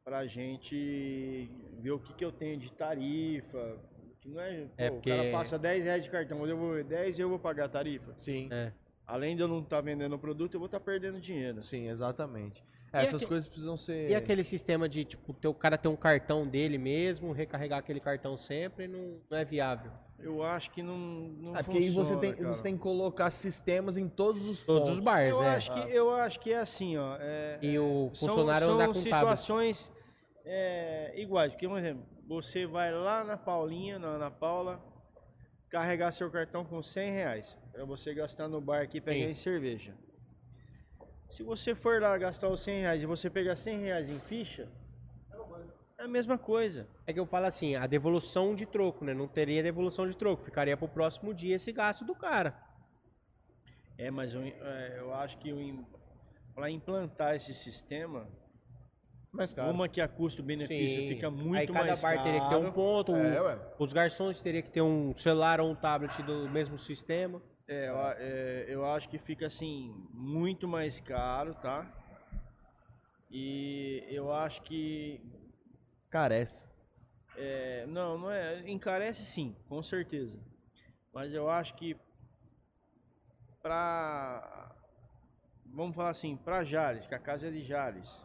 Speaker 3: Pra gente ver o que, que eu tenho de tarifa. Que não é, pô,
Speaker 8: É,
Speaker 3: O
Speaker 8: porque-
Speaker 3: cara passa 10 reais de cartão, eu vou 10 e eu vou pagar a tarifa.
Speaker 2: sim.
Speaker 8: É.
Speaker 3: Além de eu não estar vendendo o produto, eu vou estar perdendo dinheiro.
Speaker 6: Sim, exatamente.
Speaker 8: E
Speaker 6: É, essas
Speaker 8: aque-
Speaker 6: coisas precisam ser.
Speaker 8: E aquele sistema de, tipo, ter o cara ter um cartão dele mesmo, recarregar aquele cartão sempre, não, não é viável.
Speaker 3: Eu acho que não, não
Speaker 6: É porque aí
Speaker 3: funciona,
Speaker 6: você tem,
Speaker 3: cara.
Speaker 6: você tem que colocar sistemas em todos os
Speaker 8: Todos os
Speaker 6: pontos.
Speaker 8: bares,
Speaker 3: eu
Speaker 8: né?
Speaker 3: acho que Eu acho que é assim, ó. é-
Speaker 8: E o
Speaker 3: São-
Speaker 8: funcionário
Speaker 3: são,
Speaker 8: andar com tablet.
Speaker 3: situações é, iguais. Porque, por exemplo, você vai lá na Paulinha, na Ana Paula, carregar seu cartão com 100 reais para você gastar no bar aqui e pegar
Speaker 8: Sim.
Speaker 3: em cerveja. Se você for lá gastar os 100 reais e você pegar 100 reais em ficha, é a mesma coisa.
Speaker 8: É que eu falo assim, a devolução de troco, né? Não teria devolução de troco, ficaria pro próximo dia esse gasto do cara.
Speaker 3: É, mas eu, é, eu acho que para implantar esse sistema,
Speaker 6: Mas, cara,
Speaker 3: uma que a custo-benefício
Speaker 8: Sim.
Speaker 3: fica muito
Speaker 8: Aí cada
Speaker 3: mais
Speaker 8: bar
Speaker 3: caro.
Speaker 8: teria que ter um ponto, o-
Speaker 6: É, ué.
Speaker 8: os garçons teriam que ter um celular ou um tablet do mesmo sistema.
Speaker 3: É, eu, a- é, eu acho que fica assim muito mais caro, tá? E eu acho que
Speaker 6: Carece.
Speaker 3: é, não, não é encarece sim, com certeza. Mas eu acho que pra vamos falar assim, pra Jales, que a casa é de Jales,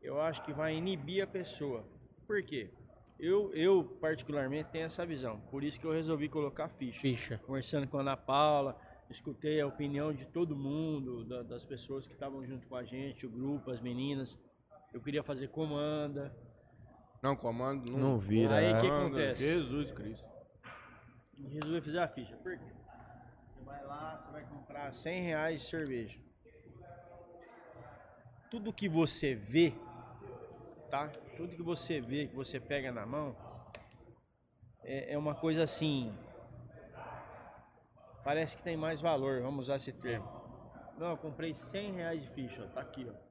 Speaker 3: eu acho que vai inibir a pessoa. Por quê? Eu, eu particularmente tenho essa visão. Por isso que eu resolvi colocar ficha
Speaker 8: Ficha.
Speaker 3: conversando com a Ana Paula, escutei a opinião de todo mundo, da- das pessoas que estavam junto com a gente, o grupo, as meninas. Eu queria fazer comanda.
Speaker 1: Não, comando. Não,
Speaker 6: Não vira,
Speaker 3: Aí
Speaker 6: é.
Speaker 3: o que
Speaker 1: comanda,
Speaker 3: acontece?
Speaker 1: Jesus Cristo.
Speaker 3: E resolvi fazer a ficha. Por quê? Você vai lá, você vai comprar 100 reais de cerveja. Tudo que você vê, tá? Tudo que você vê, que você pega na mão, é, é uma coisa assim. Parece que tem mais valor, vamos usar esse termo. Não, eu comprei 100 reais de ficha, ó, tá aqui, ó.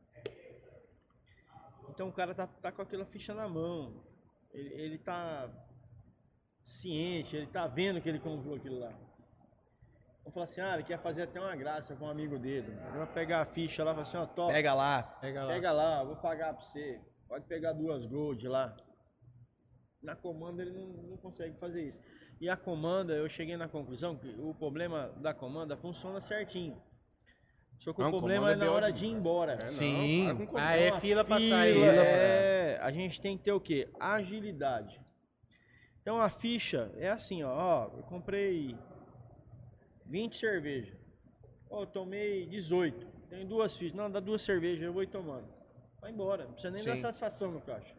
Speaker 3: Então o cara tá, tá com aquela ficha na mão. Ele, ele tá ciente, ele tá vendo que ele comprou aquilo lá. Vamos falar assim, ah, ele quer fazer até uma graça com um amigo dele. Ele vai pegar a ficha lá e falar assim, ó, top,
Speaker 6: Pega lá.
Speaker 8: Pega lá.
Speaker 3: Pega lá, eu vou pagar pra você. Pode pegar duas gold lá. Na comanda ele não, não consegue fazer isso. E a comanda, eu cheguei na conclusão que o problema da comanda funciona certinho. Só que
Speaker 1: Não,
Speaker 3: o problema
Speaker 1: comanda
Speaker 3: é
Speaker 1: é
Speaker 3: na
Speaker 1: B.O.
Speaker 3: hora
Speaker 1: demais.
Speaker 3: de ir embora.
Speaker 1: É,
Speaker 6: Sim.
Speaker 1: Não, para com
Speaker 8: Ah, é
Speaker 3: Uma
Speaker 8: fila pra
Speaker 3: fila,
Speaker 8: sair.
Speaker 3: É, a gente tem que ter o quê? Agilidade. Então a ficha é assim, ó, ó, eu comprei 20 cerveja. Ó, eu tomei 18. Tem duas fichas. Não, dá duas cervejas, eu vou ir tomando. Vai embora, não precisa nem dar
Speaker 6: Sim.
Speaker 3: satisfação no caixa.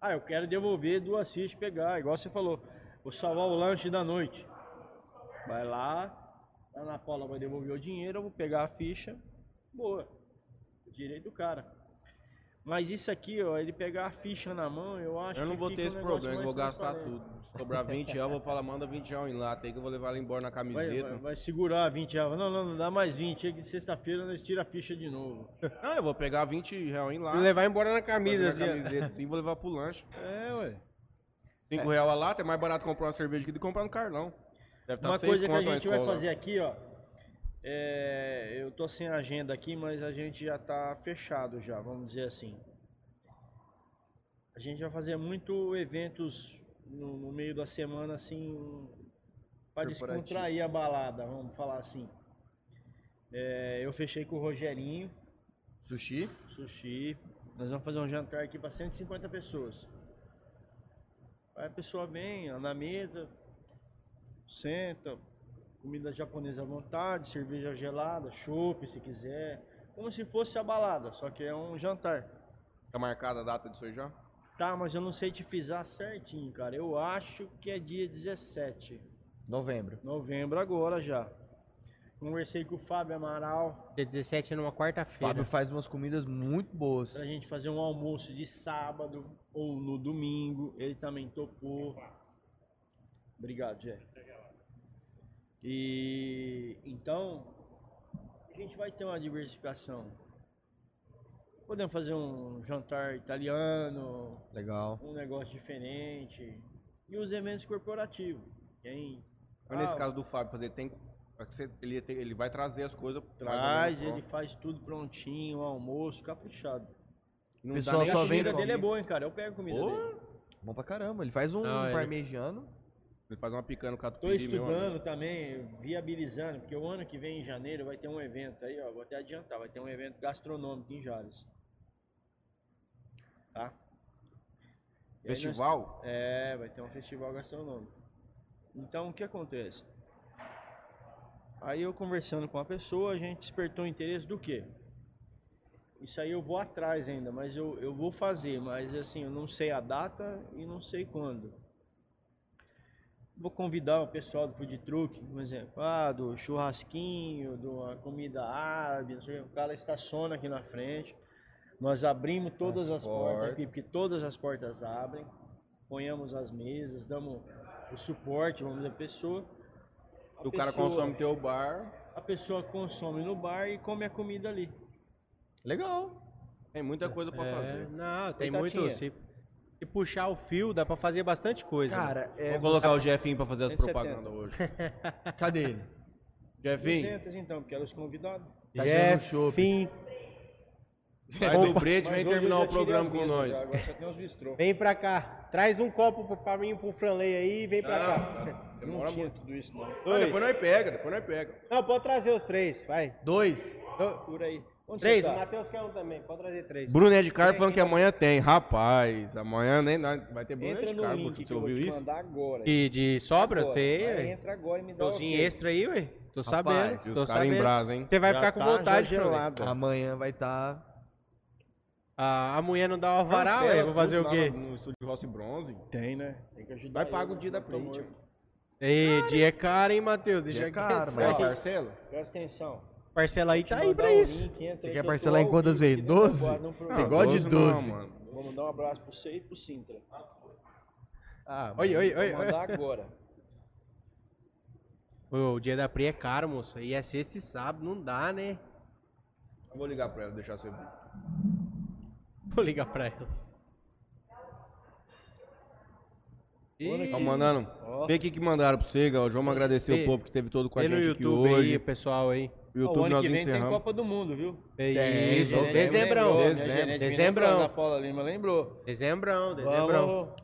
Speaker 3: Ah, eu quero devolver duas fichas, pegar, igual você falou. Vou salvar o lanche da noite. Vai lá, a Ana Paula vai devolver o dinheiro, eu vou pegar a ficha. Boa. Direito do cara. Mas isso aqui, ó, ele pegar a ficha na mão, eu acho
Speaker 1: Eu não
Speaker 3: que
Speaker 1: vou
Speaker 3: fica
Speaker 1: ter
Speaker 3: um
Speaker 1: esse
Speaker 3: negócio
Speaker 1: problema, eu
Speaker 3: mais
Speaker 1: vou gastar
Speaker 3: transparente.
Speaker 1: tudo. Se sobrar 20 reais, eu vou falar, manda 20 reais em lata aí que eu vou levar ela embora na
Speaker 3: Vai,
Speaker 1: camiseta.
Speaker 3: vai, vai segurar 20 reais. Não, não, não dá mais 20. é que Sexta-feira nós tira a ficha de novo.
Speaker 1: Não, eu vou pegar 20 reais em
Speaker 8: E
Speaker 1: lata.
Speaker 8: levar embora na
Speaker 1: vou
Speaker 8: camisa,
Speaker 1: levar
Speaker 8: assim.
Speaker 1: na
Speaker 8: ó.
Speaker 1: camiseta assim, vou levar pro lanche.
Speaker 3: <laughs> É, ué.
Speaker 1: 5 reais a lata, é mais barato comprar uma cerveja que de comprar no carlão. Deve estar
Speaker 3: Uma
Speaker 1: 6
Speaker 3: coisa
Speaker 1: conto
Speaker 3: que a
Speaker 1: na
Speaker 3: gente
Speaker 1: escola.
Speaker 3: vai fazer aqui, ó. é, eu tô sem agenda aqui, mas a gente já tá fechado já, vamos dizer assim. A gente vai fazer muito eventos no, no meio da semana, assim, para
Speaker 6: Corporativo.
Speaker 3: descontrair a balada, vamos falar assim. É, eu fechei com o Rogerinho,
Speaker 6: Sushi?
Speaker 3: sushi. Nós vamos fazer um jantar aqui para 150 pessoas. Aí a pessoa vem ó, na mesa, senta, comida japonesa à vontade, cerveja gelada, chopp se quiser. Como se fosse a balada, só que é um jantar.
Speaker 1: Tá marcada a data disso aí já?
Speaker 3: Tá, mas eu não sei te frisar certinho, cara. Eu acho que é dia 17.
Speaker 6: Novembro.
Speaker 3: Novembro agora já. Conversei com o Fábio Amaral
Speaker 8: Dia 17 é numa
Speaker 6: Fábio
Speaker 8: quarta-feira.
Speaker 6: faz umas comidas muito boas.
Speaker 3: pra gente fazer um almoço de sábado ou no domingo. Ele também topou. Obrigado, Jé. E então a gente vai ter uma diversificação. Podemos fazer um jantar italiano,
Speaker 6: Legal.
Speaker 3: um negócio diferente. E os eventos corporativos. Quem
Speaker 1: Mas nesse
Speaker 3: Ah,
Speaker 1: caso do Fábio fazer, tem. é que você- Ele, tem- ele vai trazer as coisas.
Speaker 3: traz,
Speaker 1: ou menos
Speaker 6: né?
Speaker 3: ele faz tudo prontinho, o almoço, caprichado.
Speaker 1: pronto. Não
Speaker 6: Pessoal
Speaker 1: dá nem
Speaker 6: só
Speaker 3: a é
Speaker 1: a
Speaker 6: vem
Speaker 1: comida
Speaker 3: comida
Speaker 6: com-
Speaker 3: dele é boa, hein, cara. Eu pego a comida
Speaker 1: Ô,
Speaker 3: dele.
Speaker 6: Bom pra caramba. Ele faz um
Speaker 8: Não, ele-
Speaker 6: parmegiano.
Speaker 1: Ele faz uma picando com a
Speaker 3: Tô estudando É, também, viabilizando, porque o ano que vem, em janeiro, vai ter um evento aí, ó. Vou até adiantar, vai ter um evento gastronômico em Jales. Tá? E aí nós-
Speaker 1: Festival?
Speaker 3: É, vai ter um festival gastronômico. Então, o que acontece? Aí eu conversando com a pessoa, a gente despertou o interesse do quê? Isso aí eu vou atrás ainda, mas eu, eu vou fazer, mas assim, eu não sei a data e não sei quando. Vou convidar o pessoal do food truck, por exemplo, ah, do churrasquinho, de uma comida árabe, não sei o que, o cara estaciona aqui na frente. Nós abrimos todas as, portas aqui, porque todas as portas abrem, ponhamos as mesas, damos o suporte, vamos dizer, a pessoa. A
Speaker 1: O cara
Speaker 3: pessoa-
Speaker 1: consome teu bar.
Speaker 3: a pessoa consome no bar e come a comida ali.
Speaker 2: Legal.
Speaker 1: Tem muita coisa pra
Speaker 8: É,
Speaker 1: fazer.
Speaker 8: não, tem
Speaker 3: Coitadinha.
Speaker 8: muito. Se, se puxar o fio, dá pra fazer bastante coisa.
Speaker 2: Cara, é.
Speaker 1: Vou colocar o Jefinho pra fazer as
Speaker 3: 170.
Speaker 1: propagandas
Speaker 3: <laughs>
Speaker 1: hoje.
Speaker 2: Cadê ele?
Speaker 1: Jefinho,
Speaker 3: 200 então, porque eram os convidados.
Speaker 2: Tá
Speaker 8: é,
Speaker 2: gerando show.
Speaker 8: fim.
Speaker 1: sai do Brete,
Speaker 3: Mas
Speaker 1: vem
Speaker 3: hoje
Speaker 1: terminar
Speaker 3: eu
Speaker 1: o
Speaker 3: já tirei
Speaker 1: programa
Speaker 3: as
Speaker 1: com
Speaker 3: mesas
Speaker 1: nós.
Speaker 3: já, Agora só tem uns bistrô.
Speaker 8: Vem pra cá. Traz um copo pra- pra mim, pro Franley aí, e vem
Speaker 3: Tá.
Speaker 8: pra cá.
Speaker 1: Não, demora
Speaker 3: não tinha
Speaker 1: muito.
Speaker 3: tudo isso não.
Speaker 1: Ah, depois nós pega, depois nós pega.
Speaker 8: Não, pode trazer os três, vai.
Speaker 2: Dois.
Speaker 3: Por aí. Onde
Speaker 8: Três,
Speaker 3: você
Speaker 8: o
Speaker 3: tá?
Speaker 8: Matheus quer um também, pode trazer três.
Speaker 1: Bruno Edcar falando que amanhã tem. Rapaz, amanhã nem nós- vai ter Bruno
Speaker 3: Entra no
Speaker 1: Edcar.
Speaker 3: link
Speaker 1: Você
Speaker 3: que eu vou
Speaker 1: ouviu
Speaker 3: te
Speaker 1: isso?
Speaker 3: mandar agora.
Speaker 8: De, de sobra,
Speaker 3: Agora.
Speaker 8: você
Speaker 3: Aí
Speaker 8: aí, ué.
Speaker 3: entra agora e me dá
Speaker 8: Dozinho
Speaker 3: ok.
Speaker 8: extra aí, ué. Tô
Speaker 1: E
Speaker 2: Rapaz,
Speaker 8: sabendo, tô
Speaker 1: os caras em
Speaker 8: sabendo.
Speaker 1: brasa, hein?
Speaker 8: Você vai
Speaker 3: Já
Speaker 8: ficar com
Speaker 3: tá, já
Speaker 8: vontade, Franley.
Speaker 3: gelado.
Speaker 2: Amanhã vai estar. Tá...
Speaker 8: Ah, a mulher não dá o alvará,
Speaker 1: Cancela
Speaker 8: ué, vou fazer
Speaker 1: tudo
Speaker 8: o
Speaker 1: lá
Speaker 8: quê?
Speaker 1: No no estúdio Rossi Bronze.
Speaker 3: Tem, né? Tem que ajudar.
Speaker 1: Vai
Speaker 3: eu,
Speaker 1: pagar o
Speaker 3: né?
Speaker 1: dia da
Speaker 3: Eu tô
Speaker 1: print.
Speaker 3: morto.
Speaker 8: Ei, dia é caro, hein, Matheus? Deixa
Speaker 2: Dia é
Speaker 8: quieto.
Speaker 2: caro,
Speaker 1: Você
Speaker 2: mas-
Speaker 8: Ó,
Speaker 1: parcela?
Speaker 3: Presta atenção.
Speaker 8: Parcela aí
Speaker 3: Te
Speaker 8: tá aí
Speaker 3: mandar
Speaker 8: pra
Speaker 3: o
Speaker 8: isso.
Speaker 3: link, entra
Speaker 2: Você
Speaker 3: aí
Speaker 2: quer
Speaker 3: que eu tô
Speaker 2: parcelar em
Speaker 3: ao
Speaker 2: quantas
Speaker 3: vivo
Speaker 2: vezes?
Speaker 3: dentro da
Speaker 2: 12?
Speaker 3: guarda, no programa.
Speaker 2: Você gosta de
Speaker 1: não,
Speaker 2: 12.
Speaker 1: mano.
Speaker 3: Vou mandar um abraço pro você e pro Sintra.
Speaker 2: Ah,
Speaker 8: Oi, oi, oi,
Speaker 3: Vou
Speaker 8: oi.
Speaker 3: mandar agora.
Speaker 8: Ô, O dia da Pri é caro, moço. E é sexta e sábado, não dá, né? <laughs>
Speaker 1: Eu Vou ligar pra ela, deixar você.
Speaker 8: Vou ligar pra ela.
Speaker 1: Tá mandando. Vê o que que mandaram pra você, Gal. Vamos agradecer
Speaker 8: Vê.
Speaker 1: o povo que teve todo com a
Speaker 8: Vê no
Speaker 1: gente aqui
Speaker 8: YouTube aí,
Speaker 1: hoje.
Speaker 8: pessoal
Speaker 1: O
Speaker 8: aí.
Speaker 3: Ó, o
Speaker 1: YouTube
Speaker 3: ano
Speaker 1: nós
Speaker 3: que vem tem
Speaker 1: encerramos.
Speaker 3: Copa do Mundo, viu?
Speaker 8: É
Speaker 1: Tem,
Speaker 8: isso,
Speaker 1: dezembro,
Speaker 8: dezembrão.
Speaker 1: dezembro.
Speaker 8: Dezembrão,
Speaker 3: Dezembro.
Speaker 8: dezembrão.
Speaker 3: Paula Lima lembrou.
Speaker 8: Dezembrão, dezembrão.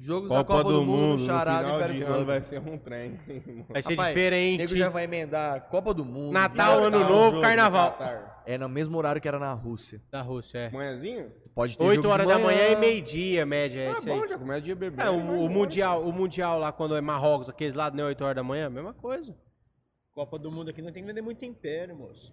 Speaker 2: Jogos
Speaker 1: Copa,
Speaker 2: da Copa
Speaker 1: do Mundo,
Speaker 2: no
Speaker 1: no
Speaker 2: Charada e
Speaker 1: final
Speaker 2: Império
Speaker 1: de
Speaker 2: Clube.
Speaker 1: ano vai ser um trem. <laughs>
Speaker 8: Vai
Speaker 2: Rapaz,
Speaker 8: ser
Speaker 2: O
Speaker 8: diferente.
Speaker 2: nego já vai emendar Copa do Mundo.
Speaker 1: Tá
Speaker 8: Natal,
Speaker 2: Dia
Speaker 8: Ano
Speaker 2: Natal.
Speaker 8: Novo, Carnaval.
Speaker 2: É no mesmo horário que era na Rússia.
Speaker 8: Da Rússia, é.
Speaker 1: Manhãzinho?
Speaker 2: Pode ter
Speaker 8: 8
Speaker 2: jogo de
Speaker 8: horas da manhã e meio-dia, média, é
Speaker 1: Ah,
Speaker 8: isso aí.
Speaker 1: bom, já começa o dia bebê.
Speaker 8: É, o, o mundial, o mundial lá quando é Marrocos, aqueles lá, né, 8 horas da manhã, mesma coisa.
Speaker 3: Copa do Mundo aqui não tem que vender muito império, moço.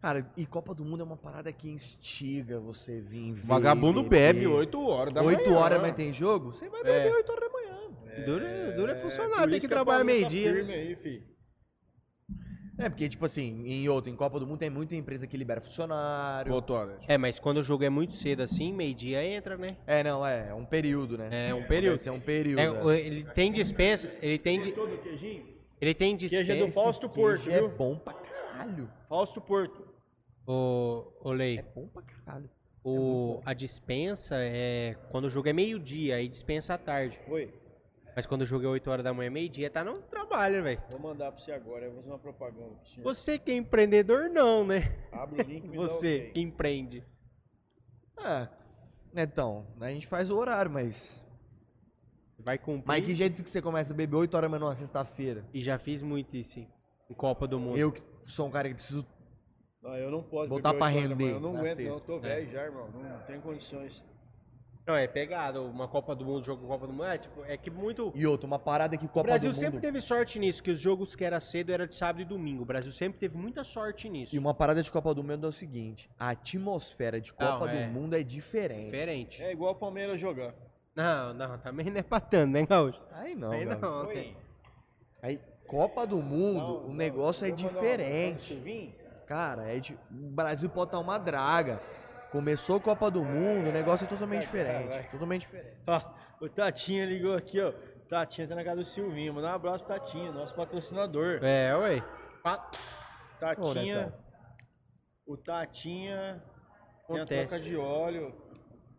Speaker 2: Cara, e Copa do Mundo é uma parada que instiga você vir ver.
Speaker 1: Vagabundo
Speaker 2: beber.
Speaker 1: bebe 8 horas da
Speaker 2: 8
Speaker 1: manhã. né?
Speaker 2: horas, mas tem jogo? Você vai beber 8 horas da manhã.
Speaker 8: Dura, dura é
Speaker 3: Por
Speaker 8: funcionário, tem
Speaker 3: isso
Speaker 8: que
Speaker 3: a
Speaker 8: trabalhar
Speaker 3: Paula tá
Speaker 8: meio-dia.
Speaker 3: firme aí, fi.
Speaker 2: É, porque, tipo assim, em outro, em Copa do Mundo tem muita empresa que libera funcionário.
Speaker 1: Voltou, Alex.
Speaker 8: É, mas quando o jogo é muito cedo assim, meio-dia entra, né?
Speaker 2: É, não, é, é um período, né?
Speaker 8: É um período.
Speaker 2: Esse é um período.
Speaker 8: É, o-
Speaker 2: né?
Speaker 8: ele tem dispensa, ele tem, di-
Speaker 3: Gostou do queijinho?
Speaker 8: ele tem
Speaker 3: Queijo é do
Speaker 8: dispensa.
Speaker 3: Fausto Porto,
Speaker 2: Queijo é
Speaker 3: viu?
Speaker 2: bom pra caralho.
Speaker 3: Fausto Porto.
Speaker 8: O, o Lei,
Speaker 2: É bom pra caralho.
Speaker 8: o, a dispensa é quando o jogo é meio-dia, aí dispensa à tarde.
Speaker 3: Oi,
Speaker 8: Mas quando o jogo é 8 horas da manhã, meio-dia, tá no trabalho, velho.
Speaker 3: vou mandar pra você agora. Eu vou fazer uma propaganda pro senhor.
Speaker 8: Você que é empreendedor, não, né?
Speaker 3: Abre o link e me dá
Speaker 8: Você
Speaker 3: ok.
Speaker 8: que empreende.
Speaker 2: Ah, então, a gente faz o horário, mas.
Speaker 8: Vai cumprir.
Speaker 2: Mas que jeito que você começa a beber 8 horas mas numa sexta-feira?
Speaker 8: E já fiz muito isso hein? em Copa do Mundo.
Speaker 2: Eu que sou um cara que preciso.
Speaker 3: Não, eu não posso.
Speaker 2: Botar
Speaker 3: beber
Speaker 2: pra
Speaker 3: é oito horas da
Speaker 2: render
Speaker 3: manhã, Eu não
Speaker 2: na
Speaker 3: aguento, não. Eu
Speaker 2: sexta.
Speaker 3: tô velho já, irmão. Não, não tenho condições.
Speaker 8: Não, é pegado. Uma Copa do Mundo, jogo com Copa do Mundo. É, tipo, é que muito.
Speaker 2: E outro, uma parada que
Speaker 8: O
Speaker 2: Copa
Speaker 8: Brasil
Speaker 2: do Mundo.
Speaker 8: sempre teve sorte nisso, que os jogos que era cedo era de sábado e domingo. O Brasil sempre teve muita sorte nisso.
Speaker 2: E uma parada de Copa do Mundo é o seguinte: a atmosfera de
Speaker 8: Não,
Speaker 2: Copa
Speaker 8: é.
Speaker 2: do Mundo é diferente.
Speaker 8: Diferente.
Speaker 3: É igual o Palmeiras jogar.
Speaker 8: Não, não, também não é pra tanto, né, Gaúcho?
Speaker 2: Aí não,
Speaker 8: Aí
Speaker 2: velho.
Speaker 8: não. né?
Speaker 3: Oi.
Speaker 2: Aí, Copa do Mundo,
Speaker 3: Não,
Speaker 2: o
Speaker 3: não,
Speaker 2: negócio é
Speaker 3: eu vou mandar uma-
Speaker 2: diferente.
Speaker 3: Quando você vir,
Speaker 2: Cara, é de... o Brasil pode estar uma draga. Começou a Copa do Mundo, o negócio é totalmente
Speaker 3: Vai, vai,
Speaker 2: diferente.
Speaker 3: vai.
Speaker 2: Totalmente diferente.
Speaker 3: Ó, o Tatinha ligou aqui, ó. Tatinha tá na casa do Silvinho. Mandar um abraço pro Tatinha, nosso patrocinador.
Speaker 8: É, ué.
Speaker 2: Ô,
Speaker 3: Tatinha.
Speaker 2: Netão.
Speaker 3: O Tatinha tem a
Speaker 8: Acontece.
Speaker 3: troca de óleo.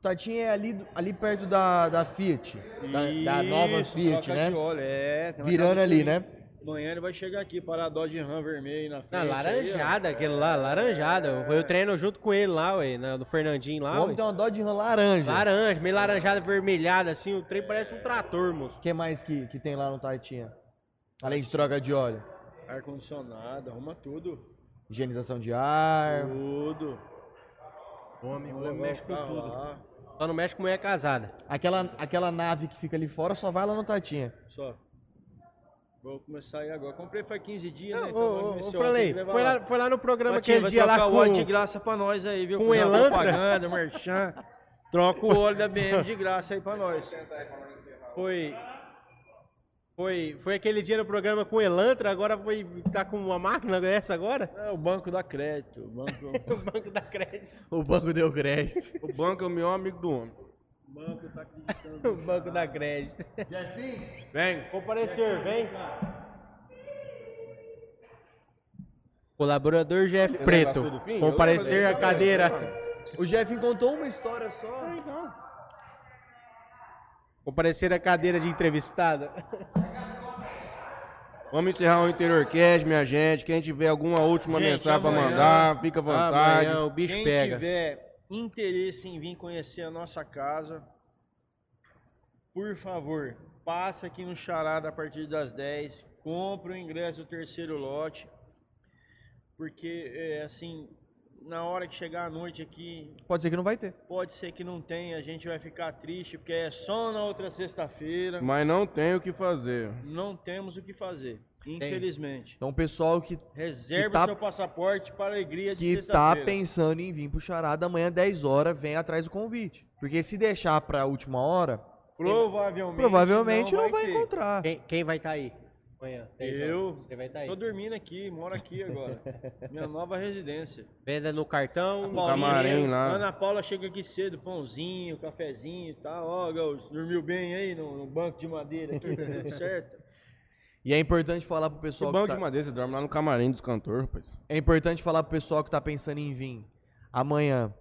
Speaker 2: Tatinha é ali, do- ali perto da, da Fiat. Da, da nova
Speaker 3: Isso,
Speaker 2: Fiat,
Speaker 3: troca
Speaker 2: né?
Speaker 3: de é óleo, é. tem uma
Speaker 2: Virando
Speaker 3: casa do
Speaker 2: ali,
Speaker 3: Silvinho.
Speaker 2: né?
Speaker 3: Amanhã ele vai chegar aqui, parar dó de rã vermelho na frente.
Speaker 8: Na
Speaker 3: aí, ó.
Speaker 8: laranjada, aquele lá, laranjada. Eu- Eu treino junto com ele lá, ué, na- do Fernandinho lá,
Speaker 2: o homem
Speaker 8: ué.
Speaker 2: tem uma dó de rã laranja.
Speaker 8: Laranja, meio laranjada, vermelhada, assim, o trem parece um trator, moço.
Speaker 2: O que mais que, que tem lá no Taitinha? Além de troca de óleo.
Speaker 3: Ar-condicionado, arruma tudo.
Speaker 2: Higienização de ar.
Speaker 3: Tudo.
Speaker 8: Homem,
Speaker 3: Vamos levar o carro lá,
Speaker 8: Só não mexe com mulher casada.
Speaker 2: Aquela, aquela nave que fica ali fora só vai lá no Taitinha.
Speaker 3: Só. Vou começar aí agora. Comprei faz 15 dias, né?
Speaker 8: Não,
Speaker 3: Então vamos
Speaker 8: ô, ô,
Speaker 3: ver
Speaker 8: ô,
Speaker 3: se eu
Speaker 8: Franley,
Speaker 3: tenho que levar
Speaker 8: foi lá, foi lá no programa aquele
Speaker 3: vai
Speaker 8: dia lá
Speaker 3: trocar
Speaker 8: com...
Speaker 3: o óleo de graça pra nós aí, viu?
Speaker 8: com
Speaker 3: Fazer uma
Speaker 8: Elantra.
Speaker 3: propaganda, merchan. Troca o óleo da BM de graça aí pra nós.
Speaker 8: Foi. Foi, foi aquele dia no programa com o Elantra, agora foi. tá com uma máquina dessa agora?
Speaker 3: É o banco da crédito. O banco,
Speaker 8: O banco da crédito.
Speaker 2: O banco deu crédito.
Speaker 1: O banco é o melhor amigo do homem.
Speaker 3: o banco tá acreditando.
Speaker 8: O banco da crédito.
Speaker 1: Vem.
Speaker 8: Comparecer, vem. Colaborador Jeff Preto.
Speaker 1: tudo, fim?
Speaker 8: Comparecer
Speaker 1: Eu
Speaker 8: à
Speaker 1: levo
Speaker 8: cadeira.
Speaker 2: O Jeff contou uma história só.
Speaker 8: Comparecer à cadeira de entrevistada.
Speaker 1: Vamos encerrar o interior cast, minha gente. Quem tiver alguma última
Speaker 3: Gente,
Speaker 1: mensagem pra
Speaker 3: amanhã-
Speaker 1: mandar, fica à vontade.
Speaker 8: Amanhã o bicho
Speaker 3: Quem
Speaker 8: pega.
Speaker 3: tiver interesse em vir conhecer a nossa casa, por favor, passe aqui no Charada a partir das 10, compre o ingresso do terceiro lote, porque, é, assim, na hora que chegar a noite aqui,
Speaker 2: Pode ser que não vai ter.
Speaker 3: pode ser que não tenha, a gente vai ficar triste, porque é só na outra sexta-feira,
Speaker 1: Mas não tem o que fazer.
Speaker 3: não temos o que fazer, infelizmente.
Speaker 2: Então, o pessoal que,
Speaker 3: Reserve
Speaker 2: tá-
Speaker 3: seu passaporte para a alegria É de
Speaker 2: que tá
Speaker 3: sexta-feira.
Speaker 2: pensando em vir pro Charada amanhã 10 horas, vem atrás do convite. Porque se deixar pra última hora,
Speaker 3: Provavelmente,
Speaker 2: provavelmente não, vai,
Speaker 3: ter.
Speaker 2: encontrar.
Speaker 8: Quem, quem vai estar aí? Amanhã. dez horas.
Speaker 3: Eu
Speaker 8: Você vai estar
Speaker 3: Tô
Speaker 8: É aí.
Speaker 3: dormindo aqui, moro aqui agora. Minha nova residência.
Speaker 8: Venda no cartão.
Speaker 1: Paulinha camarim
Speaker 3: chega-
Speaker 1: lá.
Speaker 3: Ana Paula chega aqui cedo, pãozinho, cafezinho e tal. Ó, Gaúcho, dormiu bem aí no, no banco de madeira aqui, tá tudo certo?
Speaker 2: E é importante falar pro
Speaker 1: O
Speaker 2: pessoal que
Speaker 1: banco
Speaker 2: tá-
Speaker 1: de madeira, você dorme lá no camarim dos cantores, rapaz.
Speaker 2: É importante falar pro pessoal que tá pensando em vir amanhã.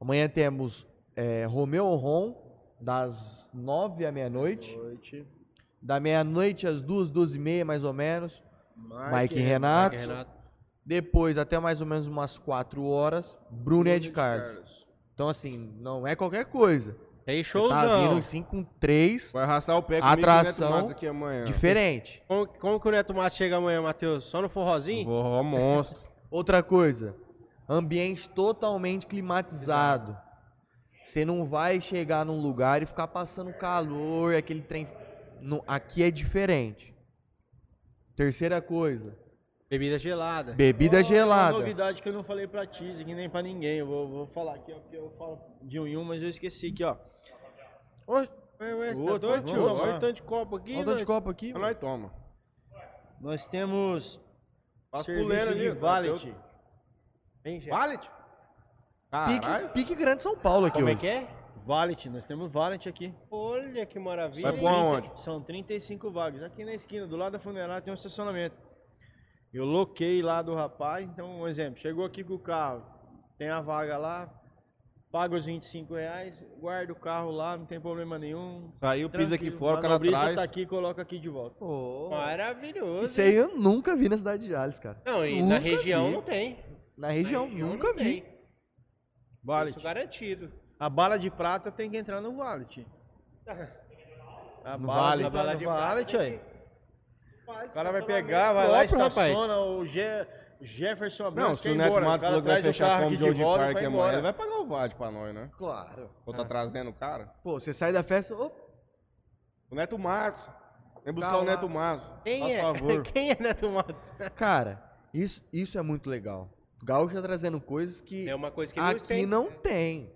Speaker 2: Amanhã temos é, Romeu Ron, das 9 à meia-noite.
Speaker 3: Noite.
Speaker 2: Da meia-noite às duas, duas e meia, mais ou menos. Mike,
Speaker 3: Renato.
Speaker 2: Renato.
Speaker 8: Tá Renato.
Speaker 2: Depois, até mais ou menos umas 4 horas, Bruno e Ed Carlos. Então, assim, não é qualquer coisa.
Speaker 8: Tem
Speaker 2: Você tá
Speaker 8: showzão.
Speaker 2: vindo assim com três
Speaker 1: Vai arrastar o pé
Speaker 2: A
Speaker 1: comigo e o Neto
Speaker 2: atração
Speaker 1: Matos aqui
Speaker 8: É,
Speaker 1: amanhã.
Speaker 2: diferente.
Speaker 8: como, como que o Neto Mato chega amanhã, Matheus? Só no forrozinho?
Speaker 1: Forró monstro.
Speaker 2: Outra coisa, ambiente totalmente climatizado. Você não vai chegar num lugar e ficar passando calor, aquele trem. não- aqui é diferente. Terceira coisa,
Speaker 8: Bebida gelada.
Speaker 2: bebida
Speaker 3: Uma
Speaker 2: gelada.
Speaker 3: novidade que eu não falei pra Tiz aqui, nem pra ninguém. Eu vou, vou falar aqui, ó, porque eu falo de um em um, mas eu esqueci aqui, ó.
Speaker 8: Ué, ué, tá
Speaker 3: Outro,
Speaker 8: doido,
Speaker 3: vamos um
Speaker 8: tio?
Speaker 3: lá.
Speaker 8: Olha o tanto de copo aqui.
Speaker 2: Olha o um tanto de
Speaker 8: né?
Speaker 2: copo aqui.
Speaker 1: Então
Speaker 2: mano.
Speaker 1: nós toma.
Speaker 3: Nós temos
Speaker 1: Passa
Speaker 3: serviço
Speaker 1: puleiro
Speaker 3: de
Speaker 1: ali,
Speaker 3: valet.
Speaker 8: Vem, gente.
Speaker 1: Valet?
Speaker 2: Pique,
Speaker 1: Caralho.
Speaker 2: pique grande São Paulo aqui
Speaker 8: Como é
Speaker 2: hoje.
Speaker 8: que é?
Speaker 3: Valet, nós temos valet aqui.
Speaker 8: Olha que maravilha.
Speaker 1: Vai pôr aonde?
Speaker 3: São 35 vagas. Aqui na esquina, do lado da funerária, tem um estacionamento. Eu loquei lá do rapaz. Então, um exemplo, chegou aqui com o carro, tem a vaga lá, paga os 25 reais, guarda o carro lá, não tem problema nenhum.
Speaker 1: Saiu, pisa aqui
Speaker 3: tranquilo.
Speaker 1: fora, o cara
Speaker 3: Manobrista
Speaker 1: atrás.
Speaker 3: tá aqui, coloca aqui de
Speaker 8: é?
Speaker 3: volta.
Speaker 2: Pô,
Speaker 8: Maravilhoso.
Speaker 2: isso aí eu nunca vi na cidade de Alice, cara.
Speaker 8: Não, e
Speaker 2: Nunca
Speaker 8: na região
Speaker 2: vi.
Speaker 8: não tem.
Speaker 2: Na região,
Speaker 8: Na região
Speaker 2: nunca
Speaker 8: não
Speaker 2: vi.
Speaker 8: tem.
Speaker 3: Valet.
Speaker 8: Isso garantido.
Speaker 3: A bala de prata tem que entrar no
Speaker 8: <laughs>
Speaker 3: valet. A
Speaker 2: No
Speaker 3: bala,
Speaker 2: valet.
Speaker 3: a bala de valet, aí. O cara vai pegar, vai lá,
Speaker 8: Próprio, rapaz.
Speaker 3: estaciona o Ge- Jefferson Abrams,
Speaker 1: Não, se
Speaker 3: quer
Speaker 1: o
Speaker 3: ir
Speaker 1: Neto
Speaker 3: embora.
Speaker 1: Mato
Speaker 3: cara
Speaker 1: falou que vai
Speaker 3: traz o
Speaker 1: fechar
Speaker 3: carro
Speaker 1: como
Speaker 3: aqui
Speaker 1: Joe de
Speaker 3: volta e
Speaker 1: Park
Speaker 3: vai
Speaker 1: amanhã,
Speaker 3: embora. É.
Speaker 1: ele vai pagar o VAD pra nós, né?
Speaker 2: Claro.
Speaker 1: Ou tá trazendo o cara?
Speaker 2: Pô, você sai da festa, opa,
Speaker 1: O Neto Matos. Vem buscar
Speaker 2: Tá
Speaker 1: o
Speaker 2: lá.
Speaker 1: Neto Matos.
Speaker 8: Quem
Speaker 1: Faz
Speaker 8: é?
Speaker 1: <laughs> favor.
Speaker 8: Quem é Neto Matos?
Speaker 2: Cara, isso, isso é muito legal. Gaúcho tá trazendo coisas que
Speaker 8: É uma coisa que eles
Speaker 2: aqui
Speaker 8: têm.
Speaker 2: não tem.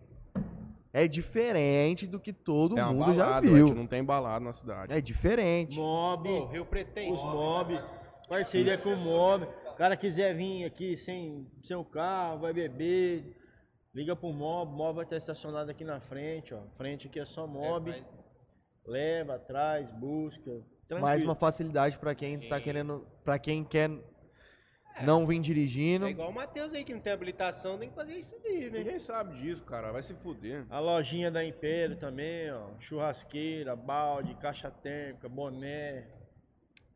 Speaker 2: É diferente do que todo
Speaker 1: Tem É uma
Speaker 2: mundo já
Speaker 1: balada,
Speaker 2: viu.
Speaker 1: Ed, Não tem balada na cidade.
Speaker 2: É diferente.
Speaker 3: Mob,
Speaker 8: Pô, Rio Preto tem. né?
Speaker 3: os mob, parceria com o mob. O cara quiser vir aqui sem, sem o carro, vai beber, liga pro mob, o mob vai estar estacionado aqui na frente, ó. Frente aqui é só mob. Leva, atrás, busca. Tranquilo.
Speaker 2: Mais uma facilidade pra quem tá querendo, Pra quem quer não vir dirigindo.
Speaker 8: É igual o Matheus aí, que não tem habilitação, tem que fazer isso aí, né?
Speaker 1: Ninguém sabe disso, cara. Vai se fuder.
Speaker 3: A lojinha da Império também, ó. Churrasqueira, balde, caixa térmica, boné.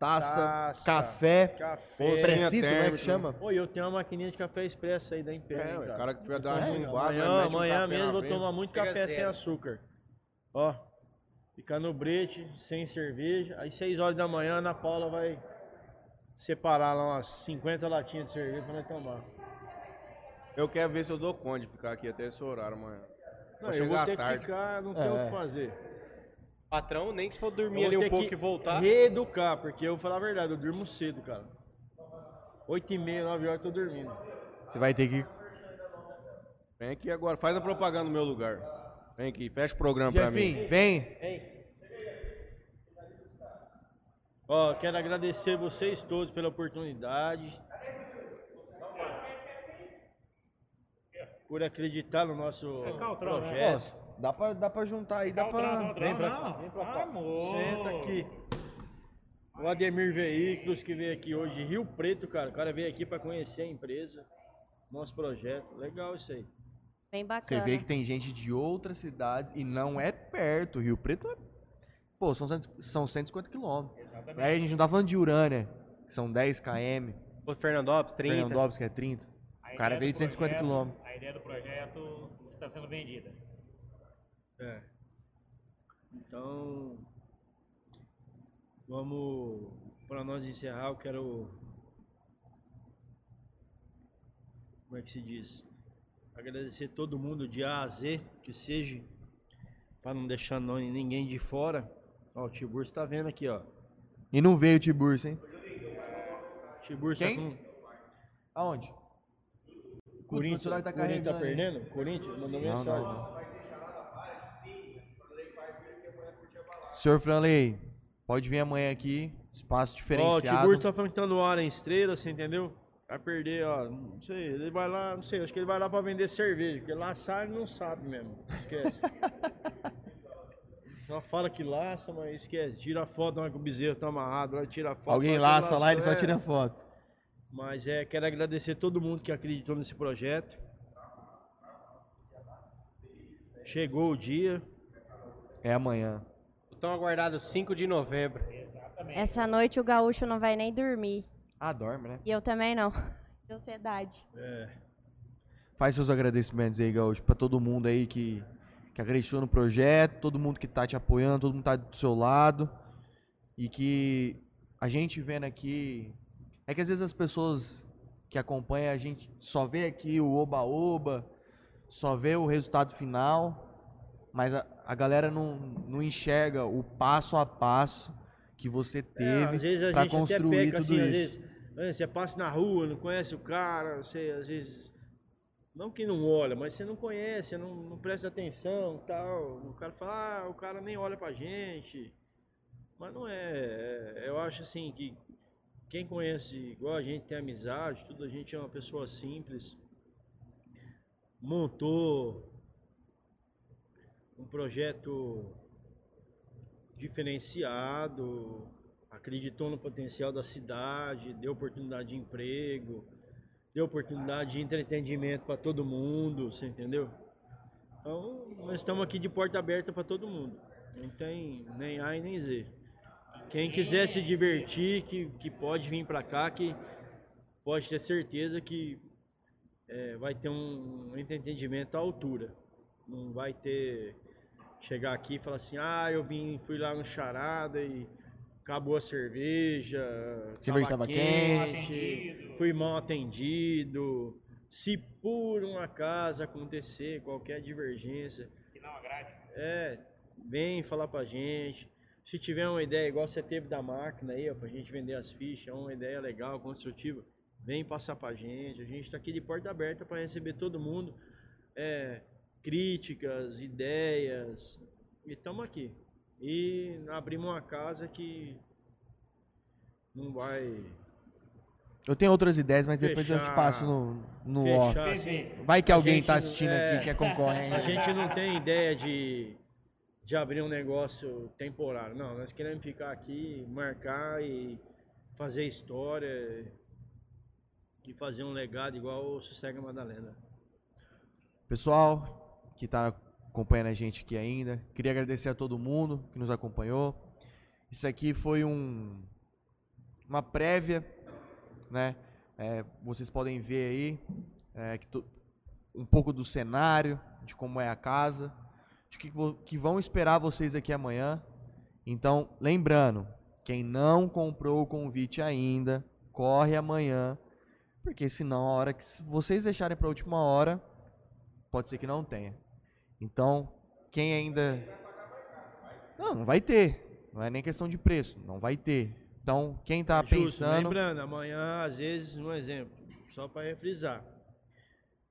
Speaker 2: taça,
Speaker 3: Taça,
Speaker 2: café,
Speaker 3: Café.
Speaker 1: Outra-
Speaker 2: pressito, né,
Speaker 1: térmica.
Speaker 2: que chama?
Speaker 3: Oi, eu tenho uma maquininha de café expresso aí da Império.
Speaker 1: É,
Speaker 3: hein,
Speaker 1: ué,
Speaker 3: cara.
Speaker 1: o cara que tiver dar uma
Speaker 3: É,
Speaker 1: chumbada,
Speaker 3: amanhã,
Speaker 1: né, mete um
Speaker 3: amanhã
Speaker 1: café na
Speaker 3: mesmo eu vou
Speaker 1: frente.
Speaker 3: tomar muito
Speaker 1: Fica
Speaker 3: café sem
Speaker 1: zero.
Speaker 3: açúcar. Ó, ficar no brete, sem cerveja. Aí 6 horas da manhã, a Ana Paula vai separar lá umas 50 latinhas de cerveja pra nós tomar.
Speaker 1: Eu quero ver se eu dou conde ficar aqui até esse horário amanhã. Vou
Speaker 3: Não, eu
Speaker 1: chegar
Speaker 3: vou ter
Speaker 1: tarde.
Speaker 3: que ficar, não tenho o
Speaker 2: É.
Speaker 3: que fazer.
Speaker 8: Patrão, nem que se for
Speaker 3: Eu
Speaker 8: dormir
Speaker 3: vou
Speaker 8: ali um
Speaker 3: ter
Speaker 8: pouco
Speaker 3: que
Speaker 8: e voltar.
Speaker 3: Reeducar, porque eu vou falar a verdade, eu durmo cedo, cara. 8 e meia, 9 horas eu tô dormindo.
Speaker 2: Você vai ter que.
Speaker 1: Vem aqui agora, faz a propaganda no meu lugar. Vem aqui, fecha o programa pra mim.
Speaker 2: Jefim, vem.
Speaker 3: Ó, quero agradecer vocês todos pela oportunidade. Por acreditar no nosso
Speaker 4: É Caltrão, né?
Speaker 3: projeto.
Speaker 2: Dá pra, dá pra juntar aí,
Speaker 4: um
Speaker 2: dá pra.
Speaker 4: Vem
Speaker 3: pra
Speaker 4: cá, vem pra cá. Amor.
Speaker 3: Senta aqui. O Ademir Veículos, que veio aqui hoje, Rio Preto, cara. O cara veio aqui para conhecer a empresa, nosso projeto. Legal isso aí.
Speaker 7: Bem
Speaker 2: Você
Speaker 7: bacana.
Speaker 2: vê que tem gente de outras cidades e não é perto. Rio Preto é. Pô, são, cento- são 150 quilômetros. Aí a gente não tá falando de Urânia, que são 10 km.
Speaker 8: Ô, Fernandópolis, 30.
Speaker 2: Fernandópolis, que é 30.
Speaker 4: A
Speaker 2: O cara
Speaker 4: ideia
Speaker 2: veio
Speaker 4: do
Speaker 2: 250
Speaker 4: projeto-
Speaker 2: quilômetros.
Speaker 4: A ideia do projeto está sendo vendida.
Speaker 3: Então, vamos para nós encerrar. Eu quero, como é que se diz? Agradecer todo mundo de A a Z, que seja, para não deixar não- ninguém de fora. Ó, o Tiburcio está vendo aqui, ó.
Speaker 2: E não veio o Tiburcio, hein?
Speaker 3: O Tiburcio tá com
Speaker 2: Quem? Aonde?
Speaker 3: o Corinthians.
Speaker 2: celular tá
Speaker 3: o Corinthians tá
Speaker 2: carregando, hein?
Speaker 3: perdendo? O Corinthians mandou mensagem.
Speaker 2: Senhor Franley, pode vir amanhã aqui. Espaço
Speaker 3: Ó, o
Speaker 2: diferenciado.
Speaker 3: Tiburcio tá falando que tá no ar em estrela, você entendeu? Vai perder, ó. Não sei, ele vai lá, não sei, acho que ele vai lá pra vender cerveja, porque laçar ele não sabe mesmo. Esquece. Só fala que laça, mas esquece. Tira a foto, olha que o bezerro tá amarrado, olha, tira a foto.
Speaker 2: Alguém
Speaker 3: olha que
Speaker 2: laça lá, ele
Speaker 3: laçou,
Speaker 2: só
Speaker 3: é.
Speaker 2: tira foto.
Speaker 3: Mas é, quero agradecer todo mundo que acreditou nesse projeto. Chegou o dia.
Speaker 2: É amanhã.
Speaker 8: Estão aguardados 5 de novembro.
Speaker 7: Essa noite o gaúcho não vai nem dormir.
Speaker 2: Ah, dorme, né?
Speaker 7: E eu também não. <laughs> De ansiedade.
Speaker 3: É,
Speaker 2: Faz seus agradecimentos aí, Gaúcho, pra todo mundo aí que, que acreditou no projeto, todo mundo que tá te apoiando, todo mundo que tá do seu lado. E que a gente vendo aqui. É que às vezes as pessoas que acompanham a gente só vê aqui o oba-oba, só vê o resultado final, mas a, a galera não, não enxerga o passo a passo que você
Speaker 3: É,
Speaker 2: teve.
Speaker 3: às vezes a
Speaker 2: pra
Speaker 3: gente até
Speaker 2: construir
Speaker 3: peca, assim,
Speaker 2: tudo
Speaker 3: às
Speaker 2: isso.
Speaker 3: vezes, né, você passa na rua, não conhece o cara, você às vezes. Não que não olha, mas você não conhece, não, não presta atenção tal. O cara fala, ah, o cara nem olha pra gente. Mas não é. é- Eu acho assim que quem conhece igual a gente tem amizade, tudo, a gente é uma pessoa simples. Montou um projeto diferenciado, acreditou no potencial da cidade, deu oportunidade de emprego, deu oportunidade de entretenimento para todo mundo, você entendeu? Então, nós estamos aqui de porta aberta para todo mundo. Não tem nem A e nem Z. Quem quiser se divertir, que, que pode vir para cá, que pode ter certeza que eh, vai ter um entretenimento à altura. Não vai ter chegar aqui e falar assim, ah, eu vim, fui lá no Charada e acabou a cerveja,
Speaker 2: Cerveja tava
Speaker 4: quente.
Speaker 3: fui mal atendido. Se por um acaso acontecer qualquer divergência,
Speaker 4: Que não agrade.
Speaker 3: é, vem falar pra gente. Se tiver uma ideia igual você teve da máquina aí, ó, pra gente vender as fichas, é uma ideia legal, construtiva, vem passar pra gente. A gente tá aqui de porta aberta pra receber todo mundo. É, críticas, ideias. E estamos aqui. E abrimos uma casa que não vai
Speaker 2: Eu tenho outras ideias, mas depois eu te
Speaker 3: Fechar-
Speaker 2: passo no, no off.
Speaker 3: fechar assim.
Speaker 2: Vai que
Speaker 3: A
Speaker 2: alguém
Speaker 3: gente
Speaker 2: tá
Speaker 3: não-
Speaker 2: assistindo
Speaker 3: é.
Speaker 2: aqui que é concorrente.
Speaker 3: A gente não tem ideia de, de abrir um negócio temporário. Não, nós queremos ficar aqui, marcar e fazer história e fazer um legado igual o Sossega Madalena.
Speaker 2: Pessoal que tá acompanhando a gente aqui ainda, queria agradecer a todo mundo que nos acompanhou. Isso aqui foi um uma prévia, né? É, vocês podem ver aí é, que to- um pouco do cenário, de como é a casa, de que, vo- que vão esperar vocês aqui amanhã. Então, lembrando, quem não comprou o convite ainda, corre amanhã, porque senão a hora que se vocês deixarem para a última hora, pode ser que não tenha. Então, quem ainda não, não vai ter. Não é nem questão de preço, não vai ter. Então, quem tá
Speaker 3: É Justo,
Speaker 2: pensando,
Speaker 3: Lembrando, amanhã, às vezes, um exemplo, só para refrisar.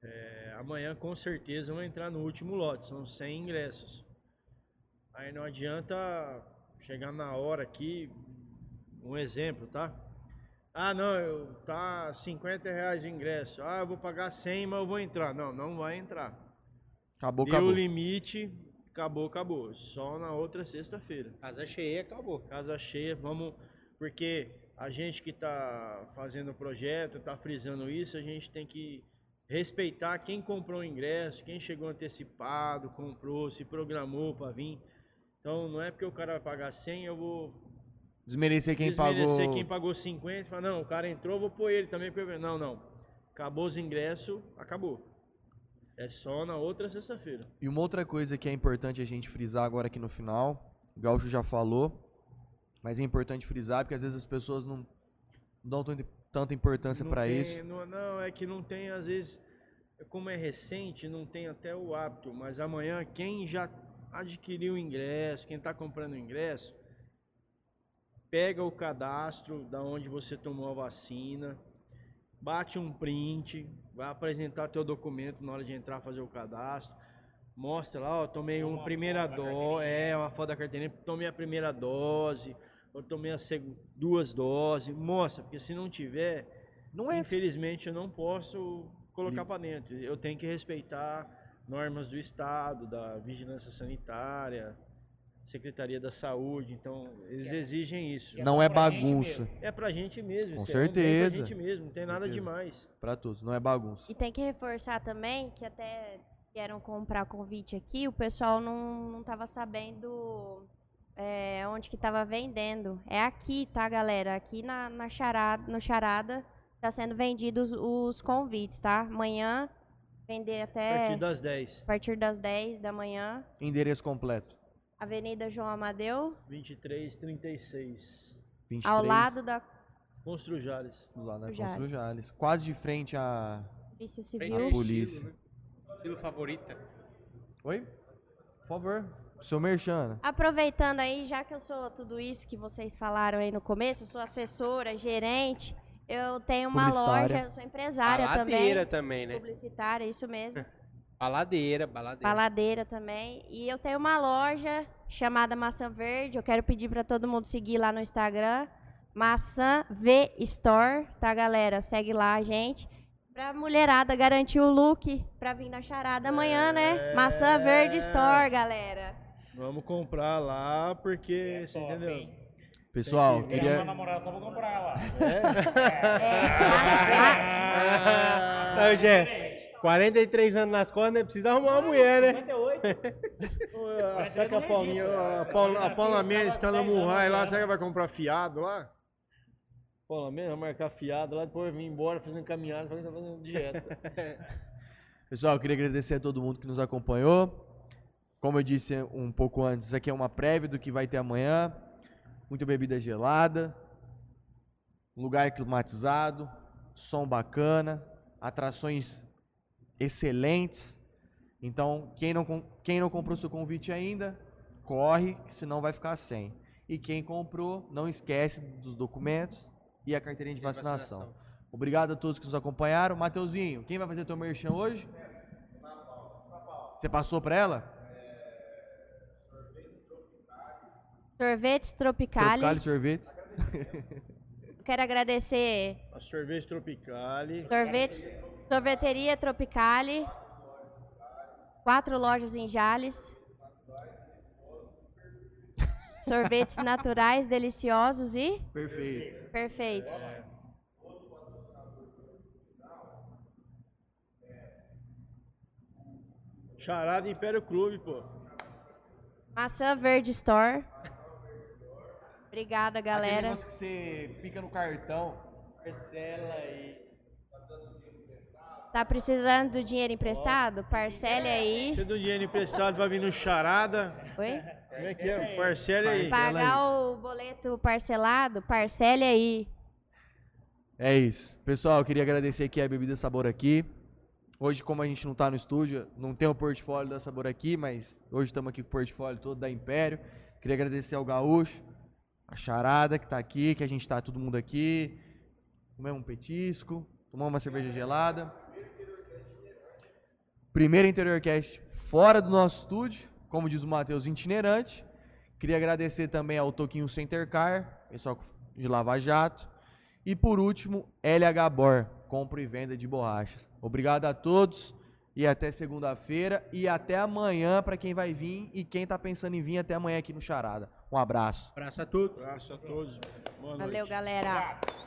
Speaker 3: É, amanhã, com certeza, vão entrar no último lote, são 100 ingressos. Aí não adianta chegar na hora aqui, um exemplo, tá? Ah, não, eu, tá R$ 50 reais de ingresso. Ah, eu vou pagar 100, mas eu vou entrar. Não, não vai entrar.
Speaker 2: acabou,
Speaker 3: Deu
Speaker 2: acabou.
Speaker 3: o limite, acabou, acabou. Só na outra sexta-feira.
Speaker 8: Casa cheia, acabou.
Speaker 3: Casa cheia, vamos. Porque a gente que está fazendo o projeto, está frisando isso, a gente tem que respeitar quem comprou o ingresso, quem chegou antecipado, comprou, se programou para vir. Então não é porque o cara vai pagar 100, eu vou
Speaker 2: Desmerecer quem
Speaker 3: desmerecer
Speaker 2: pagou.
Speaker 3: quem pagou 50. Falar, não, o cara entrou, vou pôr ele também. porque eu-" Não, não. Acabou os ingressos, acabou. É só na outra sexta-feira.
Speaker 2: E uma outra coisa que é importante a gente frisar agora aqui no final, o Gaúcho já falou, mas é importante frisar porque às vezes as pessoas não dão tanto- tanta importância
Speaker 3: Não
Speaker 2: para
Speaker 3: tem-
Speaker 2: isso.
Speaker 3: Não, não, é que não tem, às vezes, como é recente, não tem até o hábito, mas amanhã quem já adquiriu o ingresso, quem está comprando o ingresso, pega o cadastro da onde você tomou a vacina, bate um print, vai apresentar teu documento na hora de entrar fazer o cadastro. Mostra lá, ó, tomei
Speaker 4: Toma
Speaker 3: uma
Speaker 4: uma
Speaker 3: primeira
Speaker 4: foto da
Speaker 3: dose, é, uma foto da carteirinha, tomei a primeira dose, eu tomei a segu- duas doses, mostra, porque se não tiver,
Speaker 2: Não é Hum.
Speaker 3: Infelizmente eu não posso colocar para dentro. Eu tenho que respeitar normas do estado, da vigilância sanitária, Secretaria da Saúde, então eles exigem isso.
Speaker 2: não é
Speaker 4: pra gente
Speaker 2: bagunça
Speaker 3: É pra gente mesmo,
Speaker 2: Com
Speaker 3: isso é um bem pra
Speaker 2: certeza.
Speaker 3: gente mesmo, não tem nada
Speaker 2: Certeza.
Speaker 3: demais.
Speaker 2: para todos, não é bagunça.
Speaker 7: E tem que reforçar também que até vieram comprar convite aqui, o pessoal não, não tava sabendo é, onde que tava vendendo. É aqui, tá, galera? Aqui na, na charada, no Charada tá sendo vendidos os convites, tá? Amanhã vender
Speaker 9: É.
Speaker 3: A
Speaker 7: até
Speaker 3: partir das 10,
Speaker 7: a partir das 10 da manhã,
Speaker 2: Endereço completo.
Speaker 7: Avenida João Amadeu,
Speaker 3: 23, 36.
Speaker 2: 23,
Speaker 7: ao lado da
Speaker 3: Construjales.
Speaker 2: do lado da
Speaker 7: do Jales.
Speaker 2: Consul Jales, quase de frente à
Speaker 7: Polícia
Speaker 9: Frente
Speaker 7: Civil.
Speaker 9: ao
Speaker 2: polícia.
Speaker 9: um Estilo, né? Estilo favorita.
Speaker 2: Oi? Por favor, seu Merchan.
Speaker 7: Aproveitando aí, já que eu sou tudo isso que vocês falaram aí no começo, eu sou assessora, gerente, eu tenho uma
Speaker 2: Publicitária.
Speaker 7: loja, eu sou empresária
Speaker 8: baladeira
Speaker 7: também,
Speaker 8: também, né?
Speaker 7: publicitária, isso
Speaker 8: <laughs>
Speaker 7: mesmo,
Speaker 8: Baladeira, baladeira.
Speaker 7: baladeira também, e eu tenho uma loja chamada Maçã Verde, eu quero pedir para todo mundo seguir lá no Instagram, Maçã V Store, tá galera? Segue lá a gente. Pra mulherada garantir o look pra vir na charada amanhã, né? Maçã Verde Store, galera.
Speaker 3: Vamos comprar lá porque,
Speaker 4: É
Speaker 3: você
Speaker 4: top,
Speaker 3: entendeu?
Speaker 4: hein?
Speaker 2: Pessoal,
Speaker 3: Eu
Speaker 4: Eu queria uma
Speaker 2: queria.
Speaker 4: namorada só pra comprar lá.
Speaker 7: É,
Speaker 8: <laughs>
Speaker 7: a- a-
Speaker 8: Ah, Ô, Gé, 43 anos nas costas, né? Precisa arrumar uma mulher, né?
Speaker 3: Ah, Será que a Paulinha, a Paula, a Paula Mendes que tá na Murray lá, será que vai comprar fiado lá? Paula Mendes vai marcar fiado lá, depois vir embora fazendo caminhada, falando que tá fazendo dieta.
Speaker 2: Pessoal, eu queria agradecer a todo mundo que nos acompanhou. Como eu disse um pouco antes, isso aqui é uma prévia do que vai ter amanhã. Muita bebida gelada, lugar climatizado, som bacana, atrações excelentes. Então, quem não, com- quem não comprou seu convite ainda, corre, que senão vai ficar sem. E quem comprou, não esquece dos documentos e a carteirinha de vacinação. Obrigado a todos que nos acompanharam. Mateuzinho, quem vai fazer teu merchan hoje? Você passou pra ela?
Speaker 7: Sorvetes Tropicali.
Speaker 2: Trocalho sorvete.
Speaker 7: Quero agradecer
Speaker 3: A sorvete Tropicale.
Speaker 7: sorvetes, Sorveteria Tropicali, quatro lojas em Jales, <laughs> sorvetes naturais, deliciosos e
Speaker 2: Perfeito.
Speaker 7: perfeitos.
Speaker 3: Charada Império Clube, pô.
Speaker 7: Maçã Verde Store, Obrigada,
Speaker 2: Aquele
Speaker 7: galera.
Speaker 2: negócio que você pica no cartão, parcela e.
Speaker 7: Tá precisando do dinheiro emprestado? Parcele aí.
Speaker 3: Você do dinheiro emprestado vai vir no charada.
Speaker 7: Oi?
Speaker 3: Como é que é? Parcele aí.
Speaker 7: Pagar o boleto parcelado? Parcele aí.
Speaker 2: É isso. Pessoal, eu queria agradecer aqui a Bebida Sabor aqui. Hoje, como a gente não tá no estúdio, não tem o portfólio da Sabor aqui, mas hoje estamos aqui com o portfólio todo da Império. Queria agradecer ao Gaúcho, a Charada que tá aqui, que a gente tá todo mundo aqui. Comemos um petisco, tomamos uma cerveja gelada. Primeiro Interiorcast fora do nosso estúdio, como diz o Matheus, itinerante. Queria agradecer também ao Toquinho Center Car, pessoal de Lava Jato. E por último, LH Bor, compra e venda de borrachas. Obrigado a todos e até segunda-feira e até amanhã para quem vai vir e quem tá pensando em vir até amanhã aqui no Charada. Um abraço.
Speaker 10: Abraço a todos.
Speaker 3: Abraço a todos. Boa noite.
Speaker 7: Valeu, galera.